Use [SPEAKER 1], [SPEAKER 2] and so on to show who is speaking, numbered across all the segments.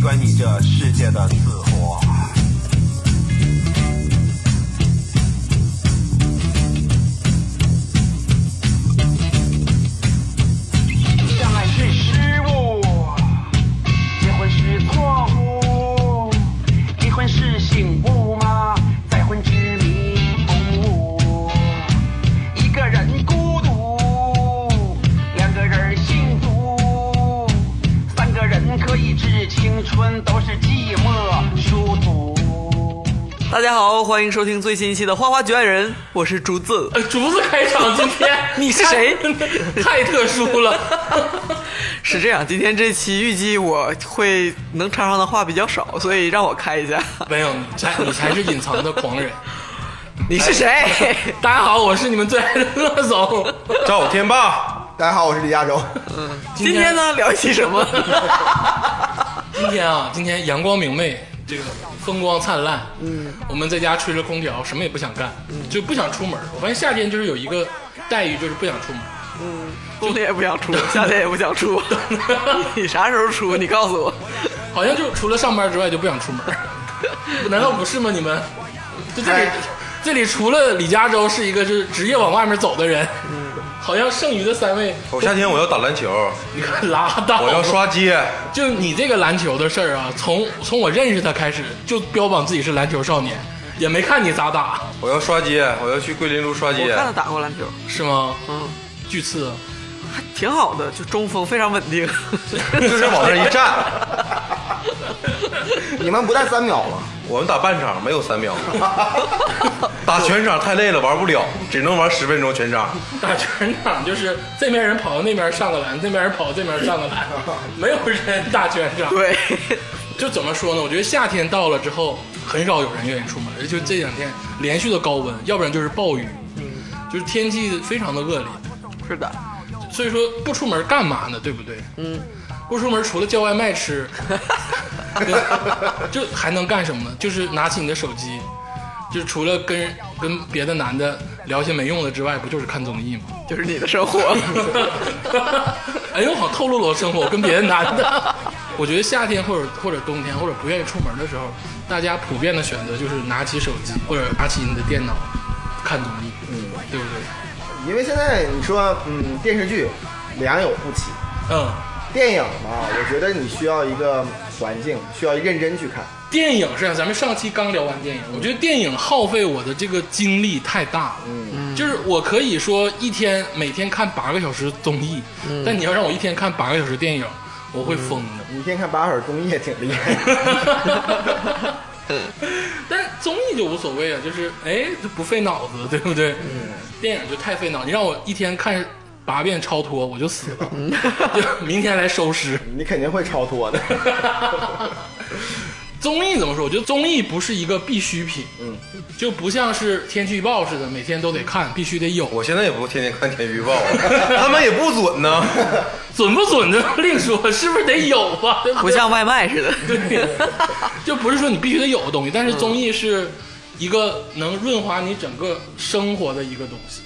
[SPEAKER 1] 关你这世界的死活。
[SPEAKER 2] 相爱是失误，结婚是错误，离婚是醒悟吗？再婚之迷不悟。一个人孤独，两个人幸福，三个人可以致青春，都是寂寞殊途。
[SPEAKER 3] 大家好，欢迎收听最新一期的《花花局外人》，我是竹子。
[SPEAKER 4] 呃竹子开场今天
[SPEAKER 3] 你是谁
[SPEAKER 4] 太特殊了。
[SPEAKER 3] 是这样，今天这期预计我会能插上的话比较少，所以让我开一 下。
[SPEAKER 4] 没有，你才你才是隐藏的狂人。
[SPEAKER 3] 你是谁？
[SPEAKER 5] 哎
[SPEAKER 4] 大家好，我是你们最爱的乐总。
[SPEAKER 5] 赵天霸，
[SPEAKER 6] 大家好，我是李亚洲。
[SPEAKER 3] 今天呢，聊一期什 么？
[SPEAKER 4] 今天啊，今天阳光明媚，这个风光灿烂。嗯，我们在家吹着空调，什么也不想干，
[SPEAKER 3] 嗯
[SPEAKER 4] 就不想出门。我发现夏天就是有一个待遇，就是不想出门。
[SPEAKER 3] 冬天也不想 出，夏天也不想出。你啥时候出？你告诉 我。
[SPEAKER 4] 好像就除了上班之外就不想出门， 难道不是吗？你们就这里，这里除了李佳洲是一个就是职业往外面走的人，
[SPEAKER 3] 嗯
[SPEAKER 4] 好像剩余的三位，
[SPEAKER 5] 我夏天我要打篮球，
[SPEAKER 4] 你可拉倒！
[SPEAKER 5] 我要，刷街，
[SPEAKER 4] 就你这个篮球的事儿啊，从从我认识他开始就标榜自己是篮球少年，也没看你咋打，
[SPEAKER 5] 我要刷街，我要去桂林路刷
[SPEAKER 3] 我
[SPEAKER 5] 街
[SPEAKER 3] 看。他打过篮球，
[SPEAKER 4] 是吗？
[SPEAKER 3] 嗯，
[SPEAKER 4] 巨次啊，
[SPEAKER 3] 还挺好的，就中锋非常稳定。
[SPEAKER 5] 就是往那一站，
[SPEAKER 6] 你们不带三秒吗？
[SPEAKER 5] 我们打半场没有三秒，打全场太累了，玩不了，只能玩十分钟全场。
[SPEAKER 4] 打全场就是这边人跑到那边上个篮，那边人跑到这边上个 篮，没有人打全场。
[SPEAKER 3] 对，
[SPEAKER 4] 就怎么说呢？我觉得夏天到了之后，很少有人愿意出门，就这两天连续的高温，要不然就是暴雨，
[SPEAKER 5] 嗯
[SPEAKER 4] 就是天气非常的恶劣。
[SPEAKER 3] 是的，
[SPEAKER 4] 所以说不出门干嘛呢？对不对？嗯，不出门除了叫外卖 吃，就还能干什么呢？就是拿起你的手机，就是除了跟跟别的男的聊些没用的之外，不就是看综艺吗？
[SPEAKER 3] 就是你的生 活。
[SPEAKER 4] 哎呦，好透露了我生活，我跟别的男的。我觉得夏天或者或者冬天或者不愿意出门的时候，大家普遍的选择就是拿起手机或者拿起你的电脑看综艺，嗯，对不对？
[SPEAKER 6] 因为现在你说，嗯，电视剧良莠不齐，
[SPEAKER 4] 嗯，
[SPEAKER 6] 电影嘛，我觉得你需要一个环境，需要认真去看。
[SPEAKER 4] 电影是啊，咱们上期刚聊完电影，我觉得电影耗费我的这个精力太大了。嗯，就是我可以说一天每天看八个小时综艺，但你要让我一天看八个小时电影，我会疯的。
[SPEAKER 6] 你一天看八小时综艺也挺厉害，
[SPEAKER 4] 但综艺就无所谓啊，就是哎，就不费脑子，对不对？电影就太费脑子，你让我一天看八遍《超脱》，我就死了， 就明天来收尸。
[SPEAKER 6] 你肯定会超脱的。
[SPEAKER 4] 综艺怎么说？我觉得综艺不是一个必需品，嗯，就不像是天气预报似的，每天都得看，必须得有。
[SPEAKER 5] 我现在也不天天看天气预报啊， 他们也不准呢。
[SPEAKER 4] 准不准的 另说，是不是得有啊？对不
[SPEAKER 3] 不
[SPEAKER 4] 对？
[SPEAKER 3] 像外卖 似的。
[SPEAKER 4] 对，就不是说你必须得有的东西，但是综艺是一个能润滑你整个生活的一个东西。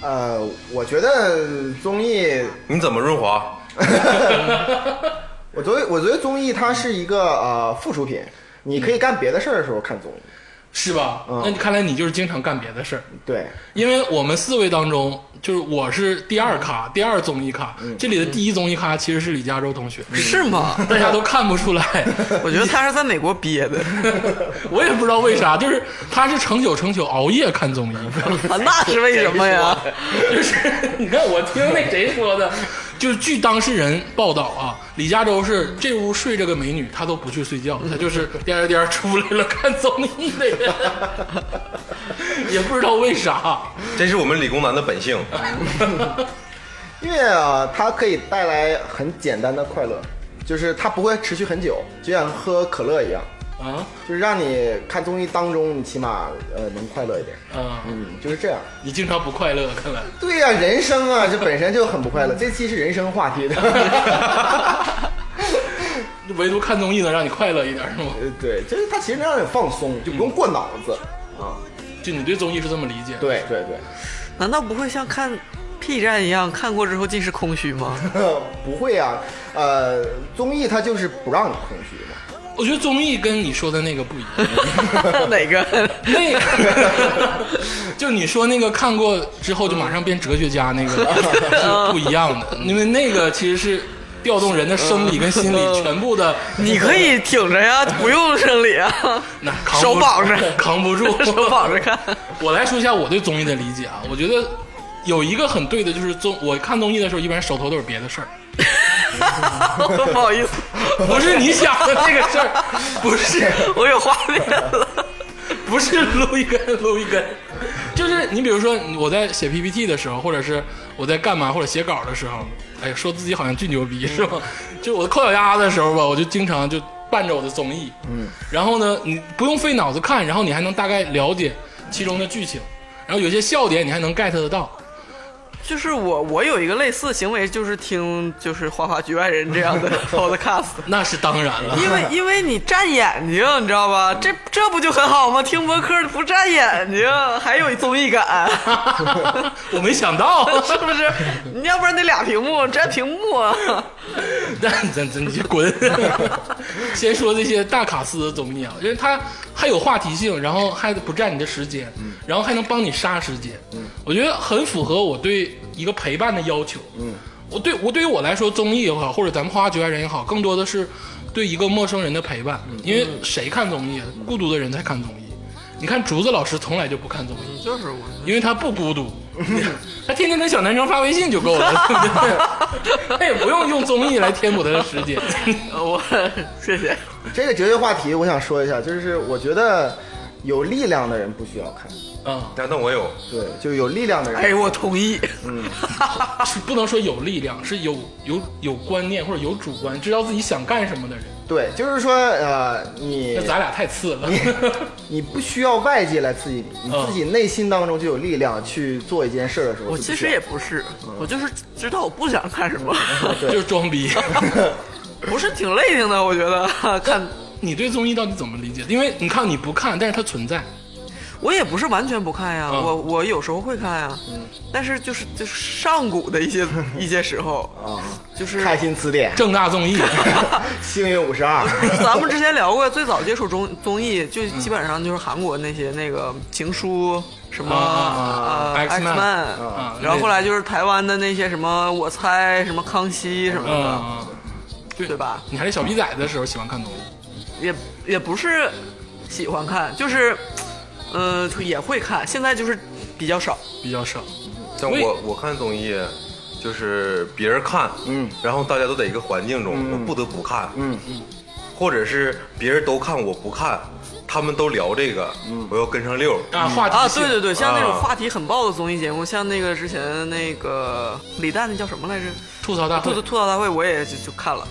[SPEAKER 6] 呃，我觉得综艺，
[SPEAKER 5] 你怎么润滑？
[SPEAKER 6] 我觉得我觉得综艺它是一个呃附属品，你可以干别的事儿的时候看综艺。
[SPEAKER 4] 是吧？
[SPEAKER 6] 嗯
[SPEAKER 4] 那你看来你就是经常干别的事儿，
[SPEAKER 6] 对，
[SPEAKER 4] 因为我们四位当中，就是我是第二咖，第二综艺咖，这里的第一综艺咖其实是李佳洲同学，
[SPEAKER 3] 是吗？
[SPEAKER 4] 大家都看不出来，
[SPEAKER 3] 我觉得他是在美国憋 的
[SPEAKER 4] 我也不知道为啥，就是他是成宿成宿熬夜看综艺，
[SPEAKER 3] 啊，那是为什么呀？
[SPEAKER 4] 就是啊你看我听那谁说的， 就是据当事人报道啊，李佳洲是这屋睡着个美女，他都不去睡觉，他就是颠颠颠出来了看综艺的人， 也不知道为啥，啊
[SPEAKER 5] 这是我们理工男的本性。
[SPEAKER 6] 因为啊，它可以带来很简单的快乐，就是它不会持续很久，就像喝可乐一样，
[SPEAKER 4] 啊
[SPEAKER 6] 就是让你看综艺当中，你起码呃能快乐一点。
[SPEAKER 4] 啊，
[SPEAKER 6] 嗯，就是这样。
[SPEAKER 4] 你经常不快乐，看来。
[SPEAKER 6] 对呀、人生啊，这本身就很 不快乐。这期是人生话题的。
[SPEAKER 4] 唯独看综艺能让你快乐一点，是吗？
[SPEAKER 6] 呃对，就是它其实让你放松，就不用过脑子。
[SPEAKER 3] 嗯
[SPEAKER 4] 就你对综艺是这么理解？，
[SPEAKER 6] 对对对，
[SPEAKER 3] 难道不会像看 P 站一样，看过之后尽是 空虚吗？
[SPEAKER 6] 不会啊，呃，综艺它就是不让你空虚嘛。
[SPEAKER 4] 我觉得综艺跟你说的那个不一样，
[SPEAKER 3] 哪个？
[SPEAKER 4] 那个 就你说那个看过之后就马上变哲学家 那个是不一样的，因为那个其实是调动人的生理跟 心理全部的，
[SPEAKER 3] 你可以挺着呀，不用生理啊，
[SPEAKER 4] 那扛不
[SPEAKER 3] 手绑着
[SPEAKER 4] 扛不住，
[SPEAKER 3] 手绑着看。
[SPEAKER 4] 我来说一下我对综艺的理解啊，我觉得有一个很对的，就是综我看综艺的时候，一般手头都是别的 事儿，
[SPEAKER 3] 不好意思，
[SPEAKER 4] 不是你想的那个 事儿，不是
[SPEAKER 3] 我有画面了。
[SPEAKER 4] 不是撸一根撸一根，就是你比如说我在写 PPT 的时候，或者是我在干嘛或者写稿的时候，哎，说自己好像巨牛逼是吧？就我抠脚丫子的时候吧，我就经常就伴着我的综艺，嗯，然后呢，你不用费脑子看，然后你还能大概了解其中的剧情，然后有些笑点你还能 get 得到，
[SPEAKER 3] 就是我，我有一个类似的行为，就是听就是《花花局外人》这样 的 podcast。
[SPEAKER 4] 那是当然了。
[SPEAKER 3] 因为因为你占眼睛，你知道吧？这这不就很好吗？听播客不占眼睛，还有综艺感，
[SPEAKER 4] 我没想到，
[SPEAKER 3] 是不是？你要不然得俩屏幕占屏幕 啊。
[SPEAKER 4] 但咱咱你就滚！ 先说这些大卡司的综艺啊，因为它还有话题性，然后还不占你的时间，然后还能帮你杀时间，我觉得很符合我对一个陪伴的要求。嗯，我对我对于我来说，综艺也好，或者咱们《花花局外人》也好，更多的是对一个陌生人的陪伴。因为谁看综艺啊？孤独的人才看综艺。你看竹子老师从来就不看综艺，
[SPEAKER 3] 嗯就是我，
[SPEAKER 4] 因为他不孤独，他天天跟小男生发微信就够了， 对不对？ 他也不用用综艺来填补他的时间。
[SPEAKER 3] 我谢谢。
[SPEAKER 6] 这个哲学话题，我想说一下，就是我觉得有力量的人不需要看，
[SPEAKER 4] 啊，
[SPEAKER 5] 那那我有，
[SPEAKER 6] 对，就有力量的人。
[SPEAKER 3] 哎，我同意。
[SPEAKER 4] 是不能说有力量，是有有有观念或者有主观，知道自己想干什么的人。
[SPEAKER 6] 对，就是说，呃，你
[SPEAKER 4] 那咱俩太次了。
[SPEAKER 6] 你不需要外界来刺激你，你
[SPEAKER 4] 嗯
[SPEAKER 6] 自己内心当中就有力量去做一件事儿的时候，
[SPEAKER 3] 我嗯
[SPEAKER 6] 就
[SPEAKER 3] 其
[SPEAKER 6] 不需
[SPEAKER 3] 实
[SPEAKER 6] 要
[SPEAKER 3] 也不是，我就是知道我不想看什么，
[SPEAKER 4] 就是 装逼，
[SPEAKER 3] 不是挺累挺的。我觉得看
[SPEAKER 4] 你对综艺到底怎么理解？因为你看你不看，但是它存在。
[SPEAKER 3] 我也不是完全不看呀，
[SPEAKER 4] 嗯
[SPEAKER 3] 我我有时候会看呀，但是就是就是上古的一 些一些时候，
[SPEAKER 6] 啊，
[SPEAKER 3] 就是
[SPEAKER 6] 看新词典，
[SPEAKER 4] 正大 综艺，
[SPEAKER 6] 幸运五十二，
[SPEAKER 3] 咱们之前聊过，最早接触综综艺就基本上就是韩国那些那个情书什么
[SPEAKER 4] 啊啊啊
[SPEAKER 3] 呃
[SPEAKER 4] X-Man
[SPEAKER 3] X-Man，
[SPEAKER 4] 啊
[SPEAKER 3] 然后后来就是台湾的那些什么我猜什么康熙什么的，
[SPEAKER 4] 嗯，
[SPEAKER 3] 对吧？
[SPEAKER 4] 你还是小逼崽子的时候喜欢看综艺，
[SPEAKER 3] 也也不是喜欢看，就是呃也会看，现在就是比较少。
[SPEAKER 4] 比较
[SPEAKER 3] 啊
[SPEAKER 4] 少。
[SPEAKER 5] 像
[SPEAKER 4] 所以
[SPEAKER 5] 我我看综艺，就是别人看，
[SPEAKER 6] 嗯，
[SPEAKER 5] 然后大家都在一个环境中，我不得不看，嗯嗯，或者是别人都看我不看，他们都聊这个，我要跟上溜。
[SPEAKER 4] 啊，话题
[SPEAKER 3] 啊，
[SPEAKER 4] 性
[SPEAKER 3] 对对对，像那种
[SPEAKER 5] 啊
[SPEAKER 3] 话题很爆的综艺节目，像那个之前那个李诞那叫什么来着？
[SPEAKER 4] 吐槽大
[SPEAKER 3] 吐
[SPEAKER 4] 会
[SPEAKER 3] 吐槽大会我也就就看了，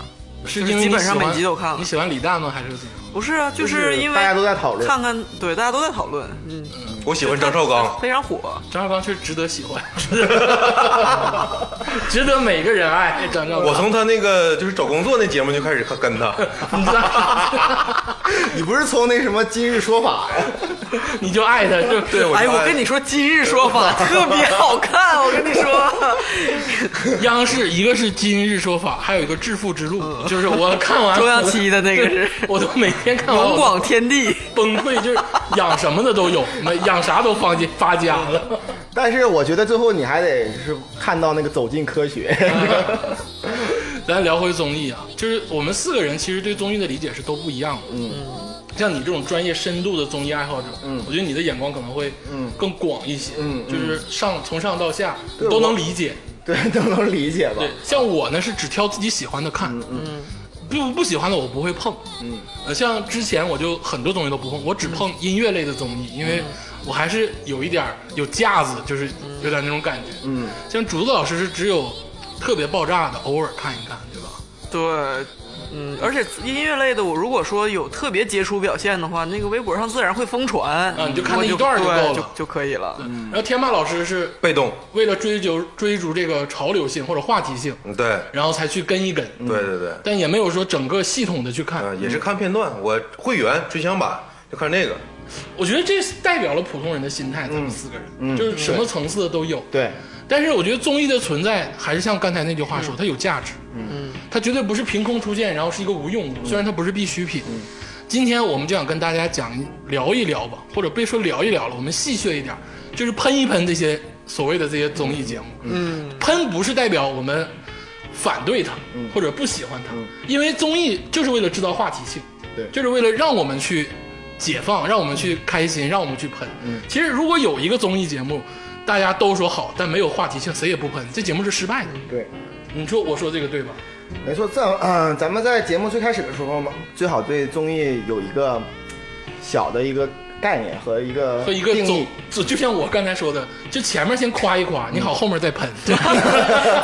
[SPEAKER 4] 是
[SPEAKER 3] 就是
[SPEAKER 4] 因为
[SPEAKER 3] 基
[SPEAKER 4] 你
[SPEAKER 3] 本
[SPEAKER 4] 喜
[SPEAKER 3] 上每
[SPEAKER 4] 欢
[SPEAKER 3] 集都看了
[SPEAKER 4] 你喜欢李诞吗？还是怎么？
[SPEAKER 3] 不是啊，就
[SPEAKER 6] 就是
[SPEAKER 3] 因为
[SPEAKER 6] 大家都在讨论
[SPEAKER 3] 看看对大家都在讨论，嗯，
[SPEAKER 5] 我喜欢张 绍刚，
[SPEAKER 3] 非常火。
[SPEAKER 4] 张绍刚确实值得 喜欢，值得每个人爱。张绍刚，
[SPEAKER 5] 我从他那个就是找工作那节目就开始看跟他，
[SPEAKER 4] 你知 道，
[SPEAKER 6] 你不是从那什么今日说法呀？
[SPEAKER 4] 你就爱他，就
[SPEAKER 5] 对，
[SPEAKER 3] 哎，我跟你说，今日说法特别好看，我跟你 说，
[SPEAKER 4] 央视一个是《今日说法》，还有一个《致富之路》，就是我看完
[SPEAKER 3] 嗯中央七的那个 是
[SPEAKER 4] 我都我都每天看完，
[SPEAKER 3] 龙广天地，
[SPEAKER 4] 崩溃，就是养什么的都有，那养啥都发家发家了。
[SPEAKER 6] 但是我觉得最后你还得是看到那个走进科学，
[SPEAKER 3] 嗯
[SPEAKER 4] 咱聊回综艺啊，就是我们四个人其实对综艺的理解是都不一样的。嗯，像你这种专业深度的综艺爱好者，嗯，我觉得你的眼光可能会嗯更广一些，
[SPEAKER 6] 嗯嗯
[SPEAKER 4] 就是上从上到下
[SPEAKER 6] 对
[SPEAKER 4] 都能
[SPEAKER 6] 我
[SPEAKER 4] 理解。
[SPEAKER 6] 对，都能理解吧
[SPEAKER 4] 对？，像我呢是只挑自己喜欢的看，嗯，不不喜欢的我不会碰，嗯，呃，像之前我就很多东西都不碰，我只碰音乐类的综艺，因为我还是有一点儿有架子，就是有点那种感觉，嗯，像竹子老师是只有特别爆炸的，偶尔看一看，对吧？
[SPEAKER 3] 对，嗯，而且音乐类的，我如果说有特别杰出表现的话，那个微博上自然会疯传，
[SPEAKER 4] 啊你就看
[SPEAKER 3] 我
[SPEAKER 4] 那一段儿
[SPEAKER 3] 就
[SPEAKER 4] 就够了
[SPEAKER 3] 对就就可以了。
[SPEAKER 4] 然后天霸老师是
[SPEAKER 5] 被动，
[SPEAKER 4] 为了追求追逐这个潮流性或者话题性，
[SPEAKER 5] 嗯对
[SPEAKER 4] 然后才去跟一跟，
[SPEAKER 5] 对对对，
[SPEAKER 4] 但也没有说整个系统的去看，
[SPEAKER 5] 嗯啊，也是看片段，我会员追想版就看这个，
[SPEAKER 4] 我觉得这是代表了普通人的心态，咱们四个人、就是什么层次的都有。
[SPEAKER 6] 对，
[SPEAKER 4] 但是我觉得综艺的存在还是像刚才那句话说，它有价值，嗯，它绝对不是凭空出现，然后是一个无用物，虽然它不是必需品，今天我们就想跟大家讲聊一聊吧，或者别说聊一聊了，我们戏谑一点，就是喷一喷这些所谓的这些综艺节目。嗯，喷不是代表我们反对它、
[SPEAKER 6] 嗯
[SPEAKER 4] 或者不喜欢它，因为综艺就是为了制造话题性，
[SPEAKER 6] 对
[SPEAKER 4] 就是为了让我们去解放，让我们去开心，让我们去喷。嗯，其实如果有一个综艺节目，大家都说好，但没有话题性，谁也不喷，这节目是失败的。
[SPEAKER 6] 对，
[SPEAKER 4] 你说我说这个对吧？
[SPEAKER 6] 没错，在嗯、咱们在节目最开始的时候嘛，最好对综艺有一个小的一个概念和一个
[SPEAKER 4] 和一个
[SPEAKER 6] 定
[SPEAKER 4] 总
[SPEAKER 6] 义。，
[SPEAKER 4] 就就像我刚才说的，就前面先夸一
[SPEAKER 6] 嗯
[SPEAKER 4] 夸，你好，后面再 喷。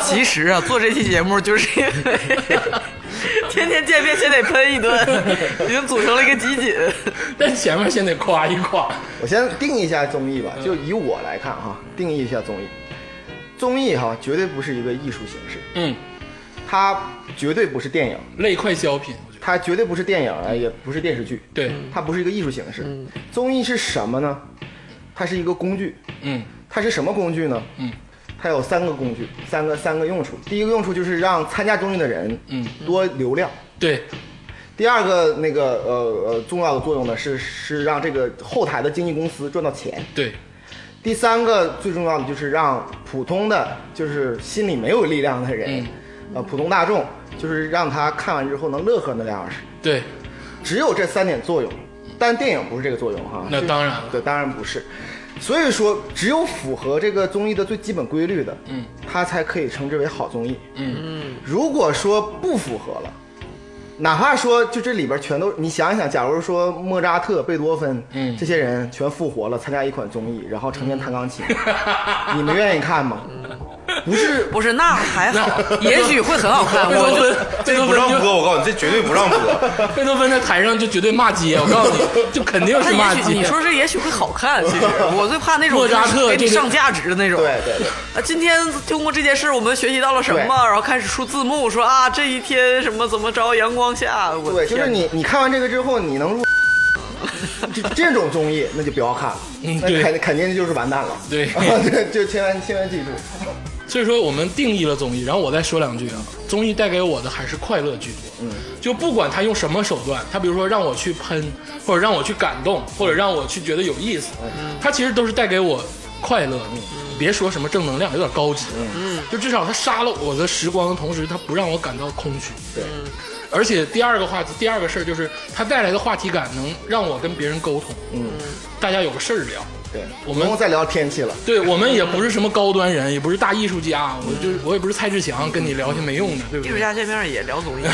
[SPEAKER 3] 其实啊，做这期节目就是因为 天天见面先得喷一顿，已经组成了一个集锦。
[SPEAKER 4] 但前面先得夸一夸，
[SPEAKER 6] 我先定义一下综艺吧，就以我来看哈，定义一下综艺。综艺哈，绝对不是一个艺术形式，
[SPEAKER 4] 嗯，
[SPEAKER 6] 它绝对不是电影，
[SPEAKER 4] 类快消品，我觉得
[SPEAKER 6] 它绝对不是电影，哎也不是电视剧，
[SPEAKER 4] 对，
[SPEAKER 6] 它不是一个艺术形式。综艺是什么呢？它是一个工具，
[SPEAKER 4] 嗯
[SPEAKER 6] 它是什么工具呢？
[SPEAKER 4] 嗯，
[SPEAKER 6] 它有三个工具，三个三个用处。第一个用处就是让参加综艺的人，
[SPEAKER 4] 嗯，
[SPEAKER 6] 多流量。
[SPEAKER 4] 对，
[SPEAKER 6] 第二个那个呃呃重要的作用呢是是让这个后台的经纪公司赚到钱。
[SPEAKER 4] 对，
[SPEAKER 6] 第三个最重要的就是让普通的，就是心里没有力量的
[SPEAKER 4] 嗯
[SPEAKER 6] 人，呃，普通大众，就是让他看完之后能乐呵那两小时。
[SPEAKER 4] 对，
[SPEAKER 6] 只有这三点作用，但电影不是这个作用哈。
[SPEAKER 4] 那当然了
[SPEAKER 6] 对，当然不是。所以说，只有符合这个综艺的最基本规律的，
[SPEAKER 4] 嗯，
[SPEAKER 6] 它才可以称之为好综艺。
[SPEAKER 4] 嗯，
[SPEAKER 6] 如果说不符合了，哪怕说就这里边全都，你想一想，假如说莫扎特、贝多芬，
[SPEAKER 4] 嗯
[SPEAKER 6] 这些人全复活了，参加一款综艺，然后成天弹 钢琴，你们愿意看吗？
[SPEAKER 4] 嗯
[SPEAKER 6] 不是，
[SPEAKER 3] 不是，那还好， 也许会很好看。
[SPEAKER 4] 贝多
[SPEAKER 3] 我
[SPEAKER 4] 芬
[SPEAKER 3] 就，
[SPEAKER 5] 这
[SPEAKER 4] 贝多
[SPEAKER 5] 个不让
[SPEAKER 4] 芬
[SPEAKER 5] 播，我告诉你，这绝对不让播。
[SPEAKER 4] 就贝多芬在台上就绝对骂街，我告诉你，就肯定是骂
[SPEAKER 3] 那也许
[SPEAKER 4] 街
[SPEAKER 3] 哎你。说这也许会好看，其 实我最怕那种
[SPEAKER 4] 莫扎特
[SPEAKER 3] 给你
[SPEAKER 4] 这个
[SPEAKER 3] 上价值的那种。
[SPEAKER 6] 对对对。
[SPEAKER 3] 啊，今天通过这件事，我们学习到了什
[SPEAKER 6] 对
[SPEAKER 3] 么？然后开始出字幕，说啊，这一天什么怎么着，阳光下，我的
[SPEAKER 6] 对，就是
[SPEAKER 3] 天
[SPEAKER 6] 你你看完这个之后，你能入这这种综艺，那就不要看了，
[SPEAKER 4] 嗯
[SPEAKER 6] 那
[SPEAKER 4] 对
[SPEAKER 6] 肯肯定就是完蛋了。 啊
[SPEAKER 4] 对
[SPEAKER 6] 对，就千万千万记住，
[SPEAKER 4] 所以说我们定义了综艺，然后我再说两句啊，综艺带给我的还是快乐居多。嗯，就不管他用什么手段，他比如说让我去喷，或者让我去感动，或者让我去觉得有意思，他其实都是带给我快乐的。别说什么正能量，有点高级。嗯，就至少他杀了我的时光的同时，他不让我感到空虚。嗯
[SPEAKER 6] 对，
[SPEAKER 4] 而且第二个话题，第二个事儿就是它带来的话题感能让我跟别人沟通。嗯，大家有个事儿聊。
[SPEAKER 6] 对，
[SPEAKER 4] 我
[SPEAKER 6] 不
[SPEAKER 4] 们
[SPEAKER 6] 用再聊天 气了。
[SPEAKER 4] 对我们也不是什么高端人，也不是大艺术家，我就是我也不是蔡志强，跟你聊些没用的，对不
[SPEAKER 3] 艺术
[SPEAKER 4] 对？
[SPEAKER 3] 家见面也聊综艺，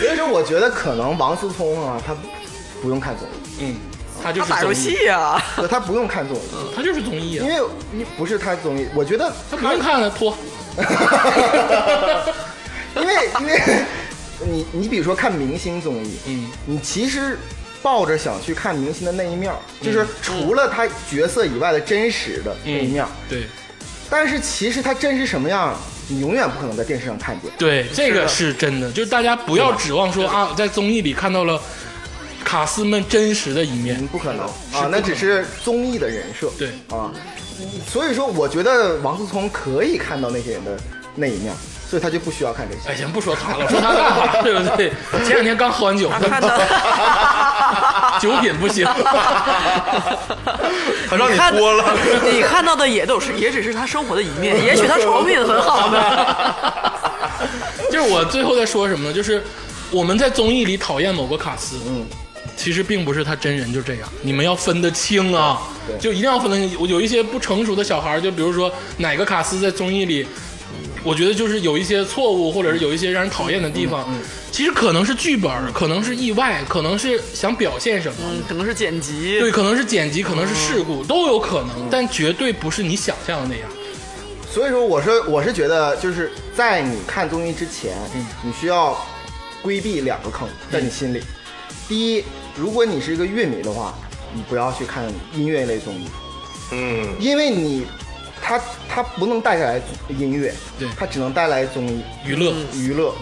[SPEAKER 6] 所以说，我觉得可能王思聪啊，他不用看综艺，
[SPEAKER 4] 嗯，他就
[SPEAKER 3] 他
[SPEAKER 4] 是
[SPEAKER 3] 打游
[SPEAKER 4] 综艺，
[SPEAKER 3] 戏啊嗯呀。
[SPEAKER 6] 对他不用看综艺，
[SPEAKER 4] 他就是综艺啊
[SPEAKER 6] 因，为一不是他综艺，我觉得
[SPEAKER 4] 他不用看了脱，
[SPEAKER 6] 因为因为你你比如说看明星综艺，
[SPEAKER 4] 嗯，
[SPEAKER 6] 你其实抱着想去看明星的那一面儿，就是除了他角色以外的真实的那嗯一面儿，
[SPEAKER 4] 嗯对
[SPEAKER 6] 但是其实他真是什么样儿，你永远不可能在电视上看见。
[SPEAKER 4] 对，这个是真的，就是大家不要指望说啊，在综艺里看到了卡斯们真实的一面，
[SPEAKER 6] 不可能啊，那只是综艺的人设。
[SPEAKER 4] 对
[SPEAKER 6] 啊，所以说我觉得王思聪可以看到那些人的那一面儿，所以他就不需要看这些。
[SPEAKER 4] 哎，行，不说他了，说他干嘛？对不对？前两天刚喝完酒，
[SPEAKER 3] 看到
[SPEAKER 4] 酒品不 行。
[SPEAKER 5] 他让你
[SPEAKER 3] 看
[SPEAKER 5] 播了，
[SPEAKER 3] 你看到的也都是，也只是他生活的一面，也许他床品很好呢。
[SPEAKER 4] 就是我最后在说什么呢？就是我们在综艺里讨厌某个卡司，嗯，其实并不是他真人就这样，你们要分得清啊，就一定要分得清。我有一些不成熟的小孩儿，就比如说哪个卡司在综艺里。我觉得就是有一些错误，或者是有一些让人讨厌的地
[SPEAKER 6] 嗯
[SPEAKER 4] 方，其实可能是剧本，可能是意外，可能是想表现什么，
[SPEAKER 3] 嗯，可能是剪辑，
[SPEAKER 4] 对，可能是剪辑，可
[SPEAKER 6] 嗯
[SPEAKER 4] 能是事故，都有可能，但绝对不是你想象的那样。
[SPEAKER 6] 所以说，我说我是觉得就是在你看综艺之前，你需要规避两个坑在你心里。第一，如果你是一个乐迷的话，你不要去看音乐类综艺，
[SPEAKER 5] 嗯，
[SPEAKER 6] 因为你它它不能带来音乐，
[SPEAKER 4] 对
[SPEAKER 6] 它只能带来综艺嗯
[SPEAKER 4] 娱乐，
[SPEAKER 6] 娱乐。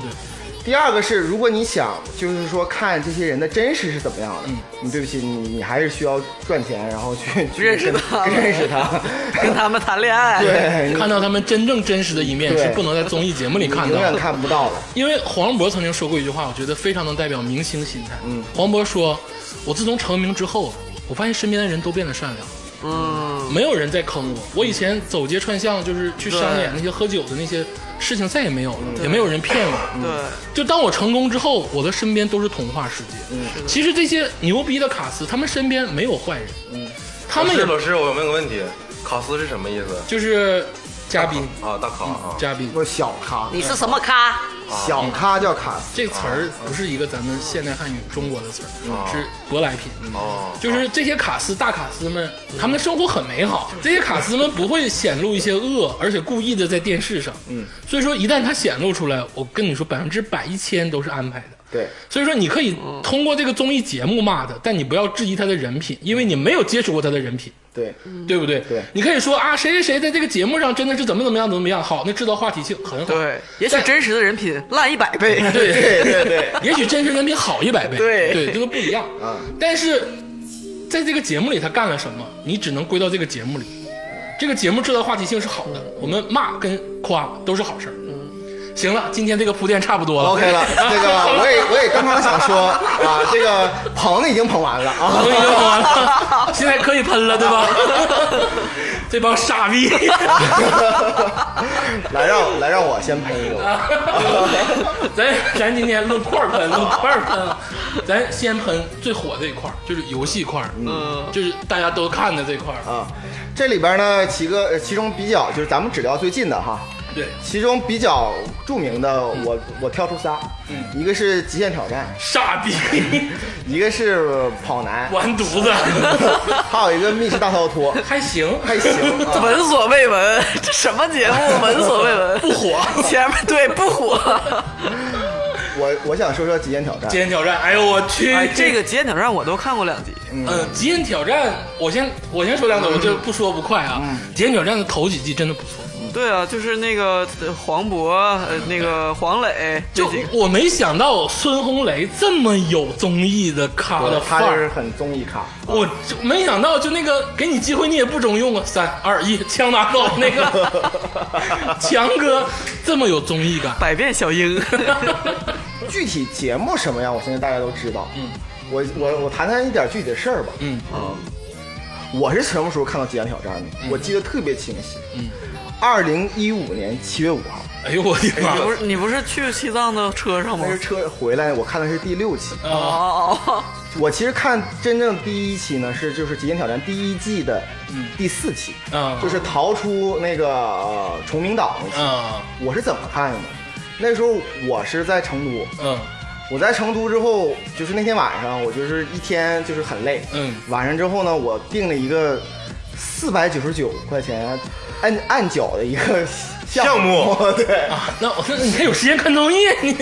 [SPEAKER 6] 第二个是，如果你想就是说看这些人的真实是怎么样的，你对不起，你你还是需要赚钱，然后去去
[SPEAKER 3] 认识
[SPEAKER 6] 跟
[SPEAKER 3] 他们
[SPEAKER 6] 认 识他，
[SPEAKER 3] 跟他们谈恋爱。
[SPEAKER 6] 对，你
[SPEAKER 4] 看到他们真正真实的一面
[SPEAKER 6] 哎对
[SPEAKER 4] 是不能在综艺节目里看
[SPEAKER 6] 你
[SPEAKER 4] 到
[SPEAKER 6] 永远
[SPEAKER 4] 的。
[SPEAKER 6] 看不到的。
[SPEAKER 4] 因为黄渤曾经说过一句话，我觉得非常能代表明星心态。嗯，黄渤说：“我自从成名之后，啊我发现身边的人都变得善良，
[SPEAKER 3] 嗯，
[SPEAKER 4] 没有人再坑我。我以前走街串巷，就是去商演那些喝酒的那些事情，再也没有了，也没有人骗我。
[SPEAKER 3] 对，
[SPEAKER 4] 就当我成功之后，我的身边都是童话世界。其实这些牛逼的卡司，他们身边没有坏人。嗯， 他们
[SPEAKER 5] 老师
[SPEAKER 4] 也
[SPEAKER 5] 老师，我问个问题，卡斯是什么意思？
[SPEAKER 4] 就是嘉宾，
[SPEAKER 5] 啊，大卡啊，
[SPEAKER 4] 嘉宾
[SPEAKER 6] 我小咖，
[SPEAKER 3] 你是什么咖？
[SPEAKER 6] 啊小咖叫卡斯，
[SPEAKER 4] 这词儿不是一个咱们现代汉语中国的词儿，
[SPEAKER 5] 哦
[SPEAKER 4] 是舶来品。
[SPEAKER 5] 哦，
[SPEAKER 4] 就是这些卡司大卡司们，他们的生活很美好。这些卡司们不会显露一些恶，而且故意的在电视上。嗯，所以说一旦他显露出来，我跟你说百分之百一千都是安排的。
[SPEAKER 6] 对，
[SPEAKER 4] 所以说你可以通过这个综艺节目骂他，但你不要质疑他的人品，因为你没有接触过他的人品，
[SPEAKER 6] 对，
[SPEAKER 4] 对不对？
[SPEAKER 6] 对
[SPEAKER 4] 你可以说啊，谁谁谁在这个节目上真的是怎么怎么样怎么怎么样，好，那制造话题性很好。
[SPEAKER 3] 对，也许真实的人品烂一百倍。
[SPEAKER 4] 对对
[SPEAKER 6] 对对，
[SPEAKER 4] 也许真实人比好一百倍，
[SPEAKER 3] 对
[SPEAKER 4] 对，这都不一样。
[SPEAKER 6] 嗯
[SPEAKER 4] 但是在这个节目里他干了什么，你只能归到这个节目里。这个节目制造话题性是好的，我们骂跟夸都是好事儿。行了，今天这个铺垫差不多了。
[SPEAKER 6] 嗯 OK 了，这个我也我也刚刚想说啊，这个捧已经捧完了啊
[SPEAKER 4] 我，已经喷完 了，现在可以喷了，对吧？ 这帮傻 逼！
[SPEAKER 6] 来让来让我先喷一个，
[SPEAKER 4] 咱咱今天论块儿喷，论块儿喷啊！咱先喷最火的一块儿，就是游戏块儿，嗯，就是大家都看的这块儿。
[SPEAKER 6] 啊，这里边呢，几个呃其中比较就是咱们只聊最近的哈，
[SPEAKER 4] 对，
[SPEAKER 6] 其中比较著名的，
[SPEAKER 4] 嗯
[SPEAKER 6] 我我挑出仨，一个是《极限挑战
[SPEAKER 4] 傻逼，》，
[SPEAKER 6] 一个是跑男，
[SPEAKER 4] 完犊 子，
[SPEAKER 6] 还有一个密室大逃脱，
[SPEAKER 4] 还行，
[SPEAKER 6] 还行，啊
[SPEAKER 3] 闻所未闻，这什么节目？闻所未 闻，不
[SPEAKER 4] 火。
[SPEAKER 3] 前面对不火，
[SPEAKER 6] 我我想说说《极限挑 战
[SPEAKER 4] 极》，限挑战，哎呦我去，
[SPEAKER 3] 哎，这个《极限挑战》我都看过两集，
[SPEAKER 4] 嗯，极限挑战，我先我先说
[SPEAKER 6] 嗯
[SPEAKER 4] 两嘴，我就不说不快啊。极限挑战的头几季真的不错，
[SPEAKER 6] 嗯
[SPEAKER 3] 对啊，就是那个呃黄渤，呃，那个黄磊，
[SPEAKER 4] 就
[SPEAKER 3] 这几个
[SPEAKER 4] 我没想到孙红雷这么有综艺的咖的
[SPEAKER 6] 他
[SPEAKER 4] 范
[SPEAKER 6] 就是
[SPEAKER 4] 儿，
[SPEAKER 6] 很综艺咖，
[SPEAKER 4] 我就没想到就那个给你机会你也不中用啊，三二一，枪拿走那 个，强哥这么有综艺感，
[SPEAKER 3] 百变小 樱，
[SPEAKER 6] 具体节目什么样，我相信大家都知道。嗯，我我我谈谈一点具体的事儿吧。
[SPEAKER 4] 嗯
[SPEAKER 6] 啊，我是什么时候看到《极限挑战》的？我记得特别清晰。嗯，二零一五年七月五号，
[SPEAKER 4] 哎呦我的妈
[SPEAKER 3] 你！不是你不是去西藏的车上吗
[SPEAKER 6] 那？是哎车回来，我看的是第六期。
[SPEAKER 3] 哦哦哦，
[SPEAKER 6] 我其实看真正第一期呢，是就是《极限挑战》第一季的第四期，
[SPEAKER 4] 嗯
[SPEAKER 6] 就是逃出那个、呃崇明岛那期。
[SPEAKER 4] 啊
[SPEAKER 6] 我是怎么看的呢？那时候我是在成都，
[SPEAKER 4] 嗯
[SPEAKER 6] 我在成都之后，就是那天晚上，我就是一天就是很累，
[SPEAKER 4] 嗯
[SPEAKER 6] 晚上之后呢，我订了一个四百九十九块钱按按脚的一个项目，对，
[SPEAKER 4] 啊，那我那你还有时间看综艺你？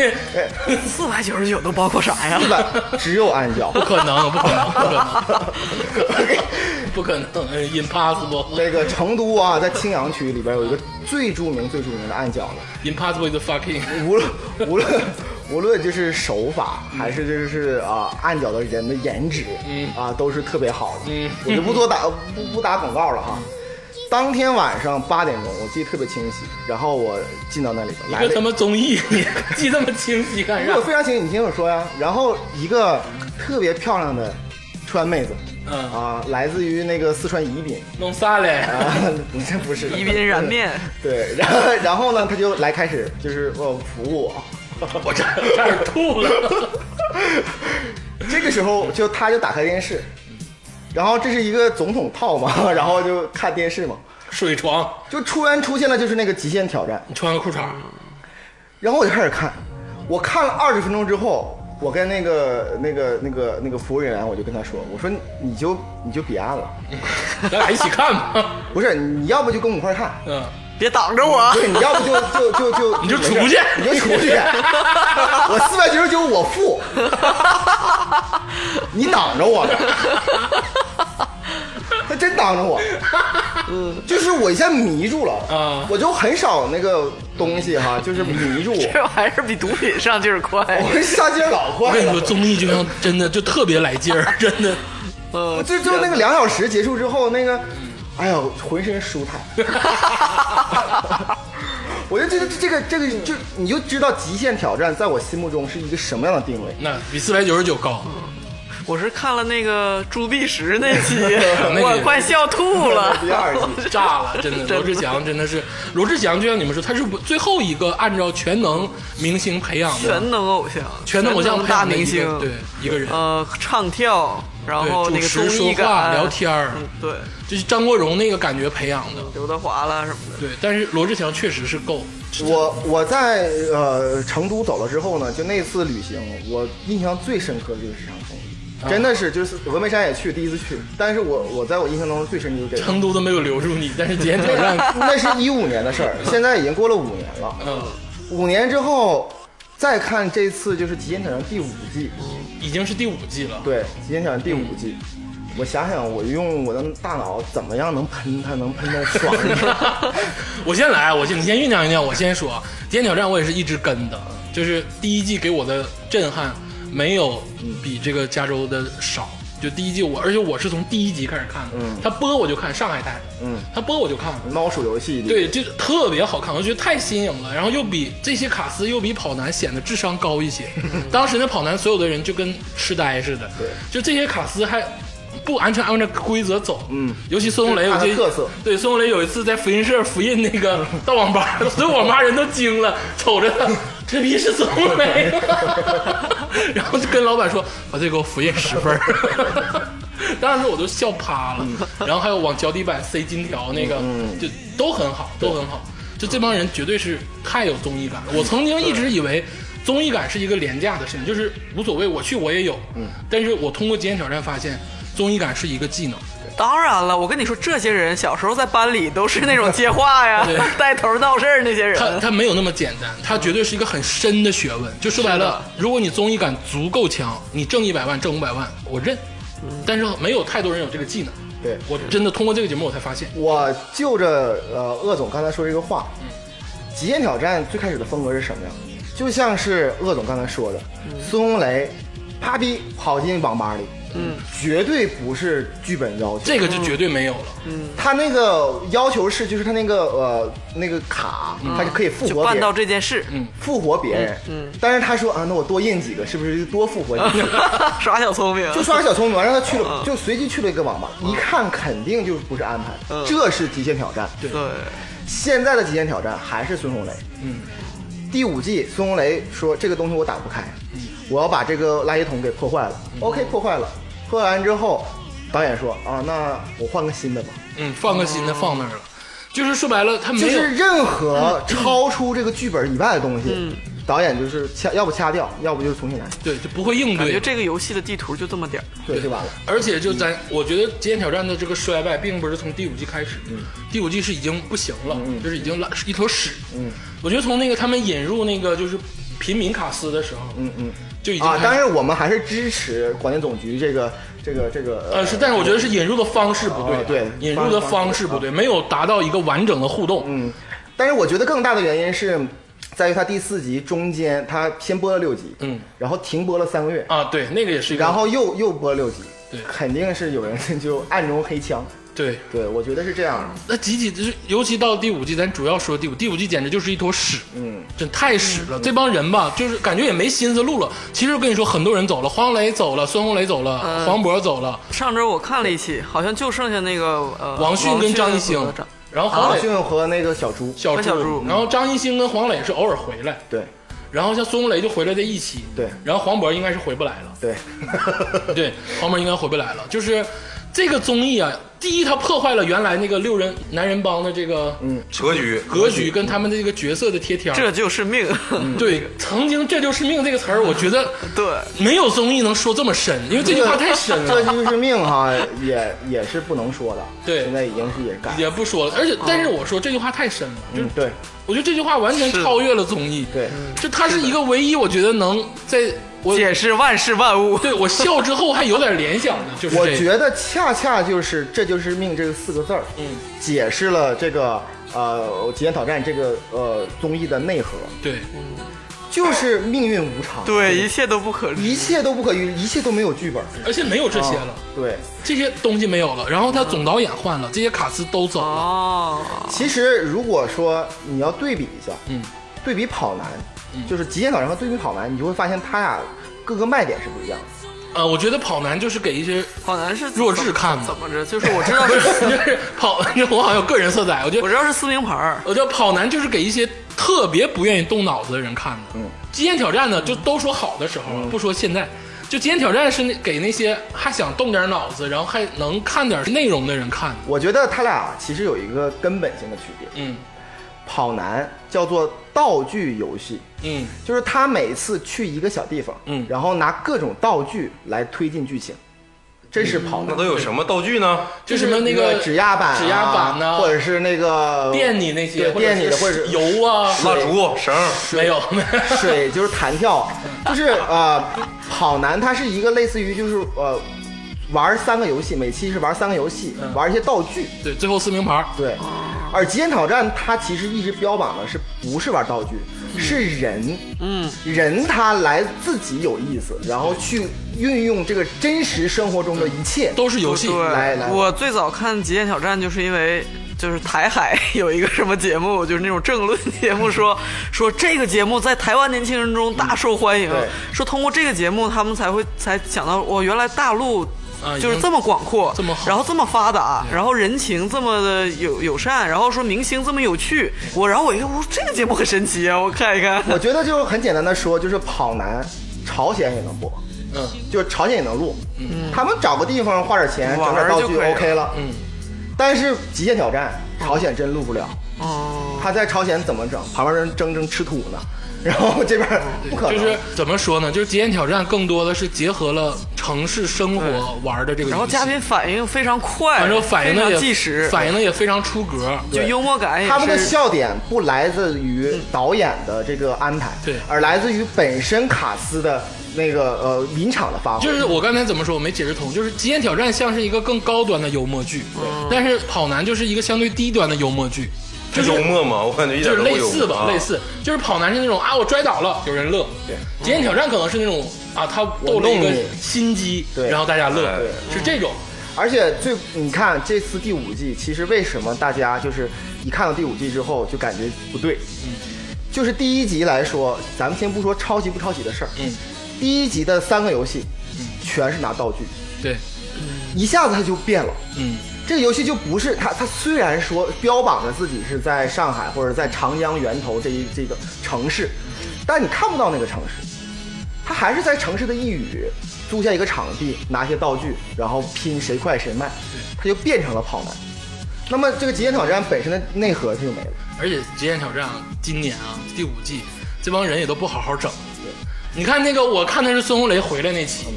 [SPEAKER 3] 四百九十九都包括啥呀？
[SPEAKER 6] 四百只有按脚
[SPEAKER 4] 不，可能，不可能，不可能， 不可能哎，impossible，impossible
[SPEAKER 6] 那个成都啊，在青羊区里边有一个最著名、最著名的按脚的，
[SPEAKER 4] is fucking。
[SPEAKER 6] 无论无论无论就是手法，还是就是啊、按脚的人的颜值，嗯啊、都是特别好的。
[SPEAKER 4] 嗯
[SPEAKER 6] 我就不多打不不打广告了哈。当天晚上八点钟，我记得特别清晰，然后我进到那里边
[SPEAKER 4] 一
[SPEAKER 6] 来
[SPEAKER 4] 个他
[SPEAKER 6] 了。
[SPEAKER 4] 妈综艺， 你记这么清晰干啥
[SPEAKER 6] 我？非常清晰，你听我说呀。然后一个特别漂亮的川妹子，
[SPEAKER 4] 嗯
[SPEAKER 6] 啊、来自于那个四川宜宾
[SPEAKER 4] 弄啥嘞？
[SPEAKER 6] 啊， 你这不是
[SPEAKER 3] 宜宾燃面，
[SPEAKER 6] 对，然后然后呢，他就来开始就是呃服务我，
[SPEAKER 4] 我差差点吐了。
[SPEAKER 6] 这个时候就他就打开电视，然后这是一个总统套嘛， 然后就看电视嘛，
[SPEAKER 4] 水床，
[SPEAKER 6] 就突然出现了就是那个极限挑战，
[SPEAKER 4] 你穿个裤衩，
[SPEAKER 6] 然后我就开始看，我看了二十分钟之后，我跟那个那个那个那个服务人员我就跟他说，我说你就你就别按了，
[SPEAKER 4] 咱俩一起看吧。
[SPEAKER 6] 不是你要不就跟我一块儿看，
[SPEAKER 4] 嗯，
[SPEAKER 3] 别挡着我
[SPEAKER 6] 不。是你要不就就就就
[SPEAKER 4] 你就出去
[SPEAKER 6] 你就出 去，我四百九十九我付，你挡着我呢，他 真挡着我，就是我一下迷住了
[SPEAKER 4] 啊
[SPEAKER 6] 我就很少那个东西哈，就是迷住我。
[SPEAKER 3] 这还是比毒品上劲儿 快。
[SPEAKER 6] 我上劲儿老
[SPEAKER 4] 我
[SPEAKER 6] 快
[SPEAKER 4] 跟你说，
[SPEAKER 6] 了，
[SPEAKER 4] 综艺就像真的就特别来劲儿， 真的。
[SPEAKER 3] 嗯，
[SPEAKER 6] 就就那个两小时结束之后，那个，哎呦，浑身舒坦。 我就觉得这个这个就你就知道《极限挑战》在我心目中是一个什么样的定位。
[SPEAKER 4] 那比四百九十九高，
[SPEAKER 3] 我是看了那个朱碧石那 期，
[SPEAKER 4] 个
[SPEAKER 3] 我快笑吐了。
[SPEAKER 6] 第二季，
[SPEAKER 4] 炸了， 真的。罗志祥真的是，罗志祥就像你们说，他是最后一个按照全能明星培养的，
[SPEAKER 3] 全能偶像，
[SPEAKER 4] 全能偶像培
[SPEAKER 3] 大
[SPEAKER 4] 养的一
[SPEAKER 3] 明
[SPEAKER 4] 个
[SPEAKER 3] 星，
[SPEAKER 4] 对一个人，
[SPEAKER 3] 呃，唱跳，然后
[SPEAKER 4] 对
[SPEAKER 3] 那
[SPEAKER 4] 主
[SPEAKER 3] 个综
[SPEAKER 4] 持
[SPEAKER 3] 艺
[SPEAKER 4] 说话
[SPEAKER 3] 感，
[SPEAKER 4] 聊天儿，
[SPEAKER 3] 嗯，对，
[SPEAKER 4] 就是张国荣那个感觉培养的。
[SPEAKER 3] 刘德华啦什么的，
[SPEAKER 4] 对，但是罗志祥确实是够，
[SPEAKER 6] 我我在呃成都走了之后呢，就那次旅行，我印象最深刻的就是这场综
[SPEAKER 4] 啊
[SPEAKER 6] 艺，真的是就是峨眉山也去，第一次去，但是我我在我印象当中最深就是这个，
[SPEAKER 4] 成都都没有留住你，但是极限挑 战，
[SPEAKER 6] 那是一五年的事儿，现在已经过了五年了，
[SPEAKER 4] 嗯，
[SPEAKER 6] 五年之后再看这次就是《极限挑战》第五季，
[SPEAKER 4] 已经是第五季了。
[SPEAKER 6] 对，《极限挑战》第五季。我想想，我用我的大脑怎么样能喷它，能喷的爽一点？
[SPEAKER 4] 我先来，我先你先酝酿酝酿，我先说啊。《极限挑战》我也是一直跟的，就是第一季给我的震撼没有比这个加州的少。就第一季我，而且我是从第一集开始看的，
[SPEAKER 6] 嗯
[SPEAKER 4] 他播我就看上海台，
[SPEAKER 6] 嗯，
[SPEAKER 4] 他播我就看，
[SPEAKER 6] 猫鼠游戏里，
[SPEAKER 4] 对，就是特别好看，我觉得太新颖了。然后又比这些卡司又比跑男显得智商高一 些。当时那跑男所有的人就跟痴呆似的，
[SPEAKER 6] 对，
[SPEAKER 4] 就这些卡司还不完全按照规则走，
[SPEAKER 6] 嗯
[SPEAKER 4] 尤其孙红雷，
[SPEAKER 6] 这是
[SPEAKER 4] 我
[SPEAKER 6] 他的
[SPEAKER 4] 记得
[SPEAKER 6] 特色
[SPEAKER 4] 对，孙红雷有一次在福音社福音那 个到网吧，所有网吧人都惊了，瞅着他，这逼是孙红 雷吗，然后就跟老板说把这给我福音十份 儿。当时我都笑趴了，
[SPEAKER 6] 嗯
[SPEAKER 4] 然后还有往脚底板塞金条那个，就都很好，都很好。就这帮人绝对是太有综艺感
[SPEAKER 6] 嗯
[SPEAKER 4] 了。我曾经一直以为综艺感是一个廉价的事情，就是无所谓，我去我也有。
[SPEAKER 6] 嗯
[SPEAKER 4] 但是我通过极限挑战发现，综艺感是一个技能。
[SPEAKER 3] 当然了，我跟你说，这些人小时候在班里都是那种接话呀
[SPEAKER 4] 对、
[SPEAKER 3] 带头闹事儿那 些
[SPEAKER 4] 它
[SPEAKER 3] 人。
[SPEAKER 4] 它没有那么简单，它
[SPEAKER 6] 嗯
[SPEAKER 4] 绝对是一个很深的学问。就说白了，如果你综艺感足够强，你挣一百万挣五百万，我认。但是没有太多人有这个技能。
[SPEAKER 6] 嗯对嗯
[SPEAKER 4] 我真的通过这个节目我才发现，
[SPEAKER 6] 我就着呃鄂总刚才说这个话，极限挑战》最开始的风格是什么呀？就像是鄂总刚才说的，孙红雷啪逼跑进网吧里，嗯，绝对不是剧本要求，
[SPEAKER 4] 这个就绝对没有了。
[SPEAKER 6] 他那个要求是就是他那个呃那个卡，他是可以复
[SPEAKER 3] 就
[SPEAKER 6] 活别
[SPEAKER 3] 办到
[SPEAKER 6] 人。
[SPEAKER 3] 这件事，
[SPEAKER 6] 复活别人，但是他说啊，那我多印几个，是不是就多复活几 个？
[SPEAKER 4] 嗯
[SPEAKER 3] 耍小聪明，
[SPEAKER 6] 就刷个小聪明，让他去了，就随机去了一个网吧，一看肯定就不是安排，这是极限挑战。嗯对，
[SPEAKER 3] 对，
[SPEAKER 6] 现在的极限挑战还是孙红雷。嗯，第五季孙红雷说这个东西我打不开，我要把这个垃圾桶给破坏了。OK，破坏了，破坏完之后，导演说啊，那我换个新的吧。
[SPEAKER 4] 嗯，放个新的放那儿了。就是说白了，它
[SPEAKER 6] 就
[SPEAKER 4] 没有
[SPEAKER 6] 是任何超出这个剧本以外的东西，导演就是掐，要不掐掉，要不就是重新来，
[SPEAKER 4] 对，就不会应
[SPEAKER 3] 感
[SPEAKER 4] 对
[SPEAKER 3] 觉。这个游戏的地图就这么点儿。
[SPEAKER 6] 对，就完了。
[SPEAKER 4] 而且就咱，我觉得《极限挑战》的这个衰败，并不是从第五季开始，
[SPEAKER 6] 嗯
[SPEAKER 4] 第五季是已经不行了，就是已经拉是一坨屎。嗯，我觉得从那个他们引入那个就是平民卡斯的时候，嗯
[SPEAKER 6] 嗯，
[SPEAKER 4] 就已经
[SPEAKER 6] 啊，
[SPEAKER 4] 开
[SPEAKER 6] 当
[SPEAKER 4] 始
[SPEAKER 6] 然我们还是支持广电总局这个这个这个
[SPEAKER 4] 呃是，但是我觉得是引入的方式不对，啊
[SPEAKER 6] 哦对啊
[SPEAKER 4] 引入的方式不对，没有达到一个完整的互动。嗯，
[SPEAKER 6] 嗯，但是我觉得更大的原因是在于他第四集中间，他先播了六集，
[SPEAKER 4] 嗯，
[SPEAKER 6] 然后停播了三个月，
[SPEAKER 4] 啊，对，那个也是一个，
[SPEAKER 6] 然后又又播了六集，
[SPEAKER 4] 对
[SPEAKER 6] 肯定是有人 就暗中黑枪，
[SPEAKER 4] 对，
[SPEAKER 6] 对我觉得是这样的，
[SPEAKER 4] 那集体就是，尤其到第五季，咱主要说第五，第五季简直就是一坨屎，嗯，真太屎了。这帮人吧，就是感觉也没心思录了。其实我跟你说，很多人走了，黄磊走了，孙红雷走了，
[SPEAKER 3] 嗯
[SPEAKER 4] 黄渤走了，
[SPEAKER 3] 上周我看了一期，好像就剩下那个呃，
[SPEAKER 4] 王
[SPEAKER 3] 迅
[SPEAKER 4] 迅跟张艺
[SPEAKER 3] 和
[SPEAKER 4] 兴
[SPEAKER 3] 张，
[SPEAKER 4] 然后黄
[SPEAKER 6] 王
[SPEAKER 4] 磊、
[SPEAKER 6] 迅和那个小猪，
[SPEAKER 4] 小
[SPEAKER 3] 和小猪
[SPEAKER 4] 然后张艺兴跟黄磊是偶尔回来，
[SPEAKER 6] 对
[SPEAKER 4] 然后像孙红雷就回来这一期，
[SPEAKER 6] 对
[SPEAKER 4] 然后黄渤应该是回不来了。
[SPEAKER 6] 对，
[SPEAKER 4] 对，黄渤应该回不来了。就是这个综艺啊，第一，它破坏了原来那个六人男人帮的这个
[SPEAKER 6] 嗯
[SPEAKER 5] 格局
[SPEAKER 4] 格局跟他们的这个角色的贴贴儿。
[SPEAKER 3] 这就是命。
[SPEAKER 4] 对，曾经“这就是命”这个词儿，我觉得
[SPEAKER 3] 对，
[SPEAKER 4] 没有综艺能说这么深，因 为这句话 太深
[SPEAKER 6] 这
[SPEAKER 4] 了，
[SPEAKER 6] 就是命哈，也也是不能说的，
[SPEAKER 4] 对
[SPEAKER 6] 现在已经是也改，
[SPEAKER 4] 也不说了。而且，但是我说这句话太深了，就是
[SPEAKER 6] 嗯，对
[SPEAKER 4] 我觉得这句话完全超越了综艺，
[SPEAKER 6] 对，
[SPEAKER 4] 就它是一个唯一，我觉得能在我
[SPEAKER 3] 解释万事万物。
[SPEAKER 4] 对我笑之后还有点联想的，就是
[SPEAKER 6] 我
[SPEAKER 4] 这个
[SPEAKER 6] 觉得恰恰就是“这就是命”这个四个字儿，嗯，解释了这个呃《极限挑战》这个呃综艺的内核，
[SPEAKER 4] 对，
[SPEAKER 6] 就是命运无常，
[SPEAKER 3] 对，一切都不可知。
[SPEAKER 6] 一切都不可预，一切都没有剧本，啊
[SPEAKER 4] 而且没有这些了，
[SPEAKER 6] 对。
[SPEAKER 4] 这些东西没有了，然后他总导演换了，这些卡司都走了，
[SPEAKER 3] 哦，
[SPEAKER 6] 其实如果说你要对比一下，
[SPEAKER 4] 嗯，
[SPEAKER 6] 对比跑男，就是极限挑战和对比跑男，你就会发现他俩各个卖点是不一样的。
[SPEAKER 4] 呃，我觉得跑男就是给一些
[SPEAKER 3] 好难是
[SPEAKER 4] 弱智看嘛
[SPEAKER 3] 怎么着？就是我知道 是，
[SPEAKER 4] 就是跑，我好像有个人色彩，我觉
[SPEAKER 3] 我
[SPEAKER 4] 得
[SPEAKER 3] 知道是撕名牌儿，
[SPEAKER 4] 我觉得跑男就是给一些特别不愿意动脑子的人看的。嗯，极限挑战呢，就都说好的时候啊，不说现在。就极限挑战是那给那些还想动点脑子，然后还能看点内容的人看的。
[SPEAKER 6] 我觉得他俩其实有一个根本性的区别，
[SPEAKER 4] 嗯
[SPEAKER 6] 跑男叫做道具游戏，
[SPEAKER 4] 嗯
[SPEAKER 6] 就是他每次去一个小地方，
[SPEAKER 4] 嗯
[SPEAKER 6] 然后拿各种道具来推进剧情，这是跑
[SPEAKER 5] 那
[SPEAKER 6] 男。
[SPEAKER 5] 都有什么道具呢？
[SPEAKER 4] 嗯就什么那个
[SPEAKER 6] 个指压板、啊
[SPEAKER 4] 指压板呐
[SPEAKER 6] 或者是那个
[SPEAKER 4] 电你那些，
[SPEAKER 6] 对电你的，或
[SPEAKER 4] 或
[SPEAKER 6] 者
[SPEAKER 4] 者
[SPEAKER 6] 是
[SPEAKER 4] 是油啊，
[SPEAKER 5] 蜡烛、绳儿，
[SPEAKER 4] 没有， 没有
[SPEAKER 6] 水就是 弹跳，就是呃，跑男它是一个类似于就是呃，玩三个游戏，每期是玩三个游戏，
[SPEAKER 4] 嗯
[SPEAKER 6] 玩一些道具，
[SPEAKER 4] 对，最后撕名牌儿，
[SPEAKER 6] 对。而极限挑战它其实一直标榜的是不是玩道具，是人，嗯，人他来自己有意思，然后去运用这个真实生活中的一切，
[SPEAKER 4] 都是游戏。
[SPEAKER 6] 来来
[SPEAKER 3] 对，我最早看《极限挑战》就是因为。 就是台海有一个什么节目，就是那种政论节目说， 说这个节目在台湾年轻人中大受欢迎
[SPEAKER 6] 嗯对，
[SPEAKER 3] 说通过这个节目他们才会才想到，我原来大陆
[SPEAKER 4] 啊
[SPEAKER 3] 就是这么广阔，
[SPEAKER 4] 这么好
[SPEAKER 3] 然后这么发达，然后人情这么的友友善，然后说明星这么有趣，我然后我一看，我说这个节目很神奇啊，我看一看，
[SPEAKER 6] 我觉得就很简单的说，就是跑男，朝鲜也能播，
[SPEAKER 4] 嗯，
[SPEAKER 6] 就是朝鲜也能录，嗯，他们找个地方花点钱，整
[SPEAKER 3] 玩
[SPEAKER 6] 点
[SPEAKER 3] 儿
[SPEAKER 6] 道
[SPEAKER 3] 就
[SPEAKER 6] 具
[SPEAKER 3] 可以
[SPEAKER 6] OK 了，
[SPEAKER 4] 嗯。
[SPEAKER 6] 但是极限挑战，朝鲜真录不了，
[SPEAKER 3] 哦，
[SPEAKER 6] 他在朝鲜怎么整？旁边人争争吃土呢，然后这边不可能，
[SPEAKER 4] 就是怎么说呢？就是极限挑战更多的是结合了城市生活玩的这个游戏，
[SPEAKER 3] 然后嘉宾反应非常快，
[SPEAKER 4] 反正反应
[SPEAKER 3] 非
[SPEAKER 4] 的也
[SPEAKER 3] 常即时，
[SPEAKER 4] 反应的也非常出格。
[SPEAKER 3] 就幽默感也
[SPEAKER 6] 他们的
[SPEAKER 3] 是
[SPEAKER 6] 笑点不来自于导演的这个安排，
[SPEAKER 4] 嗯对
[SPEAKER 6] 而来自于本身卡斯的那个呃临场的发挥，
[SPEAKER 4] 就是我刚才怎么说，我没解释通。就是《极限挑战》像是一个更高端的幽默剧，但是《跑男》就是一个相对低端的幽默剧，就是
[SPEAKER 5] 幽默吗？我感觉一
[SPEAKER 4] 就
[SPEAKER 5] 点
[SPEAKER 4] 是
[SPEAKER 5] 都
[SPEAKER 4] 类
[SPEAKER 5] 不幽默
[SPEAKER 4] 似吧，
[SPEAKER 5] 啊
[SPEAKER 4] 类似。就是《跑男》是那种啊，我摔倒了，有人乐；《极限挑战》可能是那种啊，他
[SPEAKER 6] 我
[SPEAKER 4] 斗了一
[SPEAKER 6] 弄
[SPEAKER 4] 个
[SPEAKER 6] 你
[SPEAKER 4] 心机，
[SPEAKER 6] 对
[SPEAKER 4] 然后大家乐
[SPEAKER 5] 哎，
[SPEAKER 4] 是这种。
[SPEAKER 6] 而且最你看这次第五季，其实为什么大家就是一看到第五季之后就感觉不对？嗯，就是第一集来说，咱们先不说抄袭不抄袭的事儿，
[SPEAKER 4] 嗯，
[SPEAKER 6] 第一集的三个游戏，全是拿道具，
[SPEAKER 4] 对，
[SPEAKER 6] 一下子它就变了。
[SPEAKER 4] 嗯，
[SPEAKER 6] 这个游戏就不是它，它虽然说标榜着自己是在上海或者在长江源头这一这个城市，但你看不到那个城市，它还是在城市的一隅租下一个场地，拿一些道具，然后拼谁快谁慢，它就变成了跑男。那么这个极限挑战本身的内核它就没了。
[SPEAKER 4] 而且《极限挑战》啊，今年啊第五季，
[SPEAKER 3] 嗯
[SPEAKER 4] 这帮人也都不好好整。你看那个，我看的是孙红雷回来那期，
[SPEAKER 3] 嗯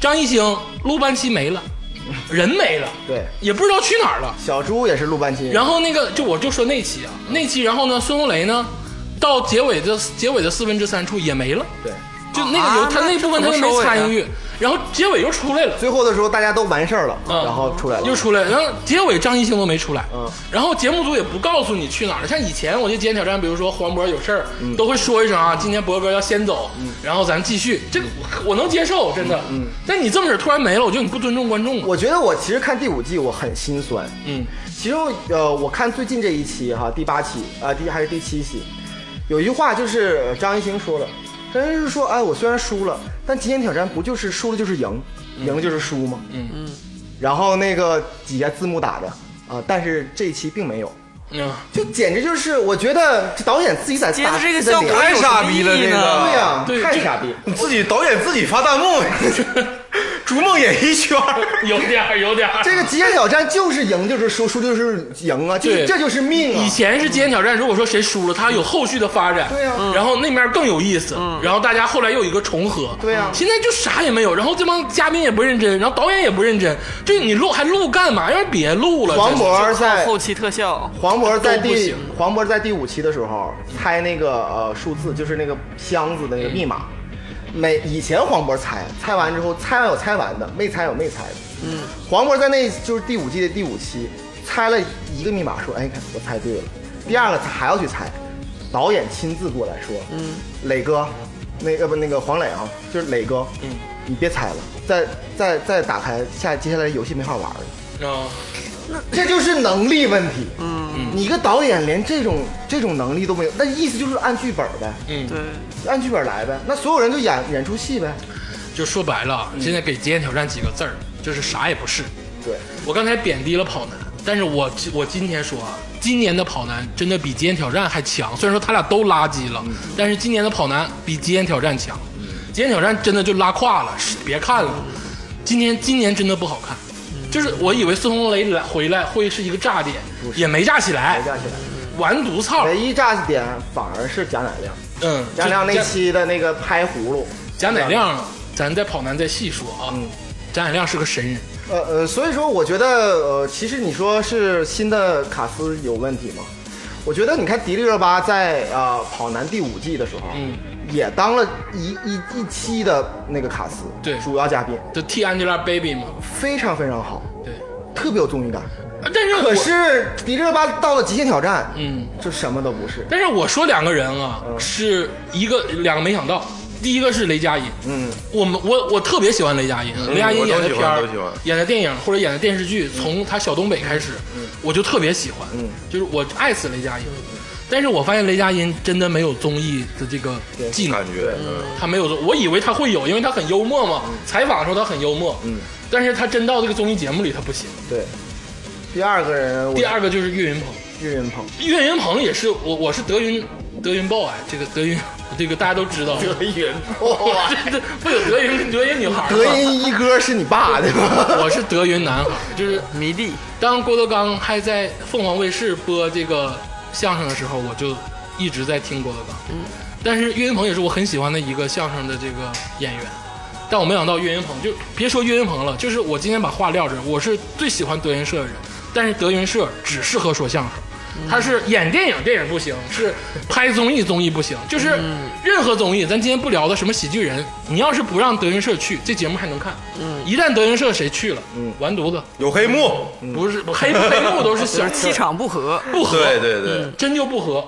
[SPEAKER 4] 张艺兴、陆班七没了，人没了，
[SPEAKER 6] 对
[SPEAKER 4] 也不知道去哪儿了。
[SPEAKER 6] 小猪也是陆半
[SPEAKER 3] 嗯
[SPEAKER 6] 斤，
[SPEAKER 4] 然后那个就我就说那期啊，那期然后呢，孙红雷呢，到结尾的结尾的四分之三处也没了，
[SPEAKER 6] 对，
[SPEAKER 4] 就那个有、
[SPEAKER 3] 啊
[SPEAKER 4] 他
[SPEAKER 3] 那
[SPEAKER 4] 那部分他
[SPEAKER 3] 怎么收
[SPEAKER 4] 都没
[SPEAKER 3] 尾啊
[SPEAKER 4] 参与，然后结尾又出来了。
[SPEAKER 6] 最后的时候大家都完事儿了，
[SPEAKER 4] 嗯
[SPEAKER 6] 然后出来了，
[SPEAKER 4] 又出来，然后结尾张艺兴都没出来，
[SPEAKER 6] 嗯
[SPEAKER 4] 然后节目组也不告诉你去哪儿了。像以前我就今天挑战，比如说黄渤有事儿，
[SPEAKER 6] 嗯
[SPEAKER 4] 都会说一声啊，今天博哥要先走，然后咱继续，这个
[SPEAKER 6] 嗯
[SPEAKER 4] 我我能接受，真的。嗯，但你这么式突然没了，我觉得你不尊重观众啊。
[SPEAKER 6] 我觉得我其实看第五季我很心酸，
[SPEAKER 4] 嗯，
[SPEAKER 6] 其中呃，我看最近这一期哈，第八期啊、呃第还是第七期，有一句话就是呃张艺兴说了，张艺兴是说，哎，我虽然输了，但极限挑战不就是输了就是赢，赢了就是输吗？
[SPEAKER 4] 嗯
[SPEAKER 6] 嗯。然后那个底下字幕打着啊、但是这一期并没有，
[SPEAKER 4] 嗯，
[SPEAKER 6] 就简直就是我觉得这导演自己在
[SPEAKER 3] 接
[SPEAKER 6] 打
[SPEAKER 3] 着这个
[SPEAKER 6] 自己的
[SPEAKER 3] 效果
[SPEAKER 6] 脸
[SPEAKER 5] 太
[SPEAKER 3] 有什
[SPEAKER 5] 傻
[SPEAKER 3] 么
[SPEAKER 5] 逼
[SPEAKER 3] 意
[SPEAKER 5] 了
[SPEAKER 3] 义
[SPEAKER 5] 这个
[SPEAKER 3] 呢
[SPEAKER 6] 对呀、
[SPEAKER 4] 对
[SPEAKER 6] 太
[SPEAKER 4] 这
[SPEAKER 6] 傻逼了。
[SPEAKER 5] 你自己导演自己发弹幕， 逐梦演艺 圈儿
[SPEAKER 4] 有点儿，有点儿。
[SPEAKER 6] 这个极限挑战就是赢就是输，输就是赢啊，就是
[SPEAKER 4] 对
[SPEAKER 6] 这就是命啊
[SPEAKER 4] 以！前是极限挑战，如果说谁输了，他有后续的发展，
[SPEAKER 6] 对啊
[SPEAKER 4] 然后那面更有意思，然后大家后来又有一个重合，嗯
[SPEAKER 6] 对啊
[SPEAKER 4] 现在就啥也没有，然后这帮嘉宾也不认真，然后导演也不认真，就你录还录干嘛？要不然别录了。
[SPEAKER 6] 黄
[SPEAKER 4] 真是
[SPEAKER 6] 渤在
[SPEAKER 3] 后期特效，
[SPEAKER 6] 黄渤在
[SPEAKER 4] 都不
[SPEAKER 6] 第
[SPEAKER 4] 行
[SPEAKER 6] 黄渤在第五期的时候猜那个呃数字，就是那个箱子的那个密码。每以前黄渤猜，猜完之后猜完有猜完的，没猜有没猜的。嗯，黄渤在那就是第五季的第五期猜了一个密码，说哎，你看我猜对了。第二个他还要去猜，导演亲自过来说，嗯，磊哥，那个不那个黄磊啊，就是磊哥，嗯，你别猜了，再再再打开下接下来游戏没法玩了。
[SPEAKER 4] 啊，
[SPEAKER 6] 这就是能力问题。嗯，你一个导演连这种这种能力都没有，那意思就是按剧本呗，
[SPEAKER 4] 嗯，
[SPEAKER 3] 对，
[SPEAKER 6] 按剧本来呗。那所有人就演演出戏呗。
[SPEAKER 4] 就说白了啊，现在给《极限挑战》几个字儿，就是啥也不是。
[SPEAKER 6] 对，
[SPEAKER 4] 我刚才贬低了跑男，但是我我今天说啊，今年的跑男真的比极限挑战还强。虽然说他俩都垃圾
[SPEAKER 6] 嗯
[SPEAKER 4] 了，但是今年的跑男比极限挑战强。极限挑战真的就拉胯了，是别看了。今年今年真的不好看，就是我以为孙红雷来回来会是一个炸点，也没炸起来
[SPEAKER 6] 没，架起来。
[SPEAKER 4] 完犊子操！
[SPEAKER 6] 唯一炸点反而是贾乃亮，
[SPEAKER 4] 嗯，
[SPEAKER 6] 贾乃亮
[SPEAKER 4] 就
[SPEAKER 6] 那期的那个拍葫芦，
[SPEAKER 4] 贾乃亮，咱在跑男再细说啊。
[SPEAKER 6] 嗯
[SPEAKER 4] 贾乃亮是个神人，
[SPEAKER 6] 呃呃，所以说我觉得呃，其实你说是新的卡斯有问题吗？我觉得你看迪丽热巴在啊、呃跑男第五季的时候，
[SPEAKER 4] 嗯，
[SPEAKER 6] 也当了一一一期的那个卡斯，
[SPEAKER 4] 对
[SPEAKER 6] 主要嘉宾，
[SPEAKER 4] 就替 Angelababy 嘛。
[SPEAKER 6] 非常非常好，
[SPEAKER 4] 对，
[SPEAKER 6] 特别有综艺感。
[SPEAKER 4] 啊但是我
[SPEAKER 6] 可是迪丽热巴到了极限挑战，
[SPEAKER 4] 嗯，
[SPEAKER 6] 就什么都不是。
[SPEAKER 4] 但是我说两个人啊，
[SPEAKER 5] 嗯
[SPEAKER 4] 是一个两个没想到，第一个是雷佳音，
[SPEAKER 6] 嗯，
[SPEAKER 4] 我们我我特别喜欢雷佳音，啊雷佳音
[SPEAKER 5] 嗯我都
[SPEAKER 4] 演的
[SPEAKER 5] 喜欢
[SPEAKER 4] 片儿
[SPEAKER 5] 都喜欢、嗯
[SPEAKER 4] 演的电影或者演的电视剧，从他小东北开始，我就特别喜欢，
[SPEAKER 6] 嗯
[SPEAKER 4] 就是我爱死雷佳音。但是我发现雷佳音真的没有综艺的这个技能
[SPEAKER 5] 感，觉，嗯，
[SPEAKER 4] 他没有做，我以为他会有，因为他很幽默嘛，采访的时候他很幽默，嗯，但是他真到这个综艺节目里他不行。
[SPEAKER 6] 对，第二个人，
[SPEAKER 4] 第二个就是岳云鹏，
[SPEAKER 6] 岳云鹏，
[SPEAKER 4] 岳云鹏也是我，我是德云德云报哎，这个德云这个大家都知道，德云， 我是不有德云德云女孩吗
[SPEAKER 6] 德，云一哥是你爸 对吧？
[SPEAKER 4] 我是德云男孩，就是
[SPEAKER 3] 迷弟，
[SPEAKER 4] 当郭德纲还在凤凰卫视播这个相声的时候，我就一直在听郭德纲。嗯，但是岳云鹏也是我很喜欢的一个相声的这个演员，但我没想到岳云鹏就别说岳云鹏了，就是我今天把话撂这儿，我是最喜欢德云社的人，但是德云社只适合说相声。他是演电影，电影不行；是拍综艺，综艺不行。就是任何综艺，咱今天不聊的什么喜剧人，你要是不让德云社去，这节目还能看。嗯，一旦德云社谁去了，嗯，完犊子，
[SPEAKER 5] 有黑幕，
[SPEAKER 4] 不是黑不黑幕都
[SPEAKER 3] 就
[SPEAKER 4] 是 小
[SPEAKER 3] 是气场不合。
[SPEAKER 4] 不合，嗯
[SPEAKER 5] 对对对，
[SPEAKER 4] 真就不合。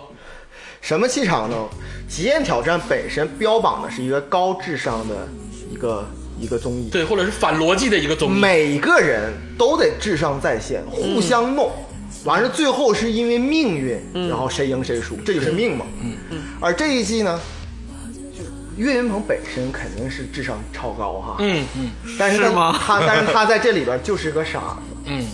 [SPEAKER 6] 什么气场呢？极限挑战本身标榜的是一个高智商的一个一个综艺，
[SPEAKER 4] 对，或者是反逻辑的一个综艺。
[SPEAKER 6] 每个人都得智商在线，互相弄。完了，最后是因为命运，然后谁赢谁输，这就是命嘛。嗯嗯。而这一季呢，就岳云鹏本身肯定是智商超高哈。嗯
[SPEAKER 4] 嗯嗯
[SPEAKER 6] 但是他
[SPEAKER 3] 是吗
[SPEAKER 6] 他但是他在这里边就是个傻子，
[SPEAKER 4] 嗯，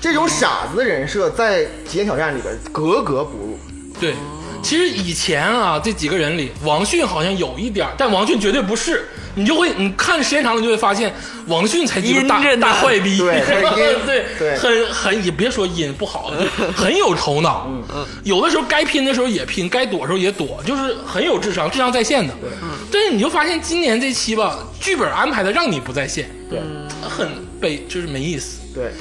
[SPEAKER 6] 这种傻子的人设在《极限挑战》里边格格不入。
[SPEAKER 4] 对。其实以前啊，这几个人里，王迅好像有一点儿，但王迅绝对不是。你就会，你看时间长了，你就会发现，王迅才就是大
[SPEAKER 3] 阴着呢
[SPEAKER 4] 大坏逼，
[SPEAKER 6] 对很阴
[SPEAKER 4] 对
[SPEAKER 6] 对
[SPEAKER 4] 很很也别说阴不 好，很有头脑。
[SPEAKER 6] 嗯
[SPEAKER 4] 有的时候该拼的时候也拼，该躲的时候也躲，就是很有智商，智商在线的。
[SPEAKER 6] 嗯
[SPEAKER 4] 但是你就发现今年这期吧，剧本安排的让你不在线，
[SPEAKER 6] 对
[SPEAKER 4] 很悲，就是没意思。
[SPEAKER 6] 对，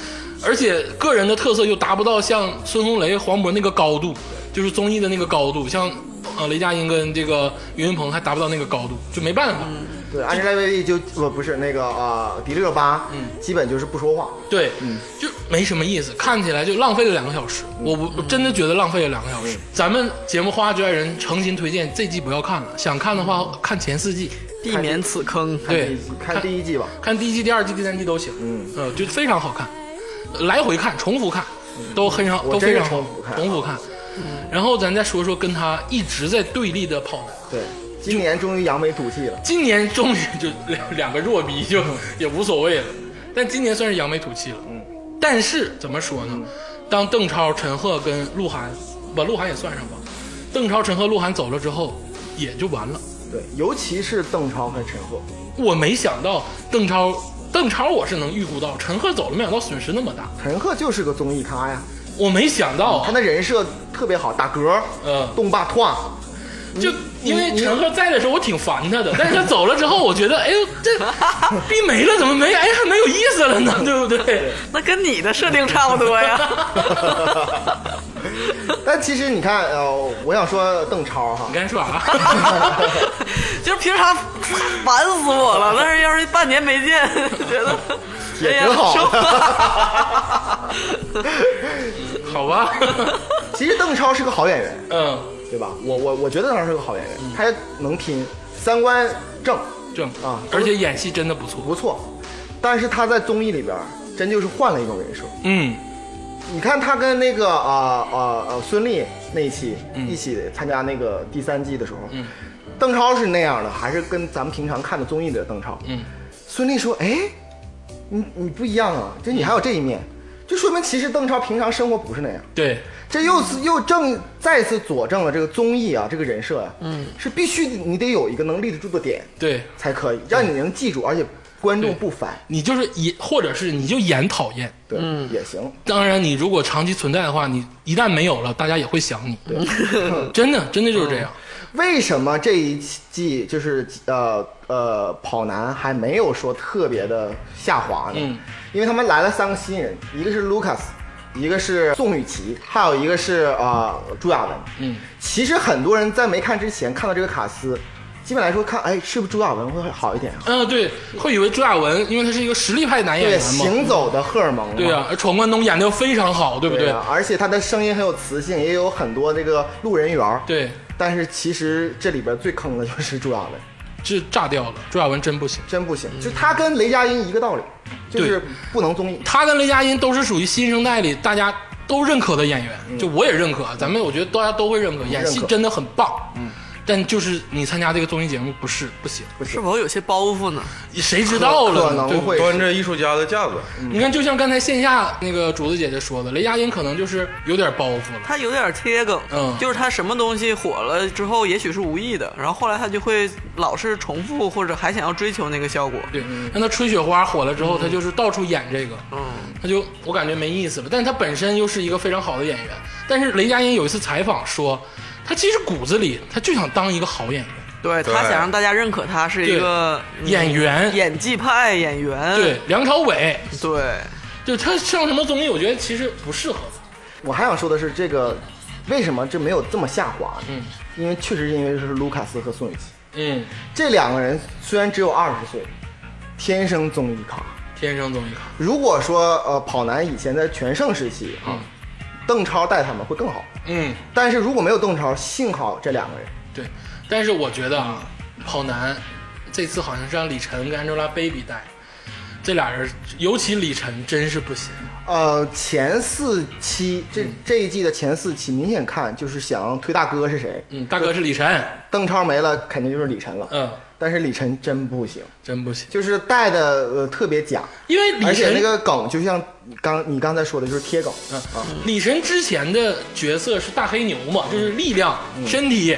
[SPEAKER 4] 而且个人的特色又达不到像孙红雷、黄渤那个高度，就是综艺的那个高度，像呃雷佳音跟这个岳云鹏还达不到那个高度，就没办法。
[SPEAKER 6] 对，Angelababy 就不不是那个啊、迪丽热巴，
[SPEAKER 4] 嗯
[SPEAKER 6] 基本就是不说话。
[SPEAKER 4] 对，就没什么意思，看起来就浪费了两个小时。我我我真的觉得浪费了两个小时。咱们节目《花花最爱人》诚心推荐这季不要看了，想看的话看前四季，
[SPEAKER 3] 避免此坑。
[SPEAKER 4] 对，
[SPEAKER 6] 看第一季吧，
[SPEAKER 4] 看第一季、第二季、第三季都行，嗯，呃，就非常好看，来回看、重复看，都很常
[SPEAKER 6] 我
[SPEAKER 4] 都
[SPEAKER 6] 真
[SPEAKER 4] 非
[SPEAKER 6] 是
[SPEAKER 4] 常好
[SPEAKER 6] 重复看
[SPEAKER 4] 重复看。然后咱再说说跟他一直在对立的跑男，
[SPEAKER 6] 对，今年终于扬眉吐气了。
[SPEAKER 4] 今年终于就两两个弱逼就也无所谓了，但今年算是扬眉吐气了。嗯，但是怎么说
[SPEAKER 6] 嗯
[SPEAKER 4] 呢？当邓超、陈赫跟鹿晗，把鹿晗也算上吧，邓超、陈赫、鹿晗走了之后，也就完了。
[SPEAKER 6] 对，尤其是邓超和陈赫，
[SPEAKER 4] 我没想到邓超，邓超我是能预估到，陈赫走了没想到损失那么大。
[SPEAKER 6] 陈赫就是个综艺咖呀，
[SPEAKER 4] 我没想到
[SPEAKER 6] 他
[SPEAKER 4] 啊，
[SPEAKER 6] 的人设特别好，打嗝，
[SPEAKER 4] 嗯
[SPEAKER 6] 动霸团，
[SPEAKER 4] 就因为陈赫在的时候我挺烦他的，但是他走了之后，我觉得，哎呦，这逼没了，怎么没？哎，还没有意思了呢，对不对？
[SPEAKER 3] 那跟你的设定差不多呀。
[SPEAKER 6] 但其实你看，呃，我想说邓超哈
[SPEAKER 4] 你，刚才说啊 啥？
[SPEAKER 3] 就是平常烦死我了，但是要是半年没见， 觉得
[SPEAKER 6] 也
[SPEAKER 3] 哎呀
[SPEAKER 6] 挺好
[SPEAKER 3] 生
[SPEAKER 4] 好吧，
[SPEAKER 6] 其实邓超是个好演员，
[SPEAKER 4] 嗯，
[SPEAKER 6] 对吧？我我我觉得邓超是个好演员，他能拼，三观正
[SPEAKER 4] 正
[SPEAKER 6] 啊
[SPEAKER 4] 而且演戏真的不错。
[SPEAKER 6] 不错，但是他在综艺里边儿真就是换了一种人设。
[SPEAKER 4] 嗯，
[SPEAKER 6] 你看他跟那个啊啊啊孙俪那一期、一起参加那个第三季的时候，邓超是那样的，还是跟咱们平常看的综艺里的邓超。
[SPEAKER 4] 嗯，
[SPEAKER 6] 孙俪说：“哎，你你不一样啊，就你还有这一面，就说明其实邓超平常生活不是那样。
[SPEAKER 4] 对，
[SPEAKER 6] 这又次又证再次佐证了这个综艺啊，这个人设呀、嗯，是必须你得有一个能立得住的点
[SPEAKER 4] 对，
[SPEAKER 6] 才可以，让你能记住，而且观众不烦，
[SPEAKER 4] 你就是演，或者是你就演讨厌。
[SPEAKER 6] 对，
[SPEAKER 4] 嗯
[SPEAKER 6] 也行。
[SPEAKER 4] 当然，你如果长期存在的话，你一旦没有了，大家也会想你。 真的，真的就是这样。
[SPEAKER 6] 为什么这一季就是呃呃跑男还没有说特别的下滑呢？
[SPEAKER 4] 嗯
[SPEAKER 6] 因为他们来了三个新人，一个是 Lucas，一个是宋雨琦，还有一个是呃朱亚文。
[SPEAKER 4] 嗯，
[SPEAKER 6] 其实很多人在没看之前看到这个卡司，基本来说看哎是不是朱亚文会好一点？
[SPEAKER 4] 嗯、对，会以为朱亚文，因为他是一个实力派男演
[SPEAKER 6] 对，
[SPEAKER 4] 员嘛。
[SPEAKER 6] 行走的荷尔蒙嘛。
[SPEAKER 4] 对啊，而闯关东演的非常好，对不
[SPEAKER 6] 对
[SPEAKER 4] 对？
[SPEAKER 6] 啊，而且他的声音很有磁性，也有很多这个路人缘儿。
[SPEAKER 4] 对，
[SPEAKER 6] 但是其实这里边最坑的就是朱亚文。
[SPEAKER 4] 这炸掉了，朱亚文真不行。
[SPEAKER 6] 真不行，就他跟雷佳音一个道理，就是不能综艺。
[SPEAKER 4] 他跟雷佳音都是属于新生代里大家都认可的演员，就我也认可，咱嗯们我觉得大家都会认可，演戏
[SPEAKER 6] 认可
[SPEAKER 4] 真的很棒。嗯，但就是你参加这个综艺节目不是不行，
[SPEAKER 3] 是否有些包袱呢？
[SPEAKER 4] 谁知道了？
[SPEAKER 6] 可能
[SPEAKER 4] 对嗯
[SPEAKER 6] 会
[SPEAKER 5] 端着艺术家的架子，
[SPEAKER 4] 你看，就像刚才线下那个竹子姐姐说的，雷佳音可能就是有点包袱了。
[SPEAKER 3] 他有点贴梗，
[SPEAKER 4] 嗯
[SPEAKER 3] 就是他什么东西火了之后，也许是无意的，然后后来他就会老是重复，或者还想要追求那个效果。
[SPEAKER 4] 对，让他吹雪花火了之后，他就是到处演这个，
[SPEAKER 3] 嗯，
[SPEAKER 4] 他就我感觉没意思了。但是他本身又是一个非常好的演员，但是雷佳音有一次采访说，他其实骨子里他就想当一个好演员。
[SPEAKER 3] 对
[SPEAKER 5] 对
[SPEAKER 3] 他想让大家认可他是一个嗯
[SPEAKER 4] 演员
[SPEAKER 3] 演技派演员。
[SPEAKER 4] 对，梁朝伟，
[SPEAKER 3] 对
[SPEAKER 4] 就他上什么综艺，我觉得其实不适合他。
[SPEAKER 6] 我还想说的是，这个为什么这没有这么下滑呢？嗯，因为确实是因为是卢卡斯和宋雨琦
[SPEAKER 4] 嗯，
[SPEAKER 6] 这两个人，虽然只有二十岁，天生综艺咖。
[SPEAKER 4] 天生综艺咖。
[SPEAKER 6] 如果说呃跑男以前在全盛时期啊，邓超带他们会更好，
[SPEAKER 4] 嗯，
[SPEAKER 6] 但是如果没有邓超，幸好这两个人
[SPEAKER 4] 对。但是我觉得啊，跑男这次好像是让李晨跟 Angelababy 带，这俩人，尤其李晨真是不行。
[SPEAKER 6] 呃，前四期这
[SPEAKER 4] 嗯
[SPEAKER 6] 这一季的前四期，明显看就是想推大哥是谁，
[SPEAKER 4] 嗯，大哥是李晨，
[SPEAKER 6] 邓超没了，肯定就是李晨了。
[SPEAKER 4] 嗯，
[SPEAKER 6] 但是李晨真不行，
[SPEAKER 4] 真不行，
[SPEAKER 6] 就是带的呃特别假，
[SPEAKER 4] 因为李
[SPEAKER 6] 而且
[SPEAKER 4] 晨
[SPEAKER 6] 那个梗就像刚你刚才说的，就是贴梗。
[SPEAKER 4] 嗯李晨之前的角色是大黑牛嘛，就是力量、身体，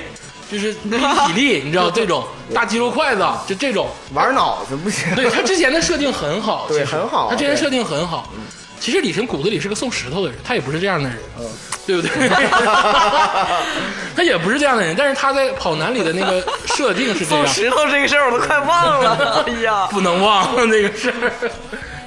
[SPEAKER 4] 就是力体 力，你知道这种大肌肉筷子，就这种。
[SPEAKER 6] 玩脑子不行，
[SPEAKER 4] 对他之前的设定很好，
[SPEAKER 6] 对
[SPEAKER 4] 其实
[SPEAKER 6] 很好
[SPEAKER 4] 他之前
[SPEAKER 6] 对嗯
[SPEAKER 4] 设定很好。其实李晨骨子里是个送石头的人，他也不是这样的人，
[SPEAKER 6] 嗯
[SPEAKER 4] 对不对？ 他也不是这样的人，但是他在跑男里的那个设定是 这
[SPEAKER 3] 送
[SPEAKER 4] 样，
[SPEAKER 3] 石头这个事儿我都快忘 了，哎呀，
[SPEAKER 4] 不能忘了那个事儿。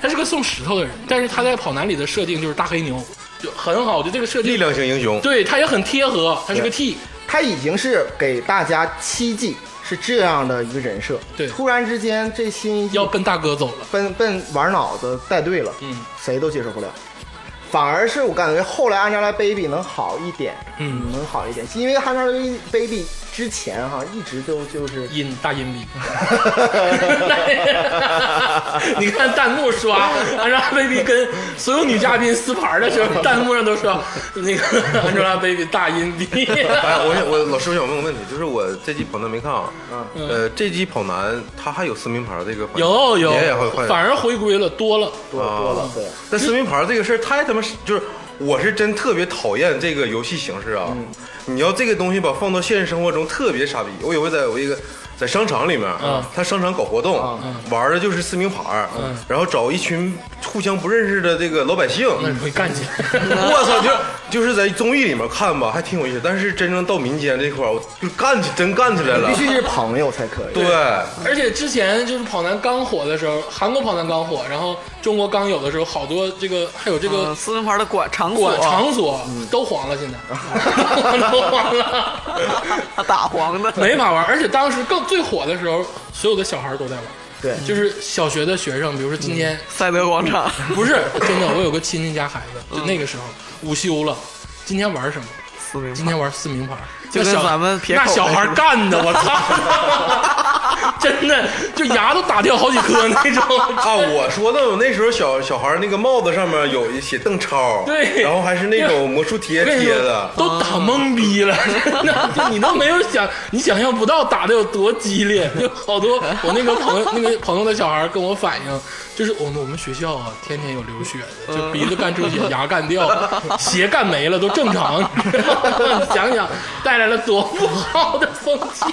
[SPEAKER 4] 他是个送石头的人，但是他在跑男里的设定就是大黑牛，就很好，就这个设
[SPEAKER 5] 力
[SPEAKER 4] 定，
[SPEAKER 5] 量型英雄。
[SPEAKER 4] 对他也很贴合，他是个 T，
[SPEAKER 6] 他已经是给大家七季是这样的一个人设，
[SPEAKER 4] 对
[SPEAKER 6] 突然之间这新一季
[SPEAKER 4] 要奔大哥走了。
[SPEAKER 6] 奔奔玩脑子带队了，
[SPEAKER 4] 嗯，
[SPEAKER 6] 谁都接受不了。反而是我感觉后来 Angelababy 能好一点，
[SPEAKER 4] 嗯，
[SPEAKER 6] 能好一点，因为 Angelababy 之前哈一直都就是
[SPEAKER 4] 阴大阴 逼，你看弹幕刷，让 baby 跟所有女嘉宾撕牌的时候，弹幕上都说那个 Angelababy 大阴 逼，
[SPEAKER 5] 哎，我想我老师我想问个问题，就是我这季跑男没看啊，呃，这季跑男他还有撕名牌这个环
[SPEAKER 4] 嗯
[SPEAKER 5] 节
[SPEAKER 4] 有有
[SPEAKER 5] 也也会，换，
[SPEAKER 4] 反而回归了多了，
[SPEAKER 6] 多多了，对。
[SPEAKER 5] 但撕名牌这个事儿太他妈是就是，我是真特别讨厌这个游戏形式
[SPEAKER 4] 嗯
[SPEAKER 5] 啊！你要这个东西吧，放到现实生活中特别傻逼。我有回在我一个在商场里面，啊
[SPEAKER 4] 嗯
[SPEAKER 5] 他商场搞活动，玩的就是撕名牌儿，然后找一群互相不认识的这个老百姓。
[SPEAKER 4] 那你会干起来。
[SPEAKER 5] 我操，就就是在综艺里面看吧，还挺有意思，但是真正到民间这块儿，我就干起真干起来了
[SPEAKER 6] 必。须是朋友才可以。
[SPEAKER 5] 对，
[SPEAKER 4] 而且之前就是跑男刚火的时候，韩国跑男刚火，然后中国刚有的时候，好多这个还有这个
[SPEAKER 5] 啊
[SPEAKER 3] 嗯，四分牌的馆场所
[SPEAKER 4] 馆场所都黄了， 现在都黄了。
[SPEAKER 3] 打黄的，
[SPEAKER 4] 没法玩。而且当时更最火的时候，所有的小孩都在玩。
[SPEAKER 6] 对
[SPEAKER 4] 就是小学的学生，比如说 今天、
[SPEAKER 3] 赛德广场，嗯
[SPEAKER 4] 不是真的，我有个亲戚家孩子，就那个时候午休了，今天玩什么？
[SPEAKER 3] 四名
[SPEAKER 4] 今
[SPEAKER 3] 牌
[SPEAKER 4] 天玩四明牌，
[SPEAKER 3] 就跟
[SPEAKER 4] 那小
[SPEAKER 3] 咱们撇口
[SPEAKER 4] 那小
[SPEAKER 3] 那
[SPEAKER 4] 孩
[SPEAKER 3] 是
[SPEAKER 4] 干的，我操！ 真的，就牙都打掉好几颗那 种。
[SPEAKER 5] 啊，我说到那时候小小孩那个帽子上面有一写邓超，
[SPEAKER 4] 对
[SPEAKER 5] 然后还是那种魔术贴
[SPEAKER 4] 我跟你
[SPEAKER 5] 贴
[SPEAKER 4] 说
[SPEAKER 5] 的，，
[SPEAKER 4] 都打懵逼 了，真的，就你都没有想，你想象不到打的有多激烈。就好多我那个朋友，那个朋友的小孩跟我反映，就是我们我们学校啊，天天有流血的，就鼻子干出血，牙干掉，鞋干没了，都正常。 你知道吗想想带来了多不好的风气。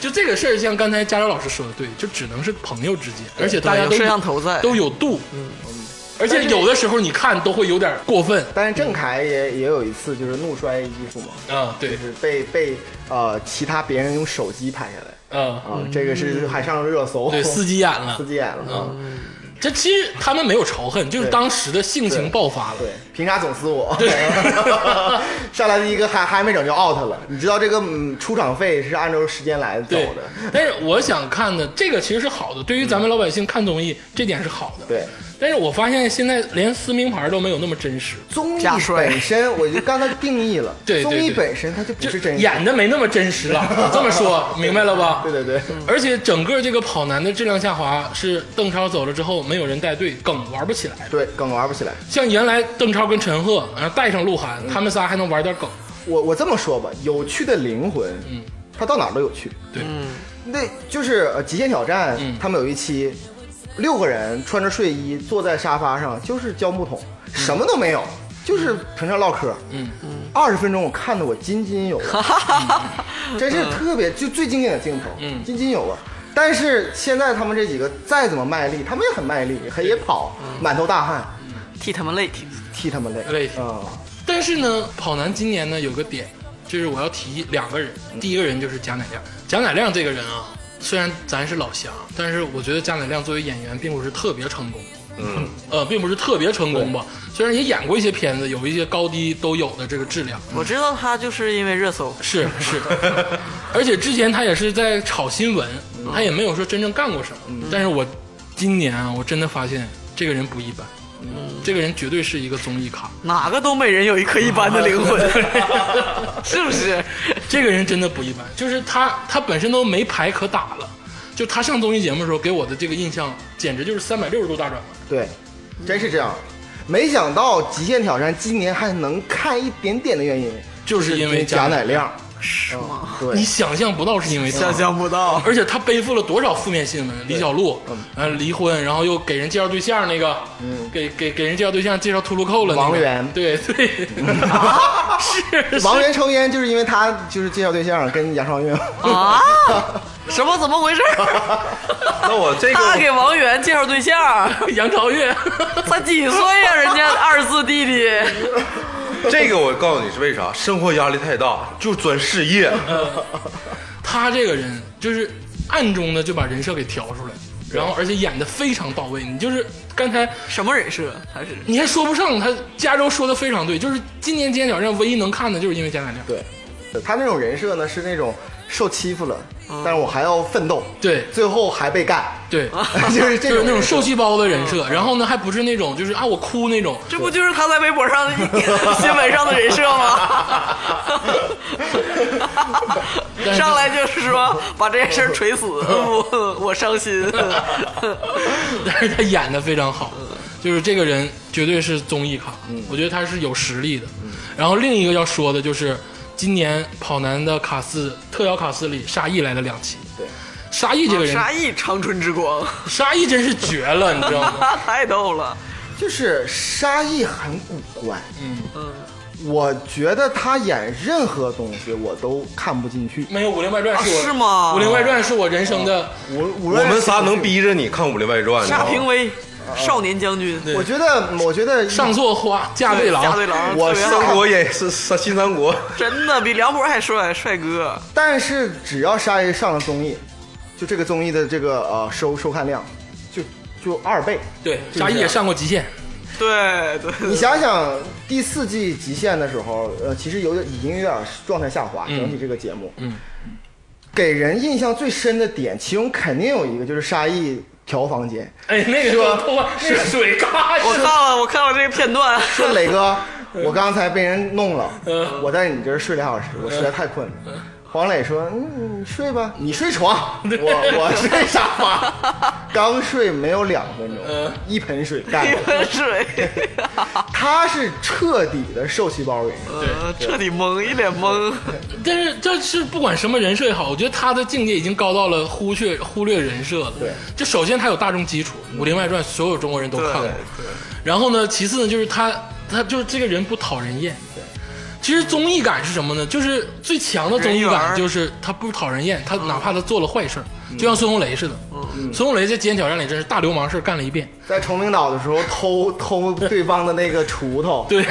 [SPEAKER 4] 就这个事儿，像刚才佳柔老师说的对，就只能是朋友之间，而且大家都
[SPEAKER 3] 对有摄像头在
[SPEAKER 4] 都有度，嗯，而且有的时候你看都会有点过分
[SPEAKER 6] 但是郑恺也也有一次就是怒摔一技术嘛，
[SPEAKER 4] 啊，
[SPEAKER 6] 就
[SPEAKER 4] 对，
[SPEAKER 6] 是被被呃其他别人用手机拍下来
[SPEAKER 4] 啊，
[SPEAKER 6] 啊，这个是还上了热搜，
[SPEAKER 4] 对，司机眼了嗯
[SPEAKER 6] 司。机眼了啊，
[SPEAKER 4] 这其实他们没有仇恨，就是当时的性情爆发了。
[SPEAKER 6] 对，凭啥总撕 我？上来第一个还还没整就 out 了，你知道这个嗯出场费是按照时间来走
[SPEAKER 4] 对
[SPEAKER 6] 的，
[SPEAKER 4] 但是我想看的这个其实是好的，对于咱们老百姓看综艺，这点是好的。
[SPEAKER 6] 对。
[SPEAKER 4] 但是我发现现在连撕名牌都没有那么真实，
[SPEAKER 6] 综艺
[SPEAKER 3] 加衰
[SPEAKER 6] 本身，我就刚才定义了，
[SPEAKER 4] 对对
[SPEAKER 6] 综艺
[SPEAKER 4] 对
[SPEAKER 6] 本身它就不
[SPEAKER 4] 就是
[SPEAKER 6] 真实，
[SPEAKER 4] 演的没那么真实 了。这么说明白了吧？
[SPEAKER 6] 对对对，
[SPEAKER 4] 而且整个这个跑男的质量下滑，是邓超走了之后没有人带队，梗玩不起来了。
[SPEAKER 6] 对，梗玩不起来。
[SPEAKER 4] 像原来邓超跟陈赫，然后带上鹿晗，他们仨还能玩点梗。
[SPEAKER 6] 我我这么说吧，有趣的灵魂，
[SPEAKER 4] 嗯，
[SPEAKER 6] 它到哪儿都有趣。
[SPEAKER 4] 对，
[SPEAKER 6] 那就是呃《极限挑战》
[SPEAKER 4] 嗯
[SPEAKER 6] 他们有一期，六个人穿着睡衣坐在沙发上，就是胶木桶，什么都没有，就是平常唠嗑。
[SPEAKER 4] 嗯，
[SPEAKER 6] 二十分钟我看得我津津有味，真是特别就最经典的镜头，
[SPEAKER 4] 嗯
[SPEAKER 6] 津津有味。但是现在他们这几个再怎么卖力，他们也很卖力，还也跑，满头大汗，
[SPEAKER 3] 替他们累替。
[SPEAKER 6] 替他们累。
[SPEAKER 4] 嗯累
[SPEAKER 6] 啊，
[SPEAKER 4] 但是呢，跑男今年呢有个点，就是我要提两个人，第一个人就是贾乃亮。贾乃亮这个人啊，虽然咱是老乡，但是我觉得贾乃亮作为演员并不是特别成功，
[SPEAKER 5] 嗯，
[SPEAKER 4] 呃，并不是特别成功吧。虽然也演过一些片子，有一些高低都有的这个质量，
[SPEAKER 3] 我知道他就是因为热搜，
[SPEAKER 4] 是是，而且之前他也是在炒新闻，他也没有说真正干过什么。但是我今年啊，我真的发现这个人不一般，这个人绝对是一个综艺咖。
[SPEAKER 3] 哪个东北人有一颗一般的灵 魂，是不是？
[SPEAKER 4] 这个人真的不一般，就是他他本身都没牌可打了，就他上综艺节目的时候给我的这个印象，简直就是三百六十度大转弯。
[SPEAKER 6] 对，真是这样。没想到《极限挑战》今年还能看一点点的原因，
[SPEAKER 4] 就是因为
[SPEAKER 6] 贾
[SPEAKER 4] 贾
[SPEAKER 6] 乃
[SPEAKER 4] 乃
[SPEAKER 6] 亮。嗯
[SPEAKER 3] 是吗？
[SPEAKER 6] 对
[SPEAKER 4] 你，想象不到是因为他
[SPEAKER 3] 想。象不到，
[SPEAKER 4] 而且他背负了多少负面新闻？李小璐，呃，离婚，然后又给人介绍对象那个，给给给人介绍对象，介绍秃噜扣了那个。
[SPEAKER 6] 嗯王源嗯啊
[SPEAKER 4] 对对， 是是
[SPEAKER 6] 王源抽烟就是因为他就是介绍对象跟杨超越，
[SPEAKER 3] 啊？什么？怎么回事？
[SPEAKER 5] 那我
[SPEAKER 4] 哎
[SPEAKER 5] 这
[SPEAKER 3] 他给
[SPEAKER 5] 个
[SPEAKER 3] 王源介绍对象，
[SPEAKER 4] 杨超越，
[SPEAKER 3] 才几岁呀、人家二四弟弟，
[SPEAKER 5] 这个我告诉你是为啥，生活压力太大，就钻事业，
[SPEAKER 4] 他这个人就是暗中的就把人设给调出来，然后而且演的非常到位。你就是刚才
[SPEAKER 3] 什么人设？还是
[SPEAKER 4] 你还说不上他。加州说的非常对，就是今年金像奖唯一能看的就是因为贾乃亮。
[SPEAKER 6] 对，他那种人设呢是那种受欺负了，
[SPEAKER 4] 嗯
[SPEAKER 6] 但是我还要奋斗，
[SPEAKER 4] 对
[SPEAKER 6] 最后还 被干，
[SPEAKER 4] 对，
[SPEAKER 6] 就是这
[SPEAKER 4] 就
[SPEAKER 6] 种
[SPEAKER 4] 是那种
[SPEAKER 6] 人设
[SPEAKER 4] 受气包的人设，然后呢还不是那种就是啊我哭那种，
[SPEAKER 3] 这不就是他在微博上、新闻上的人设吗？上来就是说把这件事儿锤死，我我伤心。
[SPEAKER 4] 但是他演的非常好， 就是这个人绝对是综艺咖，我觉得他是有实力的。然后另一个要说的就是今年跑男的卡四特邀卡四里沙溢来了两期，
[SPEAKER 6] 对，
[SPEAKER 4] 沙溢 这个人，
[SPEAKER 3] 啊沙溢长春之光，
[SPEAKER 4] 沙溢真是绝了，你知道 吗？
[SPEAKER 3] 太逗了。
[SPEAKER 6] 就是沙溢很古怪，
[SPEAKER 4] 嗯，
[SPEAKER 6] 我觉得他演任何东西我都看不进去。
[SPEAKER 4] 没有《武林外传》是我、
[SPEAKER 3] 啊是吗
[SPEAKER 4] 武林外传》是我人生的。
[SPEAKER 6] 我我
[SPEAKER 5] 我们仨能，逼着你看《武林 外传》，你知道
[SPEAKER 3] 沙
[SPEAKER 5] 吗
[SPEAKER 3] 平威，少年将军，
[SPEAKER 6] 我觉得我觉得
[SPEAKER 4] 上座花嫁对郎，
[SPEAKER 3] 加对郎，
[SPEAKER 6] 我
[SPEAKER 3] 特别
[SPEAKER 5] 三
[SPEAKER 3] 好
[SPEAKER 5] 国也是是新三国，
[SPEAKER 3] 真的比梁博还帅，帅哥。
[SPEAKER 6] 但是只要沙溢上了综艺，就这个综艺的这个呃收收看量，就就二倍。
[SPEAKER 4] 对，沙溢也上过《极限》，
[SPEAKER 3] 对对，
[SPEAKER 6] 你想想第四季《极限》的时候，呃，其实有点已经有点状态下滑，
[SPEAKER 4] 嗯
[SPEAKER 6] 整体这个节目，
[SPEAKER 4] 嗯，
[SPEAKER 6] 给人印象最深的点，其中肯定有一个就是沙溢调房间，
[SPEAKER 4] 哎，那个是吧？那个水嘎
[SPEAKER 3] 我看了，我看了这个片段，
[SPEAKER 6] 说磊哥，我刚才被人弄了，
[SPEAKER 4] 嗯
[SPEAKER 6] 我在你这儿睡俩小时，我实在太困了。黄磊说：“嗯，你睡吧，你睡床， 我我睡沙发。”刚睡没有两分钟，
[SPEAKER 4] 嗯
[SPEAKER 6] 一盆水干
[SPEAKER 3] 一
[SPEAKER 6] 了。
[SPEAKER 3] 盆水，
[SPEAKER 6] 他是彻底的受其包围，
[SPEAKER 4] 嗯啊
[SPEAKER 3] 呃，彻底懵，一脸懵。
[SPEAKER 4] 但是这是不管什么人设也好，我觉得他的境界已经高到了忽略忽略人设了。
[SPEAKER 6] 对，
[SPEAKER 4] 就首先他有大众基础，《武林外传》所有中国人都看过。然后呢，其次呢，就是他他就是这个人不讨人厌。对。其实综艺感是什么呢？就是最强的综艺
[SPEAKER 3] 人缘
[SPEAKER 4] 感
[SPEAKER 3] 儿
[SPEAKER 4] 就是他不讨人厌，他哪怕他做了坏事儿，就像孙红雷似的。孙红雷在《极限挑战》里真是大流氓事儿干了一遍。
[SPEAKER 6] 在崇明岛的时候偷偷对方的那个锄头，
[SPEAKER 4] 对，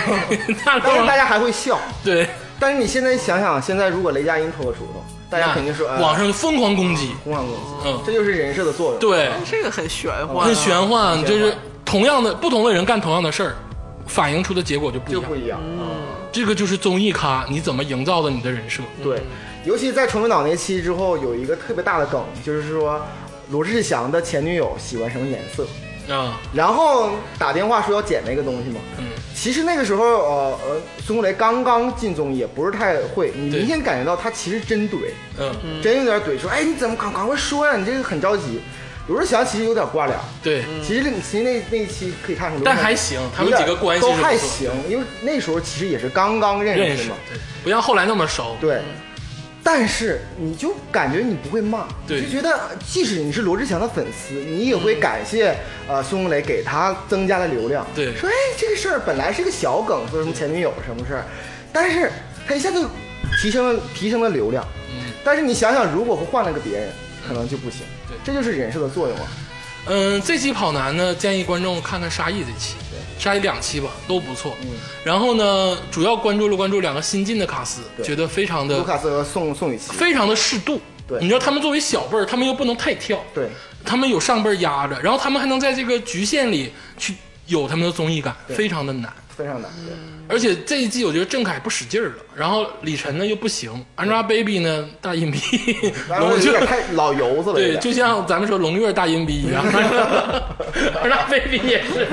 [SPEAKER 4] 大
[SPEAKER 6] 但
[SPEAKER 4] 流
[SPEAKER 6] 是大
[SPEAKER 4] 氓。
[SPEAKER 6] 家还会笑。
[SPEAKER 4] 对，
[SPEAKER 6] 但是你现在想想，现在如果雷佳音偷个锄头，大家肯定说，哎，
[SPEAKER 4] 网上疯狂攻击。
[SPEAKER 6] 红场公司，
[SPEAKER 4] 嗯，
[SPEAKER 6] 这就是人设的作用。
[SPEAKER 4] 对。
[SPEAKER 3] 这个很玄幻啊
[SPEAKER 4] 很，玄幻，
[SPEAKER 6] 嗯玄幻
[SPEAKER 4] 就是同样的不同的人干同样的事儿，反映出的结果就不一
[SPEAKER 6] 就
[SPEAKER 4] 样。
[SPEAKER 6] 不一样。嗯
[SPEAKER 4] 这个就是综艺咖，你怎么营造的你的人设？
[SPEAKER 6] 对，尤其在崇明岛那期之后，有一个特别大的梗，就是说罗志祥的前女友喜欢什么颜色，
[SPEAKER 4] 啊，
[SPEAKER 6] 然后打电话说要捡那个东西嘛。
[SPEAKER 4] 嗯，
[SPEAKER 6] 其实那个时候，呃呃，孙红雷刚刚进综艺，也不是太会，你
[SPEAKER 4] 对
[SPEAKER 6] 明显感觉到他其实真怼，
[SPEAKER 4] 嗯，
[SPEAKER 6] 真有点怼，说哎你怎么赶赶快说呀、你这个很着急。罗志祥其实有点挂脸，
[SPEAKER 4] 对，
[SPEAKER 6] 其实其实那那一期可以看出来，
[SPEAKER 4] 嗯但还行，他们几个关系
[SPEAKER 6] 都
[SPEAKER 4] 是不
[SPEAKER 6] 还
[SPEAKER 4] 错
[SPEAKER 6] 行，因为那时候其实也是刚刚认
[SPEAKER 4] 认
[SPEAKER 6] 识
[SPEAKER 4] 识
[SPEAKER 6] 嘛，，
[SPEAKER 4] 对不像后来那么熟。
[SPEAKER 6] 对。
[SPEAKER 4] 嗯
[SPEAKER 6] 但是你就感觉你不会骂，
[SPEAKER 4] 对
[SPEAKER 6] 就觉得即使你是罗志祥的粉丝，你也会感谢、呃孙红雷给他增加了流量。
[SPEAKER 4] 对
[SPEAKER 6] 说哎这个事儿本来是个小梗，说什么前女友什么事儿，但是他一下就提升了提升了流量。
[SPEAKER 4] 嗯
[SPEAKER 6] 但是你想想，如果换了个别人，可能就不行。
[SPEAKER 4] 对
[SPEAKER 6] 这就是人设的作用啊。
[SPEAKER 4] 嗯，这期跑男呢，建议观众看看沙溢这期，沙溢两期吧，都不错。
[SPEAKER 6] 嗯，
[SPEAKER 4] 然后呢，主要关注了关注两个新进的卡司，
[SPEAKER 6] 对
[SPEAKER 4] 觉得非常的
[SPEAKER 6] 卢卡斯和宋宋雨琦，
[SPEAKER 4] 非常的适度。
[SPEAKER 6] 对
[SPEAKER 4] 你知道他们作为小辈儿，他们又不能太跳。
[SPEAKER 6] 对
[SPEAKER 4] 他们有上辈儿压着，然后他们还能在这个局限里去有他们的综艺感，非常的难。
[SPEAKER 6] 非常难。对
[SPEAKER 4] 而且这一季我觉得郑恺不使劲儿了，然后李晨呢又不行，Angelababy 呢大硬逼，
[SPEAKER 6] 然后
[SPEAKER 4] 龙
[SPEAKER 6] 有点
[SPEAKER 4] 就
[SPEAKER 6] 太老油子了，有
[SPEAKER 4] 对，
[SPEAKER 6] 点
[SPEAKER 4] 就像咱们说龙月大阴逼一样，Angelababy 也是，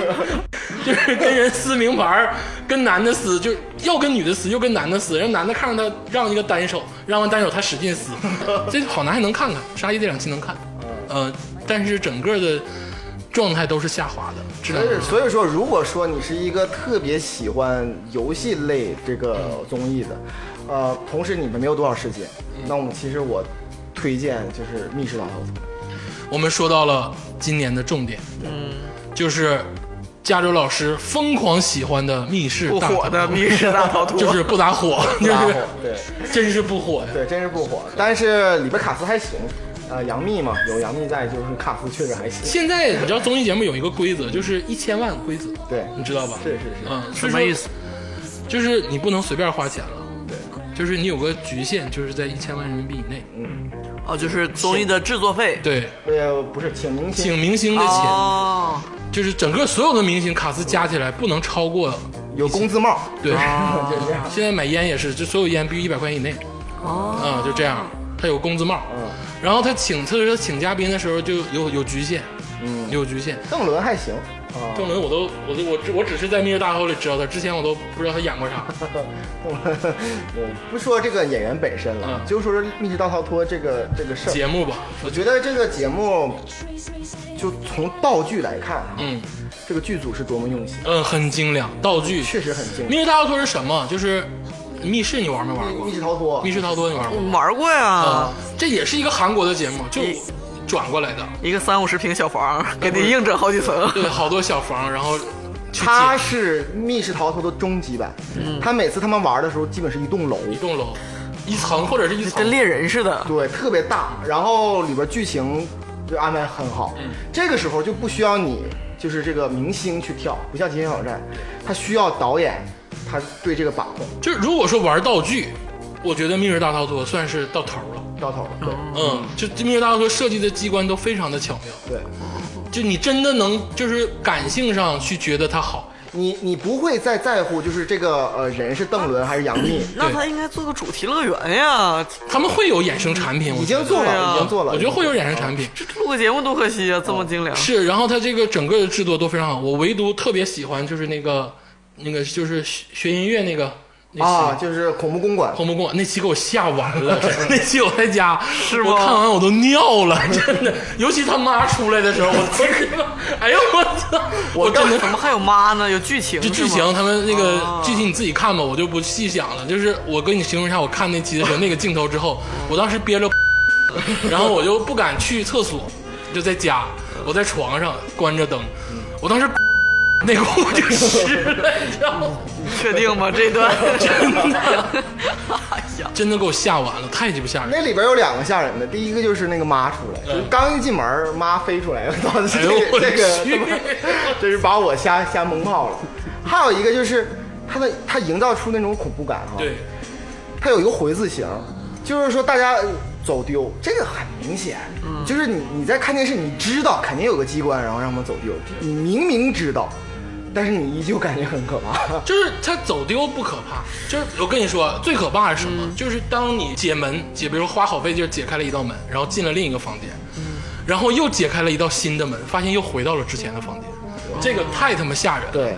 [SPEAKER 4] 就是跟人撕名牌儿，跟男的撕，就是要跟女的撕，又跟男的撕，让男的看着他让一个单手，让完单手他使劲撕，这好男还能看看，沙溢这两期能看，呃，但是整个的状态都是下滑的，质量
[SPEAKER 6] 所
[SPEAKER 4] 都
[SPEAKER 6] 以，
[SPEAKER 4] 是
[SPEAKER 6] 所以说，如果说你是一个特别喜欢游戏类这个综艺的，呃，同时你们没有多少时间，
[SPEAKER 4] 嗯
[SPEAKER 6] 那我们其实我推荐就是《密室逃脱》。
[SPEAKER 4] 我们说到了今年的重点，嗯，就是加州老师疯狂喜欢的密室
[SPEAKER 3] 不
[SPEAKER 4] 大
[SPEAKER 3] 火的密室大逃脱，
[SPEAKER 4] 就是不咋火，就
[SPEAKER 6] 然 后
[SPEAKER 4] 是
[SPEAKER 6] 对
[SPEAKER 4] 真是不火呀。
[SPEAKER 6] 对，真是不火。但是里边卡斯还行，呃，杨幂嘛，有杨幂在，就是卡斯确实还行。
[SPEAKER 4] 现在你知道综艺节目有一个规则，就是一千万规则，
[SPEAKER 6] 对
[SPEAKER 4] 你知道吧？
[SPEAKER 6] 是是是
[SPEAKER 4] 嗯，
[SPEAKER 3] 什么意思？？
[SPEAKER 4] 就是你不能随便花钱了，对，就是你有个局限，就是在一千万人民币以内。
[SPEAKER 6] 嗯
[SPEAKER 3] 哦，就是综艺的制作费。
[SPEAKER 4] 对，
[SPEAKER 6] 呃，不是，请明星
[SPEAKER 4] 请明星的钱，
[SPEAKER 3] 哦，
[SPEAKER 4] 就是整个所有的明星卡司加起来不能超过，
[SPEAKER 6] 有工资帽，
[SPEAKER 4] 对。
[SPEAKER 6] 哦 就这样。
[SPEAKER 4] 现在买烟也是，就所有烟必须一百块钱以内。哦，啊、就这样，他有工资帽。
[SPEAKER 6] 嗯，
[SPEAKER 4] 然后他请，特别是请嘉宾的时候就有有局限，
[SPEAKER 6] 嗯
[SPEAKER 4] 有局限。
[SPEAKER 6] 邓伦还行 啊，
[SPEAKER 4] 邓伦我都我都我只我只是在《密室大逃脱》里知道他，之前我都不知道他演过啥。
[SPEAKER 6] 邓伦，我不说这个演员本身了，
[SPEAKER 4] 嗯
[SPEAKER 6] 就说《密室大逃脱》这个这个事儿。
[SPEAKER 4] 节目吧，
[SPEAKER 6] 我觉得这个节目，就从道具来看，
[SPEAKER 4] 嗯
[SPEAKER 6] 这个剧组是多么用心，
[SPEAKER 4] 嗯，很精良，道具。
[SPEAKER 6] 确实很精
[SPEAKER 4] 密
[SPEAKER 6] 良。
[SPEAKER 4] 室大逃脱》是什么？就是密室，你玩没玩过
[SPEAKER 6] 密？室逃脱
[SPEAKER 4] 密，室逃脱你玩过？
[SPEAKER 3] 玩过呀
[SPEAKER 4] 啊，，这也是一个韩国的节目，就
[SPEAKER 3] 一
[SPEAKER 4] 转过来的。
[SPEAKER 3] 一个三五十平小房，
[SPEAKER 4] 嗯
[SPEAKER 3] 给你硬整好几层。
[SPEAKER 4] 对，好多小房，然后去
[SPEAKER 6] 它
[SPEAKER 4] 解
[SPEAKER 6] 是密室逃脱的终极版。它每次他们玩的时候，基本是一栋楼，
[SPEAKER 4] 一栋楼，一层或者是一层
[SPEAKER 3] 跟。猎人似的，
[SPEAKER 6] 对，特别大。然后里边剧情就安排很好，这个时候就不需要你就是这个明星去跳，不像《极限挑战》，它需要导演，他对这个把控
[SPEAKER 4] 就是如果说玩道具，我觉得《密室大逃脱》算是到头了。
[SPEAKER 6] 到头了。对
[SPEAKER 4] 嗯，就《密室大逃脱》设计的机关都非常的巧妙，
[SPEAKER 6] 对。
[SPEAKER 4] 就你真的能就是感性上去觉得它好。
[SPEAKER 6] 你你不会再在乎，就是这个呃人是邓伦还是杨幂，
[SPEAKER 3] 那他应该做个主题乐园啊呀，
[SPEAKER 4] 他们会有衍生产品，我觉
[SPEAKER 6] 已经
[SPEAKER 4] 得
[SPEAKER 6] 做
[SPEAKER 3] 对啊
[SPEAKER 6] 了，已经做了。
[SPEAKER 4] 哎
[SPEAKER 6] 哦
[SPEAKER 4] 我觉得会有衍生产品。
[SPEAKER 3] 这录个节目多可
[SPEAKER 4] 哦
[SPEAKER 3] 惜啊，这么精良。
[SPEAKER 4] 是，然后它这个整个的制作都非常好。我唯独特别喜欢就是那个那个就是学学音乐那个那期
[SPEAKER 6] 啊，就是恐怖公馆，
[SPEAKER 4] 红木公馆那期给我吓完 了，真的那期我在家，是
[SPEAKER 3] 吗
[SPEAKER 4] 我看完我都尿了，真的。尤其他妈出来的时候，我真的， 哎呦我操！我真的
[SPEAKER 3] 怎么还有妈呢？有剧情
[SPEAKER 4] 这剧
[SPEAKER 3] 是吗
[SPEAKER 4] 情他们那个
[SPEAKER 3] 啊
[SPEAKER 4] 具体你自己看吧，我就不细讲了。就是我跟你形容一下，我看那期的时候那个镜头之后，我当时憋了，然后我就不敢去厕所，就在家，我在床上关着灯，我当时内裤就 湿了，你知道吗？
[SPEAKER 3] 确定吗？这段
[SPEAKER 4] 真的，
[SPEAKER 3] 哎呀，
[SPEAKER 4] 真的给我吓完了，太鸡巴吓人了。
[SPEAKER 6] 那里边有两个吓人的，第一个就是那个妈出来，就是刚一进门，妈飞出来，我操，
[SPEAKER 4] 嗯
[SPEAKER 6] 这
[SPEAKER 4] 哎呦我
[SPEAKER 6] 个这个
[SPEAKER 4] 去
[SPEAKER 6] 他妈，这是把我吓吓懵泡了。还有一个就是他的他营造出那种恐怖感哈，
[SPEAKER 4] 对，
[SPEAKER 6] 它有一个回字形，就是说大家呃走丢，这个很明显，
[SPEAKER 4] 嗯
[SPEAKER 6] 就是你你在看电视，你知道肯定有个机关，然后让我们走丢，你明明知道，但是你依旧感觉很可怕。
[SPEAKER 4] 就是他走丢不可怕，就是我跟你说，最可怕是什么？就是当你解门解，比如花好费劲儿解开了一道门，然后进了另一个房间，然后又解开了一道新的门，发现又回到了之前的房间，这个太他妈吓人了。
[SPEAKER 6] 对，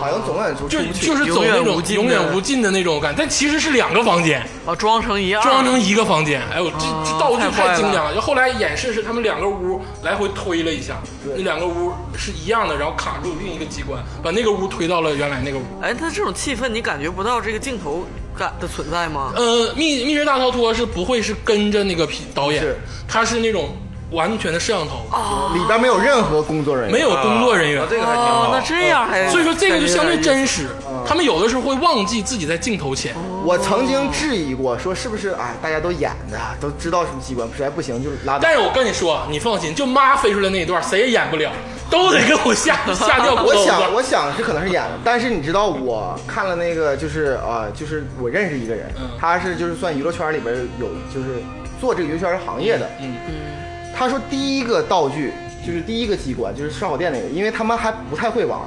[SPEAKER 6] 好像总感觉出
[SPEAKER 4] 啊就
[SPEAKER 6] 出不去。
[SPEAKER 4] 就是走那
[SPEAKER 3] 永远
[SPEAKER 4] 种
[SPEAKER 3] 无尽的
[SPEAKER 4] 永远无尽的那种感，但其实是两个房间，
[SPEAKER 3] 啊，装成一样，
[SPEAKER 4] 装成一个房间。哎呦，这这道具
[SPEAKER 3] 太坏
[SPEAKER 4] 太
[SPEAKER 3] 了
[SPEAKER 4] 精良了！就后来演示是他们两个屋来回推了一下，那两个屋是一样的，然后卡住另一个机关，把那个屋推到了原来那个屋。
[SPEAKER 3] 哎，它这种气氛你感觉不到这个镜头感的存在吗？
[SPEAKER 4] 呃，密密室大逃脱是不会是跟着那个皮导演，
[SPEAKER 6] 是
[SPEAKER 4] 他是那种完全的摄像头，
[SPEAKER 6] 里边没有任何工作人员，
[SPEAKER 4] 没有工作人员
[SPEAKER 5] 啊，这个还挺
[SPEAKER 3] 哦
[SPEAKER 5] 好，。
[SPEAKER 3] 那这
[SPEAKER 6] 啊
[SPEAKER 3] 样还
[SPEAKER 4] 所以说这个就相对
[SPEAKER 3] 感觉有点意
[SPEAKER 4] 真实。他们有的时候会忘记自己在镜头前，
[SPEAKER 6] 我曾经质疑过，说是不是哎，大家都演的，都知道什么机关，实在不行就拉倒
[SPEAKER 4] 但。是我跟你说，啊你放心，就妈飞出来那一段，谁也演不了，都得给 我吓吓尿裤
[SPEAKER 6] 我
[SPEAKER 4] 兜子。
[SPEAKER 6] 想，我想是可能是演的，但是你知道，我看了那个，就是呃，就是我认识一个人，
[SPEAKER 4] 嗯
[SPEAKER 6] 他是就是算娱乐圈里边有就是做这个娱乐圈行业的，
[SPEAKER 4] 嗯
[SPEAKER 6] 他说第一个道具就是第一个机关就是烧烤店那个，因为他们还不太会玩，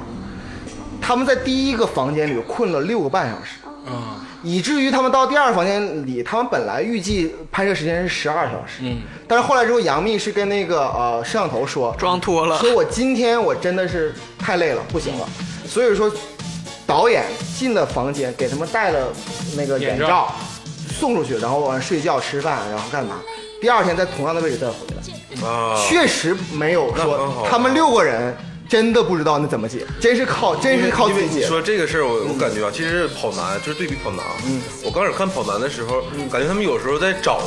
[SPEAKER 6] 他们在第一个房间里困了六个半小时，
[SPEAKER 4] 嗯
[SPEAKER 6] 以至于他们到第二房间里，他们本来预计拍摄时间是十二小时，
[SPEAKER 4] 嗯，
[SPEAKER 6] 但是后来之后，杨幂是跟那个呃摄像头说，
[SPEAKER 3] 装脱了，
[SPEAKER 6] 说我今天我真的是太累了，不行了，所以说导演进了房间，给他们戴了那个眼
[SPEAKER 4] 眼罩
[SPEAKER 6] 罩，送出去，然后完睡觉、吃饭，然后干嘛？第二天在同样的位置再回来，
[SPEAKER 5] 啊，
[SPEAKER 6] 确实没有
[SPEAKER 5] 那很好
[SPEAKER 6] 说他们六个人真的不知道那怎么解，真是靠真是靠
[SPEAKER 5] 因为
[SPEAKER 6] 自己
[SPEAKER 5] 你
[SPEAKER 6] 解。
[SPEAKER 5] 说这个事儿，我我感觉啊，其实跑男就是对比跑男。嗯，我刚开始看跑男的时候，
[SPEAKER 4] 嗯
[SPEAKER 5] 感觉他们有时候在找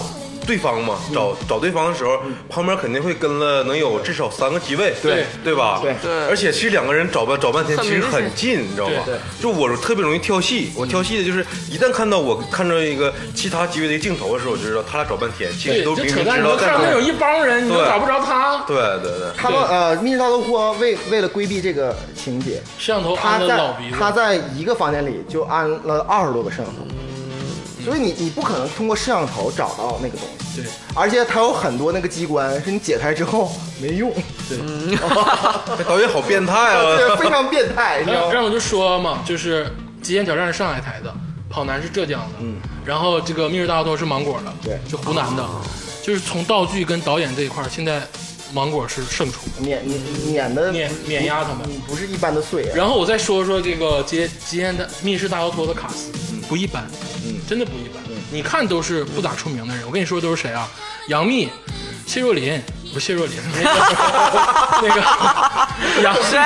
[SPEAKER 5] 对方嘛，找找对方的时候，旁边肯定会跟了能有至少三个机位，
[SPEAKER 4] 嗯对
[SPEAKER 5] 对吧？
[SPEAKER 6] 对
[SPEAKER 3] 对
[SPEAKER 5] 而且其实两个人找半找半天，
[SPEAKER 3] 很
[SPEAKER 5] 其
[SPEAKER 3] 明
[SPEAKER 5] 实
[SPEAKER 3] 显
[SPEAKER 5] 很近，你知道吧
[SPEAKER 4] 对？嗯
[SPEAKER 5] 就我特别容易挑戏，我挑戏的就是一旦看到我看到一个其他机位的一个镜头的时候，我就知道他俩找半天，其
[SPEAKER 4] 对，
[SPEAKER 5] 实都
[SPEAKER 4] 这
[SPEAKER 5] 明
[SPEAKER 4] 扯
[SPEAKER 5] 明
[SPEAKER 4] 淡。
[SPEAKER 5] 知
[SPEAKER 4] 你
[SPEAKER 5] 道
[SPEAKER 4] 都看到
[SPEAKER 5] 在
[SPEAKER 4] 那有一帮人，你都
[SPEAKER 5] 对
[SPEAKER 4] 找不着他，
[SPEAKER 5] 对对 对，
[SPEAKER 6] 他们呃，密室大逃脱为为了规避这个情节，
[SPEAKER 4] 摄像头
[SPEAKER 6] 他
[SPEAKER 4] 安的老
[SPEAKER 6] 在
[SPEAKER 4] 鼻
[SPEAKER 6] 他
[SPEAKER 4] 子。
[SPEAKER 6] 在一个房间里就安了二十多个摄像头，所以你你不可能通过摄像头找到那个东西，
[SPEAKER 4] 对，
[SPEAKER 6] 而且它有很多那个机关是你解开之后没用，
[SPEAKER 5] 这哎导演好变态
[SPEAKER 6] 对，
[SPEAKER 5] 啊！
[SPEAKER 6] 非常变态，你知道
[SPEAKER 4] 让
[SPEAKER 6] 吗？
[SPEAKER 4] 让我就说嘛，就是《极限挑战》是上海台的，《跑男》是浙江的，嗯，然后这个《密室大逃脱》是芒果的，
[SPEAKER 6] 对
[SPEAKER 4] 是湖南的，就是从道具跟导演这一块儿，现在芒果是胜出。
[SPEAKER 6] 碾碾碾的
[SPEAKER 4] 碾碾压他们
[SPEAKER 6] 嗯不是一般的碎啊。
[SPEAKER 4] 然后我再说说这个接今天的密室大逃脱的卡斯，不一般，嗯，真的不一般。你看都是不咋出名的人，我跟你说都是谁啊？杨幂、谢若琳，不是谢 若琳，那个那个 杨
[SPEAKER 3] 谁？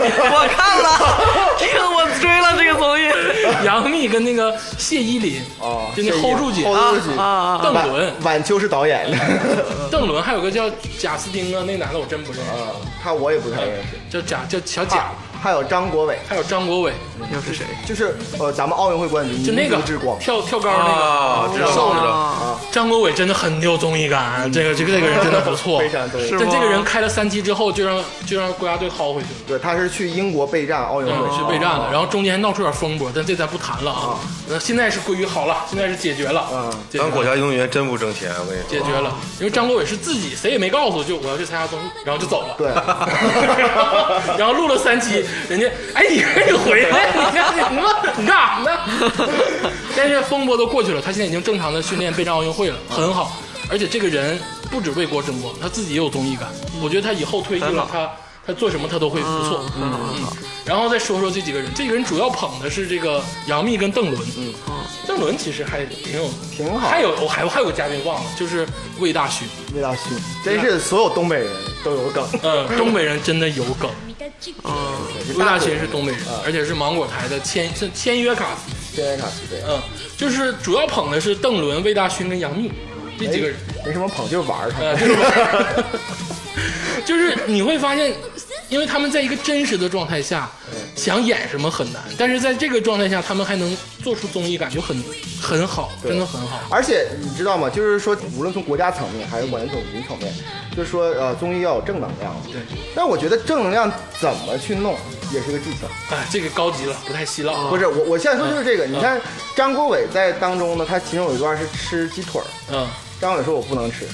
[SPEAKER 3] 我看了， 这个我追了这个综艺
[SPEAKER 4] 杨幂跟那个谢依霖，
[SPEAKER 6] 哦
[SPEAKER 4] 就那 hold 住姐，
[SPEAKER 6] hold 住姐
[SPEAKER 3] 啊啊！
[SPEAKER 4] 邓伦
[SPEAKER 6] 晚，晚秋是导演 的，
[SPEAKER 4] 邓伦，还有个叫贾斯汀啊，那男的我真不认识，
[SPEAKER 6] 他我也不太认识。
[SPEAKER 4] 叫贾叫小
[SPEAKER 6] 还
[SPEAKER 4] 贾，
[SPEAKER 6] 还有张国伟，
[SPEAKER 4] 还有张国伟，
[SPEAKER 3] 又是谁？
[SPEAKER 6] 就是呃咱们奥运会冠军，
[SPEAKER 4] 就那个
[SPEAKER 6] 民族之光，
[SPEAKER 4] 跳跳高那个。
[SPEAKER 5] 啊，知道了知道了。
[SPEAKER 3] 啊，
[SPEAKER 4] 张国伟真的很有综艺感，这个这个这个人真的不错，
[SPEAKER 6] 非常对。
[SPEAKER 3] 是
[SPEAKER 4] 但
[SPEAKER 3] 吗
[SPEAKER 4] 这个人开了三期之后，就让就让国家队薅回去了。
[SPEAKER 6] 对，他是去英国备战奥运
[SPEAKER 4] 嗯，
[SPEAKER 6] 会，哦
[SPEAKER 4] 去备战了，然后中间还闹出点风波，但这咱不谈了啊。那现在是归于好了，现在是解决了
[SPEAKER 6] 嗯，
[SPEAKER 4] 解决
[SPEAKER 5] 当国
[SPEAKER 4] 了
[SPEAKER 5] 家运动员真不挣钱，我跟你说。
[SPEAKER 4] 解决了，因为张国伟是自己谁也没告诉，就我要去参加综艺，然后就走了。
[SPEAKER 6] 对
[SPEAKER 4] 然后录了三期，人家哎，你看你回来，你看你妈你干啥呢？啊但是风波都过去了，他现在已经正常的训练备战奥运会了，很好。而且这个人不只为国争光，他自己也有综艺感。我觉得他以后退役了，他他做什么他都会不错。嗯嗯。然后再说说这几个人，这个人主要捧的是这个杨幂跟邓伦。嗯邓伦其实还挺有，
[SPEAKER 6] 挺好
[SPEAKER 4] 还有我还我还有个嘉宾忘了，就是魏大勋。
[SPEAKER 6] 魏大勋真是所有东北人都有梗，
[SPEAKER 4] 嗯，东北人真的有梗。 魏大勋是 东北人
[SPEAKER 6] 嗯，
[SPEAKER 4] 而且是芒果台的签是签约卡司。
[SPEAKER 6] 天卡是对，
[SPEAKER 4] 嗯，就是主要捧的是邓伦、魏大勋跟杨幂这几个人。
[SPEAKER 6] 哎没什么捧，就是玩儿他
[SPEAKER 4] 呃，
[SPEAKER 6] 们。
[SPEAKER 4] 就是 玩 就是你会发现，因为他们在一个真实的状态下，想演什么很难，但是在这个状态下，他们还能做出综艺感，就很很好，
[SPEAKER 6] 对
[SPEAKER 4] 真的很好。
[SPEAKER 6] 而且你知道吗？就是说，无论从国家层面还是管从民层面，就是说，呃，综艺要有正能量。
[SPEAKER 4] 对，
[SPEAKER 6] 但我觉得正能量怎么去弄也是个技巧。
[SPEAKER 4] 哎，这个高级了，不太希腊啊。
[SPEAKER 6] 不是我，我现在说就是这个。你看张国伟在当中呢，他其中有一段是吃鸡腿儿，
[SPEAKER 4] 嗯，
[SPEAKER 6] 张国伟说我不能吃，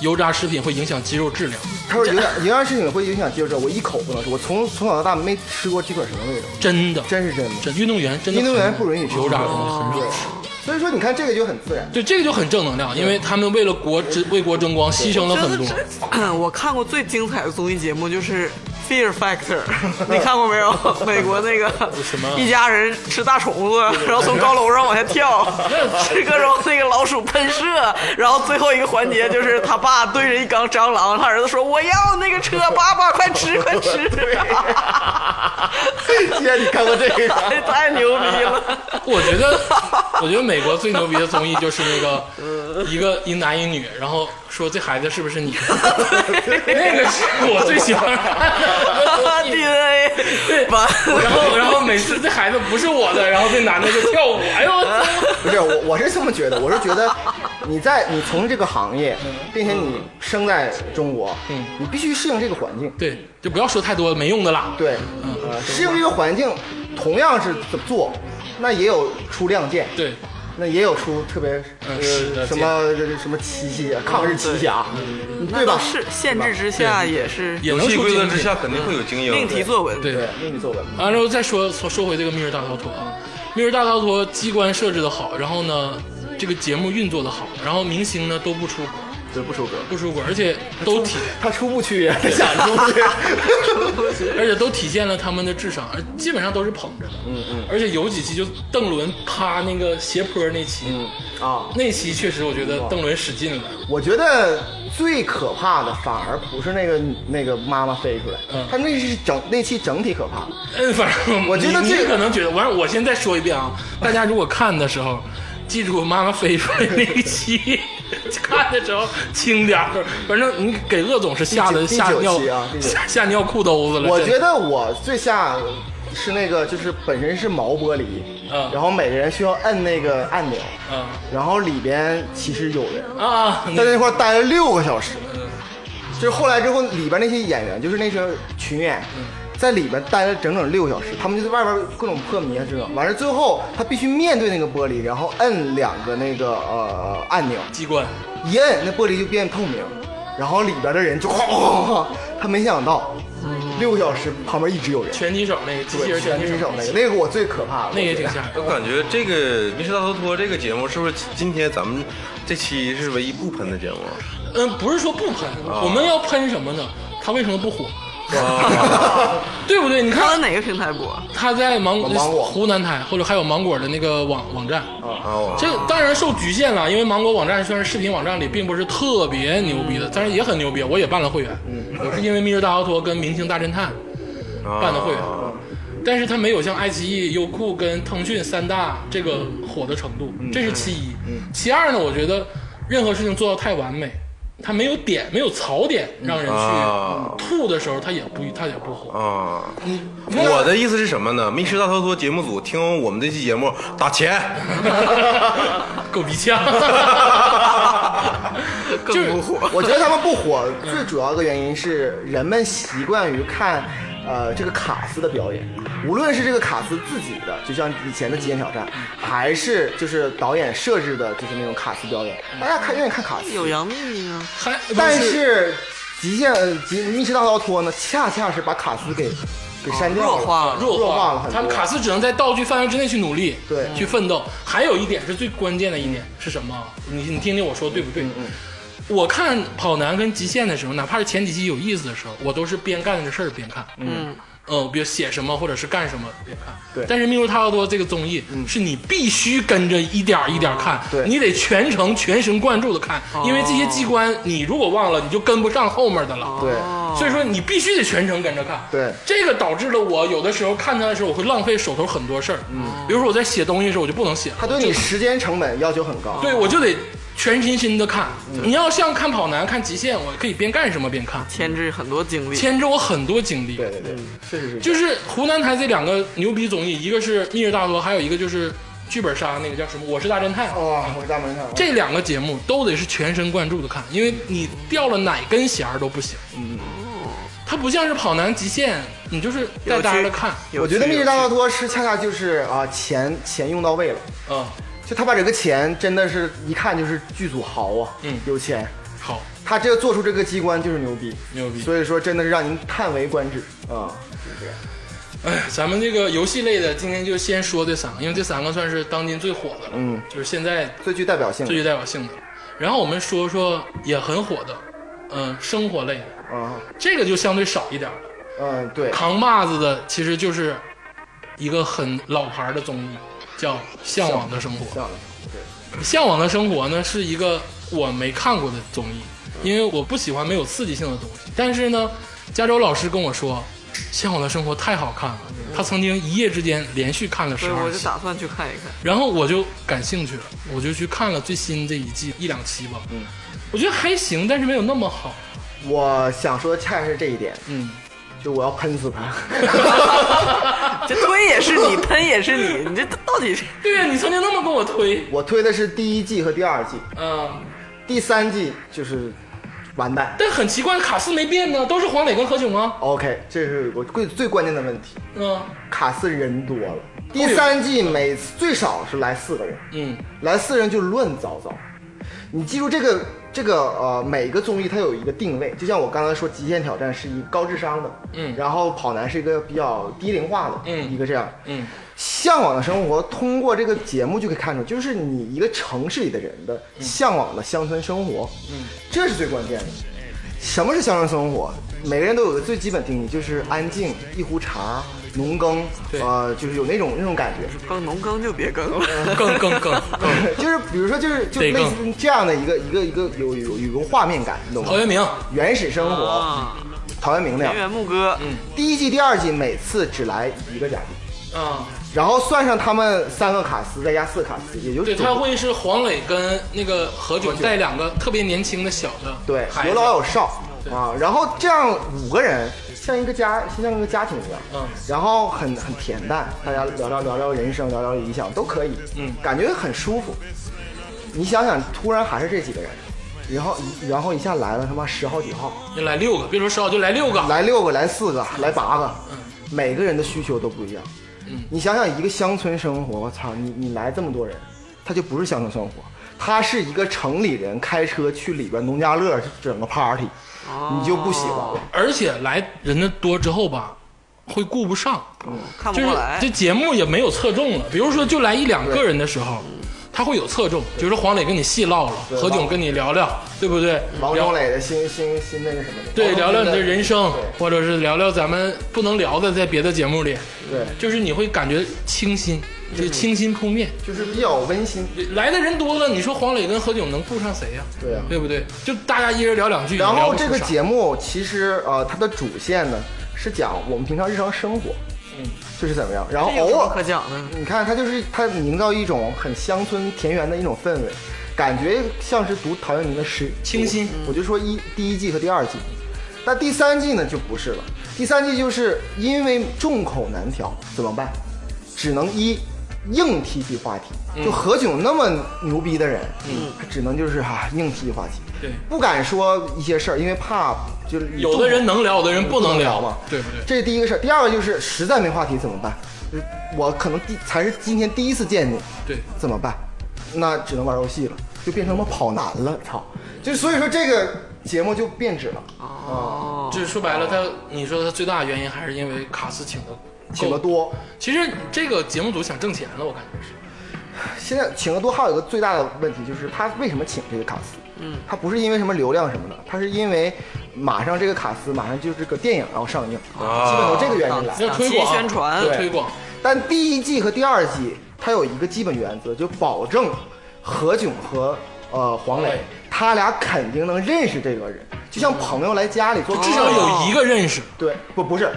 [SPEAKER 4] 油炸食品会影响肌肉质量，
[SPEAKER 6] 他说影响影响事情会影响肌肉质量，我一口不能吃，我从从小到大没吃过鸡腿什么味道，
[SPEAKER 4] 真的，
[SPEAKER 6] 真是真的。
[SPEAKER 4] 真运动员真的
[SPEAKER 6] 运动员
[SPEAKER 4] 很
[SPEAKER 6] 不允许吃
[SPEAKER 4] 油炸的东西，很
[SPEAKER 6] 对
[SPEAKER 4] 少吃。，
[SPEAKER 6] 所以说你看这个就很自然。
[SPEAKER 4] 对，这个就很正能量，因为他们为了国争为国争光牺牲了很多。
[SPEAKER 3] 我看过最精彩的综艺节目就是《Fear Factor》，你 看过没有？美国那 个
[SPEAKER 4] 什么
[SPEAKER 3] 一家人吃大虫子，然后从高楼上往下 跳，吃各种那个老鼠喷射，然后最后一个环节就是他爸对着一缸蟑螂，他儿子说：“我要那个车，爸爸快吃快 吃！”
[SPEAKER 6] 既然你看过这个，
[SPEAKER 3] 太牛逼了！
[SPEAKER 4] 我觉得， 我觉得美国最牛逼的综艺就是那
[SPEAKER 5] 嗯
[SPEAKER 4] 个一个一男一女，然后说这孩子是不 是你？那个是我最喜欢看的综艺。
[SPEAKER 3] DNA 完
[SPEAKER 4] 然后，然后每次这孩子不是我的，然后这男的就跳舞， 哎呦我操！
[SPEAKER 6] 不是我，我是这么觉得，我是觉得你在你从事这个行业，并且你生在中国，
[SPEAKER 4] 嗯
[SPEAKER 6] 你必须适应这个环境。
[SPEAKER 4] 对，就不要说太多没用的啦。
[SPEAKER 6] 对，
[SPEAKER 4] 嗯
[SPEAKER 6] 呃适应这个环境，同样是怎么做，那也有出亮剑，
[SPEAKER 4] 对，
[SPEAKER 6] 那也有出特别
[SPEAKER 4] 嗯是的嗯
[SPEAKER 6] 呃什么什么奇袭抗日奇侠，对
[SPEAKER 3] 那
[SPEAKER 6] 吧
[SPEAKER 3] 倒？ 是限制之下也是
[SPEAKER 4] 也
[SPEAKER 5] 游
[SPEAKER 4] 能
[SPEAKER 5] 戏
[SPEAKER 4] 出
[SPEAKER 5] 规则
[SPEAKER 4] 精
[SPEAKER 5] 之
[SPEAKER 4] 品。
[SPEAKER 5] 下肯定会有精英。
[SPEAKER 3] 另题作文。
[SPEAKER 4] 对，
[SPEAKER 6] 对，那你作文。
[SPEAKER 4] 完了之后再说说说回这个《密室大逃脱》啊，《密室大逃脱》机关设置的好，然后呢，这个节目运作的好，然后明星呢都不出国，
[SPEAKER 6] 对，不出格，
[SPEAKER 4] 不出国，而且都体，
[SPEAKER 6] 他出不去呀，他想 出去。
[SPEAKER 4] 而且都体现了他们的智商，而基本上都是捧着的。嗯嗯。而且有几期就邓伦趴那个斜坡那期，
[SPEAKER 6] 啊，
[SPEAKER 4] 那期确实我觉得邓伦使劲了。
[SPEAKER 6] 我觉得最可怕的反而不是那个那个妈妈飞出来
[SPEAKER 4] 嗯，
[SPEAKER 6] 他那是整那期整体可怕。
[SPEAKER 4] 嗯，反正
[SPEAKER 6] 我觉得
[SPEAKER 4] 你
[SPEAKER 6] 这个
[SPEAKER 4] 你可能觉得，完了，我先再说一遍啊，大家如果看的时候，记住妈妈飞出来那一期， 看的时候轻点儿，反正你给鄂总是吓得
[SPEAKER 6] 第九
[SPEAKER 4] 吓
[SPEAKER 6] 第九
[SPEAKER 4] 尿
[SPEAKER 6] 期啊第九
[SPEAKER 4] 吓吓尿裤兜子了。
[SPEAKER 6] 我
[SPEAKER 4] 真的
[SPEAKER 6] 觉得我最下是那个，就是本身是毛玻璃，
[SPEAKER 4] 嗯
[SPEAKER 6] 然后每个人需要摁那个按钮，
[SPEAKER 4] 嗯
[SPEAKER 6] 然后里边其实有人
[SPEAKER 4] 啊，
[SPEAKER 6] 在那块儿待了六个小时，
[SPEAKER 4] 嗯
[SPEAKER 6] 就是后来之后里边那些演员，就是那些群演。
[SPEAKER 4] 嗯
[SPEAKER 6] 在里边待了整整六个小时，他们就在外边各种破迷啊，这种。完事最后他必须面对那个玻璃，然后摁两个那个呃按钮，
[SPEAKER 4] 机关，
[SPEAKER 6] 一摁那玻璃就变透明，然后里边的人就 哗哗哗哗，他没想到，
[SPEAKER 4] 嗯
[SPEAKER 6] 六个小时旁边一直有人，
[SPEAKER 4] 拳击手那个机器
[SPEAKER 6] 对，
[SPEAKER 4] 人拳
[SPEAKER 6] 全
[SPEAKER 4] 击
[SPEAKER 6] 击手
[SPEAKER 4] 手
[SPEAKER 6] 那个，那个我最可怕了，
[SPEAKER 4] 那个也
[SPEAKER 6] 我觉
[SPEAKER 4] 挺
[SPEAKER 6] 得
[SPEAKER 4] 吓。人。
[SPEAKER 5] 我感觉这个《密室大逃脱》这个节目是不是今天咱们这期是唯一不喷的节目？
[SPEAKER 4] 嗯，不是说不喷，我们要喷什么呢？他为什么不火？ 对不对？你
[SPEAKER 3] 他在
[SPEAKER 4] 看
[SPEAKER 3] 哪个平台播？
[SPEAKER 4] 他在芒
[SPEAKER 6] 哦芒果哦
[SPEAKER 4] 湖南台，或者还有芒果的那个网网站，
[SPEAKER 5] 啊，
[SPEAKER 4] 这个当然受局限了，因为芒果网站虽然视频网站里并不是特别牛逼的，但是也很牛逼。我也办了会员，我是因为《密室大逃脱》跟《明星大侦探》办的会员，但是它没有像爱奇艺、优酷跟腾讯三大这个火的程度，这是其一。其二呢，我觉得任何事情做到太完美，它没有点，没有槽点，让人
[SPEAKER 5] 啊
[SPEAKER 4] 去吐的时候，它也不它也不火。
[SPEAKER 5] 啊！我的意思是什么呢？密室大逃脱节目组听完我们这期节目 打钱，
[SPEAKER 4] 狗鼻 腔，
[SPEAKER 3] 更
[SPEAKER 4] 就是
[SPEAKER 3] 不火。
[SPEAKER 6] 我觉得他们不火，最主要的原因是人们习惯于看，呃，这个卡斯的表演，无论是这个卡斯自己的，就像以前的《极限挑战》，还是就是导演设置的，就是那种卡斯表演，大家看愿意看卡斯，
[SPEAKER 3] 有杨幂啊，
[SPEAKER 4] 还
[SPEAKER 6] 但是极限呃极密室大逃脱呢，恰恰是把卡斯给给删掉
[SPEAKER 3] 弱
[SPEAKER 6] 了，
[SPEAKER 3] 化了。
[SPEAKER 4] 弱
[SPEAKER 6] 弱化了
[SPEAKER 4] 了
[SPEAKER 6] 很，多
[SPEAKER 4] 他们卡斯只能在道具范围之内去努力，
[SPEAKER 6] 对嗯
[SPEAKER 4] 去奋斗。还有一点是最关键的一点是什么啊？你你听听我说对不对？我看跑男跟极限的时候，哪怕是前几期有意思的时候，我都是边干着事儿边看。嗯。呃，比如写什么或者是干什么边看，
[SPEAKER 6] 对嗯
[SPEAKER 4] 但是《密如塔奥多》这个综艺、是你必须跟着一点儿一点儿看，
[SPEAKER 6] 啊对哦
[SPEAKER 4] 你得全程全神贯注的看，因为这些机关你如果忘了，你就跟不上后面的了。
[SPEAKER 6] 对
[SPEAKER 3] 哦
[SPEAKER 4] 所以说你必须得全程跟着看。
[SPEAKER 6] 对
[SPEAKER 4] 这个导致了我有的时候看它的时候，我会浪费手头很多事儿。嗯，比如说我在写东西的时候，我就不能写了，
[SPEAKER 6] 他对你时间成本要求很高。
[SPEAKER 4] 对我就得全身心的看。你要像看跑男、看极限，我可以边干什么边看，
[SPEAKER 3] 牵制很多精力。
[SPEAKER 4] 牵制我很多精力。
[SPEAKER 6] 对对对，嗯确实是这样。
[SPEAKER 4] 就是湖南台这两个牛逼综艺，一个是《密室大罗》，还有一个就是剧本杀那个叫什么《我是大侦探》。
[SPEAKER 6] 哇，我是大门上。
[SPEAKER 4] 这两个节目都得是全神贯注的看，因为你掉了哪根弦儿都不行。嗯，它不像是跑男极限，你就是带单的看。
[SPEAKER 3] 有
[SPEAKER 6] 我觉得
[SPEAKER 3] 趣
[SPEAKER 6] 密室
[SPEAKER 3] 有
[SPEAKER 6] 大
[SPEAKER 3] 趣
[SPEAKER 6] 逃脱是恰恰就是啊，钱钱用到位了，
[SPEAKER 4] 嗯，
[SPEAKER 6] 就他把这个钱真的是一看就是剧组豪啊，
[SPEAKER 4] 嗯
[SPEAKER 6] 有钱，
[SPEAKER 4] 好，
[SPEAKER 6] 他这做出这个机关就是牛逼，
[SPEAKER 4] 牛逼
[SPEAKER 6] 所以说真的是让您叹为观止啊。
[SPEAKER 4] 哎，咱们这个游戏类的，今天就先说这三个，因为这三个算是当今最火的了，
[SPEAKER 6] 嗯，
[SPEAKER 4] 就是现在
[SPEAKER 6] 最具代表性
[SPEAKER 4] 最具代表性的。然后我们说说也很火的，嗯、生活类的，
[SPEAKER 6] 啊，
[SPEAKER 4] 这个就相对少一点了。
[SPEAKER 6] 嗯，对，
[SPEAKER 4] 扛把子的其实就是一个很老牌的综艺，叫《向往的生活》。
[SPEAKER 6] 像
[SPEAKER 4] 《向往的生活》呢是一个我没看过的综艺，因为我不喜欢没有刺激性的东西。但是呢，加州老师跟我说，《向往的生活》太好看了，他曾经一夜之间连续看了
[SPEAKER 3] 所
[SPEAKER 4] 十
[SPEAKER 3] 以我
[SPEAKER 4] 二
[SPEAKER 3] 就
[SPEAKER 4] 期，
[SPEAKER 3] 打算去看一看。
[SPEAKER 4] 然后我就感兴趣了，我就去看了最新这一季一两期吧。嗯，我觉得还行，但是没有那么 好。
[SPEAKER 6] 我想说恰恰是这一点，
[SPEAKER 4] 嗯，
[SPEAKER 6] 就我要喷死他。
[SPEAKER 3] 这推也是你， 喷也是你，你这到底是
[SPEAKER 4] 对呀、你曾经那么跟我推，
[SPEAKER 6] 我推的是第一季和第二季，
[SPEAKER 4] 嗯、
[SPEAKER 6] 第三季就是 完蛋。
[SPEAKER 4] 但很奇怪，卡斯没变呢，都是黄磊跟何炅啊。
[SPEAKER 6] OK，这是我最最关键的问题。
[SPEAKER 4] 嗯、
[SPEAKER 6] 卡斯人多了，第三季每次最少是来四个人，
[SPEAKER 4] 嗯，
[SPEAKER 6] 来四个人就乱糟糟。你记住这个这个呃，每个综艺它有一个定位，就像我刚才说，《极限挑战》是一高智商的，
[SPEAKER 4] 嗯
[SPEAKER 6] 然后跑男是一个比较低龄化的，
[SPEAKER 4] 嗯
[SPEAKER 6] 一个这样，
[SPEAKER 4] 嗯，
[SPEAKER 6] 向往的生活通过这个节目就可以看出，就是你一个城市里的人的
[SPEAKER 4] 嗯
[SPEAKER 6] 向往的乡村生活，嗯，这是最关键的。什么是乡村生活？每个人都有个最基本定义，就是安静，一壶茶，农耕，
[SPEAKER 4] 对
[SPEAKER 6] 呃，就是有那种那种感觉。
[SPEAKER 3] 更农耕就别更了。
[SPEAKER 4] 更更更更，
[SPEAKER 6] 就是比如说，就是就
[SPEAKER 4] 得
[SPEAKER 6] 类
[SPEAKER 4] 更
[SPEAKER 6] 似于这样的一个一个一个有有有个画面感，你懂吗
[SPEAKER 4] 陶？渊明，
[SPEAKER 6] 原始生 活，
[SPEAKER 3] 啊，
[SPEAKER 6] 陶渊明那
[SPEAKER 3] 田
[SPEAKER 6] 样。
[SPEAKER 3] 园牧歌，
[SPEAKER 6] 第一季、第二季每次只来一个嘉宾，
[SPEAKER 4] 啊，
[SPEAKER 6] 然后算上他们三个卡司，再加四卡司，也就是
[SPEAKER 4] 对，
[SPEAKER 6] 九
[SPEAKER 4] 他会是黄磊跟那个何炅带两个特别年轻的小的
[SPEAKER 6] 对
[SPEAKER 4] 孩
[SPEAKER 6] 有
[SPEAKER 4] 子，
[SPEAKER 6] 老有少啊。然后这样五个人像一个家，像一个家庭一样，
[SPEAKER 4] 嗯
[SPEAKER 6] 然后很很恬淡，大家聊聊聊聊人生，聊聊理想都可以，
[SPEAKER 4] 嗯
[SPEAKER 6] 感觉很舒服。你想想，突然还是这几个人，然后然后一下来了他妈十好几号。
[SPEAKER 4] 就来六个，别说十号，就来六个。
[SPEAKER 6] 来六个，来四个，来八个，每个人的需求都不一样。
[SPEAKER 4] 嗯
[SPEAKER 6] 你想想一个乡村生活，我操，你你来这么多人，他就不是乡村生活，他是一个城里人开车去里边农家乐整个 party，、你
[SPEAKER 4] 哦
[SPEAKER 6] 就不喜欢了。
[SPEAKER 4] 而且来人的多之后吧，会顾不上，
[SPEAKER 3] 看不
[SPEAKER 4] 就是
[SPEAKER 3] 过来
[SPEAKER 4] 这。节目也没有侧重了。比如说，就来一两个人的时候，他会有侧重，比如说黄磊跟你细唠唠，
[SPEAKER 6] 对
[SPEAKER 4] 何炅跟你聊聊，对不对？
[SPEAKER 6] 王
[SPEAKER 4] 聊
[SPEAKER 6] 中磊的新新新那个什么的，
[SPEAKER 4] 对，聊聊你的人生
[SPEAKER 6] 对，
[SPEAKER 4] 或者是聊聊咱们不能聊的，在别的节目里，
[SPEAKER 6] 对，嗯
[SPEAKER 4] 就是你会感觉清新，就清新扑面。
[SPEAKER 6] 就是比较温馨。
[SPEAKER 4] 来的人多了，你说黄磊跟何炅能顾上谁呀、
[SPEAKER 6] 对啊
[SPEAKER 4] 对不对？就大家一人聊两句。
[SPEAKER 6] 然
[SPEAKER 4] 也聊
[SPEAKER 6] 后
[SPEAKER 4] 不出
[SPEAKER 6] 这个
[SPEAKER 4] 啥
[SPEAKER 6] 节目其实呃，它的主线呢是讲我们平常日常生活，
[SPEAKER 4] 嗯，
[SPEAKER 6] 就是怎么样，然后
[SPEAKER 3] 这有什
[SPEAKER 6] 偶
[SPEAKER 3] 么
[SPEAKER 6] 尔
[SPEAKER 3] 可讲的？
[SPEAKER 6] 嗯你看，它就是它营造一种很乡村田园的一种氛围，感觉像是读陶渊明的诗，
[SPEAKER 4] 清新
[SPEAKER 6] 我。我就说一第一季和第二季，那第三季呢就不是了。第三季就是因为众口难调，怎么办？只能一硬提起话题。
[SPEAKER 4] 嗯
[SPEAKER 6] 就何炅那么牛逼的人，嗯，只能就是啊硬提起话题，
[SPEAKER 4] 对
[SPEAKER 6] 不敢说一些事儿，因为怕就是
[SPEAKER 4] 有的人能聊，有的人不能
[SPEAKER 6] 嘛，
[SPEAKER 4] 对不对？
[SPEAKER 6] 这是第一个事儿。第二个就是实在没话题怎么办？就是我可能第才是今天第一次见你，
[SPEAKER 4] 对，
[SPEAKER 6] 怎么办？那只能玩游戏了，就变成了跑男了，操！就所以说这个节目就变质了，
[SPEAKER 4] 就是说白了，他你说他最大的原因还是因为卡斯请的
[SPEAKER 6] 请的。多，
[SPEAKER 4] 其实这个节目组想挣钱了，我感觉是。
[SPEAKER 6] 现在请了多号有个最大的问题就是他为什么请这个卡斯？嗯，他不是因为什么流量什么的，他是因为马上这个卡斯马上就这个电影要上映，基本都这个原因来。
[SPEAKER 4] 要
[SPEAKER 3] 档
[SPEAKER 4] 推
[SPEAKER 3] 期
[SPEAKER 4] 广
[SPEAKER 3] 宣传，
[SPEAKER 6] 对
[SPEAKER 4] 推广，
[SPEAKER 6] 但第一季和第二季，它有一个基本原则，就保证何炅和呃黄
[SPEAKER 4] 黄
[SPEAKER 6] 磊
[SPEAKER 4] 磊，
[SPEAKER 6] 他俩肯定能认识这个人，就像朋友来家里做客
[SPEAKER 4] 至少有一个认识，
[SPEAKER 6] 对不不是，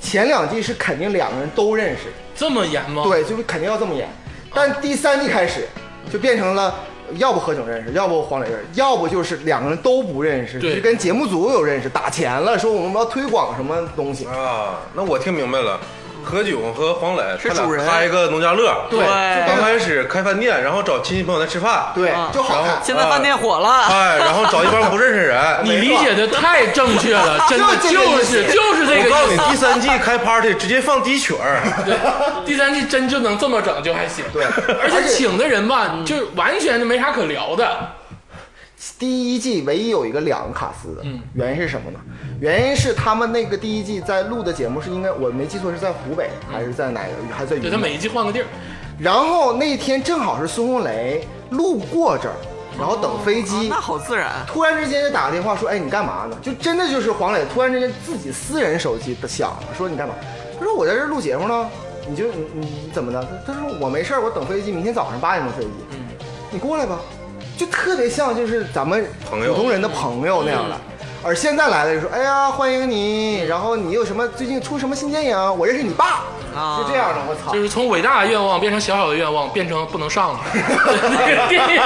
[SPEAKER 6] 前两季是肯定两个人都认识，
[SPEAKER 4] 这么严吗？，
[SPEAKER 6] 对，就是肯定要这
[SPEAKER 4] 嗯
[SPEAKER 6] 么演。但第三季开始就变成了，要不何炅认识，要不黄磊认识，要不就是两个人都不认识，
[SPEAKER 4] 对
[SPEAKER 6] 就跟节目组有认识，打钱了，说我们要推广什么东西。
[SPEAKER 5] 啊，那我听明白了，何炅和黄磊
[SPEAKER 3] 是
[SPEAKER 5] 他俩
[SPEAKER 3] 主人
[SPEAKER 5] 开一个农家乐，
[SPEAKER 6] 对
[SPEAKER 3] 对
[SPEAKER 5] 刚开始开饭店，然后找亲戚朋友来吃饭，
[SPEAKER 6] 对
[SPEAKER 4] 嗯
[SPEAKER 3] 啊，
[SPEAKER 6] 就好看。
[SPEAKER 3] 现在饭店火了，
[SPEAKER 5] 哎，然后找一帮不认识人，
[SPEAKER 4] 你理解的太正确了，真的
[SPEAKER 6] 就这个
[SPEAKER 4] 就
[SPEAKER 6] 意思
[SPEAKER 4] 是就是这个
[SPEAKER 5] 我告
[SPEAKER 4] 意
[SPEAKER 5] 诉你，
[SPEAKER 4] 思。
[SPEAKER 5] 第三季开 party 直接放低曲儿，
[SPEAKER 4] 对，第三季真就能这么整，就还行。
[SPEAKER 6] 对
[SPEAKER 4] 而且
[SPEAKER 6] 而且
[SPEAKER 4] 请的人吧，就完全就没啥可聊的。
[SPEAKER 6] 第一季唯一有一个两个卡司的，
[SPEAKER 4] 嗯
[SPEAKER 6] 原因是什么呢？原因是他们那个第一季在录的节目是应该我没记错是在湖北还是在哪个还是在
[SPEAKER 4] 嗯对
[SPEAKER 6] 云
[SPEAKER 4] 他
[SPEAKER 6] 南？
[SPEAKER 4] 每一季换个地儿，
[SPEAKER 6] 然后那天正好是孙红雷路过这儿，然后等飞
[SPEAKER 3] 啊
[SPEAKER 6] 机，
[SPEAKER 3] 那好自然。
[SPEAKER 6] 突然之间就打个电话说：“哎，你干嘛呢？”就真的就是黄磊突然之间自己私人手机响了，说：“你干嘛？”他说：“我在这儿录节目呢。”你就你你你怎么的？他他说我没事儿，我等飞机，明天早上八点钟飞机。你过来吧，就特别像就是咱们
[SPEAKER 5] 朋友
[SPEAKER 6] 普通人的朋友那嗯样的。而现在来了就说：“哎呀，欢迎你，然后你有什么最近出什么新电影？我认识你爸。”
[SPEAKER 3] 啊
[SPEAKER 6] 就这样的，我操
[SPEAKER 4] 就！是从伟大的愿望变成小小的愿望，变成不能上了。那个电 影。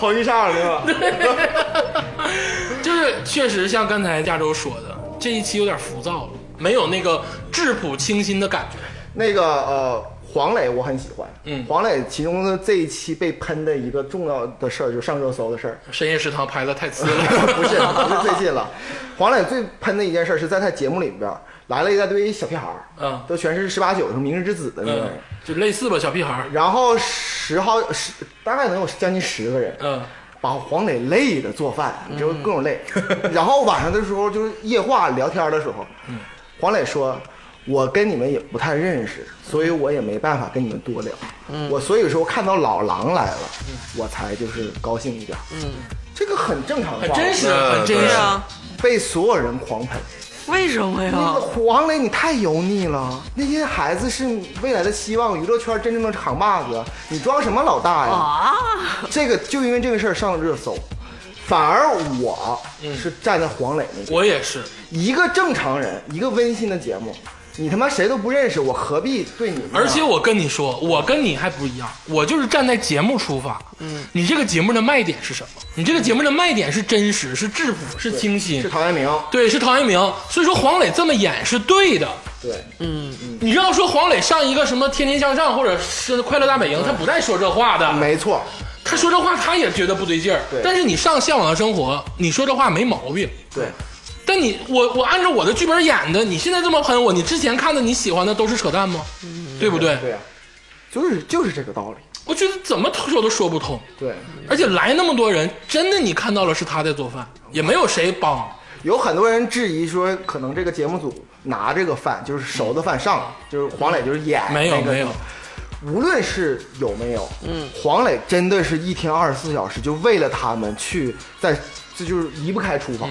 [SPEAKER 6] 跑一上对吧？
[SPEAKER 4] 就是确实像刚才亚洲说的，这一期有点浮躁了，没有那个质朴清新的感觉。
[SPEAKER 6] 那个呃，黄磊我很喜欢。
[SPEAKER 4] 嗯
[SPEAKER 6] 黄磊其中的这一期被喷的一个重要的事儿，就上热搜的事 儿，
[SPEAKER 4] 深夜食堂拍的太次
[SPEAKER 6] 不
[SPEAKER 4] 了，
[SPEAKER 6] 是不是最近了。黄磊最喷的一件事儿是在他节目里边儿来了一大堆小屁孩儿，
[SPEAKER 4] 嗯
[SPEAKER 6] 都全是十八九，是明日之子的那种
[SPEAKER 4] 嗯
[SPEAKER 6] 人。，
[SPEAKER 4] 就类似吧，小屁孩儿，
[SPEAKER 6] 然后十好十，大概能有将近十个人，
[SPEAKER 4] 嗯，
[SPEAKER 6] 把黄磊累的做饭，你知道各种累。
[SPEAKER 4] 嗯
[SPEAKER 6] 然后晚上的时候就是夜话聊天的时候，黄磊说：“我跟你们也不太认识，所以我也没办法跟你们多聊。
[SPEAKER 4] 嗯
[SPEAKER 6] 我所以说看到老狼来了，我才就是高兴一点。嗯，这个很正常的
[SPEAKER 4] 很
[SPEAKER 6] 话，
[SPEAKER 4] 真实，
[SPEAKER 5] 嗯
[SPEAKER 4] 很真
[SPEAKER 3] 对
[SPEAKER 4] 实。
[SPEAKER 3] 啊，
[SPEAKER 6] 被所有人狂喷。
[SPEAKER 3] 为什
[SPEAKER 4] 啊
[SPEAKER 3] 么
[SPEAKER 6] 那
[SPEAKER 3] 呀
[SPEAKER 6] 个？黄磊，你太油腻了！那些孩子是未来的希望，娱乐圈真正的扛把子，你装什么老大呀？
[SPEAKER 3] 啊，
[SPEAKER 6] 这个就因为这个事儿上热搜，反而我
[SPEAKER 4] 嗯
[SPEAKER 6] 是站在黄磊那边。
[SPEAKER 4] 我也是，
[SPEAKER 6] 一个正常人，一个温馨的节目，你他妈谁都不认识，我何必对你呢？
[SPEAKER 4] 而且我跟你说，我跟你还不一样，我就是站在节目出发。嗯，你这个节目的卖点是什么？你这个节目的卖点是真实，是质朴，是清新
[SPEAKER 6] 是，陶渊明，
[SPEAKER 4] 对，是陶渊明。所以说黄磊这么演是对的。
[SPEAKER 6] 对，
[SPEAKER 4] 你要说黄磊上一个什么《天天向上》或者是《快乐大本营》，他不带说这话的，
[SPEAKER 6] 没错，
[SPEAKER 4] 他说这话他也觉得不对劲儿
[SPEAKER 6] 对。
[SPEAKER 4] 但是你上《向往的生活》，你说这话没毛病。
[SPEAKER 6] 对，
[SPEAKER 4] 但你我我按照我的剧本演的，你现在这么喷我，你之前看的你喜欢的都是扯淡吗？对不对？
[SPEAKER 6] 嗯对呀、就是就是这个道理，
[SPEAKER 4] 我觉得怎么说都说不通。
[SPEAKER 6] 对，
[SPEAKER 4] 而且来那么多人，真的你看到了是他在做饭，
[SPEAKER 6] 嗯
[SPEAKER 4] 也没有谁帮。
[SPEAKER 6] 有很多人质疑说，可能这个节目组拿这个饭就是熟的饭上，就是黄磊就是演
[SPEAKER 4] 没有
[SPEAKER 6] 那个
[SPEAKER 4] 没有，
[SPEAKER 6] 无论是有没有，嗯，黄磊真的是一天二十四小时就为了他们去在，这就是离不开厨房。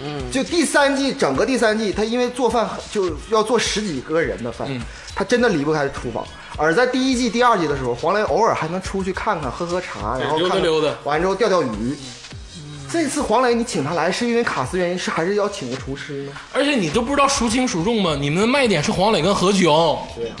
[SPEAKER 6] 嗯，就第三季整个第三季，他因为做饭就要做十几个人的
[SPEAKER 4] 嗯
[SPEAKER 6] 饭，他真的离不开厨房。而在第一季、第二季的时候，黄磊偶尔还能出去看看、喝喝茶，然后
[SPEAKER 4] 溜达
[SPEAKER 6] 看看
[SPEAKER 4] 溜达嗯
[SPEAKER 6] 完之后钓钓鱼。这次黄磊你请他来是因为卡斯原因，是还是要请个厨师呢？
[SPEAKER 4] 而且你都不知道孰轻孰重吗？你们的卖点是黄磊跟何炅，
[SPEAKER 6] 对呀、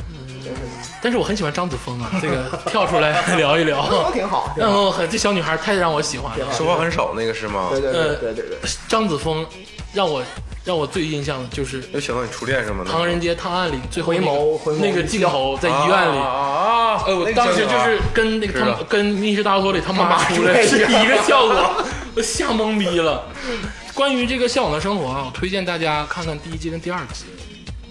[SPEAKER 4] 但是我很喜欢张子枫啊，这个跳出来 聊一
[SPEAKER 6] 都
[SPEAKER 4] 聊。
[SPEAKER 6] 哦挺好。挺
[SPEAKER 4] 然
[SPEAKER 6] 好
[SPEAKER 4] 后很这小女孩太让我喜欢了，
[SPEAKER 5] 说话很少那个是吗？
[SPEAKER 6] 对对对
[SPEAKER 4] 呃
[SPEAKER 6] 对对对，
[SPEAKER 4] 张子枫让我让我最印象的就是《
[SPEAKER 5] 又想到你初恋什么的，
[SPEAKER 4] 唐人街探案》里最后那个
[SPEAKER 6] 回眸回眸
[SPEAKER 4] 那个镜头在医院里。
[SPEAKER 5] 啊啊！啊
[SPEAKER 4] 呃，我当时就是跟那个
[SPEAKER 5] 是
[SPEAKER 4] 他
[SPEAKER 5] 的
[SPEAKER 4] 跟密室大逃脱里他妈出来是一个效果，我吓懵逼了。关于这个《向往的生活》啊，我推荐大家看看第一季跟第二季，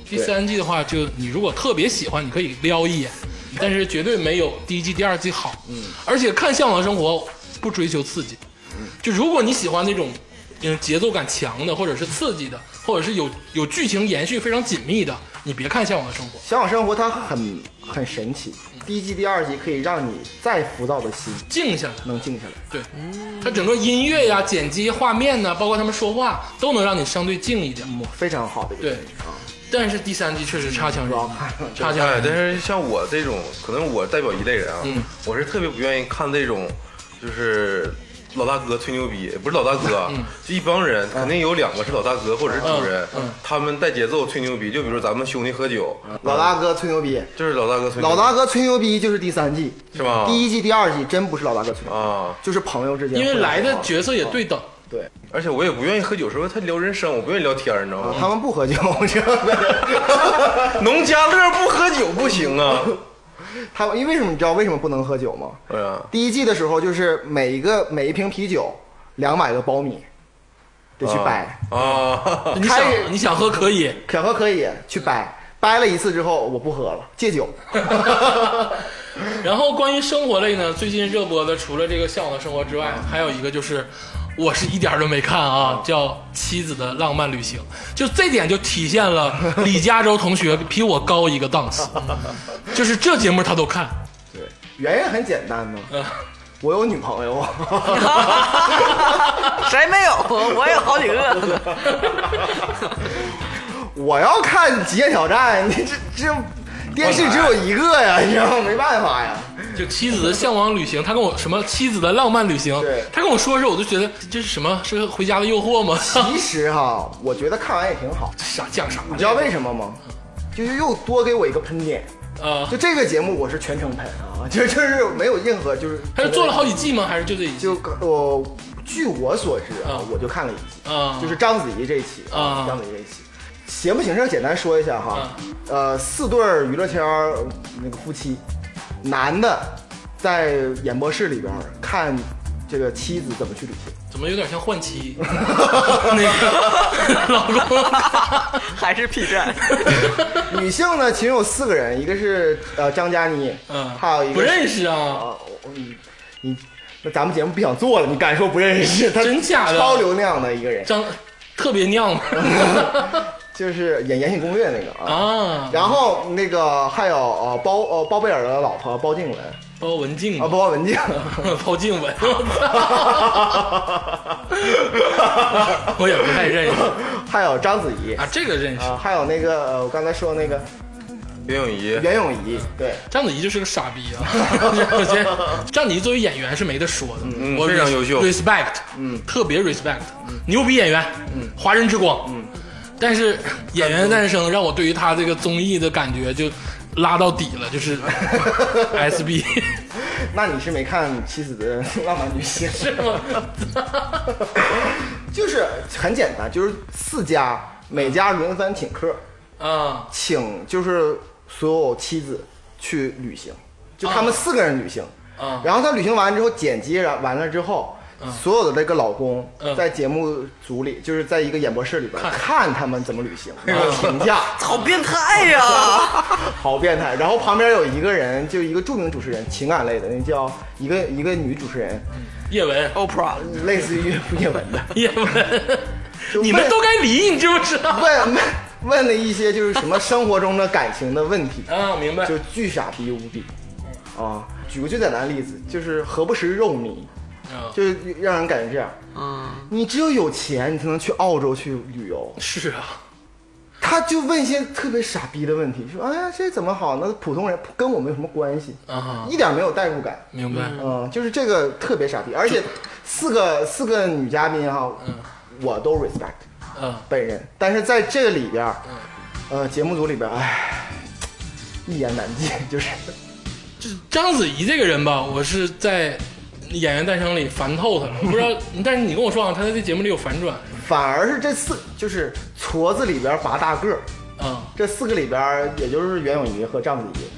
[SPEAKER 4] 第三季的话，就你如果特别喜欢，你可以撩一眼，但是绝对没有第一季、第二季嗯好。嗯，而且看《向往的生活》不追求刺激，就如果你喜欢那种嗯节奏感强的，或者是刺激的，或者是有有剧情延续非常紧密的，你别看《向往的生活》，
[SPEAKER 6] 向往生活它很很神奇，
[SPEAKER 4] 嗯
[SPEAKER 6] 第一季、第二季可以让你再浮躁的心
[SPEAKER 4] 静下来。
[SPEAKER 6] 能静下来。
[SPEAKER 4] 对，它整个音乐呀、剪辑、画面呐，包括他们说话，都能让你相对静一点。
[SPEAKER 6] 嗯非常好的一个
[SPEAKER 4] 对嗯
[SPEAKER 6] 电影啊，
[SPEAKER 4] 但是第三季确实差强人意，差强
[SPEAKER 5] 哎，
[SPEAKER 4] 人
[SPEAKER 5] 但
[SPEAKER 4] 意。
[SPEAKER 5] 是像我这种，可能我代表一类人啊，
[SPEAKER 4] 嗯
[SPEAKER 5] 我是特别不愿意看这种，就是老大哥吹牛逼，不是老大哥
[SPEAKER 4] 嗯
[SPEAKER 5] 啊， 就一帮人，肯定有两个是老大哥或者是主人，
[SPEAKER 4] 嗯
[SPEAKER 5] 他们带节奏吹牛逼，就比如咱们兄弟喝酒，
[SPEAKER 6] 老大哥吹牛逼，
[SPEAKER 5] 就是老大哥吹牛逼，
[SPEAKER 6] 老大哥吹牛逼就是第三季，
[SPEAKER 5] 是吧
[SPEAKER 6] 第一季、第二季真不是老大哥吹牛逼，
[SPEAKER 5] 啊，
[SPEAKER 6] 就是朋友之间
[SPEAKER 4] 哦因
[SPEAKER 6] 会聊
[SPEAKER 4] 为
[SPEAKER 6] 的话。
[SPEAKER 4] 来的角色也对等，
[SPEAKER 6] 对，
[SPEAKER 5] 而且我也不愿意喝酒，是因为他聊人生，我不愿意聊天，你知道吗？
[SPEAKER 6] 他们不喝酒，这
[SPEAKER 4] 嗯
[SPEAKER 5] 农家乐不喝酒不 行啊，
[SPEAKER 6] 他们因为为什么你知道为什么不能喝酒吗？
[SPEAKER 5] 哎呀，
[SPEAKER 6] 第一季的时候就是每一个每一瓶啤酒两百个苞米，得去掰，
[SPEAKER 5] 啊，
[SPEAKER 4] 你
[SPEAKER 6] 开始
[SPEAKER 4] 想你想喝可以，
[SPEAKER 6] 可喝可以去掰，掰了一次之后我不喝了，戒酒。
[SPEAKER 4] 然后关于生活类呢，最近热播的除了这个《向往的生活》之外，还有一个就是，我是一点儿都没看啊，叫《妻子的浪漫旅行》，就这点就体现了李嘉洲同学比我高一个档次，就是这节目他都看，
[SPEAKER 6] 对，原因很简单嘛，我有女朋友 啊。
[SPEAKER 3] 谁没有？我有好几个呢。
[SPEAKER 6] 我要看《极限挑战》，你这这电视只有一个呀，你知道吗？没办法呀。
[SPEAKER 4] 就妻子的向往旅行，他跟我什么妻子的浪漫旅行
[SPEAKER 6] 对，
[SPEAKER 4] 他跟我说的时候，我就觉得这是什么？是回家的诱惑吗？
[SPEAKER 6] 其实哈，我觉得看完也挺好，
[SPEAKER 4] 啥讲啥？
[SPEAKER 6] 你知道为什么吗？就是又多给我一个喷点。
[SPEAKER 4] 啊？
[SPEAKER 6] 就这个节目我是全程喷啊， 就就是没有任何就是。
[SPEAKER 4] 他是做了好几季吗？还是就这一季？
[SPEAKER 6] 就我、据我所知啊
[SPEAKER 4] 啊，
[SPEAKER 6] 我就看了一集，
[SPEAKER 4] 啊
[SPEAKER 6] 就是章子怡这一期
[SPEAKER 4] 啊
[SPEAKER 6] 章子怡这一期。邪不行事，简单说一下哈
[SPEAKER 4] 啊，
[SPEAKER 6] 呃，四对儿娱乐圈儿那个夫妻，男的在演播室里边儿看这个妻子怎么去旅行，
[SPEAKER 4] 怎么有点像换妻？ 那个 老 公，
[SPEAKER 3] 还是 P 站，
[SPEAKER 6] 女性呢，其中有四个人，一个是呃张嘉妮，
[SPEAKER 4] 嗯，
[SPEAKER 6] 还有一个
[SPEAKER 4] 不认
[SPEAKER 6] 识
[SPEAKER 4] 识啊，
[SPEAKER 6] 啊，我你你，那咱们节目不想做了，你敢说不认识？他
[SPEAKER 4] 真假的
[SPEAKER 6] 超流量的一个人，
[SPEAKER 4] 张特别酿嘛
[SPEAKER 6] 就是演《延禧攻略》那个啊。
[SPEAKER 4] 啊，
[SPEAKER 6] 然后那个还有呃包呃包贝尔的老婆包静雯
[SPEAKER 4] 包文静嗯
[SPEAKER 6] 啊，包文静，
[SPEAKER 4] 包静 雯，我操 我也不太认识
[SPEAKER 6] 还有章子怡
[SPEAKER 4] 啊，这个认识
[SPEAKER 6] 啊，还有那个呃我刚才说的那个
[SPEAKER 5] 袁咏仪，
[SPEAKER 6] 袁咏仪，
[SPEAKER 4] 啊
[SPEAKER 6] 对，
[SPEAKER 4] 章子怡就是个傻逼啊！我觉得 章子怡作为演员是没得说的，
[SPEAKER 5] 嗯
[SPEAKER 4] 我
[SPEAKER 5] 非常优秀
[SPEAKER 4] ，respect，嗯，特别 respect，牛逼演员，嗯，华人之光，嗯。但是演员的诞生让我对于他这个综艺的感觉就拉到底了，就是 SB
[SPEAKER 6] 那你是没看《妻子的浪漫旅行》
[SPEAKER 4] 是吗？
[SPEAKER 6] 就是很简单，就是四家每家轮番请客，
[SPEAKER 4] 啊，
[SPEAKER 6] 请就是所有妻子去旅行，就他们四个人旅行。
[SPEAKER 4] 啊
[SPEAKER 6] 然后他旅行完之后，剪辑完完了之后，所有的这个老公
[SPEAKER 4] 嗯
[SPEAKER 6] 在节目组里，就是在一个演播室里边看他们怎么旅行，
[SPEAKER 4] 哎
[SPEAKER 6] 然后评价，
[SPEAKER 3] 好变态呀、
[SPEAKER 6] 好变态。然后旁边有一个人，就一个著名主持人，情感类的，那叫一个一个女主持人，
[SPEAKER 4] 叶文，
[SPEAKER 3] Oprah，
[SPEAKER 6] 类似于 叶文的，
[SPEAKER 4] 叶文，
[SPEAKER 6] 就
[SPEAKER 4] 你
[SPEAKER 6] 问
[SPEAKER 4] 们都该离，你知不知道？
[SPEAKER 6] 问问问了一些就是什么生活中的感情的问题。
[SPEAKER 4] 啊，明 白。
[SPEAKER 6] 就巨傻逼无比。啊，举个最简单的例子，就是何不食肉糜，
[SPEAKER 4] 啊
[SPEAKER 6] 就是让人感觉这样。
[SPEAKER 3] 嗯，
[SPEAKER 6] 你只有有钱，你才能去澳洲去旅游。
[SPEAKER 4] 是啊，
[SPEAKER 6] 他就问一些特别傻逼的问题，说：“哎呀，这怎么好？那普通人跟我们有什么关系？”
[SPEAKER 4] 啊，
[SPEAKER 6] 一点没有代入感。
[SPEAKER 4] 明白。
[SPEAKER 6] 嗯，就是这个特别傻逼，而且四个四个女嘉宾哈，
[SPEAKER 4] 嗯
[SPEAKER 6] 我都 respect
[SPEAKER 4] 啊，
[SPEAKER 6] 本人，但是在这个里边儿，
[SPEAKER 4] 嗯
[SPEAKER 6] 呃，节目组里边儿，哎，一言难尽，就是。
[SPEAKER 4] 就是章子怡这个人吧，我是在演员诞生里烦透她了。不知道，但是你跟我说啊，她在这节目里有反转
[SPEAKER 6] 反而是这四就是矬子里边拔大个儿，
[SPEAKER 4] 啊，
[SPEAKER 6] 这四个里边，也就是袁咏仪和章子怡，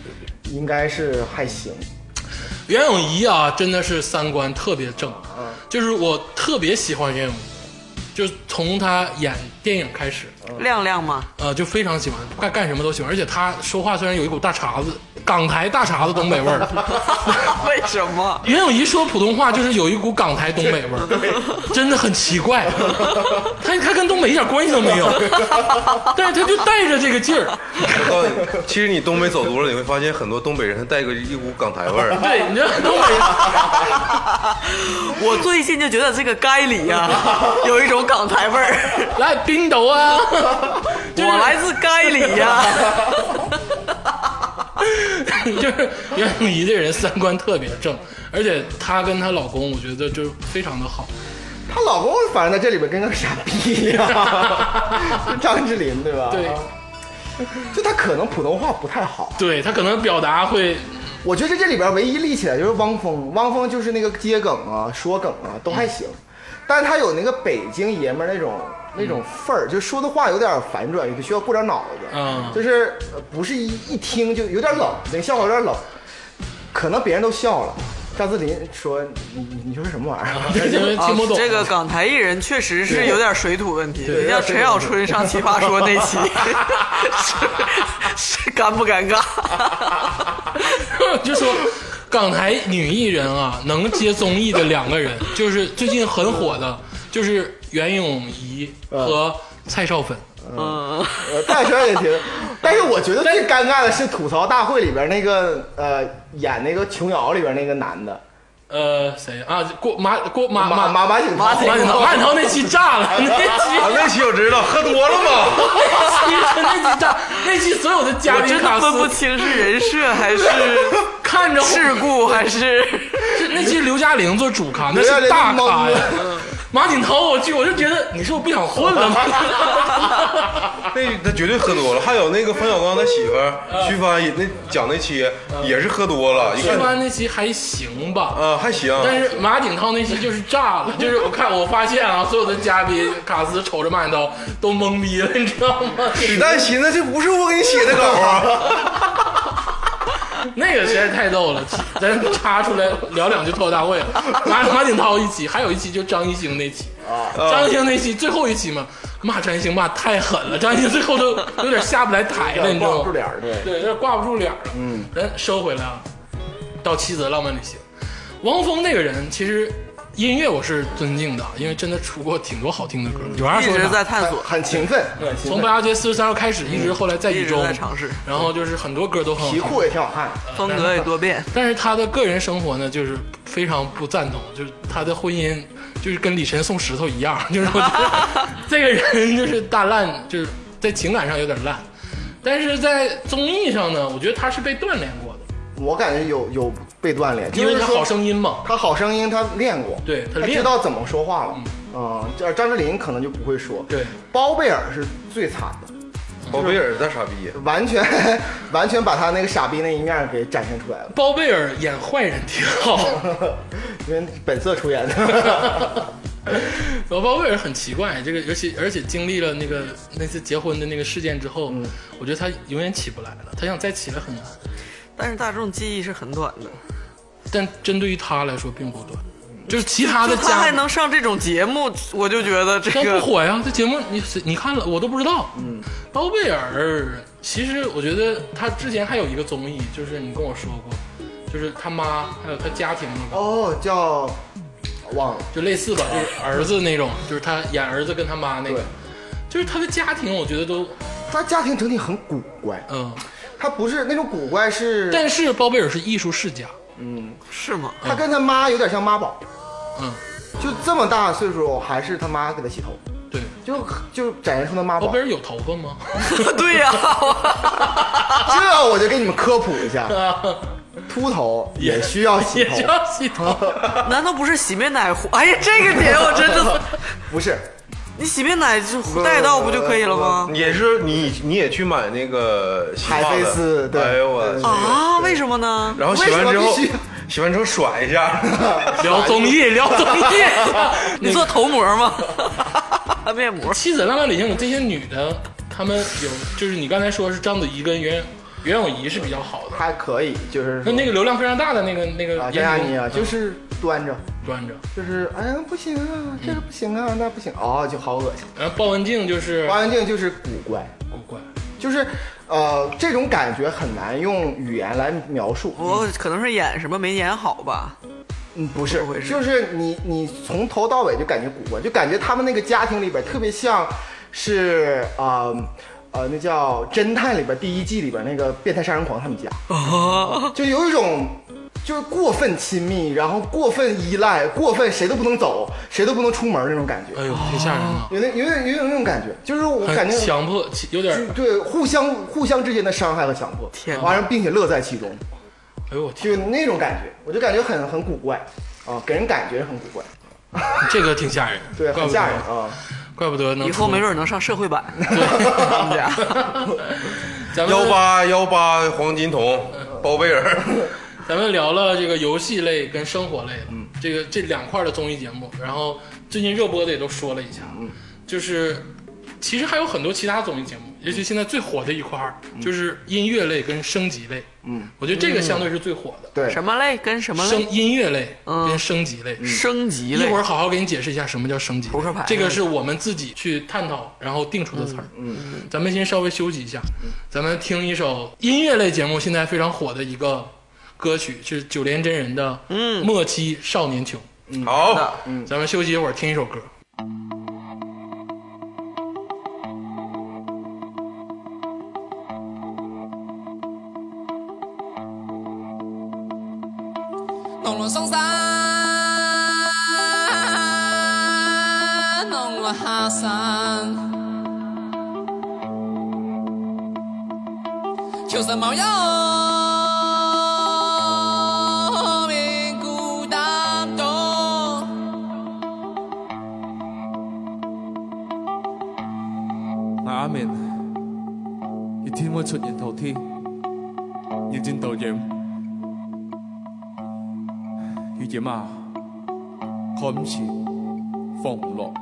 [SPEAKER 6] 应该是还行。
[SPEAKER 4] 袁咏仪啊，真的是三观特别正，就是我特别喜欢袁咏仪，就是从她演电影开始，
[SPEAKER 3] 亮亮吗？
[SPEAKER 4] 呃，就非常喜欢，干干什么都喜欢，而且她说话虽然有一股大碴子，港台大碴子东北味儿。
[SPEAKER 3] 为什么？
[SPEAKER 4] 袁咏仪说普通话就是有一股港台东北味儿，真的很奇怪。他他跟东北一点关系都没有，但是他就带着这个劲儿。
[SPEAKER 5] 我告诉你，其实你东北走多了，你会发现很多东北人他带个一股港台味 儿。啊
[SPEAKER 4] 对，你知道东北
[SPEAKER 3] 我最近就觉得这个该里呀、 有一种港台味儿。
[SPEAKER 4] 来冰斗啊， 就是
[SPEAKER 3] 我来自该啊里呀、
[SPEAKER 4] 就是袁咏仪这人三观特别正，而且她跟她老公，我觉得就是非常的好。
[SPEAKER 6] 她老公反正在这里边跟个傻逼一样，张智霖对吧？
[SPEAKER 4] 对，
[SPEAKER 6] 就他可能普通话不太好，
[SPEAKER 4] 对她可能表达会，
[SPEAKER 6] 我觉得这里边唯一立起来就是汪峰，汪峰就是那个接梗啊、说梗啊都还行，但是他有那个北京爷们儿那种
[SPEAKER 4] 嗯
[SPEAKER 6] 那种范儿，就说的话有点反转，需要过点脑子，
[SPEAKER 4] 嗯
[SPEAKER 6] 就是呃不是一一听就有点冷，那个笑话有点冷，可能别人都笑了。张智霖说：“你你你说什么玩意儿？”
[SPEAKER 4] 因为 听不懂。
[SPEAKER 3] 啊这个港台艺人确实是有点水土问题，
[SPEAKER 4] 对
[SPEAKER 3] 你像陈小春上《奇葩说》那期， 是是尴不尴 尬？
[SPEAKER 4] 就说港台女艺人啊，能接综艺的两个人，就是最近很火的，就是袁咏仪和蔡少芬。
[SPEAKER 3] 嗯，
[SPEAKER 6] 呃，戴圈也挺，但是我觉得最尴尬的是吐槽大会里边那个呃演那个琼瑶里边那个男的
[SPEAKER 4] 呃，谁啊？郭马郭马
[SPEAKER 6] 马马马景涛，
[SPEAKER 3] 马景
[SPEAKER 4] 马景涛，马景涛那期炸了，那期
[SPEAKER 5] 啊，那期我知道，喝多了嘛。
[SPEAKER 4] 那期炸，那期所有的嘉
[SPEAKER 3] 我
[SPEAKER 4] 宾
[SPEAKER 3] 真的
[SPEAKER 4] 卡
[SPEAKER 3] 分不
[SPEAKER 4] 司
[SPEAKER 3] 清是人设还 是
[SPEAKER 4] 看着
[SPEAKER 3] 事故还是
[SPEAKER 4] 是那期刘嘉玲做主咖，那
[SPEAKER 6] 刘嘉
[SPEAKER 4] 是
[SPEAKER 6] 玲
[SPEAKER 4] 大
[SPEAKER 6] 都
[SPEAKER 4] 咖
[SPEAKER 6] 懵
[SPEAKER 4] 呀
[SPEAKER 6] 了。
[SPEAKER 4] 马景涛，我去，我就觉得你是我不想混了吗？
[SPEAKER 5] 那他绝对喝多了。还有那个冯小刚他媳妇
[SPEAKER 6] 啊
[SPEAKER 5] 儿徐帆也那讲那期也是喝多了，一
[SPEAKER 4] 去
[SPEAKER 5] 看
[SPEAKER 4] 完那期还行吧，
[SPEAKER 5] 啊还行，
[SPEAKER 4] 但是马景涛那期就是炸了，就是我看我发现啊，所有的嘉宾卡斯瞅着马景涛都懵逼了，你知道吗？
[SPEAKER 5] 史丹寻思这不是我给你写的稿 啊，
[SPEAKER 4] 那个实在太逗了，咱插出来聊两句脱口大会。马马景涛一期，还有一期就张艺兴那期，张艺兴那期最后一期嘛，骂张艺兴骂太狠了，张艺兴最后都有点下不来台了，你知
[SPEAKER 6] 挂
[SPEAKER 4] 道吗
[SPEAKER 6] 不住？脸儿，对，
[SPEAKER 4] 对，有点挂不住脸了。嗯，咱收回来啊，到《妻子的浪漫旅行》，王峰那个人其实音乐我是尊敬的，因为真的出过挺多好听的歌。有啥
[SPEAKER 3] 嗯一
[SPEAKER 4] 说
[SPEAKER 3] 直
[SPEAKER 4] 啥
[SPEAKER 3] 在。探索，
[SPEAKER 6] 很勤奋，很勤
[SPEAKER 4] 从
[SPEAKER 6] 奋
[SPEAKER 4] 八大街四十三号开始，一直后来在
[SPEAKER 3] 一
[SPEAKER 4] 雨
[SPEAKER 3] 直
[SPEAKER 4] 中
[SPEAKER 3] 在尝试，
[SPEAKER 4] 然后就是很多歌都很好
[SPEAKER 6] 皮
[SPEAKER 4] 听。
[SPEAKER 6] 裤也挺好看，
[SPEAKER 3] 风格也多变。
[SPEAKER 4] 但是他的个人生活呢，就是非常不赞同，就是他的婚姻就是跟李晨送石头一样，就是我觉得 这个人就是大烂，就是在情感上有点烂，但是在综艺上呢，我觉得他是被锻炼过的，
[SPEAKER 6] 我感觉有有被锻炼，
[SPEAKER 4] 因为他
[SPEAKER 6] 就是说
[SPEAKER 4] 好声音嘛，
[SPEAKER 6] 他好声音他练过，
[SPEAKER 4] 对他
[SPEAKER 6] 他
[SPEAKER 4] 练
[SPEAKER 6] 知道怎么说话了，嗯，这张智霖可能就不会说，
[SPEAKER 4] 对，
[SPEAKER 6] 包贝尔是最惨的。
[SPEAKER 5] 宝贝尔大傻逼。
[SPEAKER 6] 完全完全把他那个傻逼那一面给展现出来了，
[SPEAKER 4] 包贝尔演坏人挺好，
[SPEAKER 6] 因为本色出 演的。
[SPEAKER 4] 我包贝尔很奇怪，这个而且而且经历了那个那次结婚的那个事件之后，我觉得他永远起不来了，他想再起来很难，
[SPEAKER 3] 但是大众记忆是很短的，
[SPEAKER 4] 但针对于他来说并不短，就是其他的
[SPEAKER 3] 就
[SPEAKER 4] 家
[SPEAKER 3] 他还能上这种节目，我就觉得这
[SPEAKER 4] 但不
[SPEAKER 3] 个
[SPEAKER 4] 火呀，这节目你谁你看了我都不知道。嗯，包贝尔，其实我觉得他之前还有一个综艺，就是你跟我说过，就是他妈还有他家庭那个，
[SPEAKER 6] 哦，叫忘了，
[SPEAKER 4] 就类似吧，就是儿子那种，就是他演儿子跟他妈那个
[SPEAKER 6] 啊对，
[SPEAKER 4] 就是他的家庭，我觉得都
[SPEAKER 6] 他家庭整体很古怪，
[SPEAKER 4] 嗯，
[SPEAKER 6] 他不是那种古怪是，
[SPEAKER 4] 但是包贝尔是艺术世家，
[SPEAKER 3] 是吗？
[SPEAKER 6] 他跟他妈有点像妈宝，
[SPEAKER 4] 嗯，
[SPEAKER 6] 就这么大岁数还是他妈给他洗头，
[SPEAKER 4] 对，
[SPEAKER 6] 就就展现出他妈
[SPEAKER 4] 包
[SPEAKER 6] 宝
[SPEAKER 4] 贝。尔有头发吗？
[SPEAKER 3] 对呀、
[SPEAKER 6] 啊这我就给你们科普一下， 秃头也需要洗
[SPEAKER 4] 也
[SPEAKER 6] 头，
[SPEAKER 4] 叫洗 头，
[SPEAKER 3] 难道不是洗面奶糊？哎呀，这个点我真的，
[SPEAKER 6] 不是
[SPEAKER 3] 你洗面奶就带到不就可以了吗？
[SPEAKER 5] 也是你，你也去买那个洗发的
[SPEAKER 6] 海飞丝对
[SPEAKER 5] 哎呦我去，
[SPEAKER 3] 啊，为什么呢？
[SPEAKER 5] 然后洗完之
[SPEAKER 6] 为
[SPEAKER 5] 后
[SPEAKER 6] 什么必须，
[SPEAKER 5] 洗完之后甩一 下，
[SPEAKER 4] 聊综艺，聊综艺。
[SPEAKER 3] 你做头膜吗？ 面膜。
[SPEAKER 4] 妻子浪漫旅行里这些女的，她们有就是你刚才说是章子怡跟袁袁咏仪是比较好的，
[SPEAKER 6] 还可以，就是
[SPEAKER 4] 那
[SPEAKER 6] 说
[SPEAKER 4] 那个流量非常大的那个那个嗯
[SPEAKER 6] 啊，张
[SPEAKER 4] 严
[SPEAKER 6] 嘉
[SPEAKER 4] 宁
[SPEAKER 6] 倪啊，就是端着。
[SPEAKER 4] 端着，
[SPEAKER 6] 就是哎呀不行啊，这
[SPEAKER 4] 嗯
[SPEAKER 6] 个不行啊，那不行哦，就好恶心。
[SPEAKER 4] 然后鲍文婧就是哦
[SPEAKER 6] 花园镜就是古怪，
[SPEAKER 4] 古怪，
[SPEAKER 6] 就是呃，这种感觉很难用语言来描述。
[SPEAKER 3] 我可能是演什么没演好吧，
[SPEAKER 6] 嗯，不是
[SPEAKER 3] 怎么回，事
[SPEAKER 6] 就是你你从头到尾就感觉古怪，就感觉他们那个家庭里边特别像是啊呃那叫侦探里边第一季里边那个变态杀人狂他们家，就有一种。就是过分亲密，然后过分依赖，过分谁都不能走，谁都不能出门那种感觉，
[SPEAKER 4] 哎呦，挺吓人啊，
[SPEAKER 6] 有那有点有点那种感觉，就是我感
[SPEAKER 4] 很
[SPEAKER 6] 觉
[SPEAKER 4] 强迫，其有点，
[SPEAKER 6] 就对互相互相之间的伤害和强迫，
[SPEAKER 3] 天哪
[SPEAKER 6] 完了并且乐在其中，
[SPEAKER 4] 哎呦我天，
[SPEAKER 6] 就那种感觉，我就感觉很很古怪啊，给人感觉很古怪，
[SPEAKER 4] 这个挺吓人，
[SPEAKER 6] 对，
[SPEAKER 4] 怪
[SPEAKER 6] 很
[SPEAKER 4] 不
[SPEAKER 6] 吓
[SPEAKER 4] 得
[SPEAKER 6] 人，啊。
[SPEAKER 4] 怪不得能
[SPEAKER 3] 以后
[SPEAKER 4] 出
[SPEAKER 3] 没准能上社会 版。他们家
[SPEAKER 4] 咱们
[SPEAKER 5] 幺八幺八黄金瞳，包贝 尔，
[SPEAKER 4] 咱们聊了这个游戏类跟生活类的，嗯，这个这两块的综艺节目，然后最近热播的也都说了一下，嗯，就是其实还有很多其他综艺节目，尤其现在最火的一块儿、就是音乐类跟升级类，嗯，我觉得这个相对是最火的，
[SPEAKER 6] 对，
[SPEAKER 3] 什么类跟什么
[SPEAKER 4] 升
[SPEAKER 3] 类
[SPEAKER 4] 音乐类
[SPEAKER 3] 嗯
[SPEAKER 4] 跟升级类，
[SPEAKER 3] 升级
[SPEAKER 4] 一
[SPEAKER 3] 类
[SPEAKER 4] 会儿好好给你解释一下什么叫升级类
[SPEAKER 3] 扑克牌
[SPEAKER 4] 这个是我们自己去探讨然后定出的词儿。嗯，咱们先稍微休息一下，咱们听一首音乐类节目现在非常火的一个歌曲，是九连真人的《莫欺少年穷》。
[SPEAKER 5] 好，
[SPEAKER 3] 嗯
[SPEAKER 4] 咱们休息一会儿，听一首歌。
[SPEAKER 7] 农罗上山，农罗下山，求生没有命孤单多。
[SPEAKER 8] 我係阿明，熱天會出現頭天，要轉導演。月點啊，看唔住，放唔落，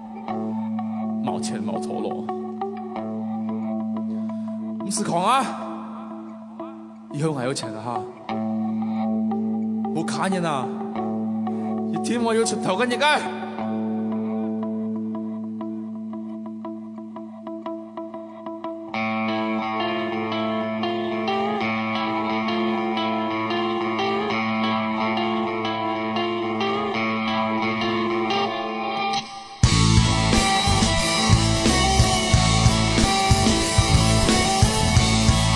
[SPEAKER 8] 冇錢冇坐落，唔是狂啊！以後我有錢啦哈，冇卡人啊！熱天我要出頭跟熱啊！
[SPEAKER 7] 我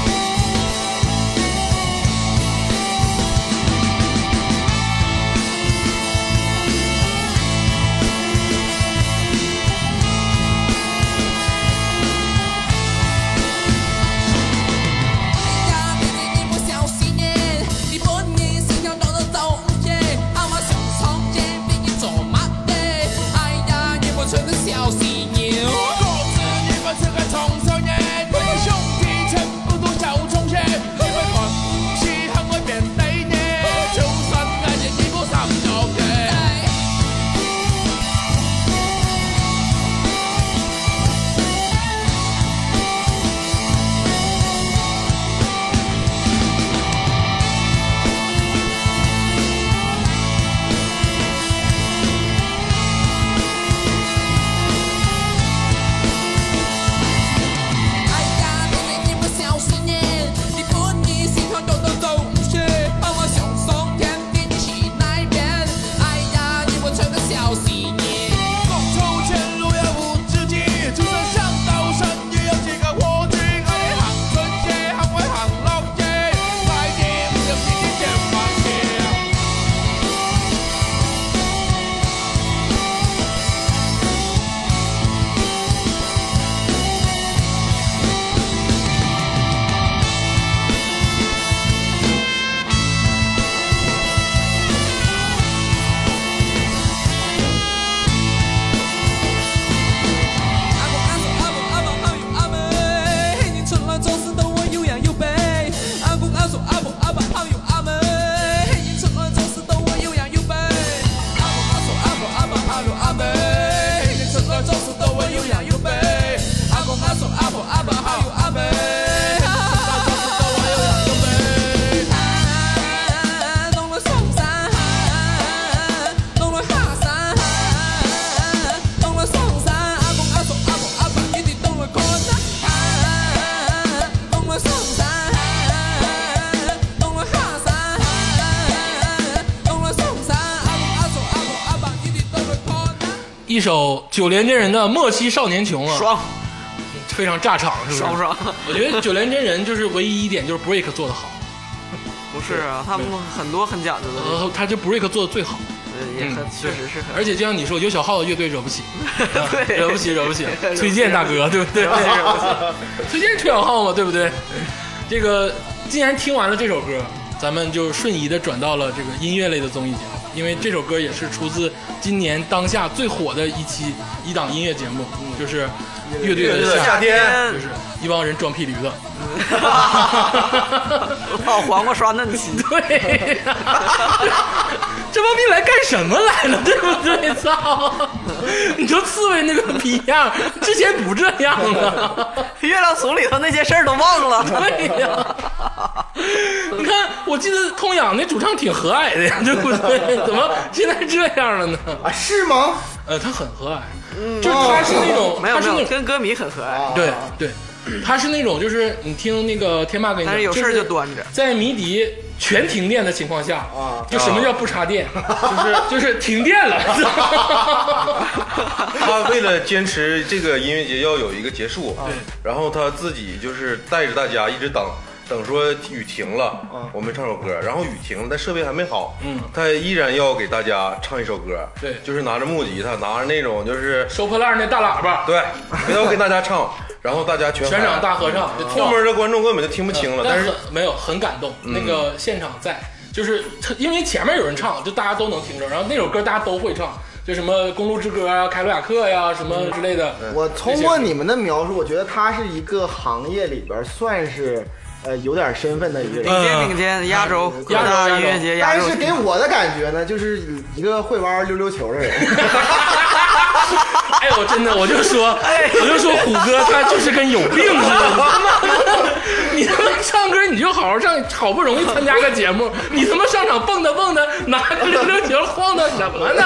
[SPEAKER 4] 一首九连真人的《莫欺少年穷》啊，
[SPEAKER 3] 爽
[SPEAKER 4] 非常炸场，是不是？
[SPEAKER 3] 爽不爽？
[SPEAKER 4] 我觉得九连真人就是唯一一点就是 break 做的好，
[SPEAKER 3] 不是啊，他们很多很讲究的，
[SPEAKER 4] 呃，他就 break 做的最好，
[SPEAKER 3] 呃也很确实是很，
[SPEAKER 4] 嗯而且就像你说，有小号的乐队惹不起，啊
[SPEAKER 3] 对
[SPEAKER 4] 惹不起， 惹不起，崔健大哥，对不 对？崔健吹小号嘛，对不对？这个既然听完了这首歌，咱们就瞬移的转到了这个音乐类的综艺节目，因为这首歌也是出自今年当下最火的一期一档音乐节目，就是嗯乐队
[SPEAKER 5] 乐队
[SPEAKER 4] 的
[SPEAKER 5] 的
[SPEAKER 4] 夏
[SPEAKER 5] 夏
[SPEAKER 4] 天，
[SPEAKER 5] 天，
[SPEAKER 4] 就是一帮人装屁驴 子。
[SPEAKER 3] 老黄瓜刷嫩鸡，
[SPEAKER 4] 对 呀、这帮逼来干什么来了？对不对？操！你说刺猬那个逼样，之前不这样啊。
[SPEAKER 3] 月亮族里头那些事儿都忘了。
[SPEAKER 4] 对呀、你看，我记得痛痒那主唱挺和蔼的呀，对不对？怎么现在这样了呢？
[SPEAKER 6] 啊，是吗？
[SPEAKER 4] 呃，他很和蔼，就是他是那种，
[SPEAKER 3] 哦没有没
[SPEAKER 4] 他是那啊
[SPEAKER 3] 有，
[SPEAKER 4] 种，
[SPEAKER 3] 跟歌迷很和蔼，
[SPEAKER 4] 对对，他是那种，就是你听那个天霸给你讲，
[SPEAKER 3] 但是有事儿
[SPEAKER 4] 是
[SPEAKER 3] 就端着。
[SPEAKER 4] 在迷笛全停电的情况下，
[SPEAKER 6] 啊
[SPEAKER 4] 就什么叫不插电？
[SPEAKER 5] 啊
[SPEAKER 4] 就是就是停电 了。
[SPEAKER 5] 他为了坚持这个音乐节要有一个结束，
[SPEAKER 4] 啊
[SPEAKER 5] 然后他自己就是带着大家一直等。等说雨停
[SPEAKER 4] 啊
[SPEAKER 5] 了，我们唱首歌。然后雨停了，但设备还没好，嗯，他依然要给大家唱一首歌，
[SPEAKER 4] 对
[SPEAKER 5] 就是拿着木吉他，拿着那种就是
[SPEAKER 4] 收破烂那大喇叭，
[SPEAKER 5] 对，要给大家唱，然后大家全
[SPEAKER 4] 全场大嗯合唱，就跳
[SPEAKER 5] 后面的观众根本就听不清了，但
[SPEAKER 4] 但
[SPEAKER 5] 是嗯
[SPEAKER 4] 很没有很感动，那个现场在，就是特因为前面有人唱，就大家都能听着，然后那首歌大家都会唱，就什么《公路之歌》啊、《凯鲁亚克》呀什
[SPEAKER 5] 嗯
[SPEAKER 4] 么之类的。
[SPEAKER 6] 我通过你们的描述，我觉得他是一个行业里边算是呃有点身份的一个人。
[SPEAKER 4] 呃
[SPEAKER 3] 顶尖顶尖，压轴，各
[SPEAKER 4] 嗯压轴
[SPEAKER 3] 大
[SPEAKER 4] 压轴
[SPEAKER 3] 音乐节压
[SPEAKER 6] 但
[SPEAKER 3] 轴
[SPEAKER 6] 是。给我的感觉呢，就是一个会玩溜溜球 的人，
[SPEAKER 4] 哎呦，真的，我就说，我就说虎哥他就是跟有病似的，他妈，你他妈唱歌你就好好唱，好不容易参加个节目，你他妈上场蹦跶蹦跶，拿个溜溜球晃荡什么呢？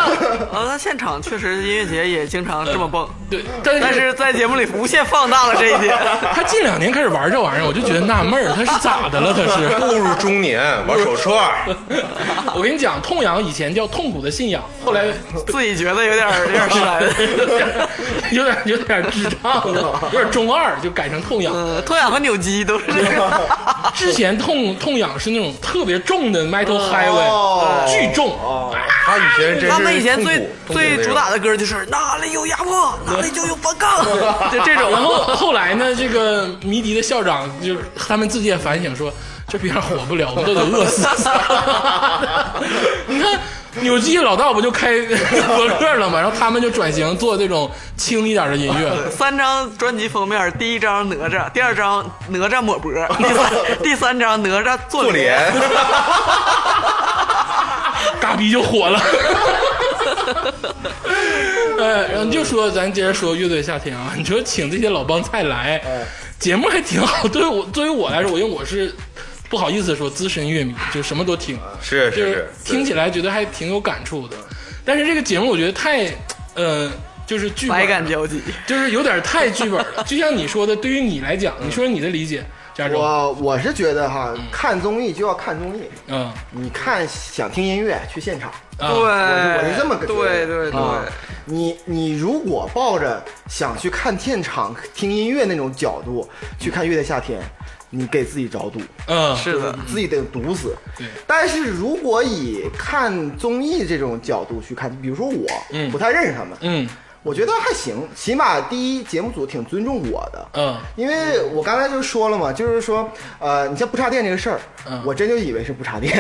[SPEAKER 3] 啊，那现场确实音乐节也经常这么蹦，
[SPEAKER 4] 对，但是
[SPEAKER 3] 但是在节目里无限放大了这一点。
[SPEAKER 4] 他近两年开始玩这玩意儿，我就觉得纳闷儿，他是咋的了？他是。
[SPEAKER 5] 步入中年玩手串 儿，
[SPEAKER 4] 我跟你讲，痛痒以前叫痛苦的信仰，后来
[SPEAKER 3] 自己觉得有点有点
[SPEAKER 4] 有
[SPEAKER 3] 深。
[SPEAKER 4] 点 有点有点智障了，有点中二，就改成痛痒。
[SPEAKER 3] 呃，痛痒和扭机都是这个。
[SPEAKER 4] 之前痛痛痒是那种特别重的 metal highway，、
[SPEAKER 6] 嗯哦
[SPEAKER 4] 巨重。
[SPEAKER 5] 他以前真是
[SPEAKER 3] 他们以前最
[SPEAKER 5] 痛苦
[SPEAKER 3] 最主打，的歌就是哪里有压迫，哪里就有反抗， 就这种。
[SPEAKER 4] 然后后来呢，这个迷笛的校长就他们自己也反省说，这边火不了，我们都得饿 死。你看扭机老道不就开博客了吗？然后他们就转型做这种轻一点的音乐。
[SPEAKER 3] 三张专辑封面，第一张哪吒，第二张哪吒抹脖，第 三第三张哪吒
[SPEAKER 5] 不
[SPEAKER 3] 坐
[SPEAKER 5] 连，
[SPEAKER 4] 嘎逼就火了。 哎，然后你就说，咱接着说乐队夏天啊，你说请这些老帮菜来，节目还挺好。对于我，对于我来说，我因为我是不好意思说资深乐迷，就什么都听，
[SPEAKER 5] 啊是
[SPEAKER 4] 就是是
[SPEAKER 5] 是，
[SPEAKER 4] 听起来觉得还挺有感触的。但是这个节目我觉得太，呃，就是剧
[SPEAKER 3] 百
[SPEAKER 4] 本，
[SPEAKER 3] 感交集。
[SPEAKER 4] 就是有点太剧本了。就像你说的，对于你来讲，你说你的理解，加州，
[SPEAKER 6] 我我是觉得哈，看综艺就要看综艺，
[SPEAKER 4] 嗯，
[SPEAKER 6] 你看想听音乐去现场，
[SPEAKER 4] 啊
[SPEAKER 3] 对，
[SPEAKER 6] 我是这么个觉
[SPEAKER 3] 对
[SPEAKER 6] 得
[SPEAKER 3] 对对，
[SPEAKER 6] 啊你你如果抱着想去看现场听音乐那种角度去看《乐队夏天》，你给自己找堵，
[SPEAKER 4] 嗯，
[SPEAKER 3] 是的，
[SPEAKER 6] 自己得堵死。
[SPEAKER 4] 对
[SPEAKER 6] 但是如果以看综艺这种角度去看，比如说我，
[SPEAKER 4] 嗯
[SPEAKER 6] 不太认识他们，
[SPEAKER 4] 嗯
[SPEAKER 6] 我觉得还行，起码第一节目组挺尊重我的，
[SPEAKER 4] 嗯，
[SPEAKER 6] 因为我刚才就说了嘛，就是说，呃，你像不插电这个事儿，
[SPEAKER 4] 嗯
[SPEAKER 6] 我真就以为是不插 电，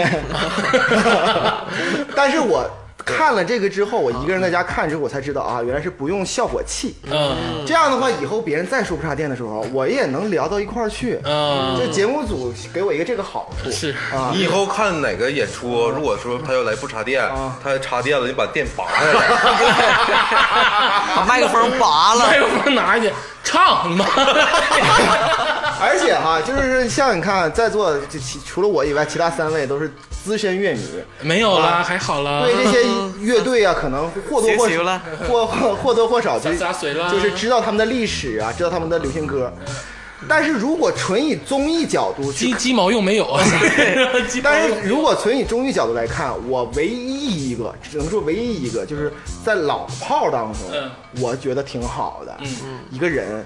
[SPEAKER 6] 但是我看了这个之后，我一个人在家看之后，我才知道啊，原来是不用效果器。
[SPEAKER 4] 嗯
[SPEAKER 6] 这样的话，以后别人再说不插电的时候，我也能聊到一块儿去。
[SPEAKER 4] 嗯
[SPEAKER 6] 就节目组给我一个这个好处，
[SPEAKER 4] 是
[SPEAKER 6] 啊
[SPEAKER 5] 你，以后看哪个演出，如果说他要来不插电，他插电了，你把电拔下来，
[SPEAKER 3] 把麦克风拔 了
[SPEAKER 4] 麦。克风拿去唱，你妈！
[SPEAKER 6] 而且哈，就是像你看，在座这其除了我以外，其他三位都是资深乐迷，
[SPEAKER 4] 没有啦，还好啦。
[SPEAKER 6] 对这些 乐队啊，可能或多或
[SPEAKER 3] 啊学习
[SPEAKER 6] 少
[SPEAKER 3] 了，
[SPEAKER 6] 或或或多或少就
[SPEAKER 4] 洒洒水啦
[SPEAKER 6] 就是知道他们的历史啊，知道他们的流行歌。但是如果纯以综艺角度去
[SPEAKER 4] 鸡鸡毛用没有啊？ 鸡 毛
[SPEAKER 6] 但
[SPEAKER 4] 用
[SPEAKER 6] 是如果纯以综艺角度来看，我唯一一个，只能说唯一一个，就是在老炮儿当中，
[SPEAKER 4] 嗯
[SPEAKER 6] 我觉得挺好的，一个人，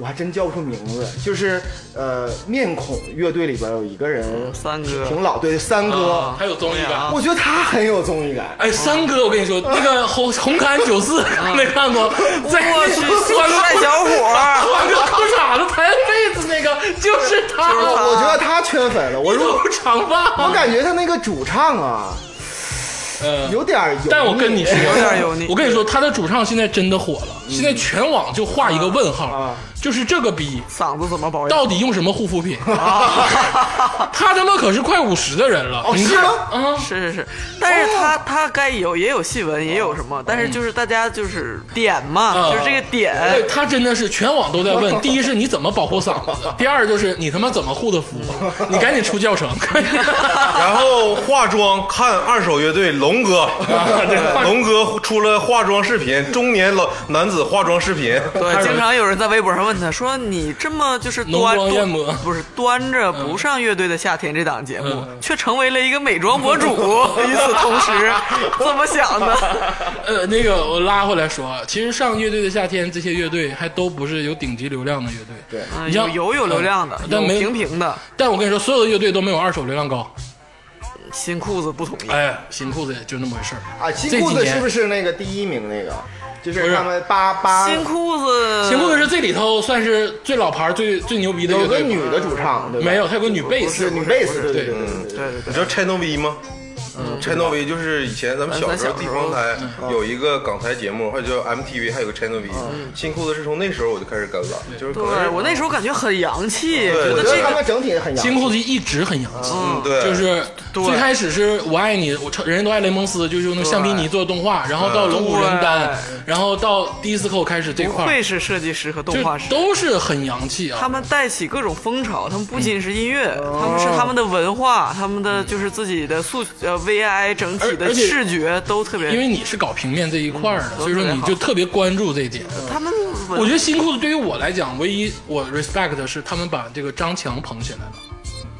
[SPEAKER 6] 我还真叫不出名字，就是呃，面孔乐队里边有一个人，
[SPEAKER 3] 三哥
[SPEAKER 6] 挺老，对，三哥
[SPEAKER 3] 啊，
[SPEAKER 4] 还有综艺感。
[SPEAKER 6] 我觉得他很有综艺感。
[SPEAKER 4] 哎，三哥，我跟你说，那个红红磡九四 没看过，在
[SPEAKER 3] 我去，
[SPEAKER 4] 穿个
[SPEAKER 3] 帅小伙，
[SPEAKER 4] 穿个裤衩子弹被子那个就
[SPEAKER 3] 就
[SPEAKER 4] 是
[SPEAKER 3] 是
[SPEAKER 4] 他，
[SPEAKER 3] 他
[SPEAKER 6] 我觉得他圈粉了，我如果
[SPEAKER 4] 留长
[SPEAKER 6] 我
[SPEAKER 4] 发。
[SPEAKER 6] 感觉他那个主唱啊，
[SPEAKER 4] 嗯
[SPEAKER 6] 有点油腻
[SPEAKER 4] 但我跟你说，
[SPEAKER 3] 有点油腻
[SPEAKER 4] 我跟你说，他的主唱现在真的火了，现在全网就画一个问号
[SPEAKER 6] 啊，
[SPEAKER 4] 就是这个逼
[SPEAKER 3] 嗓子怎么 保养？
[SPEAKER 4] 到底用什么护肤品？
[SPEAKER 3] 啊
[SPEAKER 4] 他他妈可是快五十的人了，
[SPEAKER 6] 哦，
[SPEAKER 4] 你
[SPEAKER 6] 是
[SPEAKER 4] 看
[SPEAKER 6] 吗？
[SPEAKER 4] 啊，
[SPEAKER 3] 是是是，但是他他该有也有细纹，也有什么，但是就是大家就是点嘛，
[SPEAKER 4] 嗯
[SPEAKER 3] 就是这个
[SPEAKER 4] 对
[SPEAKER 3] 点，
[SPEAKER 4] 他真的是全网都在 问，第一是你怎么保护嗓子，第二就是你他妈怎么护的 肤，你赶紧出教程。
[SPEAKER 5] 然后化妆看二手乐队龙 哥，龙哥出了化妆视频，中年老男子化妆视频，
[SPEAKER 3] 对，经常有人在微博上问他说：“你这么就是端
[SPEAKER 4] 浓妆艳抹嗯
[SPEAKER 3] 不是端着不上乐队的夏天这档节目，却成为了一个美妆博主。与此同时，怎么想的？
[SPEAKER 4] 呃，那个我拉回来说啊，其实上乐队的夏天，这些乐队还都不是有顶级流量的乐队。对，
[SPEAKER 3] 嗯有
[SPEAKER 4] 你像
[SPEAKER 3] 有有流量的
[SPEAKER 4] 嗯，
[SPEAKER 3] 有
[SPEAKER 4] 但没
[SPEAKER 3] 平平的，
[SPEAKER 4] 但我跟你说，所有的乐队都没有二手流量高。
[SPEAKER 3] 新裤子不统一。
[SPEAKER 4] 哎，新裤子也就那么回事儿。
[SPEAKER 6] 啊，新裤
[SPEAKER 4] 这
[SPEAKER 6] 子
[SPEAKER 4] 几年
[SPEAKER 6] 是不是那个第一名那个？就
[SPEAKER 4] 不
[SPEAKER 6] 是
[SPEAKER 4] 是
[SPEAKER 6] 他们八八
[SPEAKER 3] 新裤子，
[SPEAKER 4] 哎新裤子是这里头算是最老牌儿、最最牛逼的乐
[SPEAKER 6] 有个
[SPEAKER 4] 队吧。
[SPEAKER 6] 女的主唱，对吧？
[SPEAKER 4] 没有，他有个女贝
[SPEAKER 6] 是
[SPEAKER 4] 斯。
[SPEAKER 6] 女贝斯，对
[SPEAKER 4] 对
[SPEAKER 6] 对对对对。
[SPEAKER 3] 对对对
[SPEAKER 5] 你知道 Channel V 吗？Channel V 就是以前咱们嗯小时候地嗯方台有一个港台节目，还有叫 MTV，还有个 Channel V。新裤子是从那时候我就开始跟了，就是可能
[SPEAKER 3] 对
[SPEAKER 5] 是
[SPEAKER 3] 我那时候感觉很洋气，
[SPEAKER 5] 对
[SPEAKER 3] 觉得
[SPEAKER 6] 我觉得
[SPEAKER 3] 这
[SPEAKER 6] 他
[SPEAKER 3] 个
[SPEAKER 6] 们整体很洋
[SPEAKER 4] 新
[SPEAKER 6] 气。
[SPEAKER 4] 裤子一直很洋气。
[SPEAKER 5] 嗯对，
[SPEAKER 4] 就是
[SPEAKER 3] 对
[SPEAKER 4] 最开始是我爱你，我超人人都爱雷蒙斯，就是用那个橡皮泥做的动画，然后到龙骨人丹，然后到 disco 开始这
[SPEAKER 3] 不
[SPEAKER 4] 块
[SPEAKER 3] 愧
[SPEAKER 4] 儿，
[SPEAKER 3] 是设计师和动
[SPEAKER 4] 就
[SPEAKER 3] 画师，
[SPEAKER 4] 都是很洋气啊。
[SPEAKER 3] 他们带起各种风潮，他们不仅是音乐，
[SPEAKER 4] 嗯
[SPEAKER 3] 他们是他们的文化，
[SPEAKER 4] 哦
[SPEAKER 3] 他们的就是自己的素呃 VI 整体
[SPEAKER 4] 而
[SPEAKER 3] 的
[SPEAKER 4] 而且
[SPEAKER 3] 视觉都特别，
[SPEAKER 4] 因为你是搞平面这一块儿的，
[SPEAKER 3] 嗯
[SPEAKER 4] 所以说你就特别关注这一点。
[SPEAKER 3] 他们文
[SPEAKER 4] 我觉得新裤子对于我来讲，唯一我 respect 的是他们把这个张强捧起来了，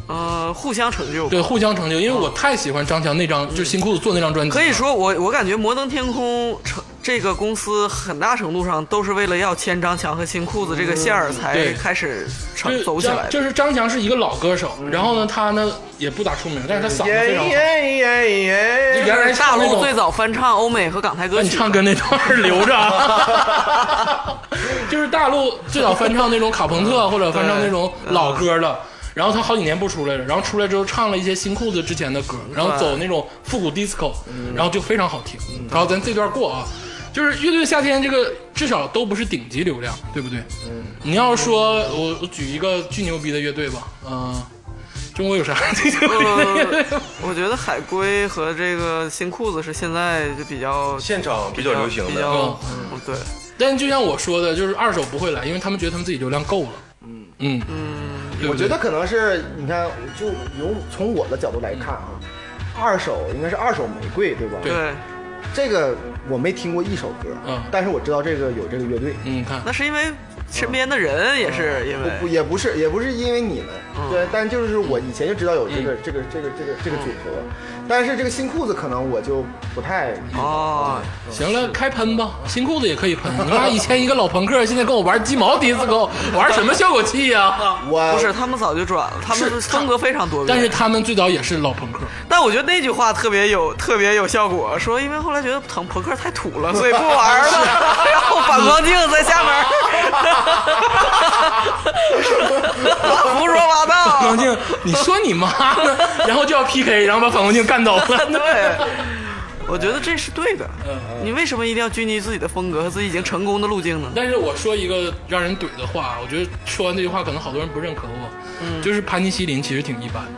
[SPEAKER 3] 呃互相成就。
[SPEAKER 4] 对，互相成就。因为我太喜欢张强那张，就是新裤子做那张专辑
[SPEAKER 3] 嗯
[SPEAKER 4] 了，
[SPEAKER 3] 可以说我我感觉摩登天空成这个公司很大程度上都是为了要签张强和新裤子这个线儿才
[SPEAKER 4] 对
[SPEAKER 3] 开始
[SPEAKER 4] 就
[SPEAKER 3] 成
[SPEAKER 4] 是
[SPEAKER 3] 走起来
[SPEAKER 4] 张
[SPEAKER 3] 的。嗯
[SPEAKER 4] 就是张强是一个老歌手，然后呢，他呢也不咋出名，但是他嗓子非常好。就原来
[SPEAKER 3] 大
[SPEAKER 4] 唱那
[SPEAKER 3] 陆
[SPEAKER 4] 种
[SPEAKER 3] 最早翻唱欧美和港台歌
[SPEAKER 4] 那你
[SPEAKER 3] 曲，
[SPEAKER 4] 唱歌那段儿留着 啊，就是大陆最早翻唱那种卡朋特或者翻唱那种老
[SPEAKER 6] 嗯
[SPEAKER 4] 歌的，然后他好几年不出来了，然后出来之后唱了一些新裤子之前的歌，然后走那种复古 disco，然后
[SPEAKER 6] 嗯
[SPEAKER 4] 就非常好听。然后咱这段过啊，就是乐队夏天这个至少都不是顶级流量，对不对？
[SPEAKER 6] 嗯
[SPEAKER 4] 你要说我我举一个巨牛逼的乐队吧，嗯，中国有啥 最牛逼
[SPEAKER 6] 嗯
[SPEAKER 4] 的乐队
[SPEAKER 3] 呃？，我 觉得海龟和这个新裤子是现在就比较
[SPEAKER 5] 现场比
[SPEAKER 3] 比
[SPEAKER 5] 较流行
[SPEAKER 3] 比
[SPEAKER 5] 的
[SPEAKER 3] 较，
[SPEAKER 4] 嗯
[SPEAKER 3] 嗯对，
[SPEAKER 4] 但就像我说的，就是二手不会来，因为他们觉得他们自己流量够了。嗯嗯嗯，
[SPEAKER 6] 我觉得可能是你看，就由从我的角度来看啊，二手应该是二手玫瑰对吧？
[SPEAKER 4] 对
[SPEAKER 3] 对，
[SPEAKER 6] 这个我没听过一首歌，
[SPEAKER 4] 嗯
[SPEAKER 6] 但是我知道这个有这个乐队。
[SPEAKER 4] 嗯，你看
[SPEAKER 3] 那是因为身边的人也
[SPEAKER 4] 嗯
[SPEAKER 3] 是因
[SPEAKER 6] 不不
[SPEAKER 3] 为
[SPEAKER 6] 也不是也不是因为你们，对，但就是我以前就知道有这个、这个这个这个这个组合，但是这个新裤子可能我就不太
[SPEAKER 3] 哦，
[SPEAKER 4] 行了，开喷吧，新裤子也可以喷。你妈以前一个老朋克，现在跟我玩鸡毛迪斯科，玩什么效果器呀、
[SPEAKER 6] 我
[SPEAKER 3] 不是他们早就转了，他们
[SPEAKER 4] 是
[SPEAKER 3] 风格非常多变。
[SPEAKER 4] 但是他们最早也是老朋克，
[SPEAKER 3] 但我觉得那句话特别有特别有效果，说因为后来觉得腾朋克太土了，所以不玩 了， 然后反光镜在下面儿， 胡说八道。
[SPEAKER 4] 反光镜，你说你妈呢？ 然后就要 PK，然后把反光镜干倒了。
[SPEAKER 3] 对，我觉得这是对的。
[SPEAKER 4] 嗯
[SPEAKER 3] 你为什么一定要拘泥自己的风格和自己已经成功的路径呢？
[SPEAKER 4] 但是我说一个让人怼的话，我觉得说完这句话，可能好多人不认可我。就是盘尼西林其实挺一般的。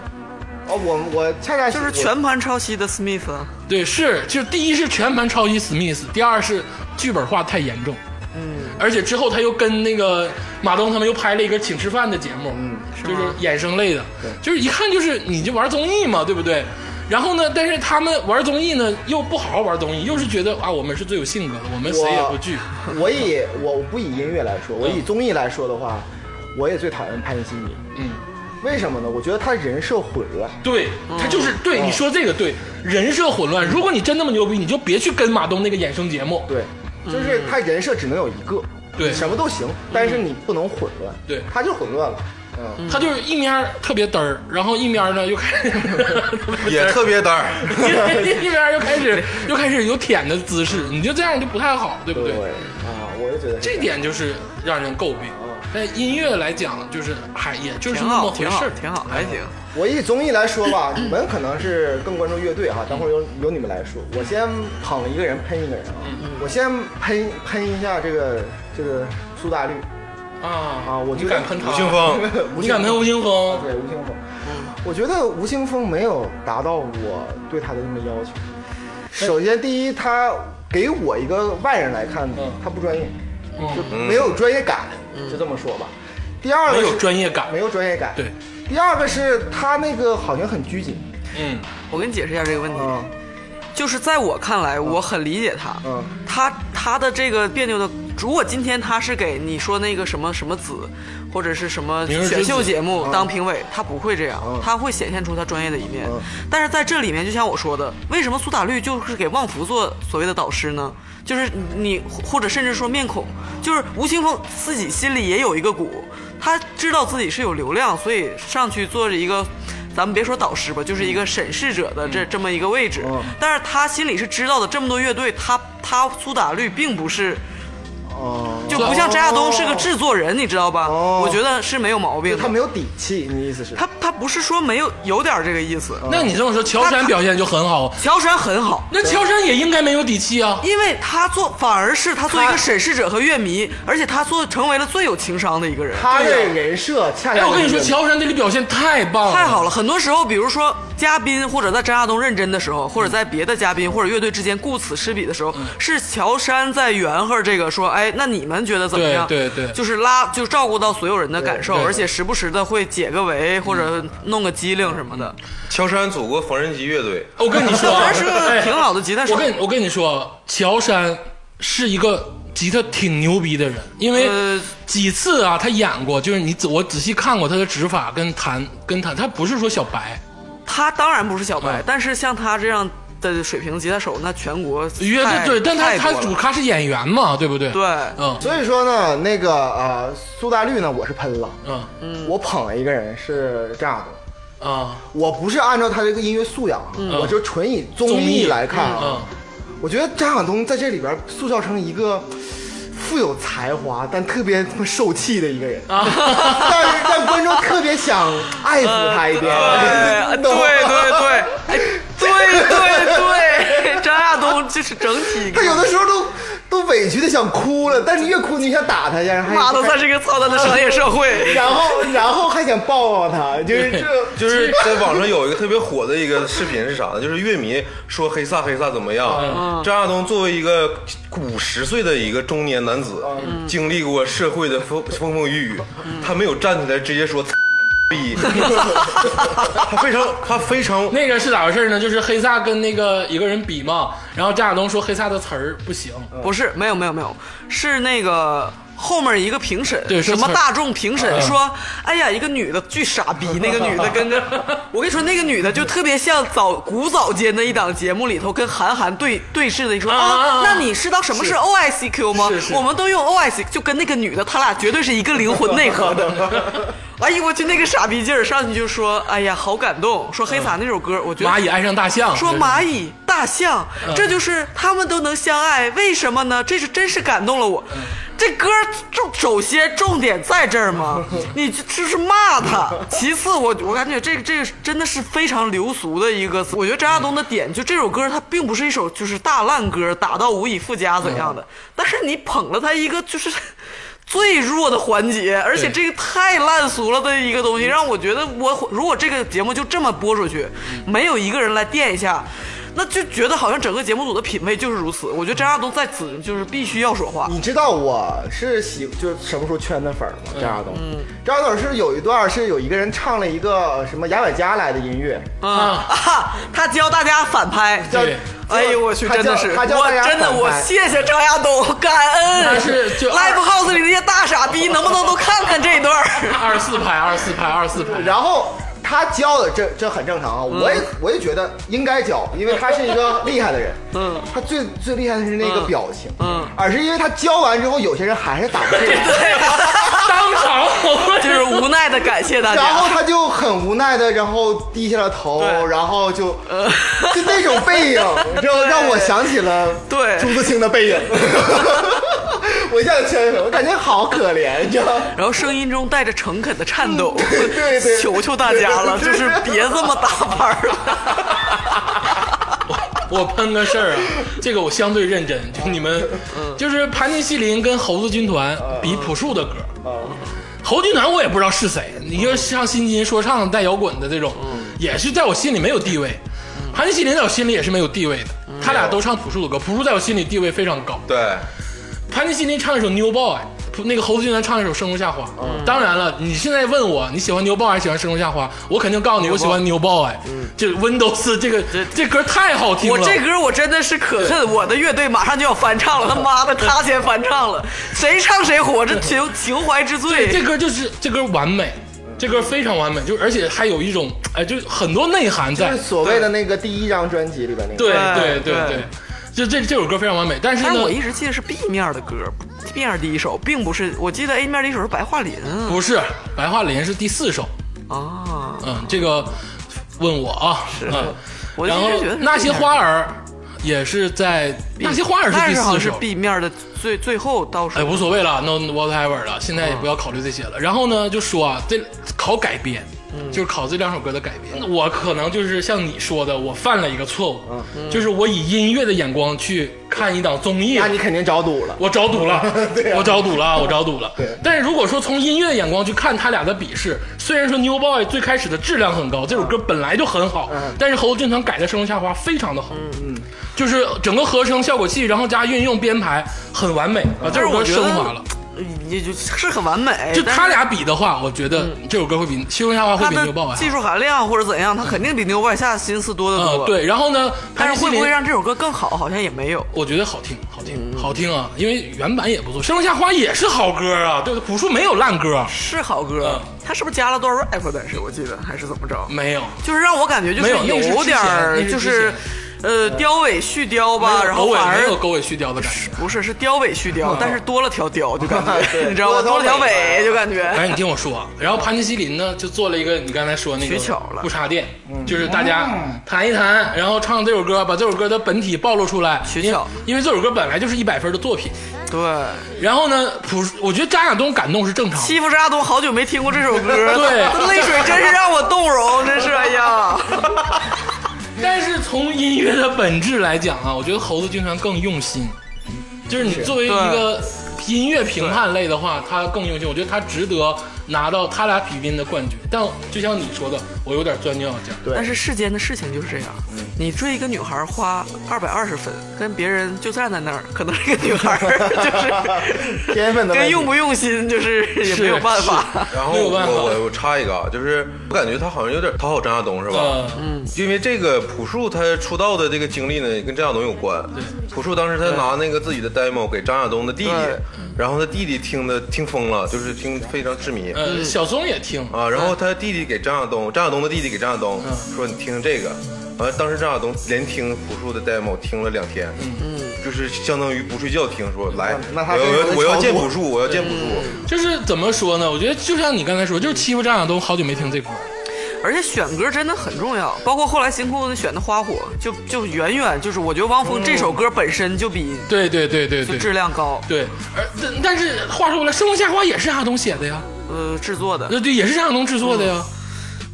[SPEAKER 6] 哦，我我恰恰
[SPEAKER 3] 就是
[SPEAKER 6] 我
[SPEAKER 3] 全盘抄袭的 Smith 啊，
[SPEAKER 4] 对，是，就第一是全盘抄袭史密斯，第二是剧本化太严重。嗯，而且之后他又跟那个马东他们又拍了一个请吃饭的节目，嗯，就是衍生类的，就是一看就是你就玩综艺嘛，对不对？然后呢，但是他们玩综艺呢又不好好玩综艺，又是觉得啊我们是最有性格的，我们谁也不惧。
[SPEAKER 6] 我以我不以音乐来说，我以综艺来说的话，我也最讨厌潘欣怡。嗯，为什么呢？我觉得他人设混乱。
[SPEAKER 4] 对他就是对你说这个对人设混乱。如果你真那么牛逼，你就别去跟马东那个衍生节目。
[SPEAKER 6] 对，就是他人设只能有一个，
[SPEAKER 4] 对
[SPEAKER 6] 你什么都行，但是你不能混乱。
[SPEAKER 4] 对
[SPEAKER 6] 他就混乱了。嗯，
[SPEAKER 4] 他就是一面儿特别嘚儿，然后一面儿呢又开始
[SPEAKER 5] 也特别单儿。
[SPEAKER 4] 一边儿又开始又开始有舔的姿势，你就这样就不太好，对不对？
[SPEAKER 6] 啊，我也觉得是
[SPEAKER 4] 这点就是让人诟病。但音乐来讲，就是还也就是
[SPEAKER 3] 挺
[SPEAKER 4] 那
[SPEAKER 3] 好，
[SPEAKER 4] 么回
[SPEAKER 3] 挺好
[SPEAKER 4] 事儿，，嗯
[SPEAKER 3] 挺好，还行。
[SPEAKER 6] 我以综艺来说吧，你们可能是更关注乐队哈，等会儿由
[SPEAKER 4] 嗯
[SPEAKER 6] 由你们来说。我先捧一个人喷一个人啊，
[SPEAKER 4] 嗯
[SPEAKER 6] 我先喷喷一下这个这个苏打绿，
[SPEAKER 4] 啊
[SPEAKER 6] 啊我觉
[SPEAKER 4] 你
[SPEAKER 6] 得
[SPEAKER 4] 敢喷他？
[SPEAKER 5] 吴青 峰，
[SPEAKER 4] 哦你敢喷吴青峰？嗯
[SPEAKER 6] 对吴青峰，我觉得吴青峰没有达到我对他的这么要求。
[SPEAKER 4] 嗯
[SPEAKER 6] 首先，第一，他给我一个外人来看
[SPEAKER 4] 嗯，
[SPEAKER 6] 他不专业，
[SPEAKER 4] 嗯
[SPEAKER 6] 就没有专业感，就这么说吧。第二个
[SPEAKER 4] 没
[SPEAKER 6] 是
[SPEAKER 4] 有专业感
[SPEAKER 6] 没有专业感。
[SPEAKER 4] 对。
[SPEAKER 6] 第二个是他那个好像很拘谨，
[SPEAKER 4] 嗯，
[SPEAKER 3] 我给你解释一下这个问题，
[SPEAKER 6] 嗯
[SPEAKER 3] 就是在我看来，我很理解他，
[SPEAKER 6] 嗯
[SPEAKER 3] 他他的这个别扭的，如果今天他是给你说那个什么什么子，或者是什么
[SPEAKER 4] 明日之子
[SPEAKER 3] 选秀节
[SPEAKER 6] 嗯
[SPEAKER 3] 目当评委，他不会这样，他会显现出他专业的一面。
[SPEAKER 6] 嗯
[SPEAKER 3] 但是在这里面，就像我说的，为什么苏打绿就是给旺福做所谓的导师呢？就是你，或者甚至说面孔，就是吴青峰自己心里也有一个鼓，他知道自己是有流量，所以上去做着一个，咱们别说导师吧，就是一个审视者
[SPEAKER 6] 嗯
[SPEAKER 3] 的这、这么一个位置。但是他心里是知道的，这么多乐队，他他苏打绿并不是，
[SPEAKER 6] 哦、
[SPEAKER 3] 就不像张亚东是个制作人，你知道吧？
[SPEAKER 6] 哦
[SPEAKER 3] 我觉得是没有毛病
[SPEAKER 6] 就
[SPEAKER 3] 的。
[SPEAKER 6] 他没有底气，你意思是？
[SPEAKER 3] 他他不是说没有，有点这个意思。
[SPEAKER 4] 那你这么说，乔杉表现就很好，
[SPEAKER 3] 乔杉很好，
[SPEAKER 4] 那乔杉也应该没有底气啊。
[SPEAKER 3] 因为他做反而是他做一
[SPEAKER 6] 他
[SPEAKER 3] 个审视者和乐迷，而且他做成为了最有情商的一个人。
[SPEAKER 6] 他的人设恰恰
[SPEAKER 4] 哎，我跟你说，
[SPEAKER 6] 就是
[SPEAKER 4] 乔杉这里表现太棒了，
[SPEAKER 3] 太好了，很多时候，比如说嘉宾或者在张亚东认真的时候，或者在别的嘉宾或者乐队之间顾此失彼的时候，
[SPEAKER 4] 嗯
[SPEAKER 3] 是乔杉在圆和这个说，哎，那你们觉得怎么样？
[SPEAKER 4] 对对对
[SPEAKER 3] 就是拉就照顾到所有人的感受，
[SPEAKER 4] 对对
[SPEAKER 3] 而且时不时的会解个围或者弄个机灵什么的，
[SPEAKER 5] 乔杉组过缝纫机乐队，
[SPEAKER 4] 我跟你说
[SPEAKER 3] 当
[SPEAKER 4] 啊，
[SPEAKER 3] 然是个挺好的吉他手
[SPEAKER 4] 我。跟我跟你说，乔杉是一个吉他挺牛逼的人，因为
[SPEAKER 3] 呃
[SPEAKER 4] 几次啊，他演过，就是你仔我仔细看过他的指法跟弹跟弹，他不是说小白，
[SPEAKER 3] 他当然不是小白，
[SPEAKER 4] 嗯
[SPEAKER 3] 但是像他这样的水平吉他手，那全国
[SPEAKER 4] 乐
[SPEAKER 3] 太
[SPEAKER 4] 队对，但他
[SPEAKER 3] 太多了
[SPEAKER 4] 他主咖是演员嘛，对不对？
[SPEAKER 3] 对
[SPEAKER 4] 嗯
[SPEAKER 6] 所以说呢，那个呃，苏打绿呢，我是喷了，
[SPEAKER 4] 嗯
[SPEAKER 6] 我捧了一个人是这样的，
[SPEAKER 4] 啊，
[SPEAKER 6] 我不是按照他这个音乐素养啊，我就纯以综
[SPEAKER 4] 嗯综艺
[SPEAKER 6] 艺来看啊。
[SPEAKER 4] 嗯，
[SPEAKER 6] 我觉得张晓东在这里边塑造成一个富有才华但特别他妈受气的一个人，
[SPEAKER 4] 啊
[SPEAKER 6] 但是让观众特别想爱抚 他一遍。
[SPEAKER 3] 对对
[SPEAKER 6] 你懂吗
[SPEAKER 3] 对对，哎对对对，张亚东就是整 体
[SPEAKER 6] 他有的时候都都委屈的想哭了，但是越哭你想打他一下，还
[SPEAKER 3] 妈的， 算是个操蛋的商业社会。
[SPEAKER 6] 然后然后还想抱抱他，就是这。
[SPEAKER 5] 就是在网上有一个特别火的一个视频是啥呢？就是乐迷说黑撒黑撒怎么
[SPEAKER 4] 嗯
[SPEAKER 5] 样？张亚东作为一个五十岁的一个中年男子，经历过社会的风风风雨雨，
[SPEAKER 4] 嗯
[SPEAKER 5] 他没有站起来直 接说逼，他非常他非常
[SPEAKER 4] 那个是咋回事呢？就是黑撒跟那个一个人比嘛，然后张亚东说黑撒的词儿不行，
[SPEAKER 3] 不是，没有没有没有，是那个。后面一个评审，
[SPEAKER 4] 对说
[SPEAKER 3] 什么
[SPEAKER 4] 词儿嗯
[SPEAKER 3] 大众评审说，哎呀，一个女的巨傻逼，那个 女的跟着，我跟你说，那个女的就特别像早古早间的一档节目里头跟韩寒对对视的，你说
[SPEAKER 4] 啊啊啊
[SPEAKER 3] 啊，那你知道什么是 O I C Q 吗
[SPEAKER 4] 是是？
[SPEAKER 3] 我们都用 O I C，就跟那个女的，她俩绝对是一个灵魂内核 的。哎呦我去，那个傻逼劲儿上去就说，哎呀，好感动，说黑撒那首歌，我觉得
[SPEAKER 4] 蚂蚁爱上大象，
[SPEAKER 3] 说
[SPEAKER 4] 就是
[SPEAKER 3] 蚂蚁、大象，这就是他们都能相爱，为什么呢？这是真是感动了我。这歌重首先重点在这儿吗？你这这是骂他。其次我，我感觉这个这个真的是非常流俗的一个。我觉得张亚东的点就这首歌，它并不是一首就是大烂歌，打到无以复加怎样的。但是你捧了他一个就是最弱的环节，而且
[SPEAKER 4] 对
[SPEAKER 3] 这个太烂俗了的一个
[SPEAKER 6] 嗯嗯
[SPEAKER 3] 东西，让我觉得我如果这个节目就这么播出去，没有一个人来垫一下。那就觉得好像整个节目组的品味就是如此。我觉得张亚东在此就是必须要说话。
[SPEAKER 6] 你知道我是喜就是什么时候圈的粉儿
[SPEAKER 3] 嗯
[SPEAKER 6] 吗？张亚东，张亚东是有一段是有一个人唱了一个什么牙买加来的音乐，
[SPEAKER 3] 啊啊！他教大家反拍，
[SPEAKER 6] 叫
[SPEAKER 4] 对
[SPEAKER 3] 哎呦我去，
[SPEAKER 6] 他
[SPEAKER 3] 真
[SPEAKER 6] 教
[SPEAKER 3] 的是，
[SPEAKER 6] 他教
[SPEAKER 3] 我
[SPEAKER 6] 大家
[SPEAKER 3] 真的
[SPEAKER 6] 反
[SPEAKER 3] 我
[SPEAKER 6] 拍
[SPEAKER 3] 谢谢张亚东，感恩。
[SPEAKER 4] 但是就
[SPEAKER 3] Live House 里那些大傻逼，能不能都看看这一段儿？
[SPEAKER 4] 二十四拍，二十四拍，二十四拍。
[SPEAKER 6] 然后他教的这这很正常啊，我也我也觉得应该教，因为他是一个厉害的人。
[SPEAKER 3] 嗯，
[SPEAKER 6] 他最最厉害的是那个表情，
[SPEAKER 3] 嗯，
[SPEAKER 6] 而是因为他教完之后，有些人还是打不出来，
[SPEAKER 4] 当场我们
[SPEAKER 3] 就是无奈的感谢大
[SPEAKER 6] 然后
[SPEAKER 3] 家。
[SPEAKER 6] 他就很无奈的，然后低下了头
[SPEAKER 3] 对，
[SPEAKER 6] 然后就 就那种背影，让让我想起了
[SPEAKER 3] 对
[SPEAKER 6] 朱自清的背影。 我一下子圈粉，我感觉好可怜，你知道吗？
[SPEAKER 3] 然后声音中带着诚恳的颤抖，
[SPEAKER 6] 嗯对对
[SPEAKER 3] 求求大家了，
[SPEAKER 6] 对
[SPEAKER 3] 就
[SPEAKER 6] 对
[SPEAKER 3] 是别这么打板儿了。
[SPEAKER 4] 我喷个事儿啊，这个我相对认真，就你们，就是盘尼西林跟猴子军团比朴树的歌，猴子军团我也不知道是谁，你就像新金说唱带摇滚的这种，也是在我心里没有地位，盘尼西林在我心里也是嗯没有地位的，他俩都唱朴树的歌，朴树在我心里地位非常高，
[SPEAKER 5] 对，
[SPEAKER 4] 盘尼西林唱一首《New Boy》，那个猴子军团唱一首《生如夏花》。当然了，你现在问我你喜欢《New Boy》还是喜欢《生如夏花》，我肯定告诉你，我喜欢《New Boy》。这 Windows 这个这歌太好听了。
[SPEAKER 3] 我这歌我真的是可 恨，我的乐队马上就要翻唱了，他妈的他先翻唱了，谁唱谁火，这情情怀之
[SPEAKER 4] 对 这
[SPEAKER 3] 最。
[SPEAKER 4] 歌就是这歌完美，这歌非常完美，就是而且还有一种哎，就是很多内涵在
[SPEAKER 6] 就是。所谓的那个第一张专辑里边那个。
[SPEAKER 4] 对
[SPEAKER 3] 对
[SPEAKER 4] 对对
[SPEAKER 3] 对
[SPEAKER 4] 对，就这这首歌非常完美，但是
[SPEAKER 3] 但
[SPEAKER 4] 呢
[SPEAKER 3] 我，一直记得是 B 面的歌，B 面第一首，并不是，我记得 A 面第一首是白桦林
[SPEAKER 4] 不是白桦林是第四首，
[SPEAKER 3] 啊，
[SPEAKER 4] 嗯，这个问我啊，
[SPEAKER 3] 是
[SPEAKER 4] 嗯
[SPEAKER 3] 我一
[SPEAKER 4] 然后
[SPEAKER 3] 直觉得是
[SPEAKER 4] 那些
[SPEAKER 3] B 面
[SPEAKER 4] 花儿也是在那些花儿是
[SPEAKER 3] 但
[SPEAKER 4] 第
[SPEAKER 3] 是好
[SPEAKER 4] 四
[SPEAKER 3] 像是
[SPEAKER 4] 首，
[SPEAKER 3] B 面的最最后倒数
[SPEAKER 4] 哎，。无所谓了，no whatever 了，现在也不要考虑这些了。然后呢，就说啊，这考改编，就是考这两首歌的改编。我可能就是像你说的，我犯了一个错误，就是我以音乐的眼光去看一档综艺
[SPEAKER 6] 那。你肯定找堵了。
[SPEAKER 4] 我找赌 了，
[SPEAKER 3] 啊
[SPEAKER 4] 我找赌了，我找赌了。但是如果说从音乐眼光去看他俩的比试，虽然说 New Boy 最开始的质量很高，这首歌本来就很好，
[SPEAKER 3] 嗯
[SPEAKER 4] 但是猴子军团改的《生如夏花》非常的好，嗯，就是整个和声、效果器，然后加运用编排很完美，把这
[SPEAKER 3] 哎但是
[SPEAKER 4] 首歌
[SPEAKER 3] 我觉
[SPEAKER 4] 升
[SPEAKER 3] 得
[SPEAKER 4] 华了。，
[SPEAKER 3] 也就是很完美。
[SPEAKER 4] 就
[SPEAKER 3] 但是嗯
[SPEAKER 4] 他俩比的话，我觉得这首歌会比《西游夏花》会
[SPEAKER 3] 他
[SPEAKER 4] 比《牛爆》啊
[SPEAKER 3] 的技
[SPEAKER 4] 还好。
[SPEAKER 3] 术含量或者怎样，他肯定比牛外下心思多得
[SPEAKER 4] 嗯
[SPEAKER 3] 多。，，
[SPEAKER 4] 对。然后呢，
[SPEAKER 3] 但是会不会
[SPEAKER 4] 潘西林
[SPEAKER 3] 让这嗯首歌更好？好像也没有。
[SPEAKER 4] 我觉得好听，好听，好听啊！因为原版也不错，《生如夏花》也是好歌啊，对不对？朴树没有烂歌，啊
[SPEAKER 3] 是好歌，
[SPEAKER 4] 嗯
[SPEAKER 3] 他是不是加了段 rap？但是我记得还是怎么着，
[SPEAKER 4] 没有。
[SPEAKER 3] 就是让我感觉就是
[SPEAKER 4] 嗯没有那是之前
[SPEAKER 3] 点儿
[SPEAKER 4] 那是之前嗯
[SPEAKER 3] 就是，呃，雕尾续雕
[SPEAKER 4] 没
[SPEAKER 3] 吧，
[SPEAKER 4] 有
[SPEAKER 3] 然后
[SPEAKER 4] 狗尾
[SPEAKER 3] 反
[SPEAKER 4] 没有嗯
[SPEAKER 3] 而
[SPEAKER 4] 狗尾续貂的感觉。
[SPEAKER 3] 不是是雕尾续雕，但是多了条雕，就感 觉
[SPEAKER 6] 对
[SPEAKER 3] 你知道吗？多
[SPEAKER 6] 多
[SPEAKER 3] 了
[SPEAKER 6] 了
[SPEAKER 3] 条
[SPEAKER 6] 条尾
[SPEAKER 3] 尾就感觉。
[SPEAKER 4] 哎，你听我说啊，然后盘尼西林呢，就做了一个你刚才说那个
[SPEAKER 3] 取巧了嗯
[SPEAKER 4] 不插电，就是大家弹一弹，然后唱这首歌，把这首歌的本体暴露出来。
[SPEAKER 3] 取巧
[SPEAKER 4] 因为，因为这首歌本来就是一百分的作品。
[SPEAKER 3] 对，
[SPEAKER 4] 然后呢，朴树，我觉得张亚东感动是正常的。
[SPEAKER 3] 欺负沙东好久没听过这首歌，
[SPEAKER 4] 对
[SPEAKER 3] 泪水真是让我动容，真是哎呀。
[SPEAKER 4] 但是从音乐的本质来讲啊，我觉得猴子军团更用心。就是你作为一个音乐评判类的话，他更用心，我觉得他值得拿到他俩比拼的冠军。但就像你说的，我有点钻牛角尖儿。
[SPEAKER 3] 但是世间的事情就是这样，
[SPEAKER 6] 嗯
[SPEAKER 3] 你追一个女孩花二百二十分，跟别人就站在那儿，可能这个女孩儿就是
[SPEAKER 6] 天分的问
[SPEAKER 3] 跟
[SPEAKER 6] 题
[SPEAKER 3] 用不用心就是也没有办法。
[SPEAKER 5] 然后
[SPEAKER 4] 没有
[SPEAKER 5] 我
[SPEAKER 4] 办法
[SPEAKER 5] 我我插一个啊，就是我感觉他好像有点讨好张亚东是吧？
[SPEAKER 4] 呃，
[SPEAKER 5] 因为这个朴树他出道的这个经历呢，跟张亚东有关。朴树当时他拿那个自己的 demo 给张亚东的弟弟
[SPEAKER 3] 对，
[SPEAKER 5] 然后他弟弟听的听疯了，就是听非常痴迷。
[SPEAKER 4] 呃，小松也听，
[SPEAKER 5] 啊，然后他弟弟给张亚东，张亚东的弟弟给张亚东
[SPEAKER 6] 嗯
[SPEAKER 5] 说：“你听听这个。”完了，当时张亚东连听朴树的 demo 听了两天，嗯，就是相当于不睡觉听，说来，
[SPEAKER 6] 嗯那他
[SPEAKER 5] 我
[SPEAKER 6] 非常
[SPEAKER 5] 要
[SPEAKER 6] 的
[SPEAKER 5] 我要
[SPEAKER 6] 超嗯
[SPEAKER 5] 见
[SPEAKER 6] 脱
[SPEAKER 5] 朴树，我要见朴树。
[SPEAKER 4] 就是怎么说呢？我觉得就像你刚才说，就是欺负张亚东好久没听这歌。
[SPEAKER 3] 而且选歌真的很重要，包括后来星空选的《花火》，就就远远就是我觉得汪峰这
[SPEAKER 6] 嗯
[SPEAKER 3] 首歌本身就比
[SPEAKER 4] 对对对对
[SPEAKER 3] 就
[SPEAKER 4] 对
[SPEAKER 3] 质量高，
[SPEAKER 4] 对。而但但是话说回来，《生如夏花》也是张亚东写的呀，嗯
[SPEAKER 3] 呃，制作的。
[SPEAKER 4] 那对，也是张亚东制作的呀。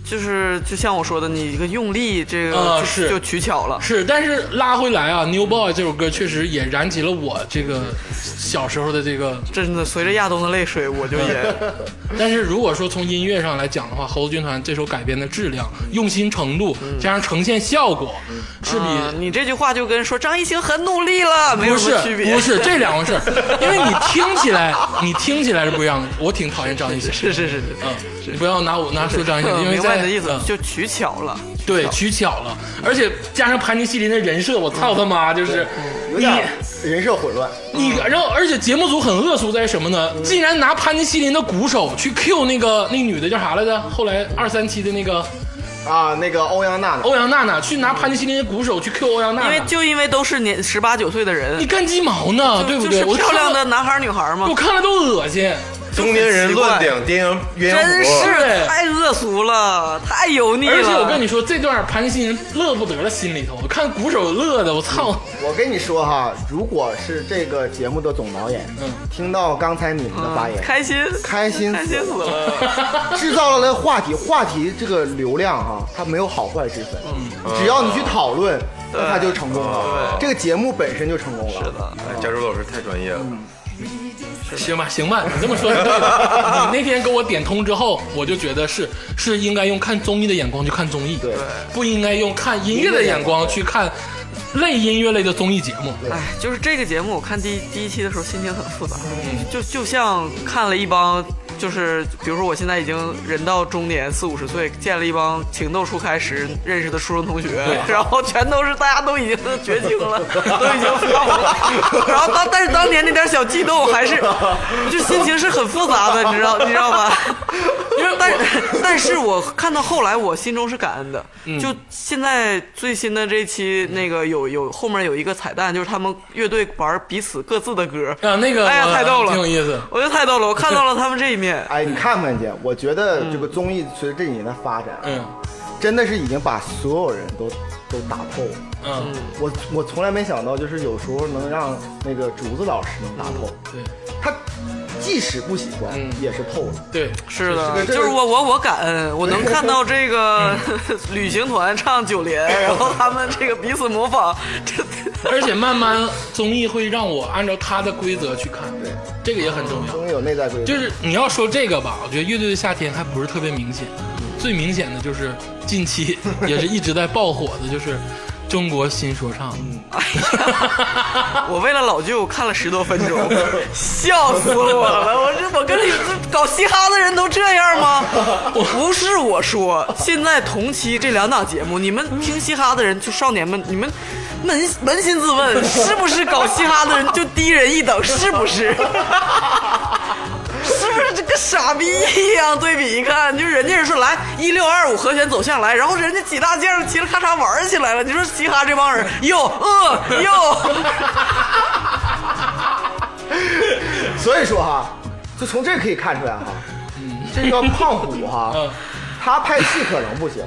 [SPEAKER 3] 就是就像我说的，你一个用力，这个就、
[SPEAKER 4] 啊是
[SPEAKER 3] 就取巧了。
[SPEAKER 4] 是，但是拉回来啊，《New Boy》这首歌确实也燃起了我这个小时候的这个。
[SPEAKER 3] 真的，随着亚东的泪水，我就也
[SPEAKER 4] 但是如果说从音乐上来讲的话，《猴子军团》这首改编的质量、用心程度，加上呈现效果，是 比
[SPEAKER 3] 啊你这句话就跟说张艺兴很努力了没有
[SPEAKER 4] 不
[SPEAKER 3] 什
[SPEAKER 4] 是
[SPEAKER 3] 么区别。
[SPEAKER 4] 不是这两回事儿， 因为你听起来你听起来是不一样的。我挺讨厌张艺兴，
[SPEAKER 3] 是是是 是，
[SPEAKER 4] 嗯，你不要拿我拿说张艺兴，因为
[SPEAKER 3] 明白
[SPEAKER 4] 在
[SPEAKER 3] 你的意思
[SPEAKER 4] 嗯，
[SPEAKER 3] 就取巧了。
[SPEAKER 4] 对取巧了，而且加上盘尼西林的人设，我操他妈就是
[SPEAKER 3] 嗯
[SPEAKER 6] 有
[SPEAKER 4] 你
[SPEAKER 6] 点人设混乱。
[SPEAKER 4] 你，然后而且节目组很恶俗在什么呢？
[SPEAKER 3] 嗯
[SPEAKER 4] 竟然拿盘尼西林的鼓手去 Q 那个那女的叫啥来着？后来二三期的那个
[SPEAKER 6] 啊，那个欧阳娜娜，
[SPEAKER 4] 欧阳娜娜去拿盘尼西林的鼓手去 Q 欧阳娜
[SPEAKER 3] 因为
[SPEAKER 4] 娜，
[SPEAKER 3] 就因为都是年十八九岁的人
[SPEAKER 4] 你，干鸡毛
[SPEAKER 3] 啊
[SPEAKER 4] 呢？对不对？
[SPEAKER 3] 就是
[SPEAKER 4] 我
[SPEAKER 3] 漂
[SPEAKER 4] 看
[SPEAKER 3] 亮
[SPEAKER 4] 了
[SPEAKER 3] 的男孩儿女孩儿嘛
[SPEAKER 4] 我，看了都恶心。
[SPEAKER 5] 中年人乱顶鸳鸯鸳鸯
[SPEAKER 3] 真
[SPEAKER 5] 谱，
[SPEAKER 3] 是太恶俗了，太油腻了。
[SPEAKER 4] 而且我跟你说，这段盘尼西林乐不得了，心里头，我看鼓手乐的，我操！
[SPEAKER 6] 我跟你说哈，如果是这个节目的总导演，听到刚才你们的发言，
[SPEAKER 3] 开心，
[SPEAKER 6] 开心
[SPEAKER 3] 开心死了。
[SPEAKER 6] 制造了话题，话题这个流量哈、它没有好坏之分，
[SPEAKER 4] 嗯
[SPEAKER 6] 只要你去讨论，那它就成功了。这个节目本身就成功了。
[SPEAKER 5] 哎加州老师太专业
[SPEAKER 6] 嗯
[SPEAKER 5] 了，
[SPEAKER 4] 行吧，行吧，你这么说是对 的。你那天给我点通之后，我就觉得是是应该用看综艺的眼光去看综艺，
[SPEAKER 6] 对，。
[SPEAKER 4] 不应该用看音乐的眼光去看类音乐类的综艺节目。
[SPEAKER 3] 哎，就是这个节目，我看第一第一期的时候心情很复杂，就就像看了一帮，就是比如说我现在已经人到中年四五十岁，见了一帮情窦初开时认识的初中同学，然后全都是大家都已经绝情了，都已经放了，然后当但是当年那点小悸动还是，就心情是很复杂的，你知道你知道吧？因为但但是我看到后来，我心中是感恩的。就现在最新的这一期，那个有有后面有一个彩蛋，就是他们乐队玩彼此各自的歌。
[SPEAKER 4] 啊，那个
[SPEAKER 3] 哎呀，
[SPEAKER 4] 我
[SPEAKER 3] 太逗了，
[SPEAKER 4] 挺有意思。
[SPEAKER 3] 我觉得太逗了，我看到了他们这一面
[SPEAKER 6] 哎，你看看去，我觉得这个综艺随着这几年的发展，
[SPEAKER 4] 嗯
[SPEAKER 6] 真的是已经把所有人都都打透了。
[SPEAKER 4] 嗯，
[SPEAKER 6] 我我从来没想到，就是有时候能让那个竹子老师能打透，
[SPEAKER 3] 嗯
[SPEAKER 4] 对
[SPEAKER 6] 他即使不喜欢、
[SPEAKER 4] 嗯
[SPEAKER 6] 也是透了。
[SPEAKER 4] 对，
[SPEAKER 3] 是的，
[SPEAKER 6] 是这个嗯
[SPEAKER 3] 就是我我我感恩，我能看到这个 旅行团唱九连，然后他们这个彼此模仿，这
[SPEAKER 4] 而且慢慢综艺会让我按照他的规则去看，
[SPEAKER 6] 对，
[SPEAKER 4] 这个也很重要。
[SPEAKER 6] 终于有内在规律，
[SPEAKER 4] 就是你要说这个吧，我觉得乐队的夏天还不是特别明显，最明显的就是近 期也是一直在爆火的，就是中国新说唱。
[SPEAKER 6] 嗯
[SPEAKER 3] 我为了老舅看了十多分钟，笑死我了！我这我跟你这搞嘻哈的人都这样吗？不是我说，现在同期这两档节目，你们听嘻哈的人，就少年们，你们扪扪心自问，是不是搞嘻哈的人就低人一等？是不是？是不是这跟傻逼一样？对比一看，就人家是说来一六二五和弦走向来，然后人家几大件儿齐了咔嚓玩儿起来了。你说嘻哈这帮人，哟呃哟。
[SPEAKER 6] 所以说哈，就从这可以看出来哈，
[SPEAKER 4] 嗯
[SPEAKER 6] 这个胖 虎哈，他拍戏可能不行，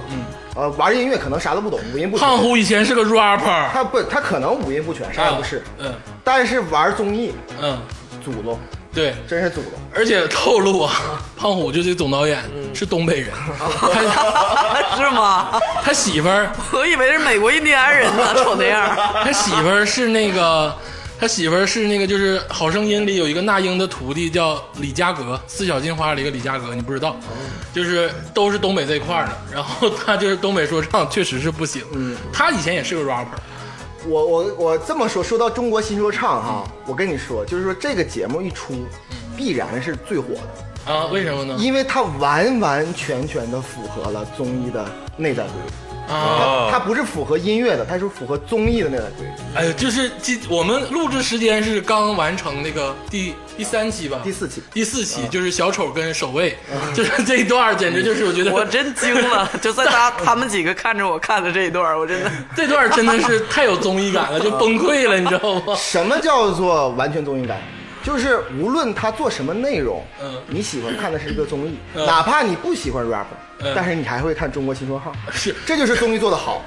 [SPEAKER 6] 呃，玩音乐可能啥都不懂，五音不
[SPEAKER 4] 嗯
[SPEAKER 6] 全。
[SPEAKER 4] 胖虎以前是个 rapper，
[SPEAKER 6] 他不，他可能五音不全，啥也不是，
[SPEAKER 4] 嗯
[SPEAKER 6] 但是玩综艺
[SPEAKER 4] 嗯，
[SPEAKER 6] 祖宗，
[SPEAKER 4] 对，
[SPEAKER 6] 真是祖宗。
[SPEAKER 4] 而且透露啊，胖虎就是总导演
[SPEAKER 6] 嗯
[SPEAKER 4] 是东 北人，他
[SPEAKER 3] 是吗？
[SPEAKER 4] 他媳妇儿
[SPEAKER 3] 我以为是美国印第安人呢，瞅那样。
[SPEAKER 4] 他媳妇儿是那个，他媳妇儿是那个，就是《好声音》里有一个那英的徒弟叫李嘉格，四小金花里一个李嘉格，你不知道，
[SPEAKER 3] 哦
[SPEAKER 4] 就是都是东北这块儿的。然后他就是东北说唱，确实是不行。
[SPEAKER 3] 嗯
[SPEAKER 4] 他以前也是个 rapper，
[SPEAKER 6] 我我我这么说，说到中国新说唱哈，
[SPEAKER 4] 嗯
[SPEAKER 6] 我跟你说，就是说这个节目一出，必然是最火的，
[SPEAKER 4] 啊，为什么呢？
[SPEAKER 6] 因为它完完全全的符合了综艺的内在规律。
[SPEAKER 4] 啊
[SPEAKER 6] 它它不是符合音乐的，它是符合综艺的内在规律。
[SPEAKER 4] 哎呦，就是今我们录制时间是刚完成那个第第三期吧，
[SPEAKER 6] 第四期
[SPEAKER 4] 第四
[SPEAKER 3] 啊
[SPEAKER 4] 期就是小丑跟守卫，就是这一段儿简直就是我觉得
[SPEAKER 3] 嗯我真惊了，就在他他们几个看着我看的这一段，我真的
[SPEAKER 4] 这段儿真的是太有综艺感了，就崩溃了，你知道 吗？
[SPEAKER 6] 什么叫做完全综艺感？就是无论他做什么内容，
[SPEAKER 4] 嗯
[SPEAKER 6] 你喜欢看的是一个综艺，
[SPEAKER 4] 嗯
[SPEAKER 6] 哪怕你不喜欢 rap，、
[SPEAKER 4] 嗯
[SPEAKER 6] 但是你还会看中国新说唱，
[SPEAKER 4] 是
[SPEAKER 6] 这就是综艺做的好。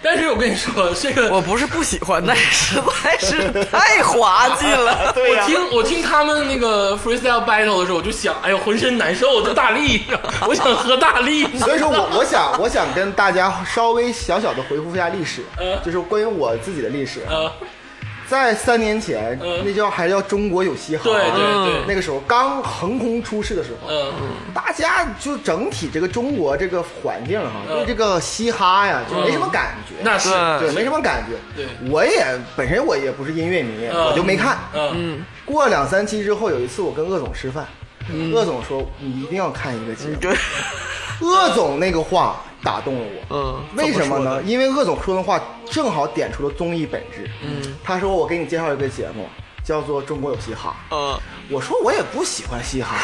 [SPEAKER 4] 但是我跟你说，这个
[SPEAKER 3] 我不是不喜欢，但是实在是太滑稽了。对呀
[SPEAKER 4] 我、听我听他们那个 freestyle battle 的时候，我就想，哎呦，浑身难受，这大力，我想喝大 力。
[SPEAKER 6] 所以说我我想我想跟大家稍微小小的回顾一下历史，
[SPEAKER 4] 嗯
[SPEAKER 6] 就是关于我自己的历史。
[SPEAKER 4] 呃，
[SPEAKER 6] 在三年前，那叫还叫中国有嘻哈，
[SPEAKER 4] 嗯对对对，
[SPEAKER 6] 那个时候刚横空出世的时候，
[SPEAKER 4] 嗯
[SPEAKER 6] 大家就整体这个中国这个环境哈，对这个嘻哈呀就没什么感觉，
[SPEAKER 4] 嗯那是
[SPEAKER 6] 对没什么感觉。
[SPEAKER 4] 对
[SPEAKER 6] 我也本身我也不是音乐迷，
[SPEAKER 4] 嗯
[SPEAKER 6] 我就没看。
[SPEAKER 4] 嗯，
[SPEAKER 6] 过两三期之后，有一次我跟鄂总吃饭，
[SPEAKER 4] 嗯
[SPEAKER 6] 鄂总说你一定要看一个节目，
[SPEAKER 3] 对，
[SPEAKER 6] 鄂总那个话打动了我，
[SPEAKER 3] 嗯
[SPEAKER 6] 为什么
[SPEAKER 3] 怎么
[SPEAKER 6] 呢
[SPEAKER 3] 说？
[SPEAKER 6] 因为鄂总说的话正好点出了综艺本质。嗯，他说我给你介绍一个节目，叫做《中国有嘻哈》。
[SPEAKER 4] 哦
[SPEAKER 3] 嗯，
[SPEAKER 6] 我说我也不喜欢嘻哈，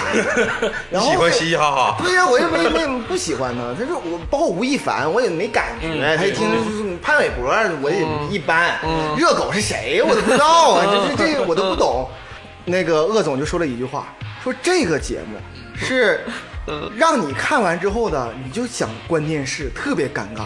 [SPEAKER 6] 然后
[SPEAKER 5] 喜
[SPEAKER 6] 我
[SPEAKER 5] 欢嘻嘻哈哈，
[SPEAKER 6] 对呀、我也没没不喜欢他。他说我包括吴亦凡，我也没感觉。他一听就是潘玮柏，我也一般。热狗是谁，我都不知道啊，这这这我都不懂。那个鄂总就说了一句话，说这个节目是。让你看完之后呢，你就想关电视，特别尴尬。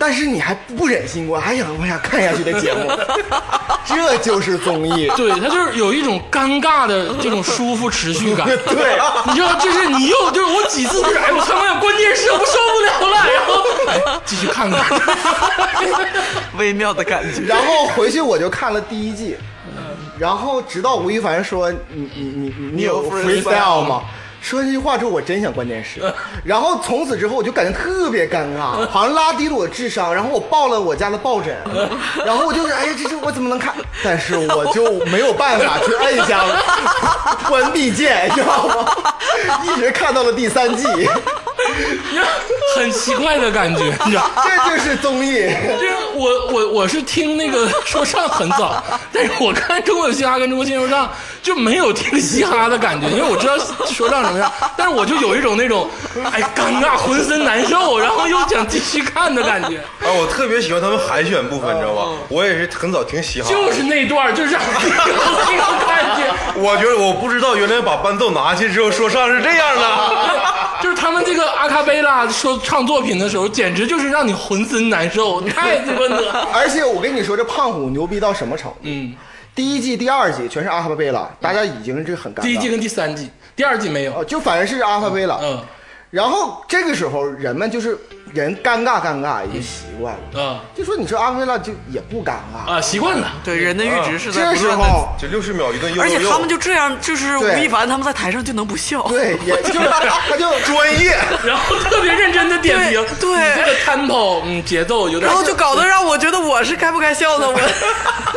[SPEAKER 6] 但是你还不忍心关，还想往下看下去的节目， 这就是综艺。
[SPEAKER 4] 对他就是有一种尴尬的这种舒服持 续感。
[SPEAKER 6] 对，
[SPEAKER 4] 你知道，就是你又就是我几次就是，哎，我他妈要关电视，我受不了了，然后哎继续看看。
[SPEAKER 3] 微妙的感觉。
[SPEAKER 6] 然后回去我就看了第一季，然后直到吴亦凡说你你你你你有 freestyle 吗？说这句话之后，我真想关电 视。然后从此之后，我就感觉特别尴尬， 好像拉低了我智商。然后我抱了我家的 抱枕，然后我就是哎呀，这是我怎么能看？但是我就没有办法去摁一下 关闭键，你知道吗？一直看到了第三季，
[SPEAKER 4] 很奇怪的感觉，你知道。
[SPEAKER 6] 这就是综艺。
[SPEAKER 4] 就是我我我是听那个 说唱很早，但是我看中国有嘻哈跟中国新说唱就没有听嘻哈的感觉，因为我知道说唱什么样，但是我就有一种那种哎尴尬、浑身难受，然后又想继续看的感觉，
[SPEAKER 5] 啊，我特别喜欢他们海选部分，你知道吧？我也是很早听嘻哈，
[SPEAKER 4] 嗯就是那段儿就是让你有那种感觉。
[SPEAKER 5] 我觉得我不知道原来把伴奏拿去之后说唱是这样的。
[SPEAKER 4] 就是他们这个阿卡贝拉说唱作品的时候，简直就是让你浑身难受，太他妈的。
[SPEAKER 6] 而且我跟你说，这胖虎牛逼到什么程度？
[SPEAKER 4] 嗯，
[SPEAKER 6] 第一季、第二季全是阿法贝拉，大家已经是很尴尬。
[SPEAKER 4] 第一季跟第三季，第二季没有。
[SPEAKER 6] 哦，就反正是阿法贝拉。
[SPEAKER 4] 嗯
[SPEAKER 6] 然后这个时候人们就是人尴尬尴尬已经习惯了，
[SPEAKER 4] 啊
[SPEAKER 6] 就说你说阿法贝拉就也不尴尬。
[SPEAKER 4] 啊，习惯了。
[SPEAKER 3] 对，人的阈值是在
[SPEAKER 6] 这
[SPEAKER 3] 不
[SPEAKER 6] 时
[SPEAKER 3] 断的，
[SPEAKER 6] 候
[SPEAKER 5] 就六十秒一顿又
[SPEAKER 3] 而且
[SPEAKER 5] 又
[SPEAKER 3] 他们就这样，就是吴
[SPEAKER 6] 对
[SPEAKER 3] 亦凡他们在台上就能不笑。
[SPEAKER 6] 对，也就是 他就
[SPEAKER 5] 专 业，
[SPEAKER 4] 然后特别认真的点评，
[SPEAKER 3] 对对
[SPEAKER 4] 你这个 tempo，嗯，节奏有点，
[SPEAKER 3] 然后就搞得让我觉得我是该不该笑呢？我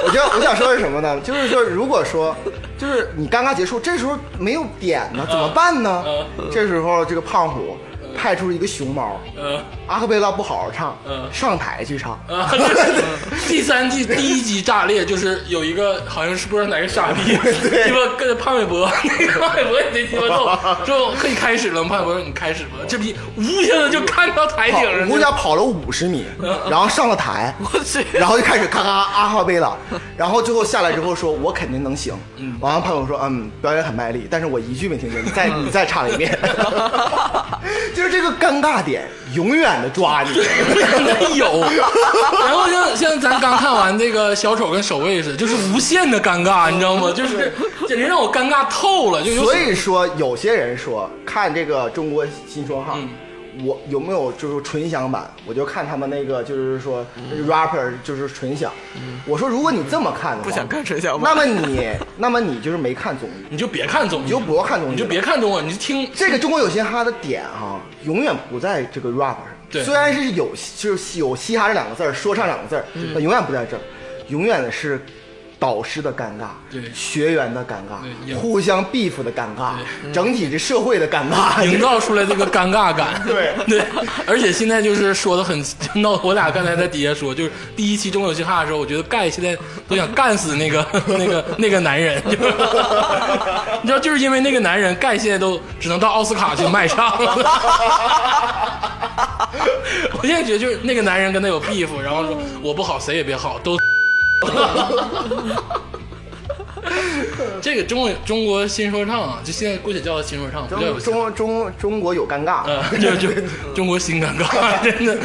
[SPEAKER 6] 我就我想说的是什么呢？就是说，如果说就是你尴尬结束，这时候没有点呢，怎么办呢？
[SPEAKER 4] 嗯
[SPEAKER 6] 这时候这个胖虎派出一个熊猫，
[SPEAKER 4] 呃
[SPEAKER 6] 阿卡贝拉不好好唱，
[SPEAKER 4] 嗯
[SPEAKER 6] 上台去唱。
[SPEAKER 4] 啊， 就是第三季第一集炸裂，就是有一个好像是不知道哪个傻逼，鸡巴跟潘玮柏，那个潘玮柏也贼鸡巴 逗，说可以开始了吗，潘玮柏说你嗯开始吧，这逼呜一下子就看到台顶嗯
[SPEAKER 6] 跑
[SPEAKER 4] 上
[SPEAKER 6] 我
[SPEAKER 4] 了，
[SPEAKER 6] 家跑了五十米，然后上了台，
[SPEAKER 3] 去，
[SPEAKER 6] 然后就开始咔咔阿哈贝了，然后最后下来之后说，我肯定能行。完了，潘总说，嗯，表演很卖力，但是我一句没听见，你再
[SPEAKER 4] 嗯
[SPEAKER 6] 你再唱 一遍， 就是这个尴尬点永远的 抓你。
[SPEAKER 4] 没有。然后像像咱刚看完这个小丑跟守卫似的，就是无限的尴尬，你知道吗？就是简直让我尴尬透了，就有
[SPEAKER 6] 所以说，有些人说看这个中国新说唱。
[SPEAKER 3] 嗯
[SPEAKER 6] 我有没有就是纯享版？我就看他们那个，就是说
[SPEAKER 3] 嗯
[SPEAKER 6] rapper 就是纯享。我说，如果你这么看的话，
[SPEAKER 3] 不想看纯享版
[SPEAKER 6] 那么你，那么你就是没看综艺，
[SPEAKER 4] 你就别看综艺，
[SPEAKER 6] 你就不要看综艺，
[SPEAKER 4] 你就别看中文，你就听
[SPEAKER 6] 这个中国有嘻哈的点哈、永远不在这个 rap 上。
[SPEAKER 4] 对
[SPEAKER 6] 虽然是有就是有嘻哈这两个字儿，说唱两个字儿，
[SPEAKER 4] 嗯
[SPEAKER 6] 但永远不在这儿，永远的是导师的尴尬，
[SPEAKER 4] 对
[SPEAKER 6] 学员的尴
[SPEAKER 4] 对
[SPEAKER 6] 尬，互相 beef 的尴尬，整体这社会的尴
[SPEAKER 4] 营
[SPEAKER 6] 尬。
[SPEAKER 4] 造出来这个尴尬感。
[SPEAKER 6] 对
[SPEAKER 4] 对，而且现在就是说的很 闹，我俩刚才在底下说，就是第一期中有嘻哈的时候，我觉得盖现在都想干死那个 那个那个男人，就是 你知道，就是因为那个男人，盖现在都只能到奥斯卡去卖唱了。 我现在觉得就是那个男人跟他有 beef，然后说我不好，谁也别好，都 这个中国中国新说唱啊，就现在姑且叫它新说唱，不叫有嗯
[SPEAKER 6] 中
[SPEAKER 4] 嘻哈
[SPEAKER 6] 中中中国有尴尬，
[SPEAKER 4] 呃，就就中国新尴尬，真的。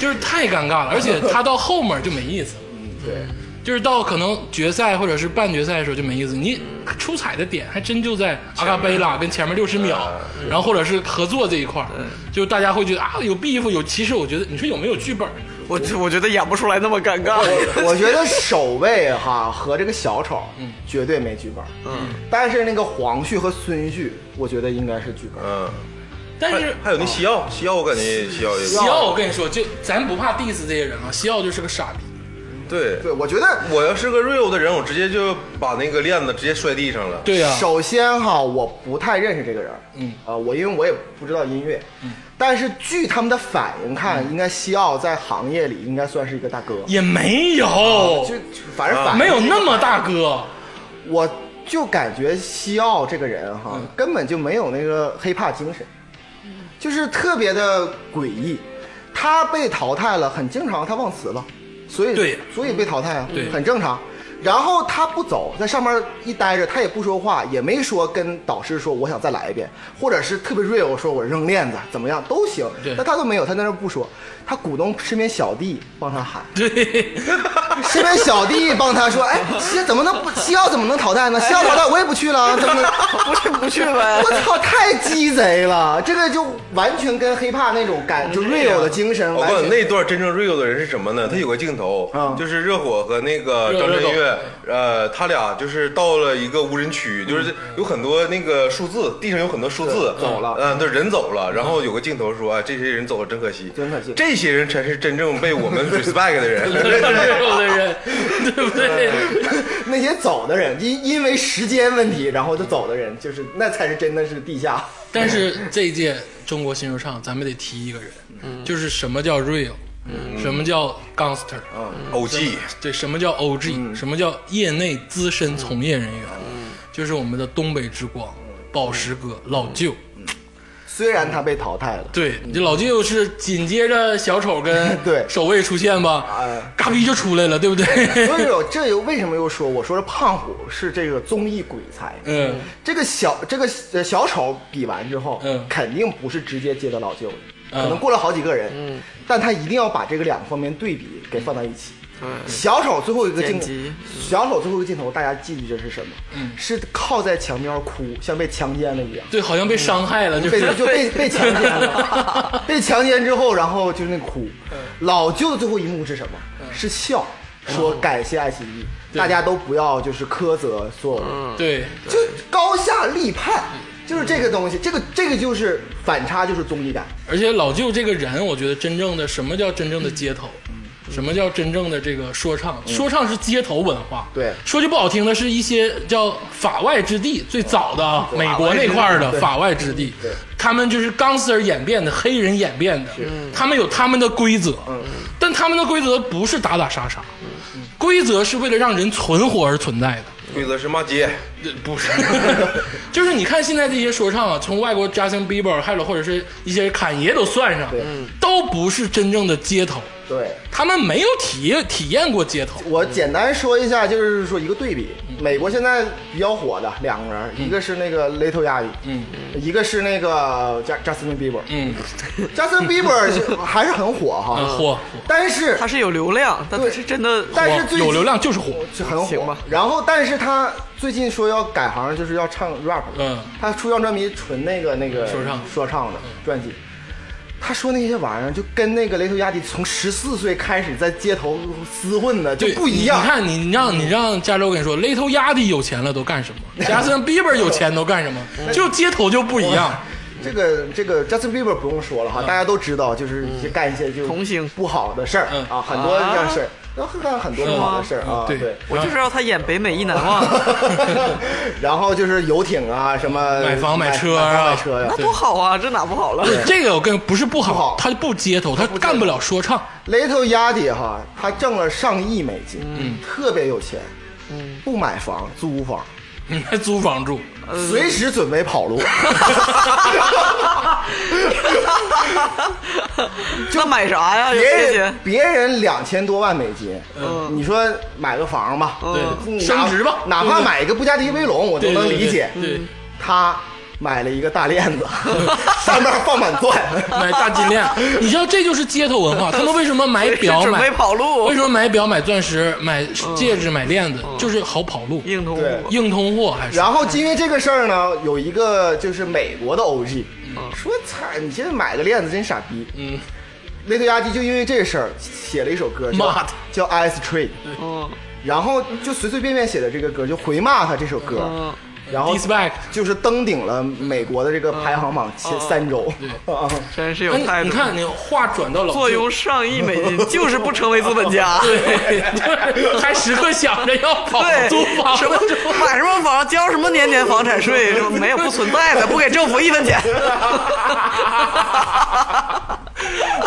[SPEAKER 4] 就是太尴尬了，而且他到后面就没意思。嗯，对，就是到可能决赛或者是半决赛的时候就没意思。你出彩的点还真就在阿卡贝拉跟前面六啊嗯十秒，然后或者是合作这一块儿，就大家会觉得啊有 beef 有其实我觉得你说有没有剧本？
[SPEAKER 3] 我我觉得演不出来那么尴 尬。
[SPEAKER 6] 我觉得守卫哈和这个小丑绝对没剧本，嗯，但是那个黄旭和孙旭，我觉得应该是剧本。
[SPEAKER 5] 嗯，
[SPEAKER 4] 但
[SPEAKER 5] 还
[SPEAKER 4] 是
[SPEAKER 5] 还有那西奥，西奥我感觉西奥也
[SPEAKER 4] 西奥，我跟你说，就咱不怕 diss 这些人啊，西奥就是个傻逼。
[SPEAKER 5] 对
[SPEAKER 6] 对，我觉得
[SPEAKER 5] 我要是个 real 的人，我直接就把那个链子直接摔地上了。
[SPEAKER 4] 对呀、啊
[SPEAKER 6] 首先哈，我不太认识这个人，
[SPEAKER 4] 嗯
[SPEAKER 6] 啊、我因为我也不知道音乐，嗯，但是据他们的反应
[SPEAKER 4] 嗯
[SPEAKER 6] 看，应该西奥在行业里应该算是一个大哥，
[SPEAKER 4] 也没有，
[SPEAKER 6] 就反正反
[SPEAKER 4] 没有那么大 哥。
[SPEAKER 6] 我就感觉西奥这个人哈，
[SPEAKER 4] 嗯
[SPEAKER 6] 根本就没有那个黑怕精神，就是特别的诡异。他被淘汰了，很经常，他忘词了，所以
[SPEAKER 4] 对
[SPEAKER 6] 所以被淘汰啊，
[SPEAKER 4] 对
[SPEAKER 6] 很正常。然后他不走，在上面一待着，他也不说话，也没说跟导师说我想再来一遍，或者是特别 real 说我扔链子怎么样都行
[SPEAKER 4] 对，
[SPEAKER 6] 但他都没有，他在那儿不说，他鼓动身边小弟帮他喊，
[SPEAKER 4] 对，
[SPEAKER 6] 身边小弟帮他说：“哎，西怎么能不西奥怎么能淘汰呢？
[SPEAKER 5] 哎
[SPEAKER 6] 西奥淘汰我也不去了，怎么能？
[SPEAKER 3] 不去不去呗
[SPEAKER 6] 我。操，太鸡贼了！这个就完全跟黑怕那种感，就 real 的精神
[SPEAKER 5] 哎我
[SPEAKER 6] 完
[SPEAKER 5] 告诉你，哦
[SPEAKER 6] 全。
[SPEAKER 5] 那段真正 real 的人是什么呢？他有个镜头，
[SPEAKER 6] 嗯
[SPEAKER 5] 就是热火和那个
[SPEAKER 4] 热
[SPEAKER 5] 张震
[SPEAKER 4] 热
[SPEAKER 5] 岳，呃，他俩就是到了一个无人区，就是有很多那个数字，地上有很多数字，
[SPEAKER 6] 嗯走了
[SPEAKER 5] 嗯，对，人走了，然后有个镜头说，啊，这些人走了，真可惜，
[SPEAKER 6] 真可惜
[SPEAKER 5] 这些人才是真正被我们 respect 的人，
[SPEAKER 4] 有的人，对不对？
[SPEAKER 6] 那些走的人，因因为时间问题，然后就走的人，就是那才是真的是地下。
[SPEAKER 4] 但是这一届中国新说唱，咱们得提一个人，
[SPEAKER 6] 嗯
[SPEAKER 4] 就是什么叫 real，、什么叫 gangster，、
[SPEAKER 6] 嗯
[SPEAKER 5] 偶 G，
[SPEAKER 4] 对，什么叫 OG，、什么叫业内资深从业人员，
[SPEAKER 6] 嗯
[SPEAKER 4] 就是我们的东北之光，宝石哥老舅。
[SPEAKER 6] 嗯虽然他被淘汰了，
[SPEAKER 4] 对，这老舅是紧接着小丑跟
[SPEAKER 6] 对
[SPEAKER 4] 守卫出现吧
[SPEAKER 6] 哎，
[SPEAKER 4] 嘎逼就出来了，对不
[SPEAKER 6] 所以
[SPEAKER 4] 对？
[SPEAKER 6] 有这又为什么又说我说这胖虎是这个综艺鬼才？
[SPEAKER 4] 嗯，
[SPEAKER 6] 这个小这个呃小丑比完之后，
[SPEAKER 4] 嗯
[SPEAKER 6] 肯定不是直接接的老舅，
[SPEAKER 4] 嗯
[SPEAKER 6] 可能过了好几个人，
[SPEAKER 3] 嗯
[SPEAKER 6] 但他一定要把这个两个方面对比给放到一起。小丑最后一个镜
[SPEAKER 3] 嗯剪辑，嗯
[SPEAKER 6] 小丑最后一个镜头，大家记住这是什么？
[SPEAKER 4] 嗯
[SPEAKER 6] 是靠在墙边哭，像被强奸了一样。
[SPEAKER 4] 对，好像被伤害了，就
[SPEAKER 6] 被
[SPEAKER 4] 是
[SPEAKER 6] 就被被强奸 了，被强奸之后，然后就是那哭。
[SPEAKER 4] 嗯
[SPEAKER 6] 老舅的最后一幕是什么？是笑，
[SPEAKER 4] 嗯
[SPEAKER 6] 说感谢爱奇艺，大家都不要就是苛责所有人。
[SPEAKER 4] 对，
[SPEAKER 6] 就高下立判，
[SPEAKER 4] 嗯
[SPEAKER 6] 就是这个东西，这个这个就是反差，就是综艺感。
[SPEAKER 4] 而且老舅这个人，我觉得真正的什么叫真正的街头，什么叫真正的这个说唱？说唱是街头文化。
[SPEAKER 6] 对
[SPEAKER 4] 说句不好听的，是一些叫法外之地最早的啊美国那块儿的法外之地，他们就是 gangster 演变的，黑人演变的，他们有他们的规则，但他们的规则不是打打杀杀，规则是为了让人存活而存在的。
[SPEAKER 5] 规则是骂街，
[SPEAKER 4] 呃不是， 就是你看现在这些说唱啊，从外国 Justin Bieber，还有或者是一些侃爷都算上，都不是真正的街头，
[SPEAKER 6] 对
[SPEAKER 4] 他们没有体验体验过街头。
[SPEAKER 6] 我简单说一下，就是说一个对比，
[SPEAKER 4] 嗯
[SPEAKER 6] 美国现在比较火的两个人，一个是那个 Little Yachty，嗯，一个是那个 Ju- Justin Bieber，Justin
[SPEAKER 4] 嗯，
[SPEAKER 6] Bieber 是 还是很火哈，
[SPEAKER 4] 嗯火火
[SPEAKER 6] 但是
[SPEAKER 3] 他是有流量，但他是真的
[SPEAKER 6] 但
[SPEAKER 4] 火
[SPEAKER 6] 是最近
[SPEAKER 4] 有流量就是火，
[SPEAKER 6] 是很
[SPEAKER 3] 行
[SPEAKER 6] 火
[SPEAKER 3] 吧。
[SPEAKER 6] 然后，但是他最近说要改行，就是要唱 rap。
[SPEAKER 4] 嗯，
[SPEAKER 6] 他出张专辑纯那个那个
[SPEAKER 4] 说唱
[SPEAKER 6] 说唱的专辑。他说那些玩意儿就跟那个雷头亚迪从十四岁开始在街头厮混的就
[SPEAKER 4] 对，
[SPEAKER 6] 不一样
[SPEAKER 4] 你。看你你让你让加州跟你说，Little Yachty 有钱了都干什么？Justin Bieber 有钱都干什 么？就街头就不一样。
[SPEAKER 6] 这个这个 Justin Bieber 不用说了
[SPEAKER 4] 嗯
[SPEAKER 6] 哈，大家都知道，就是一些干一些就
[SPEAKER 3] 童星
[SPEAKER 6] 不好的事儿
[SPEAKER 4] 嗯
[SPEAKER 6] 啊，很多这样的事儿，然后干很多不好的事儿啊，
[SPEAKER 4] 对
[SPEAKER 6] 对。
[SPEAKER 3] 我就知道他演北美一难忘，
[SPEAKER 6] 然后就是游艇啊，什么
[SPEAKER 4] 买房买车
[SPEAKER 6] 买
[SPEAKER 4] 啊
[SPEAKER 6] 房买车呀
[SPEAKER 3] 那，多好啊，这哪不好了？
[SPEAKER 4] 这个我跟不是不
[SPEAKER 6] 不
[SPEAKER 4] 好
[SPEAKER 6] 好，
[SPEAKER 4] 他不街头，他干不了说唱。
[SPEAKER 6] Little Yachty 哈，他挣了上亿美金，嗯，特别有钱，嗯，不买房租房，
[SPEAKER 4] 你还租房住，
[SPEAKER 6] 随时准备跑 路。哎
[SPEAKER 3] 那买啥呀？有
[SPEAKER 6] 别
[SPEAKER 3] 这些
[SPEAKER 6] 人别人两千多万美金，嗯，你说买个房吧，
[SPEAKER 4] 对
[SPEAKER 6] 嗯
[SPEAKER 4] 升值吧
[SPEAKER 6] 哪
[SPEAKER 4] 对
[SPEAKER 6] 哪怕买一个布加迪威龙，我都能理解。
[SPEAKER 4] 对对对对
[SPEAKER 6] 他买了一个大链 子，上面放满钻。
[SPEAKER 4] 买大金链，你知道这就是街头文化。他们为什么买表
[SPEAKER 3] 是准
[SPEAKER 4] 买哎
[SPEAKER 3] 备跑路
[SPEAKER 4] 为什么买表买钻石买戒指买链子，就是好跑路，
[SPEAKER 3] 嗯硬通
[SPEAKER 6] 对
[SPEAKER 3] 货。
[SPEAKER 4] 硬通货还是？
[SPEAKER 6] 然后因为这个事儿呢，有一个就是美国的 OG
[SPEAKER 4] 嗯
[SPEAKER 6] 说：“操，你这买个链子真傻逼。”嗯，雷德加基就因为这个事儿写了一首歌，叫
[SPEAKER 4] 骂他
[SPEAKER 6] 叫《Ice Tree》，
[SPEAKER 3] 嗯，
[SPEAKER 6] 然后就随随便便写的这个歌，就回骂他这首歌
[SPEAKER 3] 嗯，
[SPEAKER 6] 然后
[SPEAKER 4] Diss back 嗯
[SPEAKER 6] 就是登顶了美国的这个排行榜前三周。 啊
[SPEAKER 3] 真是有态
[SPEAKER 4] 哎
[SPEAKER 3] 度。
[SPEAKER 4] 你看，你话转到老
[SPEAKER 3] 坐拥上亿美金，就是不成为资本家。
[SPEAKER 4] 对，还时刻想着要跑
[SPEAKER 3] 对，
[SPEAKER 4] 租房，
[SPEAKER 3] 什么买什么房，交什么年年房产税，什么没有不存在的，不给政府一分钱。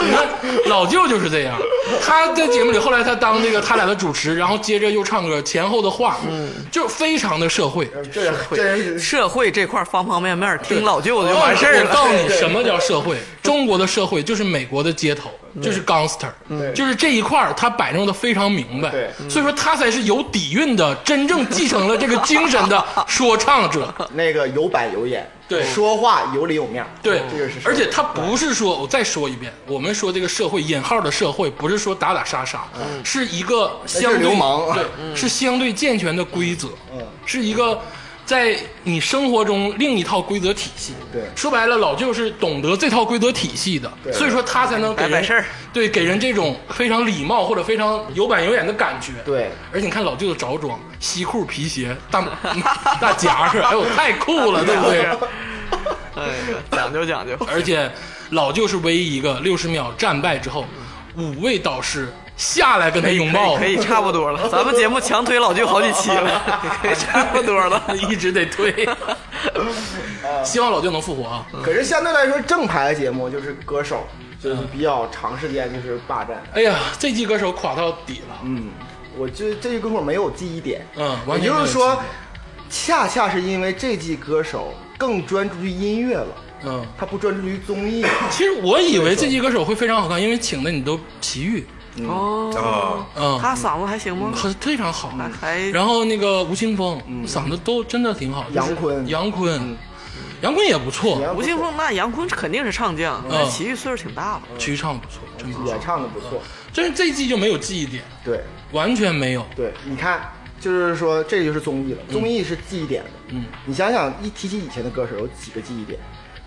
[SPEAKER 4] 你看老舅就是这样，他在节目里后来他当这个他俩的主持，然后接着又唱歌，前后的话，
[SPEAKER 3] 嗯
[SPEAKER 4] 就非常的社会。
[SPEAKER 6] 这真是
[SPEAKER 3] 社会这块方方面面，听老舅的就完事儿
[SPEAKER 4] 我告
[SPEAKER 3] 了。
[SPEAKER 4] 诉你什么叫社会，中国的社会就是美国的街头，就是 gangster，就是这一块儿他摆弄的非常明白
[SPEAKER 6] 对，
[SPEAKER 4] 所以说他才是有底蕴的，真正继承了这个精神的说唱者。
[SPEAKER 6] 那个有板有眼，
[SPEAKER 4] 对
[SPEAKER 6] 说话有理有面儿。
[SPEAKER 4] 对，
[SPEAKER 6] 嗯这个是嗯
[SPEAKER 4] 而且他不是说，我再说一遍，我们说这个社会引号的社会，不是说打打杀杀，是一个相对
[SPEAKER 6] 那是嗯流氓嗯
[SPEAKER 4] 对，是相对健全的规则，是一个。在你生活中另一套规则体系，
[SPEAKER 6] 对
[SPEAKER 4] 说白了，老舅是懂得这套规则体系的，所以说他才能给
[SPEAKER 3] 摆摆
[SPEAKER 4] 人
[SPEAKER 3] 事儿
[SPEAKER 4] 对给人这种非常礼貌或者非常有板有眼的感觉。
[SPEAKER 6] 对
[SPEAKER 4] 而且你看老舅的着装，西裤、皮鞋、大 大夹克，哎呦，太酷了，对不 对？
[SPEAKER 3] 哎呀，讲究讲究，
[SPEAKER 4] 而且老舅是唯一一个六十秒战败之后，五位导师下来跟他拥抱，
[SPEAKER 3] 可以差不多了。咱们节目强推老舅好几 期了，可以差不多了。
[SPEAKER 4] 一直得 推。希望老舅能复活啊！
[SPEAKER 6] 可是相对来说，正牌的节目就是歌手，就是比较长时间就是霸占。
[SPEAKER 4] 哎呀，这季歌手垮到底了，
[SPEAKER 6] 嗯，我这这一歌手没有记忆点。
[SPEAKER 4] 嗯完全
[SPEAKER 6] 也
[SPEAKER 4] 没有
[SPEAKER 6] 就是
[SPEAKER 4] 记
[SPEAKER 6] 说，恰恰是因为这季歌手更专注于音乐了，
[SPEAKER 4] 嗯。
[SPEAKER 6] 他不专注于综艺。
[SPEAKER 4] 其实我以为这季歌手会非常好看，因为请的你都齐豫，
[SPEAKER 5] 啊，
[SPEAKER 4] 嗯，
[SPEAKER 3] 哦他嗓子还行吗？
[SPEAKER 4] 很非常好。
[SPEAKER 3] 还
[SPEAKER 4] 然后那个吴青峰嗓子都真的挺好，就是
[SPEAKER 6] 嗯杨坤嗯
[SPEAKER 4] 杨坤，杨坤也不错，
[SPEAKER 3] 吴青峰那杨坤肯定是唱将，
[SPEAKER 4] 哦
[SPEAKER 3] 那齐豫岁数挺大了。
[SPEAKER 4] 曲唱不错，真不
[SPEAKER 6] 也
[SPEAKER 4] 错。
[SPEAKER 6] 唱的不错。
[SPEAKER 4] 但是这季就没有记忆点，
[SPEAKER 6] 对
[SPEAKER 4] 完全没有。
[SPEAKER 6] 对，你看，就是说这就是综艺
[SPEAKER 4] 嗯
[SPEAKER 6] 了，综艺是记忆点的。嗯，你想想，一提起以前的歌手有几个记忆点？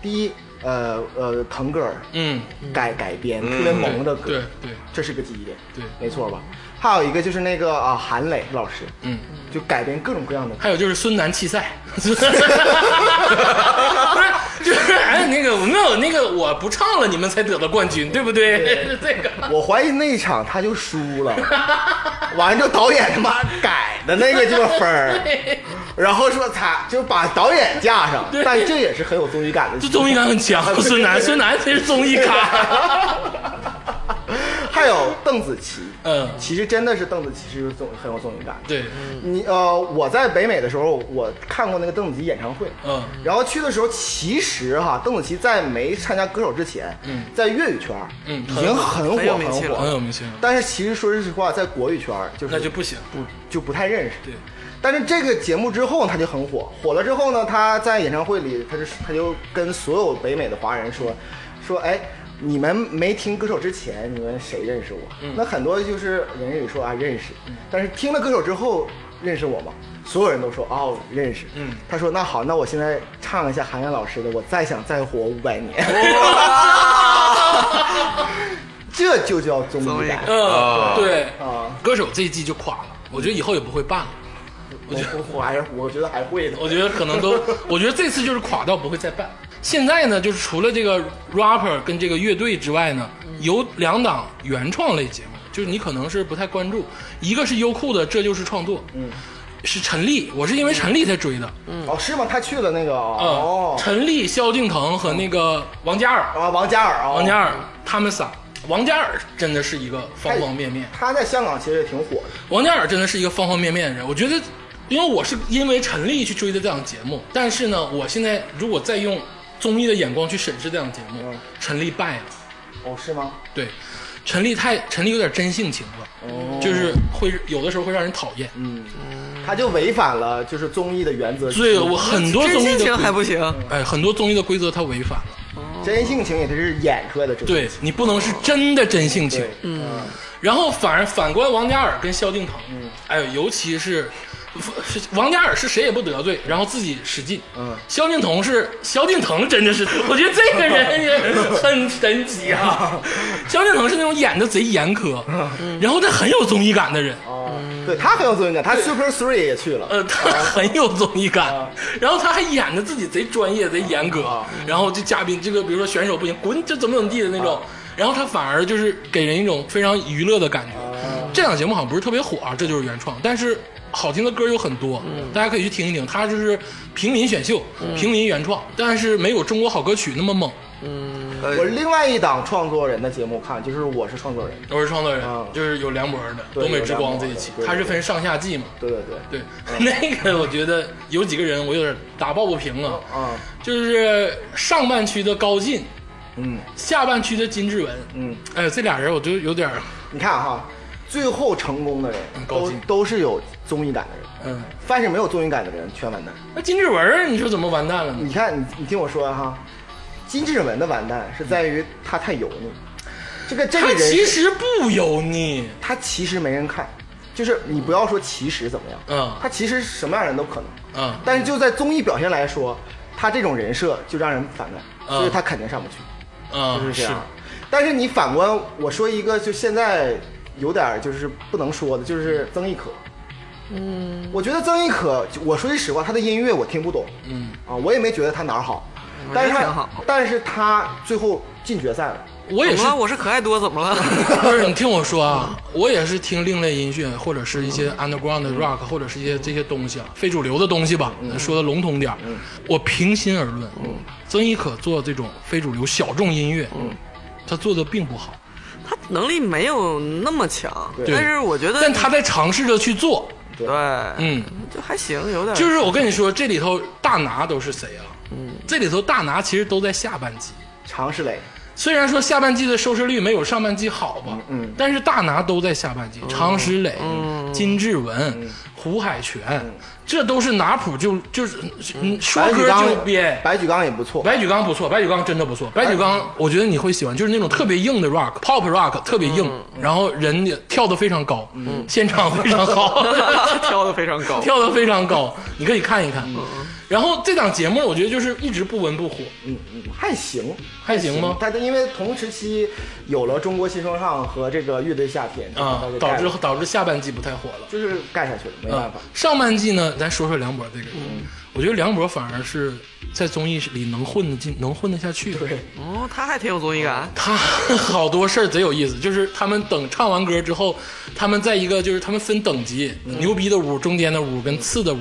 [SPEAKER 6] 第一，呃呃，腾格尔
[SPEAKER 4] 嗯，
[SPEAKER 6] 改改编特别萌的歌
[SPEAKER 4] 对，对
[SPEAKER 6] 这是个记忆点，
[SPEAKER 4] 对
[SPEAKER 6] 没错吧？还有一个就是那个啊，韩磊老师，
[SPEAKER 4] 嗯，
[SPEAKER 6] 就改编各种各 样的歌。
[SPEAKER 4] 还有就是孙楠弃赛， 不是，就是哎，那个我没有那个我不唱了，你们才得了冠军，对不对？是 这个。
[SPEAKER 6] 我怀疑那一场他就 输了，完了之后导演他妈改的那个鸡巴分 儿，然后说他就把导演架上，但这也是很有综艺感的。
[SPEAKER 4] 这综艺感很强，孙楠，孙楠才是综艺 咖。
[SPEAKER 6] 还有邓紫棋，
[SPEAKER 4] 嗯
[SPEAKER 6] 其实真的是邓紫棋是有综很有综艺感的。
[SPEAKER 4] 对，
[SPEAKER 6] 你呃，我在北美的时候，我看过那个邓紫棋演唱会，
[SPEAKER 4] 嗯
[SPEAKER 6] 然后去的时候，其实哈，邓紫棋在没参加歌手之前，嗯，在粤语圈，嗯，已经很火
[SPEAKER 3] 很有名气了
[SPEAKER 4] 很有名气了
[SPEAKER 6] 但是其实说实话，在国语圈就是
[SPEAKER 4] 那就不行。
[SPEAKER 6] 不就不太认识。
[SPEAKER 4] 对，
[SPEAKER 6] 但是这个节目之后呢，他就很火，火了之后呢，他在演唱会里，他就他就跟所有北美的华人说，说哎。你们没听歌手之前，你们谁认识我？那很多就是人也说啊认识，但是听了歌手之后认识我吗？所有人都说哦认识。嗯，他说那好，那我现在唱一下韩寒老师的《我再想再活五百年》 这就叫综
[SPEAKER 3] 综
[SPEAKER 6] 艺
[SPEAKER 3] 艺
[SPEAKER 6] 感
[SPEAKER 3] 感
[SPEAKER 4] 嗯，
[SPEAKER 5] 啊
[SPEAKER 4] 对
[SPEAKER 6] 啊，
[SPEAKER 4] 歌手这一季就垮了，我觉得以后也不会办了。
[SPEAKER 6] 我我我还是我觉得还会的。
[SPEAKER 4] 我觉得可能都，我觉得这次就是垮到不会再办。现在呢，就是除了这个 rapper 跟这个乐队之外呢，有两档原创类节目，就是你可能是不太关注，一个是优酷的《这就是创作》，嗯，是陈粒，我是因为陈粒才追的，
[SPEAKER 6] 哦，是吗？他去了那个
[SPEAKER 4] 嗯
[SPEAKER 6] 哦
[SPEAKER 4] 陈粒、萧敬腾和那个王嘉尔，
[SPEAKER 6] 啊，王嘉尔啊，
[SPEAKER 4] 王嘉尔他们仨，王嘉尔真的是一个方方面面，
[SPEAKER 6] 他在香港其实也挺火的。
[SPEAKER 4] 王嘉尔真的是一个方方面面的人，我觉得，因为我是因为陈粒去追的这档节目，但是呢，我现在如果再用综艺的眼光去审视这档节目，陈粒败了，
[SPEAKER 6] 哦，是吗？
[SPEAKER 4] 对，陈粒太陈粒有点真性情了，就是会有的时候会让人讨厌。
[SPEAKER 6] 他就违反了就是综艺的原则。
[SPEAKER 4] 所以嗯我很多
[SPEAKER 3] 真
[SPEAKER 4] 综艺
[SPEAKER 3] 性
[SPEAKER 4] 的
[SPEAKER 3] 情还不
[SPEAKER 4] 规
[SPEAKER 3] 行，
[SPEAKER 4] 哎，很多综艺的规则他违反了。
[SPEAKER 6] 真性情也是演出来的，这个
[SPEAKER 4] 对你不能是真的真性情
[SPEAKER 6] 对，
[SPEAKER 4] 嗯，然后反而反观王嘉尔跟萧敬腾，哎呦，尤其是是王嘉尔是谁也不得罪，然后自己使劲，嗯，萧敬腾是萧敬腾真的是， 我觉得这个人也很神奇啊，萧敬腾是那种演的贼严苛，然后他很有综艺感的人，
[SPEAKER 6] 对他很有尊严感，他 Super Three 也去了。
[SPEAKER 4] 呃，他很有综艺
[SPEAKER 6] 哦
[SPEAKER 4] 感， 然后他还演的自己贼专业、贼严格，然后这嘉宾这个比如说选手不行，滚，这怎么怎么地的那
[SPEAKER 6] 哦
[SPEAKER 4] 种，然后他反而就是给人一种非常娱乐的感觉。
[SPEAKER 6] 哦
[SPEAKER 4] 这档节目好像不是特别火啊，这就是原创，但是好听的歌有很多，
[SPEAKER 6] 嗯
[SPEAKER 4] 大家可以去听一听。它就是平民选秀、平民原创，但是没有《中国好歌曲》那么猛。
[SPEAKER 5] 呃
[SPEAKER 6] 我另外一档创作人的节目看，就是《我是创作人》。
[SPEAKER 4] 我是创作人
[SPEAKER 6] 啊，
[SPEAKER 4] 就是有梁博的《
[SPEAKER 6] 对
[SPEAKER 4] 东北之光》
[SPEAKER 6] 有梁博
[SPEAKER 4] 这
[SPEAKER 6] 的
[SPEAKER 4] 一期
[SPEAKER 6] 对，对嗯
[SPEAKER 4] 它是分上下季嘛。
[SPEAKER 6] 对对对，
[SPEAKER 4] 对， 那个我觉得有几个人我有点打抱不平啊。
[SPEAKER 6] 啊，
[SPEAKER 4] 就是上半区的高进，
[SPEAKER 6] 嗯
[SPEAKER 4] 下半区的金志文，
[SPEAKER 6] 嗯，
[SPEAKER 4] 哎，这俩人我就有点儿，
[SPEAKER 6] 你看哈，最后成功的人
[SPEAKER 4] 嗯高
[SPEAKER 6] 都
[SPEAKER 4] 进
[SPEAKER 6] 都是有综艺感的人，
[SPEAKER 4] 嗯，
[SPEAKER 6] 凡是没有综艺感的人全完蛋。
[SPEAKER 4] 那金志文儿你说怎么完蛋了呢？
[SPEAKER 6] 你看，你你听我说啊哈，金志文的完蛋是在于他太油腻，这个这个
[SPEAKER 4] 他
[SPEAKER 6] 人
[SPEAKER 4] 其实不油腻，
[SPEAKER 6] 他其实没人看，就是你不要说其实怎么样，
[SPEAKER 4] 嗯
[SPEAKER 6] 他其实什么样的人都可能，
[SPEAKER 4] 嗯
[SPEAKER 6] 但是就在综艺表现来说，他这种人设就让人反感，
[SPEAKER 4] 嗯
[SPEAKER 6] 所以他肯定上不去，
[SPEAKER 4] 啊、
[SPEAKER 6] 就是这
[SPEAKER 4] 是
[SPEAKER 6] 样。但是你反观，我说一个就现在有点儿就是不能说的，就是曾轶可。嗯，我觉得曾轶可，我说句实话，她的音乐我听不懂，
[SPEAKER 4] 嗯，
[SPEAKER 6] 啊，我也没觉得她哪儿好，
[SPEAKER 3] 我觉得
[SPEAKER 6] 但是她
[SPEAKER 3] 挺好
[SPEAKER 6] 但是她最后进决赛了，
[SPEAKER 4] 我也
[SPEAKER 3] 怎
[SPEAKER 4] 是
[SPEAKER 3] 么了？我是可爱多，怎么了？
[SPEAKER 4] 不是，你听我说啊，我也是听另类音乐，或者是一些 underground
[SPEAKER 6] 嗯
[SPEAKER 4] 的 rock，或者是一些这些东西啊，非主流的东西吧，说的笼统点儿。
[SPEAKER 6] 嗯
[SPEAKER 4] 我平心而论，曾轶可做这种非主流小众音乐，
[SPEAKER 6] 嗯
[SPEAKER 4] 他做的并不好，
[SPEAKER 3] 他能力没有那么强，
[SPEAKER 6] 对
[SPEAKER 3] 但是我觉得
[SPEAKER 4] 但他在尝试着去做。
[SPEAKER 3] 对，
[SPEAKER 4] 嗯，
[SPEAKER 3] 就还行，有点
[SPEAKER 4] 就是我跟你说，这里头大拿都是谁啊？
[SPEAKER 6] 嗯
[SPEAKER 4] 这里头大拿其实都在下半季。
[SPEAKER 6] 常石磊，
[SPEAKER 4] 虽然说下半季的收视率没有上半季好吧，
[SPEAKER 6] 嗯哦嗯
[SPEAKER 4] 但是大拿都在下半季，常石磊、金志文、
[SPEAKER 6] 嗯
[SPEAKER 4] 胡海泉，这都是拿谱就就是、嗯、说
[SPEAKER 6] 白举
[SPEAKER 4] 歌
[SPEAKER 6] 纲
[SPEAKER 4] 就编。
[SPEAKER 6] 白举纲也不错，
[SPEAKER 4] 白举纲不错，白举纲真的不错。白举纲，我觉得你会喜欢，就是那种特别硬的 rock、pop rock，特别硬，
[SPEAKER 6] 嗯
[SPEAKER 4] 然后人也跳得非常高，现场非常 好。
[SPEAKER 3] 挑的非常高。
[SPEAKER 4] 跳得非常高，你可以看一看。然后这档节目，我觉得就是一直不温不火，
[SPEAKER 6] 嗯嗯，还行，
[SPEAKER 4] 还行吗？
[SPEAKER 6] 但是因为同时期有了中国新说唱和这个乐队夏天
[SPEAKER 4] 啊
[SPEAKER 6] 就，
[SPEAKER 4] 导
[SPEAKER 6] 把它给盖
[SPEAKER 4] 致
[SPEAKER 6] 了
[SPEAKER 4] 导致下半季不太火了。
[SPEAKER 6] 就是盖下去了，没办
[SPEAKER 4] 啊
[SPEAKER 6] 法。，
[SPEAKER 4] 上半季呢，咱说说梁博这个人，
[SPEAKER 6] 嗯
[SPEAKER 4] 我觉得梁博反而是在综艺里能混得进，能混得下去。
[SPEAKER 6] 对，
[SPEAKER 3] 哦，他还挺有综艺感，
[SPEAKER 4] 他 好多事儿贼有意思，就是他们等唱完歌之后，他们在一个就是他们分等级，
[SPEAKER 6] 嗯
[SPEAKER 4] 牛逼的屋、中间的屋跟次的屋，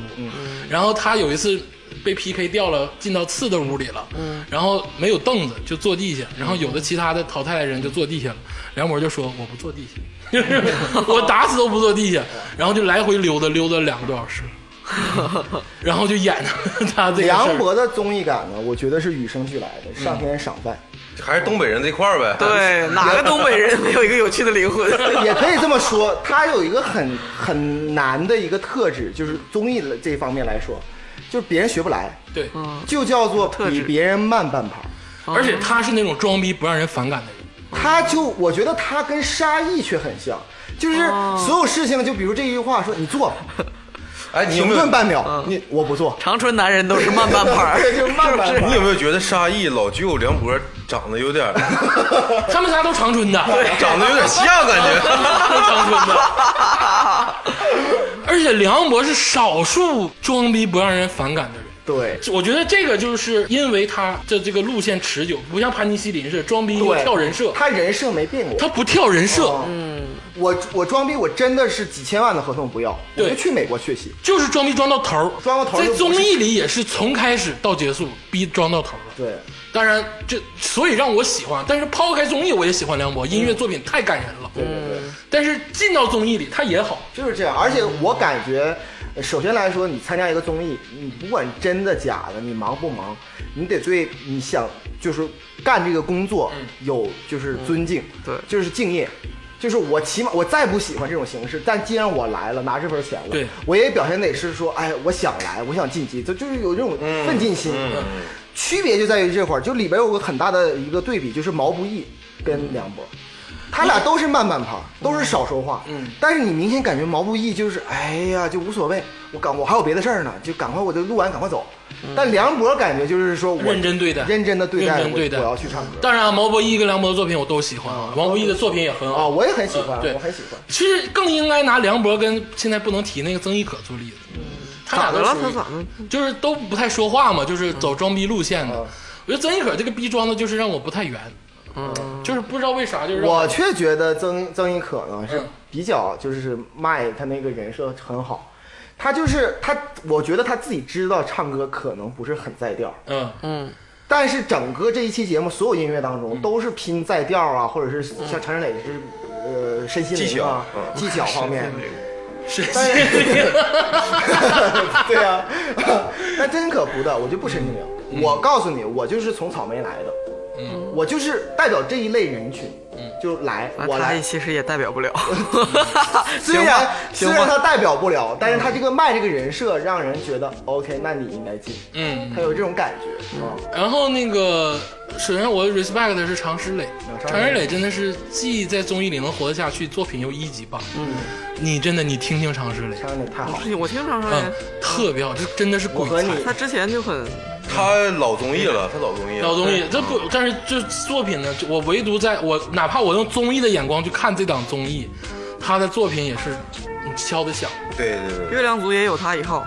[SPEAKER 4] 然后他有一次被 PK 掉了，进到次的屋里了，
[SPEAKER 6] 嗯
[SPEAKER 4] 然后没有凳子就坐地下，然后有的其他的淘汰的人就坐地下了，梁博就说我不坐地下， 就是我打死都不坐 地下，然后就来回溜达溜达两个多小时，然后就演他这个事儿嗯
[SPEAKER 6] 梁博的综艺感呢，我觉得是与生俱来的，上天赏饭，
[SPEAKER 5] 还是东北人这块儿呗。，
[SPEAKER 3] 对，哪个东北人没有一个有趣的灵魂？
[SPEAKER 6] 也可以这么说。他有一个很很难的一个特质，就是综艺这方面来说，就是别人学不来，
[SPEAKER 4] 对，
[SPEAKER 6] 就叫做
[SPEAKER 3] 特
[SPEAKER 6] 比
[SPEAKER 3] 质
[SPEAKER 6] 别人慢半拍。
[SPEAKER 4] 而且他是那种装逼不让人反感的人。
[SPEAKER 6] 他就我觉得他跟沙溢却很像，就是
[SPEAKER 4] 哦
[SPEAKER 6] 所有事情，就比如这一句话说 你做吧，
[SPEAKER 5] 哎，你有
[SPEAKER 6] 停
[SPEAKER 5] 没有
[SPEAKER 6] 顿半
[SPEAKER 4] 嗯
[SPEAKER 6] 秒，你我不做。
[SPEAKER 3] 长春男人都是慢半拍儿，
[SPEAKER 6] 对就是慢半拍
[SPEAKER 3] 是不
[SPEAKER 5] 你有没有觉得沙溢、老舅、梁博长得有 点儿，
[SPEAKER 4] 他们仨都长春的，
[SPEAKER 5] 长得有点像感觉？
[SPEAKER 4] 都长春的。 而且梁博是少数装逼不让人反感的人。
[SPEAKER 6] 对，
[SPEAKER 4] 我觉得这个就是因为他的这个路线持久，不像潘尼西林似的装逼又
[SPEAKER 6] 对
[SPEAKER 4] 跳人设，
[SPEAKER 6] 他人设没变过。嗯
[SPEAKER 4] 他不嗯跳人设，
[SPEAKER 6] 哦我我装逼，我真的是几千万的合同不要，我
[SPEAKER 4] 对
[SPEAKER 6] 就去美国学习。
[SPEAKER 4] 就是装逼装到头儿。
[SPEAKER 6] 装到头儿
[SPEAKER 4] 在
[SPEAKER 6] 就
[SPEAKER 4] 综
[SPEAKER 6] 不是
[SPEAKER 4] 艺里也是从开始到结束逼装到头儿了。
[SPEAKER 6] 对，
[SPEAKER 4] 当然，这所以让我喜欢，但是抛开综艺，我也喜欢梁博，音乐作品太感人了。
[SPEAKER 6] 对对对，
[SPEAKER 4] 但是进到综艺里，他也好，
[SPEAKER 6] 就是这样。而且我感觉，呃首先来说，你参加一个综艺，你不管真的假的，你忙不忙，你得对你想就是干这个工作有就是尊敬，
[SPEAKER 3] 对
[SPEAKER 6] 就是敬业。就是我起码我再不喜欢这种形式，但既然我来了，拿这份钱了，
[SPEAKER 4] 对
[SPEAKER 6] 我也表现得是说，哎，我想来，我想晋级，就就是有这种奋进心。区别就在于这块儿，就里边有个很大的一个对比，就是毛不易跟梁博，他俩都是慢半拍，都是少说话。嗯，但是你明显感觉毛不易就是，哎呀，就无所谓，我赶我还有别的事儿呢，就赶快我就录完赶快走。但梁博感觉就是说我
[SPEAKER 4] 嗯认真对待
[SPEAKER 6] 认真的对待，
[SPEAKER 4] 认真对待
[SPEAKER 6] 我我要去唱歌。
[SPEAKER 4] 当然啊，毛不易跟梁博的作品我都喜欢啊，毛不易的作品也很
[SPEAKER 6] 啊，
[SPEAKER 4] 好。
[SPEAKER 6] 我也很喜欢，
[SPEAKER 4] 对
[SPEAKER 6] 我很喜欢。
[SPEAKER 4] 其实更应该拿梁博跟现在不能提那个曾轶可做例子，他俩都
[SPEAKER 3] 咋的了
[SPEAKER 4] 属于
[SPEAKER 3] 他咋的
[SPEAKER 4] 就是都不太说话嘛，就是走装逼路线的。我觉得曾轶可这个逼装的，就是让我不太圆，嗯，就是不知道为啥，就是让
[SPEAKER 6] 我却觉得曾曾轶可呢是
[SPEAKER 4] 嗯
[SPEAKER 6] 比较就是卖他那个人设很好，他就是他，我觉得他自己知道唱歌可能不是很在调，
[SPEAKER 4] 嗯
[SPEAKER 6] 但是整个这一期节目所有音乐当中都是拼在调啊，或者是像陈志磊是呃身心灵啊技巧方面，
[SPEAKER 4] 是
[SPEAKER 6] 但 是对呀、 啊，但真可不的，我就不身心
[SPEAKER 3] 嗯
[SPEAKER 6] 灵。嗯我告诉你，我就是从草莓来的，我就是代表这一类人群，就来
[SPEAKER 3] 啊他
[SPEAKER 6] 我来
[SPEAKER 3] 也。其实也代表 不了，
[SPEAKER 6] 虽
[SPEAKER 3] 行
[SPEAKER 6] 然
[SPEAKER 3] 吧，
[SPEAKER 6] 虽
[SPEAKER 3] 行吧，
[SPEAKER 6] 然
[SPEAKER 3] 嗯
[SPEAKER 6] 他代表不了，但是他这个卖这个人设，让人觉得 OK，那你应该进，
[SPEAKER 4] 嗯。
[SPEAKER 6] 他有这种感觉啊。
[SPEAKER 4] 然后那个，首先我 respect 的是常石磊，常石磊真的是既在综艺里能活得下去，作品又一级棒。嗯，你真的你听听常石磊，
[SPEAKER 6] 唱的太好了，
[SPEAKER 3] 我听常常
[SPEAKER 4] 嗯
[SPEAKER 3] 也，，
[SPEAKER 4] 特别好，这真的是鬼
[SPEAKER 6] 我和
[SPEAKER 4] 才。
[SPEAKER 6] 你
[SPEAKER 3] 他之前就很
[SPEAKER 5] 他老综艺了，他老综艺了，
[SPEAKER 4] 老综艺，这不，但是这作品呢，就我唯独在我哪怕我用综艺的眼光去看这档综艺，他的作品也是嗯敲的 响。
[SPEAKER 5] 对对对。
[SPEAKER 3] 月亮族也有他一号，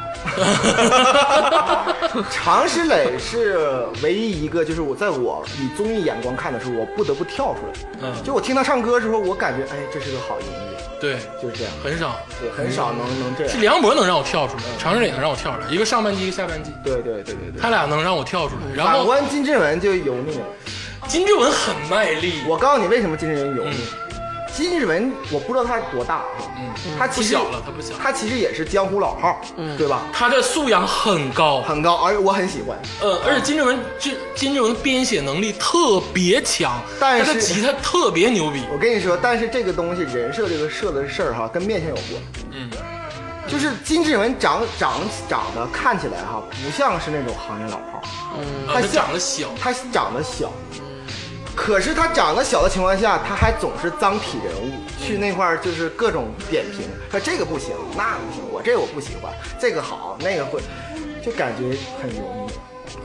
[SPEAKER 6] 常石磊是唯一一个，就是我在我以综艺眼光看的时候，我不得不跳出来。
[SPEAKER 4] 嗯，
[SPEAKER 6] 就我听他唱歌的时候，我感觉哎，这是个好音乐，
[SPEAKER 4] 对，
[SPEAKER 6] 就是这样，
[SPEAKER 4] 很少，
[SPEAKER 6] 对，很少能能这
[SPEAKER 4] 是
[SPEAKER 6] 样。
[SPEAKER 4] 梁博能让我跳出来，常石磊能让我跳出来，一个上半季，一个下半季，
[SPEAKER 6] 对对对对对。
[SPEAKER 4] 他俩能让我跳出来。然
[SPEAKER 6] 反
[SPEAKER 4] 后
[SPEAKER 6] 观金志文就油腻了，
[SPEAKER 4] 金志文很卖力，嗯
[SPEAKER 6] 我告诉你为什么金志文油腻。金志文我不知道他多大哈，他
[SPEAKER 4] 嗯不
[SPEAKER 6] 其实
[SPEAKER 4] 小了，他不小了，嗯
[SPEAKER 6] 他其实也是江湖老号，对吧？
[SPEAKER 4] 他的素养很高，
[SPEAKER 6] 很高，而我很喜欢。
[SPEAKER 4] 嗯，而且金志文这金志文编写能力特别强，
[SPEAKER 6] 但是
[SPEAKER 4] 他的吉他特别牛逼，
[SPEAKER 6] 我跟你说，但是这个东西人设这个设的事儿哈，跟面相有关。
[SPEAKER 4] 嗯，
[SPEAKER 6] 就是金志文长长长得看起来哈，不像是那种行业老炮儿，
[SPEAKER 4] 啊他
[SPEAKER 6] 像
[SPEAKER 4] 长得小，
[SPEAKER 6] 嗯他长得小，可是他长得小的情况下，他还总是脏痞人物，去那块儿就是各种点评，说这个不行，那不行，我这我不喜欢，这个好，那个会，就感觉很油腻，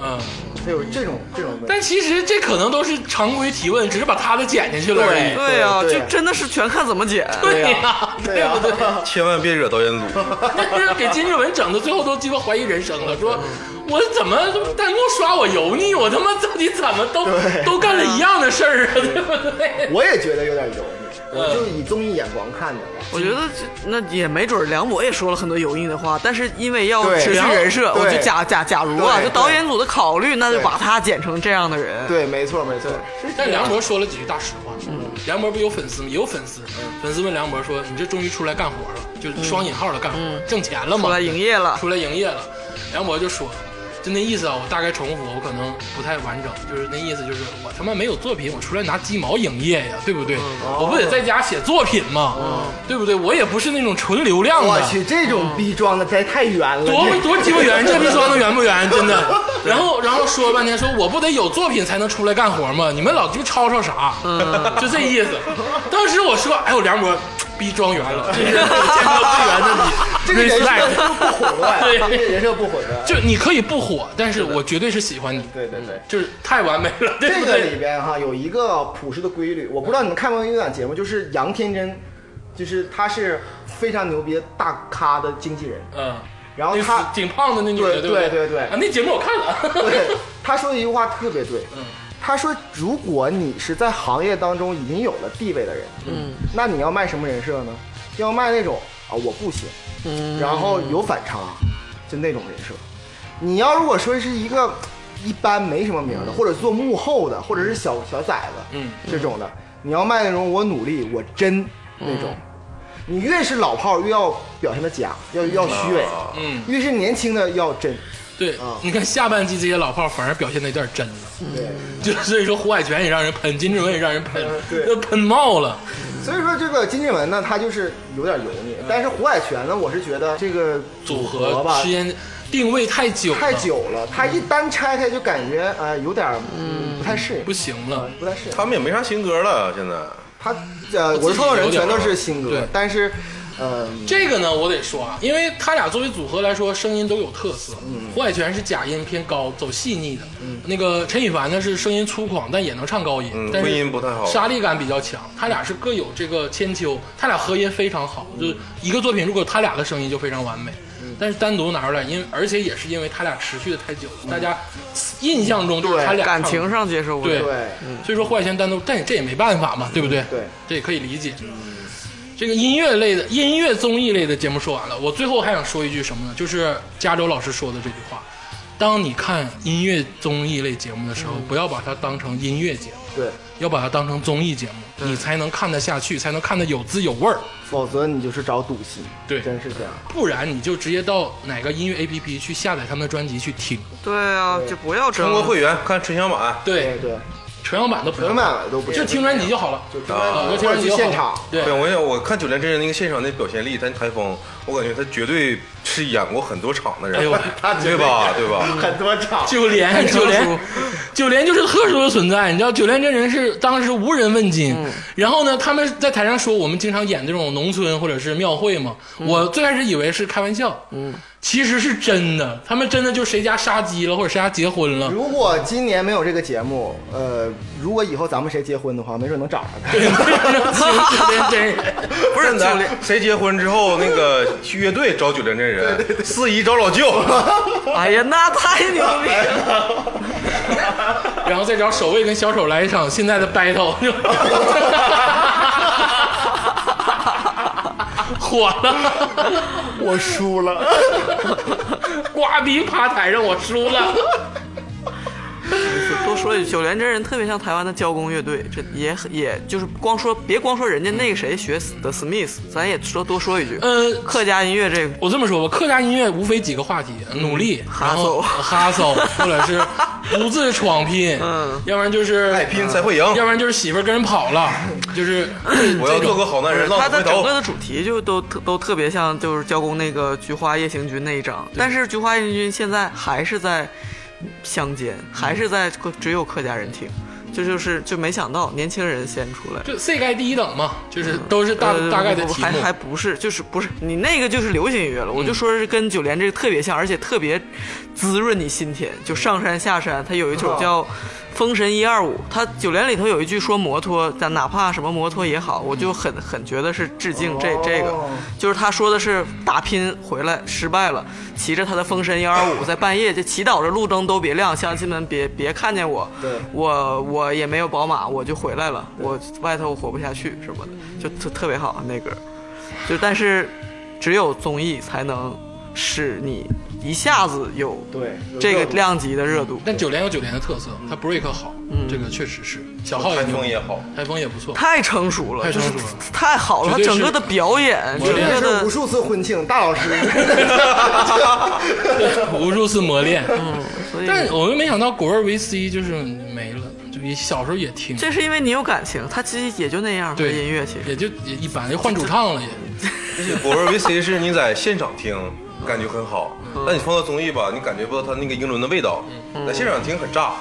[SPEAKER 4] 嗯。
[SPEAKER 6] 他有这种这种问题。
[SPEAKER 4] 但其实这可能都是常规提问，只是把他的剪进去了而已。
[SPEAKER 3] 对呀，
[SPEAKER 6] 哎对
[SPEAKER 3] 就
[SPEAKER 6] 呀
[SPEAKER 3] 真的是全看怎么剪，
[SPEAKER 4] 对呀，
[SPEAKER 6] 对啊呀、
[SPEAKER 5] 千万别惹导演组，
[SPEAKER 4] 但是给金志文整的最后都鸡巴怀疑人生了，说我怎么弹幕刷我油腻，我他妈到底怎么都
[SPEAKER 6] 对
[SPEAKER 4] 都干了一样的事儿啊，对不对？
[SPEAKER 6] 我也觉得有点油腻，我
[SPEAKER 4] 嗯
[SPEAKER 6] 就以综艺眼光看的吧。
[SPEAKER 3] 我觉得这那也没准儿梁博也说了很多油腻的话，但是因为要
[SPEAKER 6] 对
[SPEAKER 3] 持续
[SPEAKER 6] 梁
[SPEAKER 3] 人设，
[SPEAKER 6] 对
[SPEAKER 3] 我就假假假如啊，
[SPEAKER 6] 对
[SPEAKER 3] 就导演组的考虑，那就
[SPEAKER 6] 对
[SPEAKER 3] 把他剪成这样的人。
[SPEAKER 6] 对，没错，没错，是
[SPEAKER 4] 但梁博说了几句大实话。梁博不有粉丝吗？有粉丝，粉丝问梁博说：“你这终于出来干活了，就是双引号的干活，挣钱了吗？”
[SPEAKER 3] 出来营业
[SPEAKER 6] 啊
[SPEAKER 3] 了，
[SPEAKER 4] 出来营业了。梁博就说，就那意思啊，我大概重复，我可能不太完整，就是那意思就是我他妈没有作品，我出来拿鸡毛营业呀，对不对？
[SPEAKER 6] 嗯
[SPEAKER 4] 我不得在家写作品吗？对不对？我也不是那种纯流量的。
[SPEAKER 6] 我去，这种逼装的太太圆了，
[SPEAKER 4] 嗯多
[SPEAKER 6] 这
[SPEAKER 4] 多鸡巴圆，这逼装的圆不圆？真的。 然后然后说了半天，说我不得有作品才能出来干活吗？你们老鸡巴吵吵啥？
[SPEAKER 6] 嗯
[SPEAKER 4] 就这意思。当时我说，哎呦，梁博逼装圆了， 这是见到最圆的你，
[SPEAKER 6] 这个人
[SPEAKER 4] respect
[SPEAKER 6] 设不混乱，
[SPEAKER 4] 对
[SPEAKER 6] 这个人设不混乱。
[SPEAKER 4] 就你可以不火，但是我绝对是喜欢你，
[SPEAKER 6] 对对对，
[SPEAKER 4] 就是太完美了，对
[SPEAKER 6] 这
[SPEAKER 4] 不
[SPEAKER 6] 个
[SPEAKER 4] 对？
[SPEAKER 6] 里边哈有一个朴实的规律，我不知道你们看没看过一档节目，就是杨天真，就是他是非常牛逼的大咖的经纪人，
[SPEAKER 4] 嗯，
[SPEAKER 6] 然后
[SPEAKER 4] 那
[SPEAKER 6] 他
[SPEAKER 4] 挺胖的那女的，
[SPEAKER 6] 对
[SPEAKER 4] 不
[SPEAKER 6] 对对对
[SPEAKER 4] 啊，那节目我看了，
[SPEAKER 6] 对他说的一句话特别对，他说如果你是在行业当中已经有了地位的人，嗯，那你要卖什么人设呢？要卖那种啊我不行，嗯，然后有反差，就那种人设。你要如果说是一个一般没什么名儿的，或者做幕后的，或者是小小崽子，
[SPEAKER 4] 嗯，
[SPEAKER 6] 嗯这种的，你要卖那种我努力我真那种。你越是老炮儿，越要表现的假，要要虚伪，嗯，越是年轻的要真，
[SPEAKER 4] 对
[SPEAKER 6] 啊，
[SPEAKER 4] 你看下半季这些老炮儿反而表现的有点真了，
[SPEAKER 6] 对。
[SPEAKER 4] 就所以说胡海泉也让人喷，金志文也让人喷
[SPEAKER 6] 嗯，对
[SPEAKER 4] 都喷冒了。
[SPEAKER 6] 所以说这个金志文呢，他就是有点油腻，但是胡海泉呢，我是觉得这个
[SPEAKER 4] 组
[SPEAKER 6] 合
[SPEAKER 4] 合
[SPEAKER 6] 吧
[SPEAKER 4] 时间定位太久了，
[SPEAKER 6] 太久了，他一单拆开就感觉啊、呃有点儿嗯不太适应，
[SPEAKER 4] 不行了
[SPEAKER 6] 啊。不太适应。
[SPEAKER 5] 他们也没啥新歌了，现在
[SPEAKER 6] 他呃，我的创作人全都是新
[SPEAKER 4] 有点
[SPEAKER 6] 歌
[SPEAKER 4] 儿，
[SPEAKER 6] 但是呃，
[SPEAKER 5] 嗯
[SPEAKER 4] 这个呢，我得说啊，因为他俩作为组合来说，声音都有特色。
[SPEAKER 5] 嗯
[SPEAKER 4] 胡海泉是假音偏高，走细腻的。那个陈羽凡呢是声音粗犷，但也能唱高音，
[SPEAKER 5] 嗯
[SPEAKER 4] 但是
[SPEAKER 5] 回音不太好
[SPEAKER 4] 沙粒感比较强。他俩是各有这个千秋，他俩合音非常好，
[SPEAKER 5] 嗯
[SPEAKER 4] 就是一个作品如果他俩的声音就非常完美。但是单独拿出来，因而且也是因为他俩持续的太久
[SPEAKER 5] 嗯
[SPEAKER 4] 了，大家印象中就是他俩
[SPEAKER 3] 感
[SPEAKER 4] 唱
[SPEAKER 3] 情上接受不
[SPEAKER 4] 对
[SPEAKER 3] 了。
[SPEAKER 6] 对，
[SPEAKER 4] 所以说坏钱单独，但这也没办法嘛，对不对？
[SPEAKER 6] 嗯对嗯
[SPEAKER 4] 这也可以理解。这个音乐类的音乐综艺类的节目说完了，我最后还想说一句什么呢？就是加州老师说的这句话：当你看音乐综艺类节目的时候，
[SPEAKER 6] 嗯
[SPEAKER 4] 不要把它当成音乐节目，
[SPEAKER 6] 对，
[SPEAKER 4] 要把它当成综艺节目，你才能看得下去，才能看得有滋有味儿。
[SPEAKER 6] 否则你就是找赌戏，
[SPEAKER 4] 对
[SPEAKER 6] 真是这样。
[SPEAKER 4] 不然你就直接到哪个音乐 APP 去下载他们的专辑去听。
[SPEAKER 3] 对啊，就不要争
[SPEAKER 5] 通。过会员看纯享版，
[SPEAKER 4] 对
[SPEAKER 6] 对，对，
[SPEAKER 4] 纯享版都不
[SPEAKER 6] 朋友
[SPEAKER 4] 要，
[SPEAKER 6] 们都不
[SPEAKER 4] 就听专辑就好了。
[SPEAKER 6] 就
[SPEAKER 5] 啊
[SPEAKER 4] 我
[SPEAKER 6] 或者去现场，
[SPEAKER 4] 对
[SPEAKER 5] 对，，我想我看九连真人那个现场的表现力，他台风，我感觉他绝对是演过很多场的人，
[SPEAKER 4] 哎 呦
[SPEAKER 5] 对吧？对吧？
[SPEAKER 6] 很多场，
[SPEAKER 4] 九连，九连，九连就是特殊的存在。你知道，九连真人是当时无人问津。然后呢，他们在台上说我们经常演这种农村或者是庙会嘛，我最开始以为是开玩笑，嗯，其实是真的。他们真的就谁家杀鸡了，或者谁家结婚 了。
[SPEAKER 6] 如果今年没有这个节目，呃，如果以后咱们谁结婚的话，没准能找上他。
[SPEAKER 4] 九连真人，
[SPEAKER 3] 不是
[SPEAKER 5] 真
[SPEAKER 3] 九
[SPEAKER 5] 的
[SPEAKER 3] 连，，
[SPEAKER 5] 谁结婚之后那个去乐队找九连真人，司仪找老舅，
[SPEAKER 3] 哎呀，那太牛逼了！
[SPEAKER 4] 然后再找守卫跟小丑来一场现在的 battle，就 火了。
[SPEAKER 6] 我输了，
[SPEAKER 4] 瓜逼趴台上，我输了。
[SPEAKER 3] 多说一句，九连真人特别像台湾的交工乐队，这也很也就是光说别光说人家那个谁学的 Smith，咱也说多说一句，
[SPEAKER 4] 呃，
[SPEAKER 3] 客家音乐这个
[SPEAKER 4] 我这么说吧，客家音乐无非几个话题：努力，
[SPEAKER 3] 嗯哈
[SPEAKER 4] 然后
[SPEAKER 3] 搜
[SPEAKER 4] 呃哈搜，或者是独自闯拼，
[SPEAKER 3] 嗯
[SPEAKER 4] 要不然就是
[SPEAKER 5] 爱拼才会赢。
[SPEAKER 4] 要不然就是媳妇儿跟人跑了，就是
[SPEAKER 3] 嗯
[SPEAKER 5] 我要做个好男人，浪
[SPEAKER 3] 它
[SPEAKER 5] 子
[SPEAKER 3] 的
[SPEAKER 5] 回
[SPEAKER 3] 整
[SPEAKER 5] 头
[SPEAKER 3] 个。的主题就都特都特别像就是交工那个《菊花夜行军》那一章，但是《菊花夜行军》现在还是在乡间，还是在只有客家人听，这就是就没想到年轻人先出来。
[SPEAKER 4] 就 C 该第一等嘛，就是都是大
[SPEAKER 3] 呃
[SPEAKER 4] 大概的
[SPEAKER 3] 不不
[SPEAKER 4] 题
[SPEAKER 3] 还
[SPEAKER 4] 目。
[SPEAKER 3] 还不是，就是不是你那个就是流行音乐了。我就说是跟九连这个特别像，而且特别滋润你心田。就上山下山，它有一首叫《封神一二五》，它九连里头有一句说摩托，咱哪怕什么摩托也好，我就很很觉得是致敬这这个，就是他说的是打拼回来失败了，骑着他的封神一二五在半夜就祈祷着路灯都别亮，乡亲们别别看见我。
[SPEAKER 6] 对
[SPEAKER 3] 我我也没有宝马，我就回来了。我外头活不下去什么的，就特特别好啊那歌、就但是只有综艺才能使你一下子有
[SPEAKER 6] 对有
[SPEAKER 3] 这个
[SPEAKER 6] 热度
[SPEAKER 3] 量级的热度。
[SPEAKER 4] 但九连有九连的特色，它 break 好，这个确实是。小号
[SPEAKER 5] 台
[SPEAKER 4] 牛
[SPEAKER 5] 风也好，
[SPEAKER 4] 台风也不错。
[SPEAKER 3] 太成熟了，
[SPEAKER 4] 太成熟
[SPEAKER 3] 就
[SPEAKER 4] 了
[SPEAKER 3] 是太好了。他
[SPEAKER 4] 绝对是
[SPEAKER 3] 整个的表演，整
[SPEAKER 6] 也
[SPEAKER 3] 个
[SPEAKER 6] 是无
[SPEAKER 3] 的
[SPEAKER 6] 数次婚庆，大 老师
[SPEAKER 4] 无数次磨练，
[SPEAKER 3] 所以
[SPEAKER 4] 但我又没想到果味维 C 就是没了，就也小时候也听，
[SPEAKER 3] 这是因为你有感情，他其实也就那样。
[SPEAKER 4] 对
[SPEAKER 3] 音乐其实
[SPEAKER 4] 也就也一般，就换主唱了也。
[SPEAKER 5] 我说 VC 是你在现场听感觉很好，
[SPEAKER 4] 嗯
[SPEAKER 5] 但你放到综艺吧，你感觉不到它那个英伦的味道，在现场听很炸。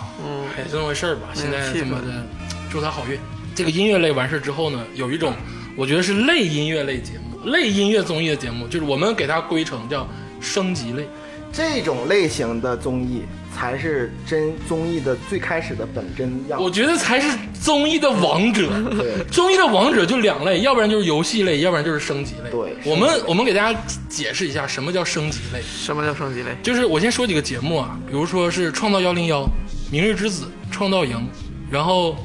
[SPEAKER 4] 哎，就那么回事儿吧。现在
[SPEAKER 3] 嗯气
[SPEAKER 4] 这么
[SPEAKER 3] 氛
[SPEAKER 4] 的，祝他好运。这个音乐类完事之后呢，有一种我觉得是类音乐类节目、类音乐综艺的节目，就是我们给它归成叫升级类。
[SPEAKER 6] 这种类型的综艺才是真综艺的最开始的本真样
[SPEAKER 4] 我。觉得才是综艺的王者。综艺的王者就两类，要不然就是游戏类，要不然就是升级类。
[SPEAKER 6] 对
[SPEAKER 4] 我们我们给大家解释一下什么叫升级类。
[SPEAKER 3] 什么叫升级类？
[SPEAKER 4] 就是我先说几个节目啊，比如说是《创造幺零幺》《明日之子》《创造营》，然后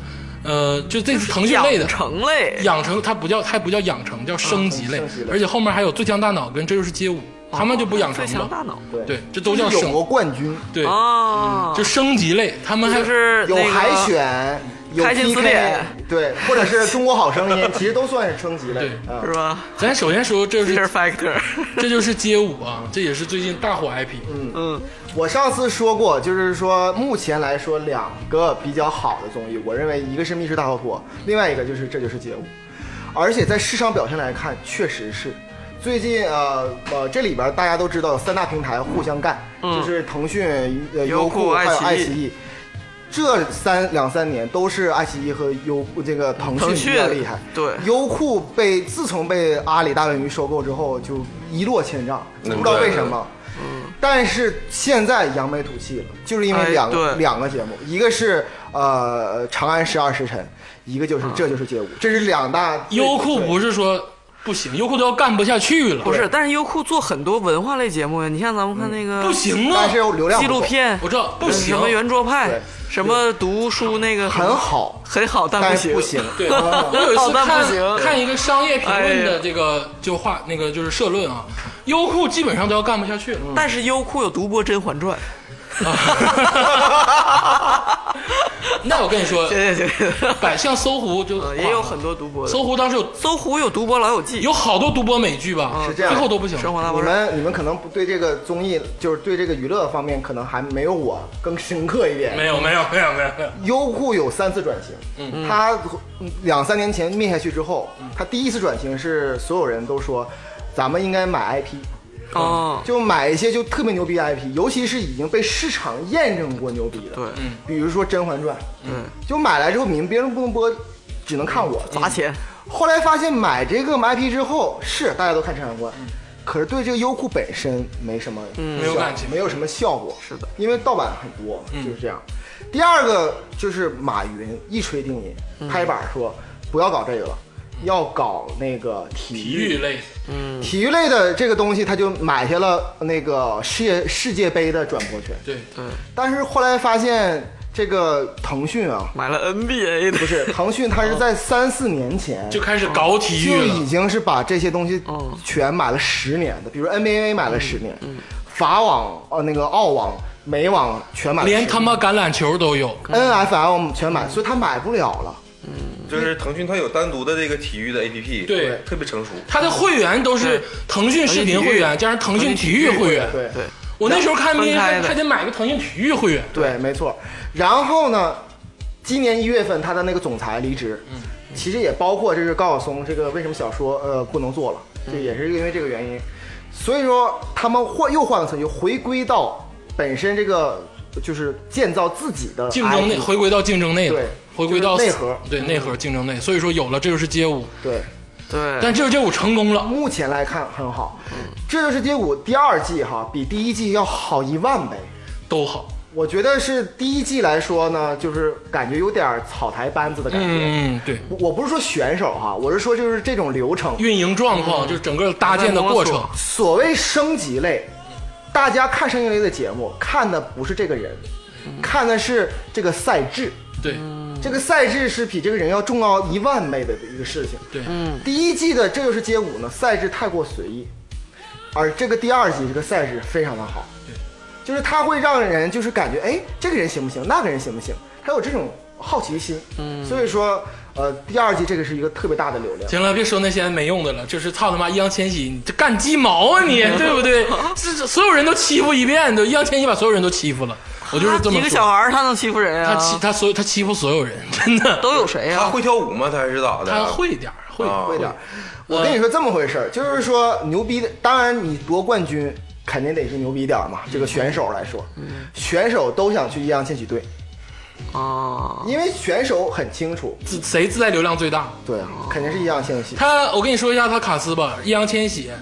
[SPEAKER 4] 呃，就这次腾讯类的
[SPEAKER 3] 养。成类，
[SPEAKER 4] 养成它不叫，它不叫养成，叫升级类
[SPEAKER 6] 升级，类
[SPEAKER 4] 而且后面还有最强大脑跟这就是街舞，他们就不养成
[SPEAKER 3] 哦最强大
[SPEAKER 4] 了。
[SPEAKER 3] 脑
[SPEAKER 4] 对，这都叫
[SPEAKER 6] 就是有
[SPEAKER 4] 升，
[SPEAKER 6] 过冠军，
[SPEAKER 4] 对，嗯
[SPEAKER 3] 啊，
[SPEAKER 4] 就升级类，他们还
[SPEAKER 3] 就是
[SPEAKER 6] 有
[SPEAKER 3] 那个
[SPEAKER 6] 海选，有
[SPEAKER 3] 开心
[SPEAKER 6] PK，
[SPEAKER 3] 词典
[SPEAKER 6] 对，或 者是中国好声音，其实都算是升级类
[SPEAKER 4] 对
[SPEAKER 6] 啊。
[SPEAKER 3] 是吧
[SPEAKER 4] 咱首先说，这
[SPEAKER 3] ？Fear
[SPEAKER 4] 是
[SPEAKER 3] Factor，
[SPEAKER 4] 这就是街舞啊，这也是最近大火 IP。
[SPEAKER 3] 嗯，
[SPEAKER 6] 我上次说过，就是说目前来说两个比较好的综艺，我认为一个是《密室大逃脱》，另外一个就是《这就是街舞》，而且在市场表现来看，确实是。最近呃呃，这里边大家都知道三大平台互相干，就是腾讯、呃、
[SPEAKER 3] 嗯优
[SPEAKER 6] 优
[SPEAKER 3] 酷
[SPEAKER 6] 酷还有
[SPEAKER 3] 爱
[SPEAKER 6] 爱
[SPEAKER 3] 奇艺
[SPEAKER 6] 奇艺。这三两三年都是爱奇艺和优这个腾
[SPEAKER 3] 腾
[SPEAKER 6] 讯比较
[SPEAKER 3] 讯
[SPEAKER 6] 厉害，
[SPEAKER 3] 对
[SPEAKER 6] 优酷被自从被阿里大文娱收购之后，就一落千丈，不
[SPEAKER 5] 嗯
[SPEAKER 6] 知道
[SPEAKER 5] 对
[SPEAKER 6] 为什么。但是现在扬眉吐气了，就是因
[SPEAKER 3] 哎
[SPEAKER 6] 为两个、
[SPEAKER 3] 对
[SPEAKER 6] 两个节目，一个是呃《长安十二时辰》，一个
[SPEAKER 3] 嗯
[SPEAKER 6] 就是《这就是街舞》，这是两大
[SPEAKER 4] 优酷不
[SPEAKER 6] 是
[SPEAKER 4] 是说不行，优酷都要干不下去了，
[SPEAKER 3] 不是，但是优酷做很多文化类节目呀，你像咱们看那个
[SPEAKER 4] 不行啊
[SPEAKER 6] 但是！流量
[SPEAKER 3] 纪
[SPEAKER 6] 不
[SPEAKER 3] 录
[SPEAKER 6] 错
[SPEAKER 3] 片，
[SPEAKER 4] 我知道不行
[SPEAKER 3] 什么圆桌派
[SPEAKER 6] 对，
[SPEAKER 3] 什么读书那个
[SPEAKER 6] 很好，
[SPEAKER 3] 很好，但
[SPEAKER 6] 但
[SPEAKER 3] 不
[SPEAKER 6] 是
[SPEAKER 3] 行
[SPEAKER 6] 不行，
[SPEAKER 4] 对，我有一次
[SPEAKER 3] 导弹不
[SPEAKER 4] 看
[SPEAKER 3] 行
[SPEAKER 4] 看一个商业评论
[SPEAKER 3] 哎
[SPEAKER 4] 的
[SPEAKER 3] 呀
[SPEAKER 4] 这个就话那个就是社论啊，优酷基本上都要干不下去了。
[SPEAKER 3] 但是优酷有独播《甄嬛传
[SPEAKER 4] 那我跟你说》，，
[SPEAKER 3] 对对对，
[SPEAKER 4] 百像搜狐就垮了
[SPEAKER 3] 也有很多独播的。
[SPEAKER 4] 搜狐当时有
[SPEAKER 3] 搜狐有独播《老友记》，
[SPEAKER 4] 有好多独播美剧吧，
[SPEAKER 6] 是这样
[SPEAKER 4] 最后都不行。
[SPEAKER 3] 生活大爆
[SPEAKER 6] 你
[SPEAKER 3] 炸》，
[SPEAKER 6] 们你们可能不对这个综艺，就是对这个娱乐方面，可能还没有我更深刻一点。
[SPEAKER 4] 没有没有没有没有没有，
[SPEAKER 6] 优酷有三次转型，嗯，它两三年前灭下去之后，它第一次转型是所有人都说，咱们应该买 IP，
[SPEAKER 3] 哦，
[SPEAKER 6] 就买一些就特别牛逼的 IP，尤其是已经被市场验证过牛逼的，
[SPEAKER 3] 对，
[SPEAKER 4] 嗯
[SPEAKER 6] 比如说《甄嬛传》，
[SPEAKER 3] 嗯，
[SPEAKER 6] 就买来之后你们别人不能播，只能看我。
[SPEAKER 3] 砸钱，
[SPEAKER 6] 后来发现买这个 IP 之后，是大家都看《甄嬛传》，
[SPEAKER 3] 嗯
[SPEAKER 6] 可是对这个优酷本身没什么
[SPEAKER 4] 没有
[SPEAKER 6] 效
[SPEAKER 4] 感情嗯
[SPEAKER 6] 没有什么效果。
[SPEAKER 3] 是的，
[SPEAKER 6] 因为盗版很多，就是这样。第二个就是马云一锤定
[SPEAKER 3] 嗯
[SPEAKER 6] 音，拍板说不要搞这个了，要搞那个
[SPEAKER 4] 体
[SPEAKER 6] 体
[SPEAKER 4] 育类的
[SPEAKER 6] 嗯体育类的这个东西，他就买下了那个世界世界杯的转播权。
[SPEAKER 4] 对，
[SPEAKER 6] 但是后来发现，这个腾讯 啊，
[SPEAKER 3] 买了 NBA 的，
[SPEAKER 6] 不是腾讯，它是在三四年前
[SPEAKER 4] 啊就开始搞体育
[SPEAKER 6] 就已
[SPEAKER 4] 了。哦
[SPEAKER 6] 经是把这些东西
[SPEAKER 3] 嗯
[SPEAKER 6] 全买了十年的，比如 NBA 买了
[SPEAKER 4] 嗯
[SPEAKER 6] 十年，法网呃那个澳网、美网全买了十
[SPEAKER 4] 连
[SPEAKER 6] 年，
[SPEAKER 4] 他妈橄榄球都有，
[SPEAKER 6] NFL 全买，所以他买不了了。
[SPEAKER 5] 就是腾讯它有单独的这个体育的 APP，
[SPEAKER 4] 嗯对
[SPEAKER 5] 特别成熟。
[SPEAKER 4] 他的会员都是
[SPEAKER 3] 对
[SPEAKER 4] 腾讯视频会员加上腾讯体育会员。
[SPEAKER 6] 对
[SPEAKER 3] 对，
[SPEAKER 4] 我那时候看 NBA
[SPEAKER 3] 分开
[SPEAKER 4] 还
[SPEAKER 3] 的
[SPEAKER 4] 还得买个腾讯体育会员，
[SPEAKER 6] 对，没错。然后呢，今年一月份他的那个总裁离职，嗯，其实也包括这是高晓松这个为什么小说呃不能做了，
[SPEAKER 4] 嗯
[SPEAKER 6] 这也是因为这个原因。所以说他们换又换了层，又回归到本身这个就是建造自己的
[SPEAKER 4] 竞争内
[SPEAKER 6] IP
[SPEAKER 4] 回归到竞争内了
[SPEAKER 6] 哎对，
[SPEAKER 4] 回归到
[SPEAKER 6] 就是内核
[SPEAKER 4] 对内核竞争内，所以说有了这就是街舞，
[SPEAKER 6] 对。
[SPEAKER 3] 对，
[SPEAKER 4] 但这就是街舞成功了，
[SPEAKER 6] 目前来看很好，这就是街舞第二季哈，比第一季要好一万倍。
[SPEAKER 4] 都好，
[SPEAKER 6] 我觉得是第一季来说呢，就是感觉有点草台班子的感觉。
[SPEAKER 4] 嗯，对，
[SPEAKER 6] 我我不是说选手哈，我是说就是这种流程。
[SPEAKER 4] 运营状况就是整个搭建的过程，
[SPEAKER 6] 所谓升级类，大家看升级类的节目，看的不是这个人，看的是这个赛制。
[SPEAKER 4] 对
[SPEAKER 6] 这个赛制是比这个人要重要一万倍的一个事情。
[SPEAKER 4] 对，
[SPEAKER 6] 第一季的这就是街舞呢，赛制太过随意，而这个第二季这个赛制非常的好，就是它会让人就是感觉，哎，这个人行不行，那个人行不行，还有这种好奇心，嗯，所以说，呃，第二季这个是一个特别大的流量，
[SPEAKER 4] 行了，别说那些没用的了，就是操他妈易烊千玺，你这干鸡毛啊你，对不对？这这所有人都欺负一遍，都易烊千玺把所有人都欺负了，我就是这
[SPEAKER 3] 他
[SPEAKER 4] 么
[SPEAKER 3] 一个小
[SPEAKER 4] 说，
[SPEAKER 3] 孩儿他能欺负人
[SPEAKER 4] 他欺
[SPEAKER 3] 啊？
[SPEAKER 4] 他所有他欺负所有人， 真的，
[SPEAKER 3] 都有谁啊
[SPEAKER 5] 他
[SPEAKER 3] 呀？
[SPEAKER 5] 会跳舞吗？他还是咋的？
[SPEAKER 4] 他会点儿会
[SPEAKER 5] 啊
[SPEAKER 6] 会点儿。我跟你说这么回事儿，就是说牛逼的，当然你夺冠军肯定得是牛逼点儿嘛，这个选手来说，
[SPEAKER 4] 嗯
[SPEAKER 6] 选手都想去易烊千玺队，
[SPEAKER 4] 哦
[SPEAKER 3] 啊，
[SPEAKER 6] 因为选手很清楚，
[SPEAKER 4] 自谁自带流量最大？
[SPEAKER 6] 对，啊肯定是易烊千玺。
[SPEAKER 4] 他，我跟你说一下他卡斯吧：易烊千玺，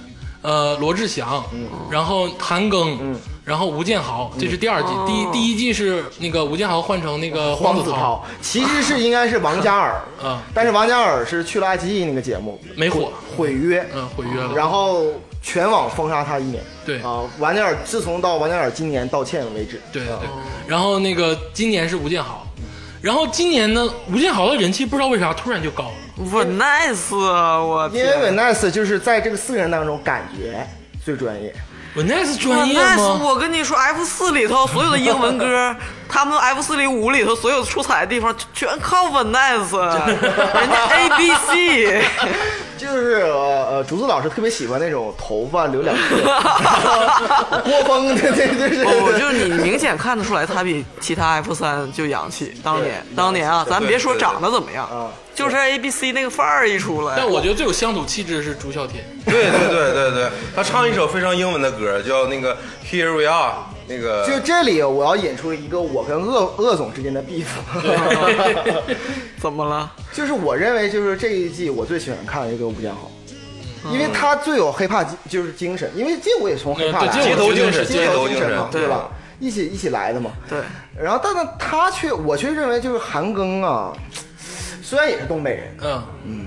[SPEAKER 4] 呃，罗志祥，然后韩庚，然后吴建豪，这是第二季。
[SPEAKER 3] 哦
[SPEAKER 4] 第一第一季是那个吴建豪换成那个
[SPEAKER 6] 黄
[SPEAKER 4] 子
[SPEAKER 6] 子韬，其实是应该是王嘉尔，
[SPEAKER 4] 嗯
[SPEAKER 6] 但是王嘉尔是去了爱奇艺那个节目，
[SPEAKER 4] 没火
[SPEAKER 6] 毁约，
[SPEAKER 4] 嗯，毁约了。
[SPEAKER 6] 然后全网封杀他一年。
[SPEAKER 4] 对
[SPEAKER 6] 啊，王嘉尔自从到王嘉尔今年道歉为止，啊
[SPEAKER 4] 对对，然后那个今年是吴建豪，然后今年呢，吴建豪的人气不知道为啥突然就高了。
[SPEAKER 3] 我 nice 啊！我
[SPEAKER 6] 因为
[SPEAKER 3] 天，
[SPEAKER 6] Venice 就是在这个四个人当中感觉最专业，
[SPEAKER 4] 我那是
[SPEAKER 3] 哇
[SPEAKER 4] 专业
[SPEAKER 3] 啊那是
[SPEAKER 4] 吗？
[SPEAKER 3] 我跟你说，F 四里头所有的英文歌，他们 F 四里五里头所有出彩的地方，全靠 Vanessa，人家 A B C，
[SPEAKER 6] 就是呃呃，竹子老师特别喜欢那种头发留两侧郭峰的那，就是
[SPEAKER 3] 我哦就是你明显看得出来，他比其他 F 三就洋气。当年当年啊，咱别说长得怎么样，就是 A B C 那个范儿一出来，
[SPEAKER 4] 但我觉得最有乡土气质是朱孝天，
[SPEAKER 5] 对对对对对，他唱一首非常英文的歌，叫那个 Here We Are，那个
[SPEAKER 6] 就这里我要引出一个我跟鄂鄂总之间的 beef，
[SPEAKER 3] 怎么了？
[SPEAKER 6] 就是我认为就是这一季我最喜欢看的一个吴建豪，因为他最有黑怕就是精神，因为这我也从黑怕
[SPEAKER 4] 对
[SPEAKER 6] 来
[SPEAKER 4] 这
[SPEAKER 6] 的，
[SPEAKER 5] 街头精神，
[SPEAKER 6] 街
[SPEAKER 5] 街
[SPEAKER 6] 头
[SPEAKER 5] 头
[SPEAKER 6] 精
[SPEAKER 5] 精
[SPEAKER 6] 神
[SPEAKER 5] 神
[SPEAKER 6] 嘛，，
[SPEAKER 3] 对
[SPEAKER 6] 吧？一起一起来的嘛，
[SPEAKER 3] 对，
[SPEAKER 6] 然后，但是他却，我却认为就是韩庚啊，虽然也是东北人，
[SPEAKER 4] 嗯，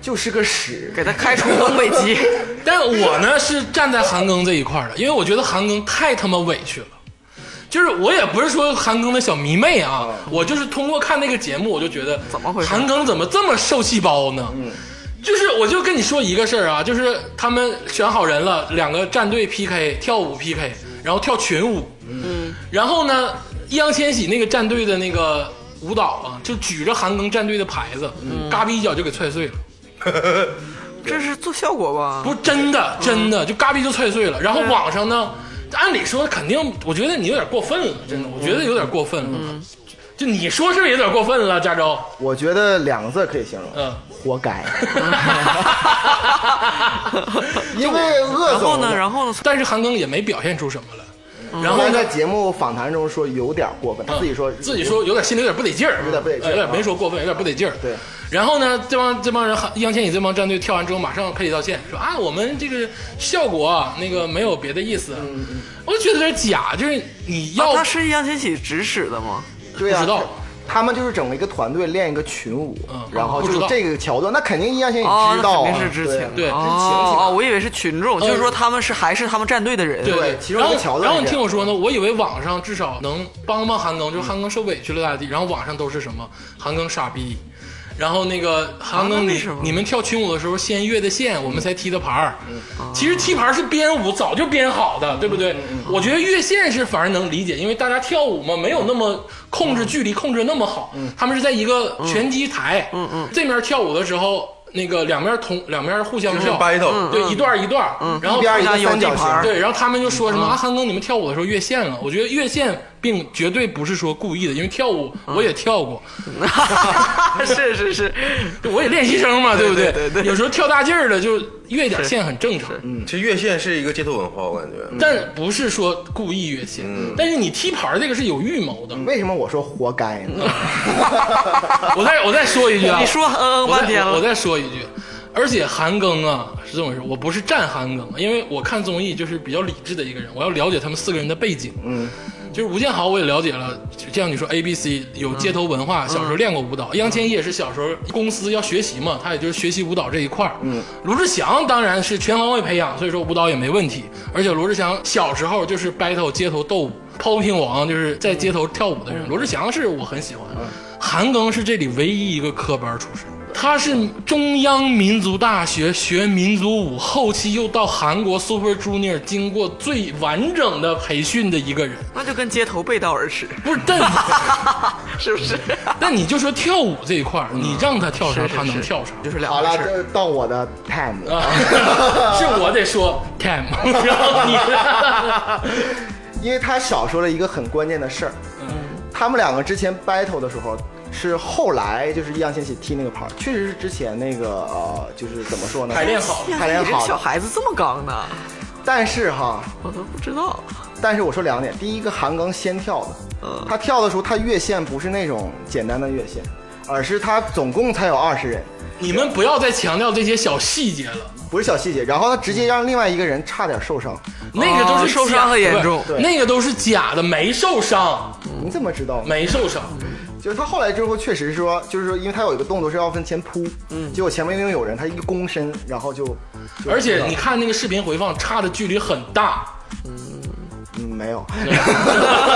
[SPEAKER 6] 就是个屎。
[SPEAKER 3] 给他开除东北籍。
[SPEAKER 4] 但我呢是站在韩庚这一块儿的，因为我觉得韩庚太他妈委屈了。就是我也不是说韩庚的小迷妹啊，我就是通过看那个节目，我就觉得
[SPEAKER 3] 嗯怎么回事嗯
[SPEAKER 4] 韩庚怎么这么受气包呢？就是我就跟你说一个事儿啊，就是他们选好人了，两个战队 PK 跳舞 PK，然后跳群舞，嗯，然后呢，易烊千玺那个战队的那个舞蹈啊，就举着韩庚战队的牌子，
[SPEAKER 3] 嗯
[SPEAKER 4] 嘎逼一脚就给踹碎了。
[SPEAKER 3] 这是做效果吧？
[SPEAKER 4] 不
[SPEAKER 6] 啊
[SPEAKER 4] 是真的，
[SPEAKER 6] 嗯
[SPEAKER 4] 真的就嘎逼就踹碎了。然后网上呢，按理说肯定，我觉得你有点过分了，真的，我觉得有点过分了。
[SPEAKER 6] 嗯
[SPEAKER 4] 就你说是不是有点过分了，加州？
[SPEAKER 6] 我觉得两个字儿可以形容，
[SPEAKER 4] 嗯，
[SPEAKER 6] 活该。因为鄂
[SPEAKER 3] 然后
[SPEAKER 6] 总
[SPEAKER 3] 呢？然后呢？
[SPEAKER 4] 但是韩庚也没表现出什么来。然
[SPEAKER 6] 然
[SPEAKER 4] 后
[SPEAKER 6] 后在
[SPEAKER 4] 呢，
[SPEAKER 6] 节目访谈中说有点过
[SPEAKER 3] 嗯
[SPEAKER 6] 分，他嗯自己说
[SPEAKER 4] 自己说有点心里有点不得劲儿，
[SPEAKER 6] 有点不得劲
[SPEAKER 4] 呃
[SPEAKER 6] 儿啊
[SPEAKER 4] 有点没说过分，有点不得劲儿。
[SPEAKER 6] 对。
[SPEAKER 4] 然后呢，这帮这帮人，易烊千玺这帮战队跳完之后，马上赔礼道歉，说啊，我们这个效果啊那个没有别的意思。啊
[SPEAKER 6] 嗯
[SPEAKER 4] 我就觉得有点假，就是你要
[SPEAKER 3] 啊他是易烊千玺指使的吗？
[SPEAKER 6] 对啊，
[SPEAKER 4] 不知道
[SPEAKER 6] 他们就是整了一个团队练一个群舞
[SPEAKER 4] 嗯，
[SPEAKER 6] 然后
[SPEAKER 4] 不
[SPEAKER 6] 就
[SPEAKER 4] 知
[SPEAKER 6] 是
[SPEAKER 4] 道
[SPEAKER 6] 这个桥段，那肯定易烊千玺
[SPEAKER 3] 哦，
[SPEAKER 6] 知
[SPEAKER 3] 那
[SPEAKER 6] 道
[SPEAKER 3] 肯
[SPEAKER 6] 啊，
[SPEAKER 3] 定是知情。
[SPEAKER 4] 对
[SPEAKER 3] 哦哦，我以为是群众，就是说他们是还是他们战队的人。
[SPEAKER 4] 对
[SPEAKER 6] 对其中一个桥段
[SPEAKER 4] 然后然后
[SPEAKER 6] 是
[SPEAKER 4] 你
[SPEAKER 6] 这样嗯
[SPEAKER 4] 听我说呢，我以为网上至少能帮帮韩庚，就是韩庚受委屈了咋地，然后网上都是什么韩庚傻逼，然后那个韩
[SPEAKER 3] 啊
[SPEAKER 4] 庚
[SPEAKER 3] 那为
[SPEAKER 4] 你、
[SPEAKER 3] 什么
[SPEAKER 4] 你们跳群舞的时候先越的线，我们才踢的牌儿。
[SPEAKER 6] 嗯
[SPEAKER 4] 其实踢牌是编舞早就编好的，对不
[SPEAKER 6] 嗯
[SPEAKER 4] 对？我觉得越线是反而能理解，因为大家跳舞嘛，没有那么控制距离控制那么好，
[SPEAKER 6] 嗯
[SPEAKER 4] 他们是在一个拳击台，嗯嗯，这面跳舞的时候。那个两面同两面互相
[SPEAKER 5] 就是
[SPEAKER 4] 跳，
[SPEAKER 5] battle
[SPEAKER 4] 对一段儿一段儿，然后
[SPEAKER 6] 嗯一边儿一个
[SPEAKER 3] 有
[SPEAKER 6] 三角
[SPEAKER 3] 地盘儿
[SPEAKER 6] 形，
[SPEAKER 4] 对，然后他们就说什么啊，韩庚，你们跳舞的时候越线了。我觉得越线并绝对不是说故意的，因为跳舞我也跳过，
[SPEAKER 3] 是是是，
[SPEAKER 4] 我也练习生嘛，对不对？
[SPEAKER 3] 对对对
[SPEAKER 4] 有时候跳大劲儿的就越一点线很正常，
[SPEAKER 5] 嗯其实越线是一个街头文化，我感觉。
[SPEAKER 4] 但不是说故意越线。但是你踢牌儿这个是有预谋的。
[SPEAKER 6] 为什么我说活该
[SPEAKER 3] 嗯
[SPEAKER 6] 呢？
[SPEAKER 4] 我再我再说一句啊，
[SPEAKER 3] 你说嗯嗯
[SPEAKER 4] 我
[SPEAKER 3] 半天
[SPEAKER 4] 再我
[SPEAKER 3] 了。
[SPEAKER 4] 再说一句，而且韩庚啊是这么回事，我不是站韩庚，因为我看综艺就是比较理智的一个人，我要了解他们四个人的背景。嗯，就是吴建豪我也了解了，就像你说 A B C 有街头文化，小时候练过舞蹈，易烊千玺也是小时候公司要学习嘛，他也就是学习舞蹈这一块儿。嗯，罗志祥当然是全方位培养，所以说舞蹈也没问题。而且罗志祥小时候就是 battle 街头斗舞。popping 王就是在街头跳舞的人，罗志祥是我很喜欢，韩庚是这里唯一一个科班出身，他是中央民族大学学民族舞，后期又到韩国 Super Junior 经过最完整的培训的一个人。
[SPEAKER 3] 那就跟街头背道而驰，
[SPEAKER 4] 不是，但
[SPEAKER 3] 是不是？
[SPEAKER 4] 但你就说跳舞这一块儿，你让他跳啥，
[SPEAKER 3] 是是
[SPEAKER 4] 他能
[SPEAKER 3] 是
[SPEAKER 4] 跳啥。
[SPEAKER 3] 就是嗯两
[SPEAKER 6] 好
[SPEAKER 3] 回
[SPEAKER 6] 了，
[SPEAKER 3] 事儿。
[SPEAKER 6] 这到我的 time 了。
[SPEAKER 4] 啊，是我得说 time，然后你，
[SPEAKER 6] 因为他少说了一个很关键的事儿。
[SPEAKER 4] 嗯
[SPEAKER 6] 他们两个之前 battle 的时候，是后来就是易烊千玺踢那个牌儿，确实是之前那个呃，就是怎么说呢？
[SPEAKER 4] 排练好
[SPEAKER 6] 排练
[SPEAKER 3] 你哎这个
[SPEAKER 6] 好
[SPEAKER 3] 小
[SPEAKER 6] 的。
[SPEAKER 3] 孩子这么刚呢，
[SPEAKER 6] 但是哈，
[SPEAKER 3] 我都不知道。
[SPEAKER 6] 但是我说两点，第一个韩庚先跳的，他跳的时候他越线不是那种简单的越线，而是他总共才有二十人，
[SPEAKER 4] 你们不要再强调这些小细节了。
[SPEAKER 6] 不是小细节。然后他直接让另外一个人差点受伤，
[SPEAKER 4] 那个都
[SPEAKER 3] 哦
[SPEAKER 4] 是
[SPEAKER 3] 受
[SPEAKER 4] 假
[SPEAKER 3] 伤很
[SPEAKER 4] 的
[SPEAKER 3] 严重
[SPEAKER 6] 对
[SPEAKER 4] 那个都是假的，没受伤，
[SPEAKER 6] 你怎么知道呢？
[SPEAKER 4] 没受伤。
[SPEAKER 6] 就是他后来之后确实说，就是说因为他有一个动作是要分前扑，嗯，结果前面一定有人，他一个躬身，然后就，就
[SPEAKER 4] 而且你看那个视频回放，差的距离很大。
[SPEAKER 6] 嗯，没有。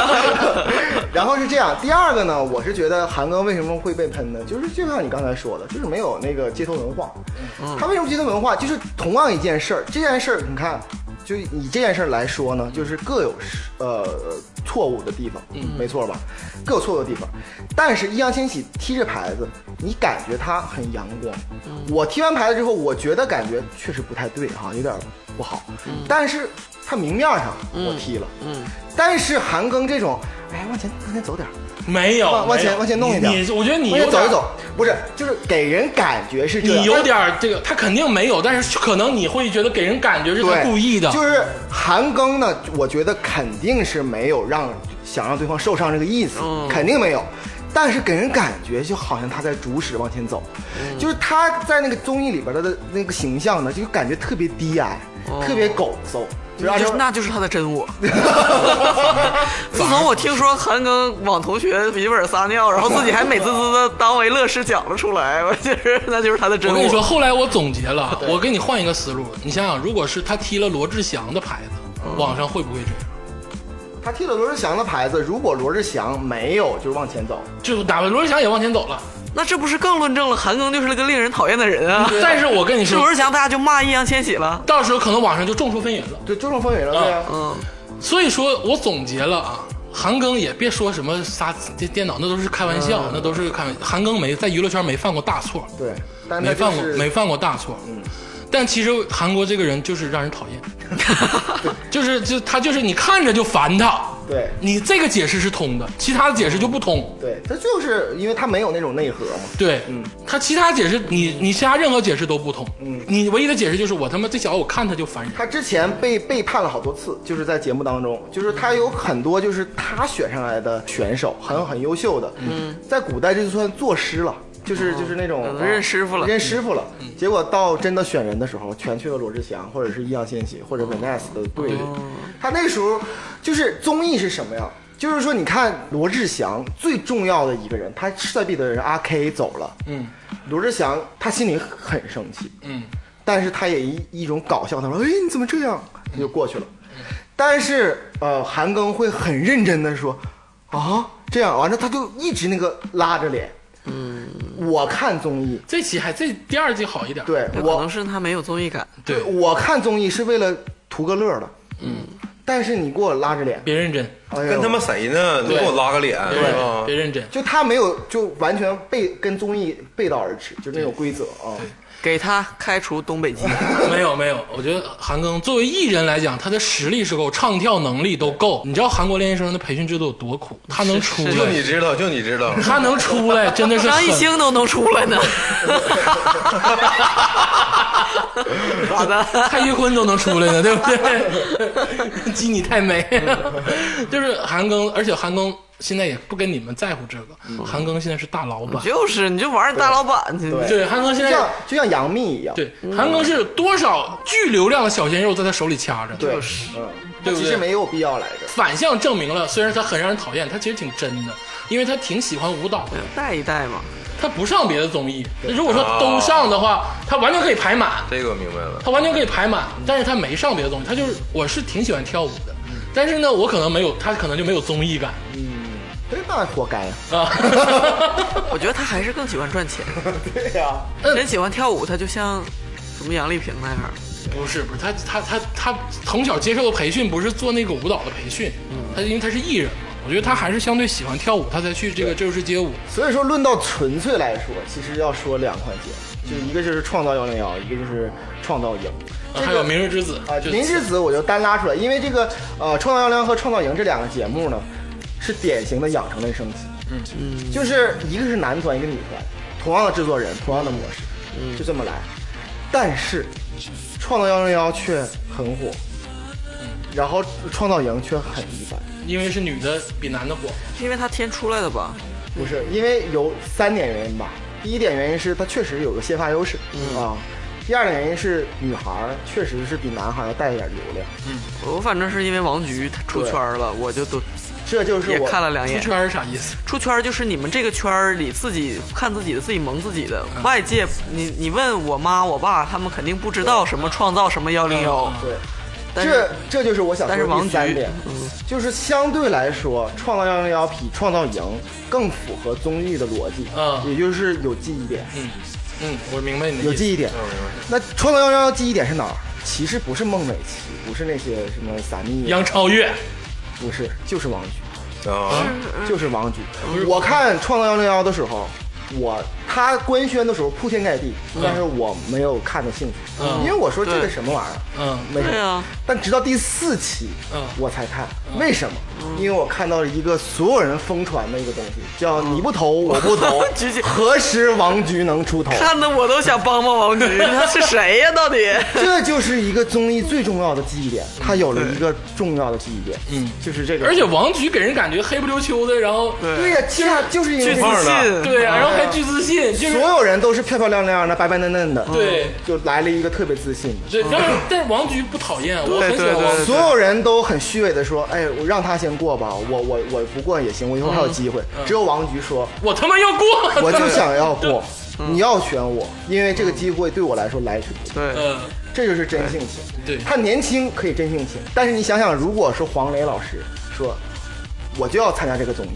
[SPEAKER 6] 然后是这样，第二个呢，我是觉得韩庚为什么会被喷呢？就是就像你刚才说的，就是没有那个街头文化。他为什么街头文化？就是同样一件事儿，这件事儿你看，就以这件事儿来说呢，就是各有是呃错误的地方，没错吧？各有错误的地方。但是易烊千玺踢这牌子，你感觉他很阳光。我踢完牌子之后，我觉得感觉确实不太对哈、有点不好。
[SPEAKER 4] 嗯
[SPEAKER 6] 但是他明面上我踢了，嗯。但是韩庚这种，哎，往前往前走点儿，
[SPEAKER 4] 没有，
[SPEAKER 6] 往往前
[SPEAKER 4] 没有
[SPEAKER 6] 往前弄一点
[SPEAKER 4] 你你我觉得你
[SPEAKER 6] 往
[SPEAKER 4] 有
[SPEAKER 6] 前走一
[SPEAKER 4] 点
[SPEAKER 6] 走，不是，就是给人感觉是这样。
[SPEAKER 4] 你有点儿这个，他肯定没有，但是可能你会觉得给人感觉是他
[SPEAKER 6] 对，
[SPEAKER 4] 故意的，
[SPEAKER 6] 就是韩庚呢，我觉得肯定是没有让想让对方受伤这个意思，
[SPEAKER 4] 嗯
[SPEAKER 6] 肯定没有。但是给人感觉就好像他在主使往前走，
[SPEAKER 4] 嗯
[SPEAKER 6] 就是他在那个综艺里边的那个形象呢，就感觉特别低矮，
[SPEAKER 4] 哦
[SPEAKER 6] 特别狗搜，就是按
[SPEAKER 3] 就
[SPEAKER 6] 照
[SPEAKER 3] 是那就是他的真我。自从我听说韩庚往同学笔记本撒尿，然后自己还美滋滋的当为乐事讲了出来，我就是那就是他的真
[SPEAKER 4] 我
[SPEAKER 3] 我。
[SPEAKER 4] 跟你说，后来我总结了，我给你换一个思路，你想想，如果是他踢了罗志祥的牌子，
[SPEAKER 3] 嗯
[SPEAKER 4] 网上会不会这样？
[SPEAKER 6] 他踢了罗志祥的牌子。如果罗志祥没有就是往前走，
[SPEAKER 4] 就哪怕罗志祥也往前走了，
[SPEAKER 3] 那这不是更论证了韩庚就是那个令人讨厌的人啊？
[SPEAKER 4] 但是我跟你
[SPEAKER 3] 是罗
[SPEAKER 4] 说，
[SPEAKER 3] 志祥，大 家就骂易烊千玺了。
[SPEAKER 4] 到时候可能网上就众说纷纭了。
[SPEAKER 6] 就众说风云了，对呀、
[SPEAKER 4] 啊
[SPEAKER 3] 嗯，
[SPEAKER 4] 所以说我总结了啊，韩庚也别说什么撒电电脑，那都是开玩
[SPEAKER 3] 嗯
[SPEAKER 4] 笑，那都是开玩笑。韩庚没在娱乐圈没犯过大错，
[SPEAKER 6] 对。但他
[SPEAKER 4] 没
[SPEAKER 6] 就
[SPEAKER 4] 犯过
[SPEAKER 6] 是
[SPEAKER 4] 没犯过大错。
[SPEAKER 3] 嗯
[SPEAKER 4] 但其实韩国这个人就是让人讨厌， 就是就他就是你看着就烦他。
[SPEAKER 6] 对
[SPEAKER 4] 你这个解释是通的，其他的解释就不通。
[SPEAKER 6] 对，他就是因为他没有那种内核嘛。
[SPEAKER 4] 对，
[SPEAKER 3] 嗯
[SPEAKER 4] 他其他解释你你其他任何解释都不通。你唯一的解释就是我他妈这小子我看他就烦人。
[SPEAKER 6] 他之前被背叛了好多次，就是在节目当中，就是他有很多就是他选上来的选手，很很优秀的，嗯，在古代这就算作诗了。就是就是那种、啊
[SPEAKER 3] 嗯认师傅了嗯
[SPEAKER 6] 认师傅了。结果到真的选人的时候，全去了罗志祥，或者是易烊千玺，或者 Vanessa 的队里。
[SPEAKER 3] 哦
[SPEAKER 6] 他那时候就是综艺是什么呀？就是说，你看罗志祥最重要的一个人，他势在必得的人阿 K 走了，
[SPEAKER 4] 嗯，
[SPEAKER 6] 罗志祥他心里很生气，
[SPEAKER 4] 嗯，
[SPEAKER 6] 但是他也一一种搞笑，他说：“哎，你怎么这样？”他就过去了。但是呃，韩庚会很认真的说：“啊，这样。”完了，他就一直那个拉着脸。嗯，我看综艺，
[SPEAKER 4] 这期还这第二季好一点。
[SPEAKER 6] 对
[SPEAKER 3] 那可能
[SPEAKER 6] 我
[SPEAKER 3] 是他没有综艺感。
[SPEAKER 4] 对，
[SPEAKER 6] 我看综艺是为了图个乐的。嗯，但是你给我拉着脸，
[SPEAKER 4] 别认真，
[SPEAKER 6] 哎呦
[SPEAKER 5] 跟他妈谁呢？你
[SPEAKER 4] 对
[SPEAKER 5] 给我拉个脸，啊
[SPEAKER 4] 别
[SPEAKER 5] 是
[SPEAKER 3] 哦
[SPEAKER 5] 吧
[SPEAKER 4] 别认真。
[SPEAKER 6] 就他没有就完全背跟综艺背道而驰，就那种规则啊。
[SPEAKER 3] 给他开除东北籍，
[SPEAKER 4] 没有没有，我觉得韩庚作为艺人来讲，他的实力是够，唱跳能力都够。你知道韩国练习生的培训制度有多苦，他能出
[SPEAKER 3] 是
[SPEAKER 5] 就你
[SPEAKER 4] 来，
[SPEAKER 5] 知道，就你知道。
[SPEAKER 4] 他能出来真的是
[SPEAKER 3] 张
[SPEAKER 4] 很
[SPEAKER 3] 艺兴都能出来呢。 好的，
[SPEAKER 4] 蔡徐坤都能出来呢，对不对？鸡你太美，就是韩庚，而且韩庚现在也不跟你们在乎这个，韩庚现在是大老 板，
[SPEAKER 3] 就是你就玩大老板去。
[SPEAKER 6] 对
[SPEAKER 4] 对，韩庚现
[SPEAKER 6] 就
[SPEAKER 4] 在
[SPEAKER 6] 像就像杨幂一样，
[SPEAKER 4] 对韩庚是多少巨流量的小鲜肉在他手里掐着，
[SPEAKER 6] 对，
[SPEAKER 3] 就是
[SPEAKER 6] 嗯，他
[SPEAKER 4] 对不
[SPEAKER 6] 其
[SPEAKER 4] 对
[SPEAKER 6] 实没有必要来着。
[SPEAKER 4] 反向证明了，虽然他很让人讨厌，他其实挺真的，因为他挺喜欢舞蹈的。
[SPEAKER 3] 带一带嘛，
[SPEAKER 4] 他不上别的综艺。如果说都上的话，他完全可以排满，
[SPEAKER 5] 这个我明白了。
[SPEAKER 4] 他完全可以排满。但是他没上别的综艺，他就是我是挺喜欢跳舞的，但是呢，我可能没有他可能就没有综艺感
[SPEAKER 6] 对，那活该啊。
[SPEAKER 4] 啊。
[SPEAKER 3] 我觉得他还是更喜欢赚钱。
[SPEAKER 6] 对呀、
[SPEAKER 5] 啊
[SPEAKER 3] 人喜欢跳舞，他就像什么杨丽萍那样，
[SPEAKER 4] 不是不是，他他他他从小接受的培训不是做那个舞蹈的培训，他因为他是艺人嘛，我觉得他还是相对喜欢跳舞，他才去这个就是街舞。
[SPEAKER 6] 所以说论到纯粹来说，其实要说两款节目，就一个就是创造幺零幺，一个就是创造营。这个
[SPEAKER 4] 还有《明日之子》
[SPEAKER 6] 啊，
[SPEAKER 4] 就
[SPEAKER 6] 林之子我就单拉出来，因为这个呃，创造幺零幺和创造营这两个节目呢，是典型的养成类升级。嗯，就是一个是男团，一个女团，同样的制作人，同样的模式，就这么来。但是创造幺零幺却很火，然后创造营却很一般。
[SPEAKER 4] 因为是女的比男的火，
[SPEAKER 3] 是因为他天出来的吧？
[SPEAKER 6] 不是，因为有三点原因吧。第一点原因是他确实有个先发优势、
[SPEAKER 3] 嗯
[SPEAKER 6] 啊，第二点原因是女孩儿确实是比男孩儿要带一点流量，
[SPEAKER 3] 我反正是因为王菊他出圈了，我就都
[SPEAKER 6] 这就是
[SPEAKER 3] 也
[SPEAKER 6] 我
[SPEAKER 3] 看了两
[SPEAKER 4] 出
[SPEAKER 3] 眼。
[SPEAKER 4] 圈是啥意思？
[SPEAKER 3] 出圈就是你们这个圈儿里自己看自己的，自己蒙自己的。
[SPEAKER 4] 嗯
[SPEAKER 3] 外界，你你问我妈我爸，他们肯定不知道什么创造什么幺零
[SPEAKER 4] 嗯
[SPEAKER 3] 幺。
[SPEAKER 6] 对，
[SPEAKER 3] 但
[SPEAKER 6] 这
[SPEAKER 3] 是
[SPEAKER 6] 这就是我想
[SPEAKER 3] 但是
[SPEAKER 6] 说的
[SPEAKER 3] 王
[SPEAKER 6] 第三
[SPEAKER 3] 菊嗯
[SPEAKER 6] 点，就是相对来说，创造幺零幺比创造营更符合综艺的逻辑，
[SPEAKER 4] 嗯
[SPEAKER 6] 也就是有记忆点，
[SPEAKER 4] 嗯，我明白你的
[SPEAKER 6] 有
[SPEAKER 4] 意思。
[SPEAKER 6] 记忆点。那创造幺零幺记忆点是哪儿？其实不是孟美岐，不是那些什么撒蜜，
[SPEAKER 4] 杨超越，
[SPEAKER 6] 不是，就是王菊，
[SPEAKER 5] 啊，
[SPEAKER 6] 就是王菊。我看《创造幺零幺》的时候，我他官宣的时候铺天盖地，但是我没有看的兴趣，因为我说这个什么玩意儿，
[SPEAKER 4] 嗯，
[SPEAKER 6] 没什
[SPEAKER 3] 对
[SPEAKER 6] 么
[SPEAKER 3] 啊。
[SPEAKER 6] 但直到第四期，
[SPEAKER 4] 嗯
[SPEAKER 6] 我才看，为什么？因为我看到了一个所有人疯传的一个东西，叫你不投我不投
[SPEAKER 3] 菊姐，
[SPEAKER 6] 何时王菊能出头？
[SPEAKER 3] 看的我都想帮帮王菊，他是谁呀？ 到底？
[SPEAKER 6] 这就是一个综艺最重要的记忆点，它有了一个重要的记忆点，嗯，就是这个。
[SPEAKER 4] 而且王菊给人感觉黑不溜秋的，然后
[SPEAKER 6] 对呀，其他就是因为
[SPEAKER 3] 巨
[SPEAKER 6] 这
[SPEAKER 3] 自
[SPEAKER 6] 个
[SPEAKER 3] 信，
[SPEAKER 4] 对呀，然后还巨自信，就是
[SPEAKER 6] 所有人都是漂漂亮亮的、白白嫩嫩的，嗯
[SPEAKER 4] 对，
[SPEAKER 6] 就来了一个特别自信的。
[SPEAKER 4] 对，但是但王菊不讨厌，我很喜欢王菊。
[SPEAKER 6] 所有人都很虚伪的说：“哎，我让他先过吧，我我我不过也行，我以后还有机会。”只有王菊说
[SPEAKER 4] 我他妈要过，：“
[SPEAKER 6] 我就想要过， 你要选我，因为这个机会对我来说来之不易。
[SPEAKER 3] 对，
[SPEAKER 4] 嗯，
[SPEAKER 6] 这就是真性情。
[SPEAKER 4] 对
[SPEAKER 6] 他年轻可以真性情，但是你想想，如果是黄磊老师说，我就要参加这个综艺，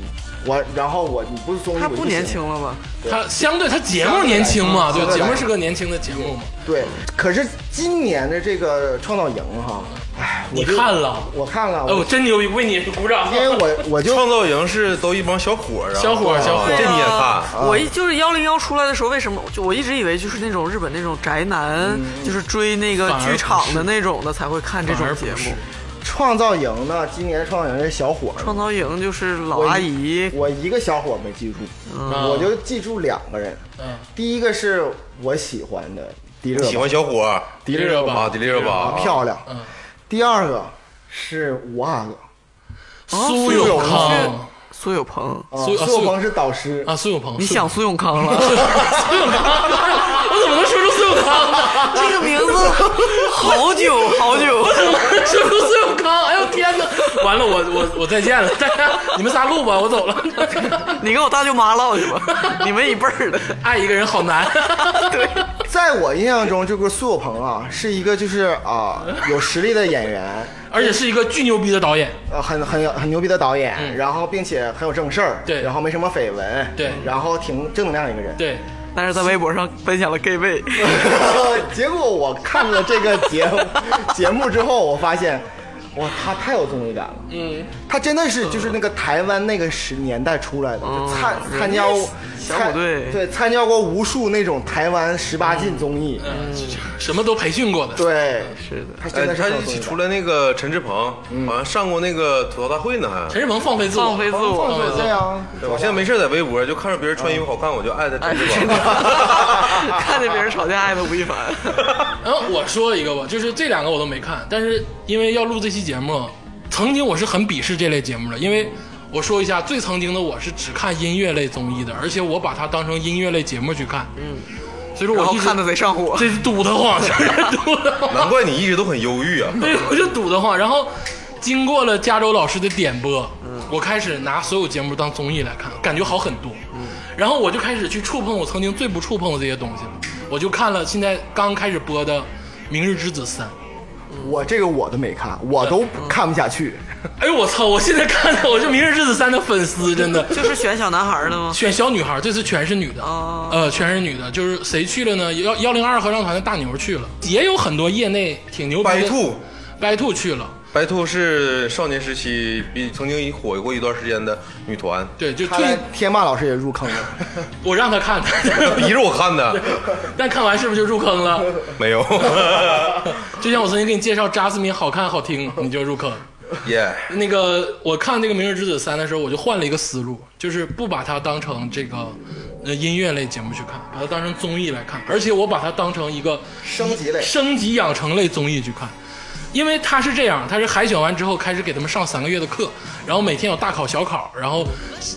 [SPEAKER 6] 我然后我你不是综艺，
[SPEAKER 3] 他
[SPEAKER 6] 我就
[SPEAKER 3] 不
[SPEAKER 6] 行
[SPEAKER 3] 年轻，了吧？
[SPEAKER 4] 他相对他节目年轻嘛，
[SPEAKER 6] 相对
[SPEAKER 4] 对
[SPEAKER 6] 来，说
[SPEAKER 4] 节目是个年轻的节目嘛。
[SPEAKER 6] 对。可是今年的这个创造营哈，哎，我
[SPEAKER 4] 你
[SPEAKER 6] 就
[SPEAKER 4] 看了？
[SPEAKER 6] 我看了，
[SPEAKER 4] 哎，我
[SPEAKER 6] 我
[SPEAKER 4] 真牛逼，为你鼓掌。
[SPEAKER 6] 因为我我就
[SPEAKER 5] 创造营是都一帮小伙儿啊，
[SPEAKER 4] 小伙儿小伙儿啊
[SPEAKER 5] 这你也看？
[SPEAKER 3] 我一就是幺零幺出来的时候，为什么就我一直以为就是那种日本那种宅男，就是追那个
[SPEAKER 4] 嗯反而不
[SPEAKER 3] 剧场
[SPEAKER 4] 是
[SPEAKER 3] 的那种的才会看这
[SPEAKER 4] 反而
[SPEAKER 3] 种
[SPEAKER 4] 不
[SPEAKER 3] 节
[SPEAKER 4] 是
[SPEAKER 3] 目。
[SPEAKER 6] 创造营呢，今年创造营是小伙儿
[SPEAKER 3] 创
[SPEAKER 6] 嘛，
[SPEAKER 3] 造营就是老
[SPEAKER 6] 我一
[SPEAKER 3] 阿姨，
[SPEAKER 6] 我一个小伙儿没记住，
[SPEAKER 4] 啊
[SPEAKER 6] 我就记住两个人，
[SPEAKER 4] 嗯
[SPEAKER 6] 第一个是我喜欢的迪
[SPEAKER 5] 你
[SPEAKER 6] 丽
[SPEAKER 5] 喜
[SPEAKER 6] 热巴
[SPEAKER 5] 欢，小伙儿
[SPEAKER 6] 迪
[SPEAKER 4] 丽热巴
[SPEAKER 5] 啊，迪丽热巴，
[SPEAKER 6] 漂亮，
[SPEAKER 4] 嗯
[SPEAKER 6] 第二个是五阿哥。
[SPEAKER 4] 苏有康
[SPEAKER 3] 苏有朋，
[SPEAKER 6] 啊
[SPEAKER 4] 苏
[SPEAKER 6] 苏
[SPEAKER 4] 啊
[SPEAKER 6] 有
[SPEAKER 4] 苏
[SPEAKER 6] 朋是导师，
[SPEAKER 4] 啊，苏有朋，
[SPEAKER 3] 你
[SPEAKER 4] 苏
[SPEAKER 3] 想苏永康了？
[SPEAKER 4] 苏有康，我怎么能说出苏有康呢？
[SPEAKER 3] 这个名字 好久好久，
[SPEAKER 4] 说出苏有康，哎呦天哪！完了，我我我再见了，大家你们仨录吧，我走了。
[SPEAKER 3] 你跟我大舅妈唠去吧，你们一辈儿的。
[SPEAKER 4] 爱一个人好 难，对，
[SPEAKER 6] 在我印象中，这个苏有朋啊，是一个就是啊、有实力的演员，
[SPEAKER 4] 而且是一个巨牛逼的导演，
[SPEAKER 6] 呃，很很有很牛逼的导演，然后并且很有正事儿，
[SPEAKER 4] 嗯对
[SPEAKER 6] 然后没什么绯闻，
[SPEAKER 4] 对
[SPEAKER 6] 然后挺正能量的一个人。
[SPEAKER 4] 对，
[SPEAKER 3] 但是在微博上分享了 gay 味，
[SPEAKER 6] 结果我看了这个节目节目之后，我发现，哇，他太有综艺感了。
[SPEAKER 4] 嗯，
[SPEAKER 6] 他真的是就是那个台湾那个时年代出来的，就参
[SPEAKER 3] 嗯人
[SPEAKER 6] 参加过
[SPEAKER 3] 小
[SPEAKER 6] 参
[SPEAKER 3] 虎队嗯
[SPEAKER 6] 对参加过无数那种台湾十八禁综艺，
[SPEAKER 4] 什么都培训过的，
[SPEAKER 6] 对，
[SPEAKER 3] 是的，
[SPEAKER 6] 他真
[SPEAKER 5] 哎，
[SPEAKER 6] 的是
[SPEAKER 5] 他
[SPEAKER 6] 很有
[SPEAKER 5] 一
[SPEAKER 6] 综艺
[SPEAKER 5] 起
[SPEAKER 6] 感
[SPEAKER 5] 出来那个陈志朋，
[SPEAKER 4] 嗯
[SPEAKER 5] 好像上过那个吐槽大会呢，还。
[SPEAKER 4] 陈志朋放飞自我，
[SPEAKER 3] 放飞自
[SPEAKER 4] 放飞
[SPEAKER 3] 我。
[SPEAKER 4] 自
[SPEAKER 6] 对啊，
[SPEAKER 5] 对我现在没事在微博就看着别人
[SPEAKER 4] 嗯
[SPEAKER 5] 穿衣服好看，我就艾特
[SPEAKER 3] 哎
[SPEAKER 5] 陈志朋。
[SPEAKER 3] 看见别人吵架爱的吴亦 凡，
[SPEAKER 4] 然后我说一个吧，就是这两个我都没看，但是因为要录这期节目，曾经我是很鄙视这类节目的，因为我说一下，最曾经的我是只看音乐类综艺的，而且我把它当成音乐类节目去看，嗯，所以说
[SPEAKER 3] 然
[SPEAKER 4] 我
[SPEAKER 3] 后
[SPEAKER 4] 一直
[SPEAKER 3] 看的贼上火。
[SPEAKER 4] 这堵得慌，就是堵得慌，
[SPEAKER 5] 难怪你一直都很忧郁啊！
[SPEAKER 4] 对，我就堵得慌。然后经过了加州老师的点播，我开始拿所有节目当综艺来看，感觉好很多。然后我就开始去触碰我曾经最不触碰的这些东西了。我就看了现在刚开始播的《明日之子三》。
[SPEAKER 6] 我这个我都没看，我都看不下去。
[SPEAKER 4] 哎呦我操！我现在看的我是《明日之子三》的粉丝，真的。
[SPEAKER 3] 就是选小男孩的吗？
[SPEAKER 4] 选小女孩，这次全是女的，
[SPEAKER 3] 哦
[SPEAKER 4] 呃，全是女的，就是谁去了呢？幺幺零二合唱团的大牛去了，也有很多业内挺牛逼的。
[SPEAKER 5] 白兔，
[SPEAKER 4] 白兔去了，
[SPEAKER 5] 白兔是少年时期比曾经火过一段时间的女团，
[SPEAKER 4] 对，就
[SPEAKER 6] 看
[SPEAKER 4] 最
[SPEAKER 6] 来天霸老师也入坑 了，
[SPEAKER 4] 我让他看的，
[SPEAKER 5] 逼着我 看的，
[SPEAKER 4] 但看完是不是就入坑了？
[SPEAKER 5] 没有，
[SPEAKER 4] 就像我曾经给你介绍扎斯敏好看好听，你就入坑。
[SPEAKER 5] 耶！
[SPEAKER 4] 那个我看那个《明日之子三》的时候，我就换了一个思路，就是不把它当成这个呃音乐类节目去看，把它当成综艺来看，而且我把它当成一个
[SPEAKER 6] 升级类
[SPEAKER 4] 升级养成类综艺去看。因为他是这样，他是海选完之后开始给他们上三个月的课，然后每天有大考小考，然后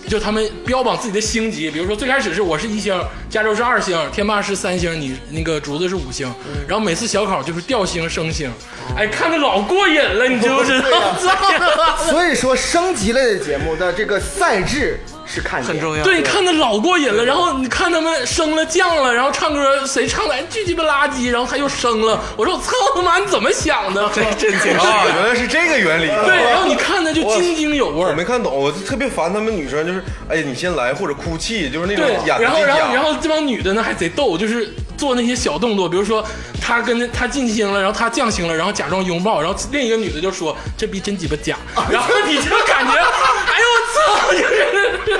[SPEAKER 4] 就他们标榜自己的星级，比如说最开始是我是一星，加州是二星，天霸是三星，你那个竹子是五星，然后每次小考就是掉星升星，哎，看的老过瘾了，你知 不知道？
[SPEAKER 6] 所以说升级类的节目的这个赛制是看点
[SPEAKER 3] 很重要。
[SPEAKER 4] 对，看的老过瘾了。然后你看他们升了降了，然后唱歌谁唱的哎巨鸡巴垃圾，然后他又升了。我说我操他妈，你怎么想的？
[SPEAKER 3] 真精
[SPEAKER 5] 啊，原来是这个原理。
[SPEAKER 4] 对，然后你看的就津津有味
[SPEAKER 5] 我
[SPEAKER 4] 儿
[SPEAKER 5] 没。看懂，我就特别烦他们女生，就是哎，你先来或者哭泣，就是那种
[SPEAKER 4] 对，
[SPEAKER 5] 演的
[SPEAKER 4] 然后然后然
[SPEAKER 5] 后
[SPEAKER 4] 后这帮女的呢还贼逗，就是做那些小动作，比如说他跟他进星了，然后他降星了，然后假装拥抱，然后另一个女的就说这逼真鸡巴假，然后你就感觉，哎呦我操，就是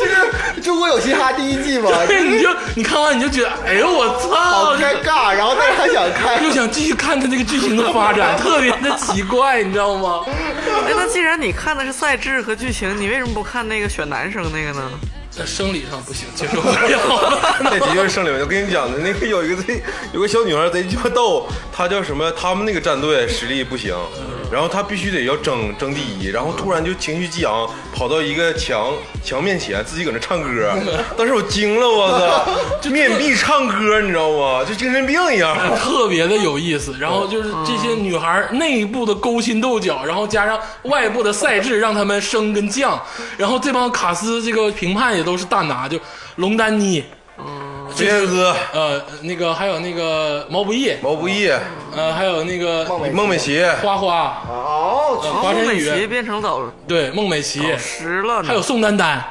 [SPEAKER 6] 这个《 中国有嘻哈》第一季嘛，
[SPEAKER 4] 对， 你就你看完你就觉得，哎呦我
[SPEAKER 6] 好
[SPEAKER 4] 操，这
[SPEAKER 6] 尴尬，然后但是还想看，
[SPEAKER 4] 又想继续看他这个剧情的发展，特别的奇怪，你知道吗？
[SPEAKER 3] 哎，那既然你看的是赛制和剧情，你为什么不看那个选男生那个呢？
[SPEAKER 4] 在生理上不行，接受不了。
[SPEAKER 5] 那的确是生流。我跟你讲的，那个有一个贼，有个小女孩贼鸡巴逗，她叫什么？他们那个战队实力不行，然后她必须得要争争第一，然后突然就情绪激昂，跑到一个墙墙面前，自己搁那唱歌。 当时我惊了，我操！ 就面壁唱歌，你知道吗？就精神病一样。
[SPEAKER 4] 特别的有意思，然后就是这些女孩内部的勾心斗角，然后加上外部的赛制，让他们升跟降，然后这帮卡斯这个评判也都是大拿，就龙丹妮，嗯
[SPEAKER 5] 飞天哥、
[SPEAKER 4] 呃，那个还有那个毛不易，
[SPEAKER 5] 毛不易、
[SPEAKER 4] 呃，还有那个
[SPEAKER 5] 孟美岐，
[SPEAKER 4] 花花，呃
[SPEAKER 6] 哦，
[SPEAKER 4] 华
[SPEAKER 3] 孟
[SPEAKER 4] 晨
[SPEAKER 3] 美岐
[SPEAKER 4] 宇，
[SPEAKER 3] 变成老
[SPEAKER 4] 对，孟美岐，
[SPEAKER 3] 师了呢，
[SPEAKER 4] 还有宋丹丹，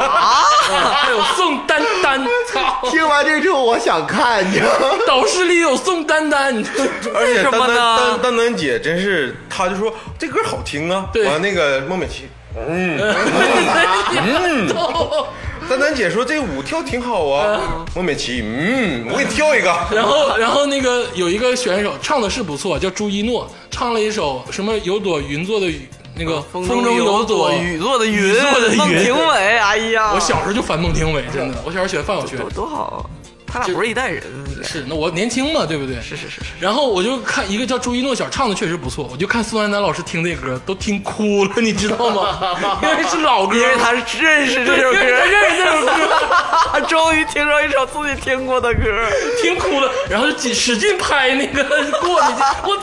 [SPEAKER 4] 还有宋丹丹，操，
[SPEAKER 6] 听完这个之后我想看，你知道吗？
[SPEAKER 4] 导师里有宋丹丹，
[SPEAKER 5] 而
[SPEAKER 3] 为
[SPEAKER 5] 且
[SPEAKER 3] 什
[SPEAKER 5] 丹
[SPEAKER 3] 么
[SPEAKER 5] 丹
[SPEAKER 3] 呢
[SPEAKER 5] 丹丹丹姐真是，她就说这歌好听啊。
[SPEAKER 4] 对
[SPEAKER 5] 完那个孟美岐。
[SPEAKER 4] 嗯，
[SPEAKER 5] 丹丹姐说这舞跳挺好啊，孟美岐，嗯，我给你跳一个。
[SPEAKER 4] 然后，然后那个有一个选手唱的是不错，叫朱一诺，唱了一首什么有朵云做的雨，那个
[SPEAKER 3] 啊风
[SPEAKER 4] 中有
[SPEAKER 3] 有
[SPEAKER 4] 朵
[SPEAKER 3] 雨。做的云，
[SPEAKER 4] 做的云
[SPEAKER 3] 孟庭苇，哎呀，
[SPEAKER 4] 我小时候就烦孟庭苇，真
[SPEAKER 3] 啊
[SPEAKER 4] 的，我小时候喜欢范晓萱
[SPEAKER 3] 多，多好，他俩不是一代人，
[SPEAKER 4] 是那我年轻嘛，对不对？
[SPEAKER 3] 是是是是，
[SPEAKER 4] 然后我就看一个叫朱一诺小唱的确实不错，我就看宋丹丹老师听这歌都听哭了，你知道吗？ 因为是老歌，
[SPEAKER 3] 因为他是认识这首歌，
[SPEAKER 4] 因为他认识这首
[SPEAKER 3] 歌，终于听着一首自己听过的歌，
[SPEAKER 4] 听哭了，然后就紧使劲拍那个 过去，我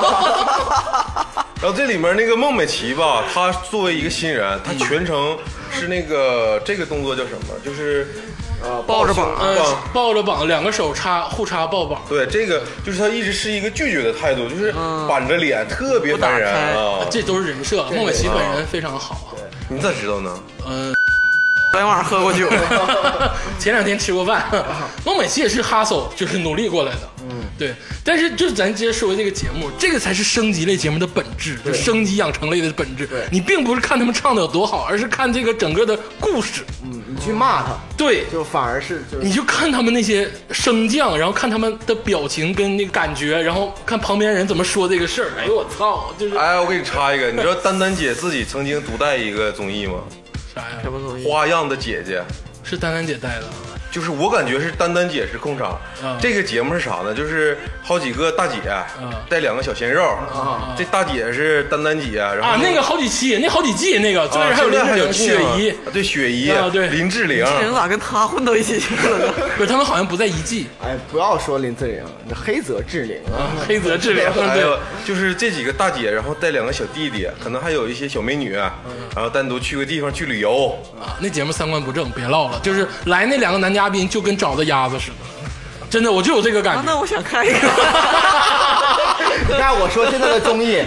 [SPEAKER 4] 操！
[SPEAKER 5] 然后这里面那个孟美岐吧，她作为一个新人，她全程是那个这个动作叫什么？就是啊，
[SPEAKER 3] 抱着膀
[SPEAKER 5] 抱着
[SPEAKER 4] 呃，抱着膀，两个手插互插抱膀。
[SPEAKER 5] 对，这个就是她一直是一个拒绝的态度，就是
[SPEAKER 3] 嗯
[SPEAKER 5] 板着脸，特别烦人啊。
[SPEAKER 4] 这都是人设，孟美岐本人非常好。啊
[SPEAKER 5] 你咋知道呢？
[SPEAKER 4] 嗯，
[SPEAKER 3] 昨天晚上喝过酒，
[SPEAKER 4] 啊 前两天吃过 饭，孟美岐也是哈手，就是努力过来的。嗯，对。但是就是咱接着说这个节目，这个才是升级类节目的本质，就升级养成类的本质。对，你并不是看他们唱的有多好，而是看这个整个的故事。
[SPEAKER 6] 你去骂他，
[SPEAKER 4] 对，
[SPEAKER 6] 就反而是就是
[SPEAKER 4] 你就看他们那些升降，然后看他们的表情跟那个感觉，然后看旁边人怎么说这个事儿。哎呦我操，就是
[SPEAKER 5] 哎，我给你插一个，你知道丹丹姐自己曾经独带一个综艺吗？
[SPEAKER 4] 啥呀？
[SPEAKER 3] 什么东西？
[SPEAKER 5] 花样的姐姐。
[SPEAKER 4] 哎是丹丹姐带的。
[SPEAKER 5] 就是我感觉是丹丹姐是控场，
[SPEAKER 4] 嗯
[SPEAKER 5] 这个节目是啥呢？就是好几个大姐、啊
[SPEAKER 4] 嗯
[SPEAKER 5] 带两个小鲜肉，这大姐是丹丹姐，然后
[SPEAKER 4] 啊，那个好几期，那好几季，那个最后
[SPEAKER 5] 啊
[SPEAKER 4] 还有
[SPEAKER 5] 现
[SPEAKER 4] 林
[SPEAKER 5] 在
[SPEAKER 4] 志
[SPEAKER 5] 还有
[SPEAKER 4] 玲、雪姨，
[SPEAKER 5] 啊对雪姨
[SPEAKER 4] 啊对
[SPEAKER 5] 林志玲，
[SPEAKER 3] 这人咋跟他混到一起去了呢？
[SPEAKER 4] 不是他们好像不在一季。
[SPEAKER 6] 哎，不要说林志玲，那黑泽志玲 啊，
[SPEAKER 4] 黑泽志玲，
[SPEAKER 5] 还
[SPEAKER 4] 嗯对
[SPEAKER 5] 有，就是这几个大姐，然后带两个小弟弟，可能还有一些小美女，啊
[SPEAKER 4] 嗯
[SPEAKER 5] 然后单独去个地方去旅游，
[SPEAKER 4] 啊，那节目三观不正，别唠了。就是来那两个男嘉宾就跟找的鸭子似的，真的，我就有这个
[SPEAKER 3] 啊
[SPEAKER 4] 感觉。
[SPEAKER 3] 那我想看一个，
[SPEAKER 6] 那我说现在的综艺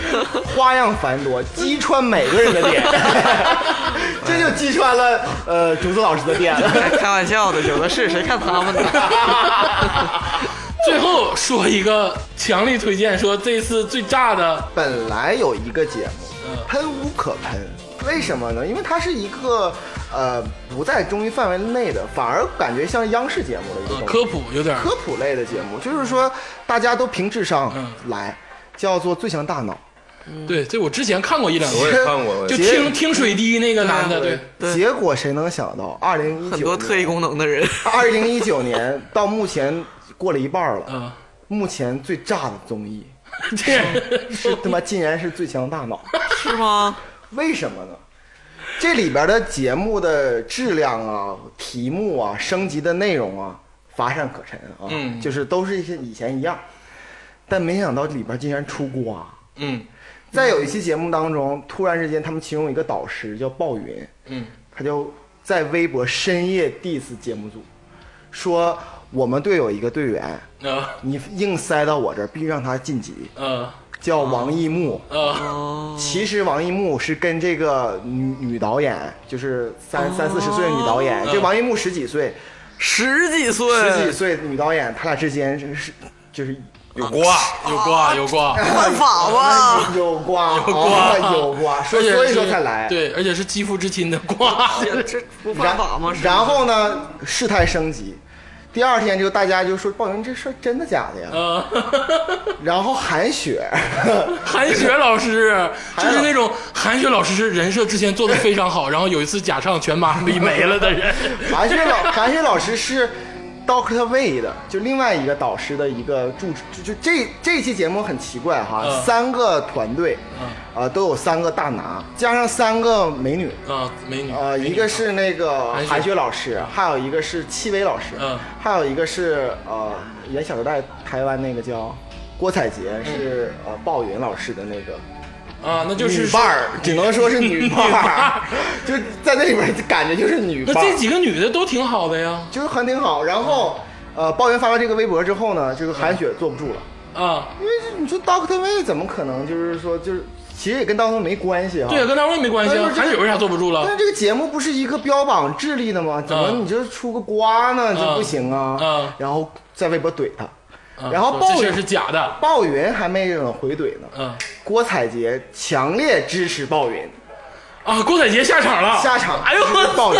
[SPEAKER 6] 花样繁多，击穿每个人的点，这就击穿了呃竹子老师的点了。
[SPEAKER 3] 开玩笑的，有的是，谁看他们 呢？
[SPEAKER 4] 最后说一个强力推荐，说这次最炸的
[SPEAKER 6] 本来有一个节目，喷无可喷，为什么呢？因为它是一个呃不在综艺范围内的，反而感觉像央视节目的一个东西
[SPEAKER 4] 科普有点儿
[SPEAKER 6] 科普类的节目，就是说大家都凭智商
[SPEAKER 4] 嗯
[SPEAKER 6] 来，叫做《最强大脑》。
[SPEAKER 4] 对，这我之前看过一两
[SPEAKER 5] 我
[SPEAKER 4] 集，
[SPEAKER 5] 也看过，我
[SPEAKER 4] 就
[SPEAKER 5] 也
[SPEAKER 6] 杰
[SPEAKER 4] 听听水滴那个男
[SPEAKER 6] 嗯
[SPEAKER 4] 的，对，
[SPEAKER 3] 对
[SPEAKER 6] 结果谁能想到，二零一
[SPEAKER 3] 很多
[SPEAKER 6] 九
[SPEAKER 3] 特异功能的人，
[SPEAKER 6] 二零一九年到目前过了一半了，
[SPEAKER 4] 嗯
[SPEAKER 6] 目前最炸的 综艺
[SPEAKER 4] 这样
[SPEAKER 6] 是他妈竟然是《最强大脑》，
[SPEAKER 3] 是吗？
[SPEAKER 6] 为什么呢？这里边的节目的质量啊、题目啊、升级的内容啊，乏善可陈啊，
[SPEAKER 4] 嗯
[SPEAKER 6] 就是都是一些以前一样，但没想到里边竟然出瓜。
[SPEAKER 4] 嗯
[SPEAKER 6] 在有一期节目当中，突然之间，他们其中一个导师叫鲍云，
[SPEAKER 4] 嗯，
[SPEAKER 6] 他就在微博深夜 diss 节目组，说我们队有一个队员，
[SPEAKER 4] 啊
[SPEAKER 6] 你硬塞到我这儿，必须让他晋级，
[SPEAKER 4] 啊
[SPEAKER 6] 叫王一木。
[SPEAKER 4] 啊，
[SPEAKER 6] 其实王一木是跟这
[SPEAKER 4] 哦嗯
[SPEAKER 6] 个女女导演，就是三三四十岁的女导演，这王一木十几岁，
[SPEAKER 3] 十几岁，
[SPEAKER 6] 十几岁女导演，他俩之间是是就是
[SPEAKER 5] 有瓜，
[SPEAKER 4] 有挂有挂，
[SPEAKER 3] 犯法吧？
[SPEAKER 6] 有瓜，有
[SPEAKER 4] 挂
[SPEAKER 6] 哦有瓜，所
[SPEAKER 4] 而且
[SPEAKER 6] 以所以说
[SPEAKER 4] 是
[SPEAKER 6] 才来。
[SPEAKER 4] 对，而且是肌肤之亲的挂，
[SPEAKER 3] 这这不犯
[SPEAKER 6] 然
[SPEAKER 3] 法吗？
[SPEAKER 6] 然后呢，事态升级，第二天就大家就说：“鲍云，这事儿真的假的
[SPEAKER 3] 嗯
[SPEAKER 4] 啊，？”
[SPEAKER 6] 呀然后韩雪，
[SPEAKER 4] 韩雪老师就是那种韩雪老师是人设之前做的非常好，然后有一次假唱全马里没了的人，
[SPEAKER 6] 韩雪 老韩雪老师是 Doctor Way 的，就另外一个导师的一个助就就这这一期节目很奇怪哈，
[SPEAKER 4] 嗯
[SPEAKER 6] 三个团队，
[SPEAKER 3] 嗯
[SPEAKER 6] 啊、都有三个大拿，加上三个美女。
[SPEAKER 4] 啊，美女，
[SPEAKER 6] 呃，一个是那个
[SPEAKER 4] 韩雪
[SPEAKER 6] 韩雪老师，还有一个是戚薇老师，
[SPEAKER 4] 嗯
[SPEAKER 6] 还有一个是呃，演《小时代》台湾那个叫郭采洁，
[SPEAKER 4] 嗯
[SPEAKER 6] 是呃鲍云老师的那个
[SPEAKER 4] 啊，那就是
[SPEAKER 6] 女伴儿，只能说是女伴
[SPEAKER 4] 女伴儿
[SPEAKER 6] 儿，就在那里边感觉就是女
[SPEAKER 4] 那
[SPEAKER 6] 伴儿，
[SPEAKER 4] 这几个女的都挺好的呀，
[SPEAKER 6] 就是很挺好。然后
[SPEAKER 4] 嗯
[SPEAKER 6] 呃，鲍云发了这个微博之后呢，这个韩雪坐不住了，
[SPEAKER 4] 啊，
[SPEAKER 6] 因为你说 Doctor Way 怎么可能就是说就是其实也跟 Doctor 没关系啊，
[SPEAKER 4] 对，跟大卫没关系
[SPEAKER 6] 但
[SPEAKER 4] 啊，
[SPEAKER 6] 是这个
[SPEAKER 4] 韩雪为啥坐不住
[SPEAKER 6] 但
[SPEAKER 4] 了
[SPEAKER 6] 是？这个节目不是一个标榜智力的吗？怎么
[SPEAKER 4] 嗯
[SPEAKER 6] 你就出个瓜呢？这不行啊！
[SPEAKER 4] 嗯
[SPEAKER 6] 然后在微博怼他，
[SPEAKER 4] 啊
[SPEAKER 6] 然后
[SPEAKER 4] 说这
[SPEAKER 6] 鲍
[SPEAKER 4] 事儿
[SPEAKER 6] 云
[SPEAKER 4] 是假的，
[SPEAKER 6] 鲍云还没有回怼呢。
[SPEAKER 4] 嗯
[SPEAKER 6] 郭采洁强烈支持鲍云
[SPEAKER 4] 啊，郭采洁下场了，
[SPEAKER 6] 下场，
[SPEAKER 4] 哎呦我操
[SPEAKER 6] 鲍云，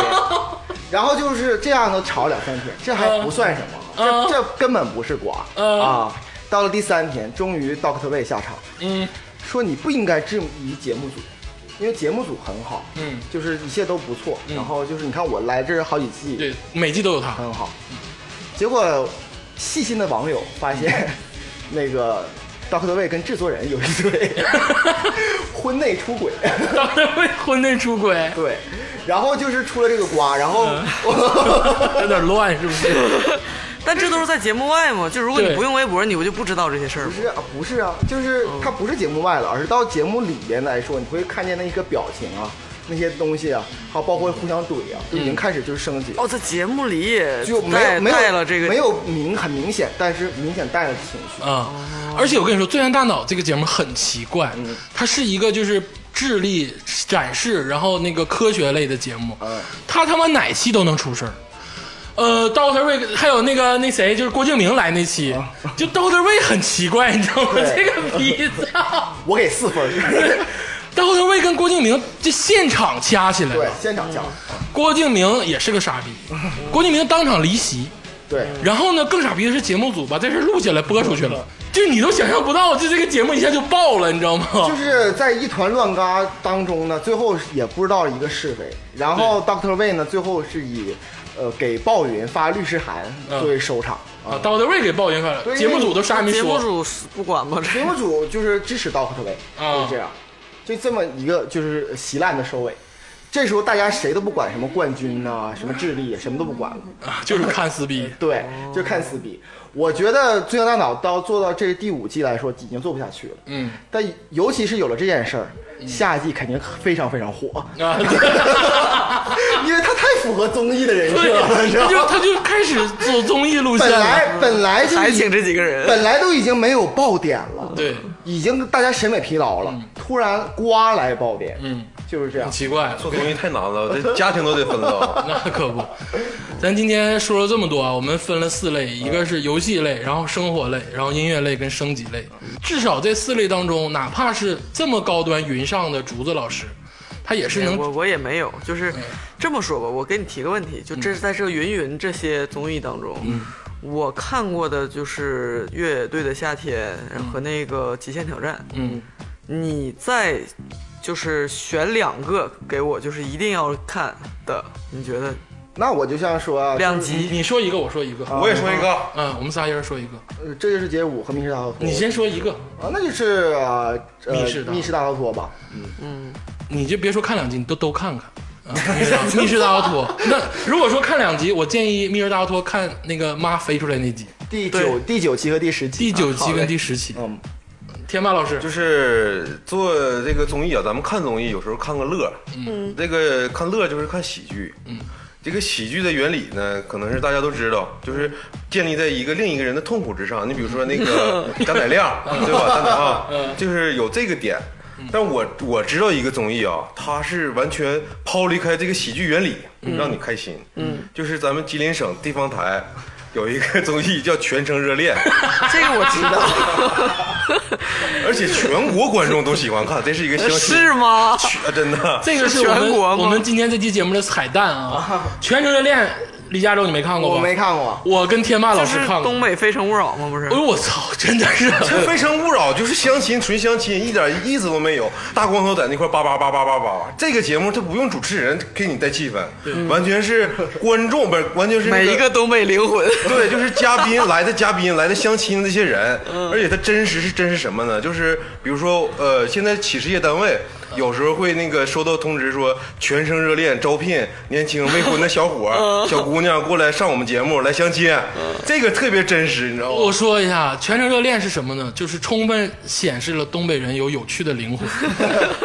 [SPEAKER 6] 然后就是这样都吵两三天，这还不算什么，
[SPEAKER 4] 嗯
[SPEAKER 6] 这这根本不是瓜、
[SPEAKER 4] 嗯
[SPEAKER 6] 啊！到了第三天，终于 Doctor Way 下场，
[SPEAKER 4] 嗯
[SPEAKER 6] 说你不应该质疑节目组，因为节目组很好，
[SPEAKER 4] 嗯，
[SPEAKER 6] 就是一切都不错。
[SPEAKER 4] 嗯
[SPEAKER 6] 然后就是你看我来这儿好几季，
[SPEAKER 4] 对，每季都有她，
[SPEAKER 6] 很好。结果细心的网友发现，
[SPEAKER 4] 嗯
[SPEAKER 6] 那个 Doctor Way 跟制作人有一腿， 婚内出轨。
[SPEAKER 4] 大卫婚内出轨，
[SPEAKER 6] 对，然后就是出了这个瓜，然后
[SPEAKER 4] 嗯 有点乱是不是？
[SPEAKER 3] 但这都是在节目外嘛，就如果你
[SPEAKER 4] 对
[SPEAKER 3] 不用微博，你不就不知道这些事儿
[SPEAKER 6] 不
[SPEAKER 3] 吗？
[SPEAKER 6] 是啊，不是啊，就是它不是节目外了，而是到节目里边来说，你会看见那一个表情啊，那些东西啊，还有包括互相怼啊，就已经开始就是升级。
[SPEAKER 3] 哦，在节目里也
[SPEAKER 6] 就没
[SPEAKER 3] 带
[SPEAKER 6] 有没有
[SPEAKER 3] 带了这个，
[SPEAKER 6] 没有明很明显，但是明显带了情绪。
[SPEAKER 4] 啊、而且我跟你说，《最强大脑》这个节目很奇怪，
[SPEAKER 6] 嗯
[SPEAKER 4] 它是一个就是智力展示，然后那个科学类的节目，
[SPEAKER 6] 嗯
[SPEAKER 4] 它他妈哪期都能出事儿。呃，Doctor Way 还有那个那谁，就是郭敬明来那期，就 Doctor Way 很奇怪，你知道吗？
[SPEAKER 6] 啊对
[SPEAKER 4] 这个逼 操
[SPEAKER 6] 我给四分儿，
[SPEAKER 4] ，Doctor Way 跟郭敬明这现场掐起来
[SPEAKER 6] 对
[SPEAKER 4] 了，，
[SPEAKER 6] 现场讲，
[SPEAKER 4] 郭敬明也是个傻逼，郭敬明当场离席。
[SPEAKER 6] 对，
[SPEAKER 3] 嗯
[SPEAKER 4] 然后呢，更傻逼的是节目组把这事儿录下来播出去了，就你都想象不到，就这个节目一下就爆了，你知道吗？
[SPEAKER 6] 就是在一团乱嘎当中呢，最后也不知道一个是非。然后 Doctor Way 呢，最后是以呃给鲍云发律师函作
[SPEAKER 3] 嗯
[SPEAKER 6] 为收场。
[SPEAKER 4] 啊，到的位给抱怨了，
[SPEAKER 6] 对
[SPEAKER 4] 节目组都啥也没
[SPEAKER 3] 节目
[SPEAKER 4] 说
[SPEAKER 3] 组不管吗？
[SPEAKER 6] 节
[SPEAKER 3] 这
[SPEAKER 6] 目组就是支持 Doctor Way，
[SPEAKER 4] 啊
[SPEAKER 6] 就是这样，就这么一个就是稀烂的收尾。这时候大家谁都不管什么冠军呐、什么智力，什么都不管了。
[SPEAKER 4] 啊，就是看撕 逼。
[SPEAKER 6] 对，就看撕逼。我觉得《最强大脑》到做到这第五季来说，已经做不下去了。
[SPEAKER 4] 嗯
[SPEAKER 6] 但尤其是有了这件事儿，下一季肯定非常非常火，
[SPEAKER 4] 啊，
[SPEAKER 6] 因为它太符合综艺的人设了，你知
[SPEAKER 4] 对，他
[SPEAKER 6] 道
[SPEAKER 4] 就
[SPEAKER 6] 吗？
[SPEAKER 4] 他就开始走综艺路线了。
[SPEAKER 6] 本来本来 就
[SPEAKER 3] 还
[SPEAKER 6] 已
[SPEAKER 3] 请这几个 人，
[SPEAKER 6] 本来都已经没有爆点了，
[SPEAKER 4] 对，
[SPEAKER 6] 已经大家审美疲劳了，突然刮来爆点，
[SPEAKER 4] 嗯，
[SPEAKER 6] 就是这样。
[SPEAKER 4] 奇怪，
[SPEAKER 5] 做综艺太难了，这家庭都得 分了。
[SPEAKER 4] 那可不。咱今天说了这么多啊，我们分了四类，一个是游戏类，然后生活类，然后音乐类跟升级类。至少这四类当中，哪怕是这么高端云上的竹子老师，他也是能
[SPEAKER 3] 我我也没有，就是这么说吧，我给你提个问题，就这是在这个云云这些综艺当中，我看过的就是《越野队的夏天》和那个《极限挑战》，
[SPEAKER 4] 嗯，
[SPEAKER 3] 你在就是选两个给我，就是一定要看的，你觉得
[SPEAKER 6] 那我就像说啊，
[SPEAKER 3] 两
[SPEAKER 6] 就是
[SPEAKER 3] 集？
[SPEAKER 4] 你说一个，我说一
[SPEAKER 3] 啊
[SPEAKER 4] 个，
[SPEAKER 5] 我也说一个，
[SPEAKER 4] 嗯，我们仨一人说一个，
[SPEAKER 6] 呃这就是街舞和密室大逃脱。
[SPEAKER 4] 你先说一个，
[SPEAKER 6] 啊，那就是呃呃
[SPEAKER 4] 密室大逃脱
[SPEAKER 6] 密室大逃脱吧。
[SPEAKER 4] 你就别说看两集，你都都看看。啊 密室大逃脱，那如果说看两集，我建议密室大逃脱看那个妈飞出来那集，
[SPEAKER 6] 第
[SPEAKER 3] 对
[SPEAKER 6] 九第九期和第十期，
[SPEAKER 4] 第九期
[SPEAKER 6] 好嘞
[SPEAKER 4] 跟第十期。
[SPEAKER 6] 嗯，
[SPEAKER 4] 天霸老师，
[SPEAKER 5] 就是做这个综艺啊，咱们看综艺有时候看个乐，嗯，这个看乐就是看喜剧，嗯，这个喜剧的原理呢，可能是大家都知道，就是建立在一个另一个人的 嗯痛苦之上。你比如说那个张乃亮，对吧？张乃啊，就是有这个点。但我我知道一个综艺啊，它是完全抛离开这个喜剧原理，让你开心。嗯，就是咱们吉林省地方台有一个综艺叫《全城热 恋》，
[SPEAKER 3] 这个我知道，
[SPEAKER 5] 而且全国观众都喜欢看，这是一个相亲
[SPEAKER 3] 是啊吗？
[SPEAKER 5] 全真的。
[SPEAKER 4] 这个是我
[SPEAKER 3] 全
[SPEAKER 4] 们
[SPEAKER 3] 国吗
[SPEAKER 4] 我们今天这期节目的彩蛋啊！全程热恋，李佳州你没看过吧？
[SPEAKER 6] 我没看过，
[SPEAKER 4] 我跟天霸老
[SPEAKER 3] 就
[SPEAKER 4] 师
[SPEAKER 3] 是
[SPEAKER 4] 看过。
[SPEAKER 3] 东北《非诚勿扰》吗？不是
[SPEAKER 4] 哎，呦我操，真的是！
[SPEAKER 5] 这《非诚勿扰》就是相亲，纯相亲，一点意思都没有。大光头在那块叭叭叭叭叭叭，这个节目它不用主持人给你带气氛，完全是观众，不是完全是那
[SPEAKER 3] 每一个东北灵魂。
[SPEAKER 5] 对，就是嘉宾来的嘉宾来的相亲的这些人，
[SPEAKER 3] 嗯
[SPEAKER 5] 而且他真实是真实什么呢？就是比如说，呃，现在企事业单位
[SPEAKER 3] 嗯
[SPEAKER 5] 有时候会那个收到通知说全城热恋招聘年轻未婚的小伙
[SPEAKER 3] 嗯
[SPEAKER 5] 儿、小姑娘过来上我们节目来相亲，这个特别真实，你知道
[SPEAKER 4] 我
[SPEAKER 5] 吗？
[SPEAKER 4] 说一下，全程热恋是什么呢？就是充分显示了东北人有有趣的灵魂。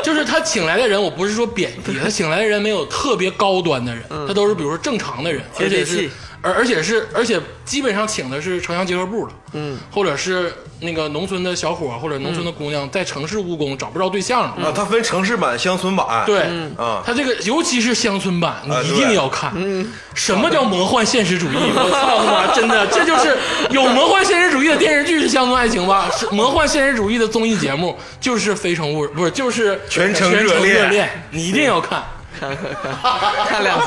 [SPEAKER 4] 就是他请来的人，我不是说贬低，他请来的人没有特别高端的人，他都是比如说正常的人，
[SPEAKER 3] 接
[SPEAKER 4] 而且
[SPEAKER 3] 地
[SPEAKER 4] 是
[SPEAKER 3] 气
[SPEAKER 4] 而而且是而且基本上请的是城乡结合部的，嗯，或者是那个农村的小伙儿或者农村的姑娘在城市务工找不着对象了，
[SPEAKER 5] 啊，它分城市版、乡村版，
[SPEAKER 4] 对，
[SPEAKER 5] 啊
[SPEAKER 4] 他这个尤其是乡村版，你
[SPEAKER 5] 啊
[SPEAKER 4] 一定要看。什么叫魔幻现实主义？我操他妈，真的，这就是有魔幻现实主义的电视剧是乡村爱情吧？是魔幻现实主义的综艺节目就是《非诚勿扰》，不是就是
[SPEAKER 5] 全程
[SPEAKER 4] 全
[SPEAKER 5] 热
[SPEAKER 4] 热
[SPEAKER 5] 恋
[SPEAKER 4] 你一定要看。
[SPEAKER 3] 看看看，看两集。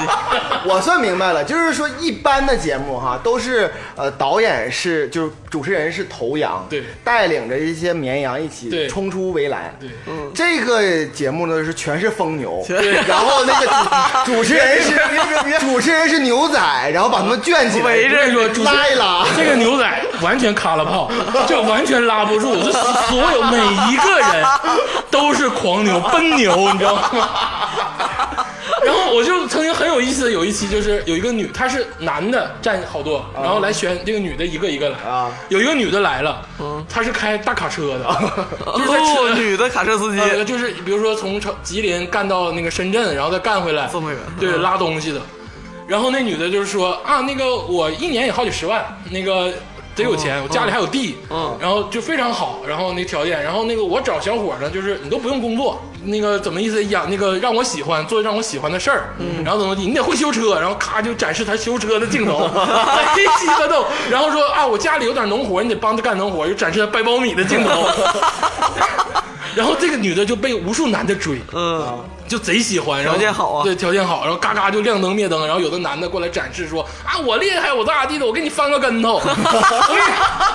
[SPEAKER 6] 我算明白了，就是说一般的节目哈，都是呃导演是就是主持人是头羊，
[SPEAKER 4] 对
[SPEAKER 6] 带领着一些绵羊一
[SPEAKER 4] 对
[SPEAKER 6] 起冲出围栏，嗯
[SPEAKER 4] 对
[SPEAKER 6] 这个节目呢是全是疯牛，然后那个 主主持人是主持人是牛仔，然后把他们卷起来，
[SPEAKER 3] 围着
[SPEAKER 4] 我跟你说，主持
[SPEAKER 6] 拉一拉。
[SPEAKER 4] 这个牛仔完全卡了炮，这完全拉不住。这所有每一个人都是狂牛、奔牛，你知道吗？ 然后我就曾经很有意思，有一期就是有一个女，她是男的占好多，然后来选这个女的一个一个来。
[SPEAKER 6] 啊
[SPEAKER 4] 有一个女的来了，她是开大卡车的，就是在车
[SPEAKER 3] 嗯哦，女的卡车司机，
[SPEAKER 4] 呃，就是比如说从成吉林干到那个深圳，然后再干回来，
[SPEAKER 3] 这么远
[SPEAKER 4] 对，拉东西的。然后那女的就是说啊，那个我一年也好几十万，那个得有钱，我家里还有地，
[SPEAKER 3] 嗯
[SPEAKER 4] 然后就非常好，然后那条件，然后那个我找小伙呢，就是你都不用工作，那个怎么意思呀？那个让我喜欢做让我喜欢的事儿，然后怎么地，你得会修车，然后咔就展示他修车的镜头，哎鸡巴逗，然后说啊，我家里有点农活，你得帮他干农活，又展示他掰苞米的镜头。然后这个女的就被无数男的追，
[SPEAKER 3] 嗯，
[SPEAKER 4] 就贼喜欢，然后
[SPEAKER 3] 条件好啊
[SPEAKER 4] 对，条件好，然后嘎嘎就亮灯灭灯，然后有的男的过来展示说啊，我厉害，我咋咋地的，我给你翻个跟头， 我给你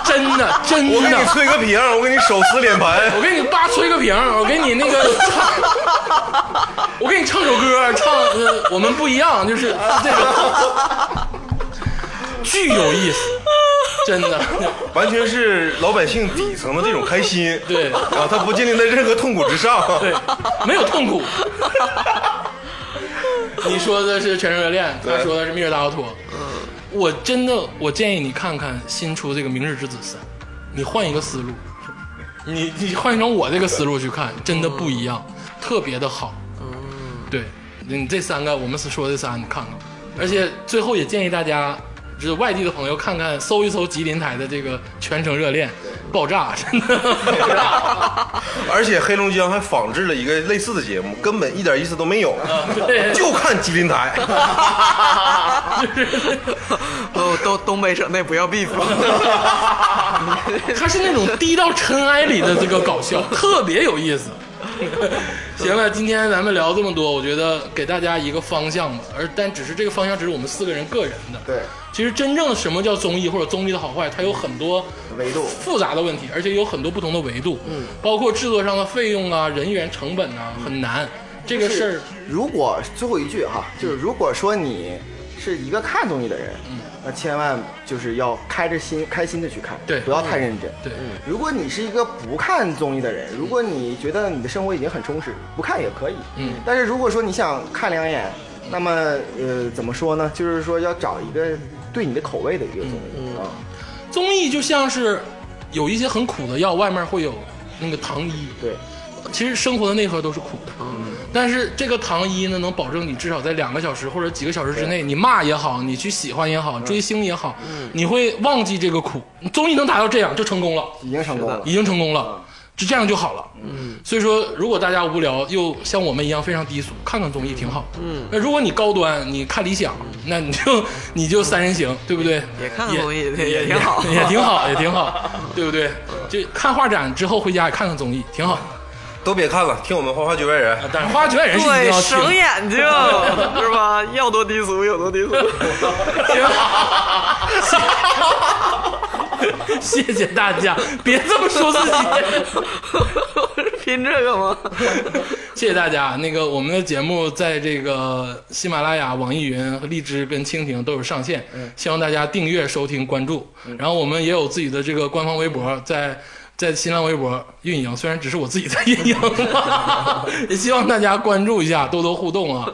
[SPEAKER 4] 真的真的，，
[SPEAKER 5] 我给你吹个瓶，我给你手撕脸盆
[SPEAKER 4] 我给你叭吹个瓶，我给你那个唱，我给你唱首歌，唱呃我们不一样，就是这 个，巨有意思，真的，
[SPEAKER 5] 完全是老百姓底层的这种开心，
[SPEAKER 4] 对
[SPEAKER 5] 啊，它不建立在任何痛苦之上，
[SPEAKER 4] 对，没有 痛苦。你说的是《全城热恋》，他
[SPEAKER 5] 对
[SPEAKER 4] 说的是《密室大逃脱》。我真的，我建议你看看新出这个《明日之子三》，你换一个思路，你你换成我这个思路去看，真的不一样，特别的好。对，你这三个我们说的仨，你看看。而且最后也建议大家，就是外地的朋友看看，搜一搜吉林台的这个《全城热恋》，爆炸，真的爆炸。
[SPEAKER 5] 而且黑龙江还仿制了一个类似的节目，根本一点意思都没有，
[SPEAKER 4] 啊对
[SPEAKER 5] 就看吉林台。
[SPEAKER 3] 哦，东东北省内不要 beef，
[SPEAKER 4] 他是那种低到尘埃里的这个搞笑，特别有意思。 行了，今天咱们聊这么多，我觉得给大家一个方向吧，而但只是这个方向只是我们四个人个人的。
[SPEAKER 6] 对，
[SPEAKER 4] 其实真正什么叫综艺或者综艺的好坏，它有很多
[SPEAKER 6] 维度
[SPEAKER 4] 复杂的问题，而且有很多不同的维度，嗯，包括制作上的费用啊、人员成本啊，很难。这个事儿，嗯
[SPEAKER 6] 如果最后一句哈，就是如果说你是一个看综艺的人，那千万就是要开着心开心的去看，
[SPEAKER 4] 对
[SPEAKER 6] 不要太认真。
[SPEAKER 4] 对
[SPEAKER 6] 如果你是一个不看综艺的人，如果你觉得你的生活已经很充实，不看也可以。
[SPEAKER 4] 嗯
[SPEAKER 6] 但是如果说你想看两眼，那么呃，怎么说呢？就是说要找一个对你的口味的一个综艺啊。
[SPEAKER 4] 综艺就像是有一些很苦的药，外面会有那个糖衣，
[SPEAKER 6] 对，
[SPEAKER 4] 其实生活的内核都是苦的，
[SPEAKER 3] 嗯
[SPEAKER 4] 但是这个糖衣呢，能保证你至少在两个小时或者几个小时之内，你骂也好，你去喜欢也
[SPEAKER 3] 嗯
[SPEAKER 4] 好，追星也好，你会忘记这个苦。综艺能达到这样就成功了，
[SPEAKER 3] 嗯
[SPEAKER 6] 已经成功了。
[SPEAKER 4] 已经成功了。就这样就好了。嗯，所以说，如果大家无聊又像我们一样非常低俗，看看综艺挺好的。嗯，那如果你高端，你看理想，那你就 你就三人行，对不对？
[SPEAKER 3] 嗯也看看综艺
[SPEAKER 4] 也
[SPEAKER 3] 也挺好
[SPEAKER 4] 也挺好，也挺好，对不对？就看画展之后回家也看看综艺，挺好。
[SPEAKER 5] 都别看了，听我们《花花局外人》
[SPEAKER 4] 但是花卷人是一定
[SPEAKER 3] 对，
[SPEAKER 4] 要听
[SPEAKER 3] 省
[SPEAKER 4] 的。
[SPEAKER 3] 眼睛是吧？要多低俗有多低俗。
[SPEAKER 4] 挺好。 谢谢大家，别这么说自己。
[SPEAKER 3] 拼这个吗？
[SPEAKER 4] 谢谢大家。那个我们的节目在这个喜马拉雅、网易云、和荔枝跟蜻蜓都有上线，希望大家订阅、收听、关注。然后我们也有自己的这个官方微博，在在新浪微博运营，虽然只是我自己在运营，啊也希望大家关注一下，多多互动啊。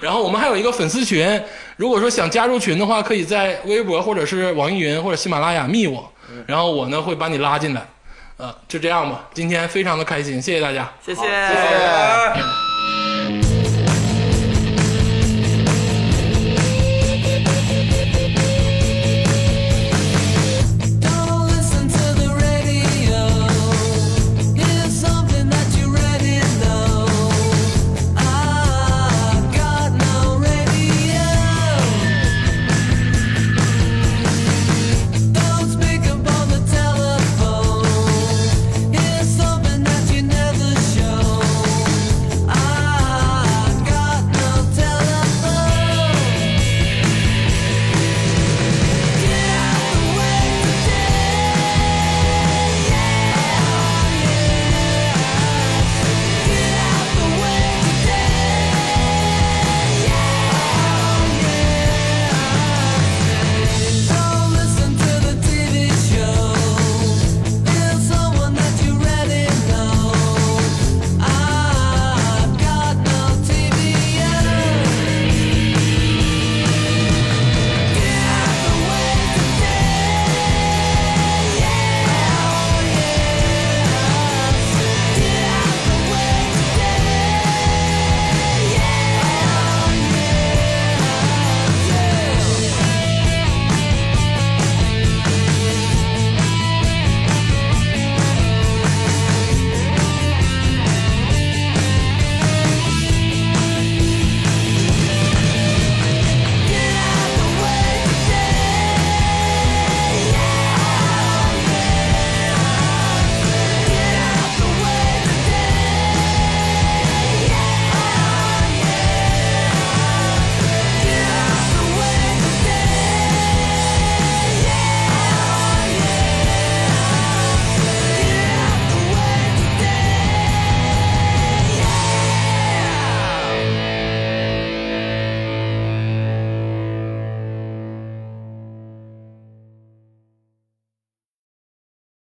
[SPEAKER 4] 然后我们还有一个粉丝群，如果说想加入群的话，可以在微博或者是网易云或者喜马拉雅密我，然后我呢会把你拉进来。呃，就这样吧，今天非常的开心，谢谢大家。
[SPEAKER 3] 谢谢。
[SPEAKER 6] 谢谢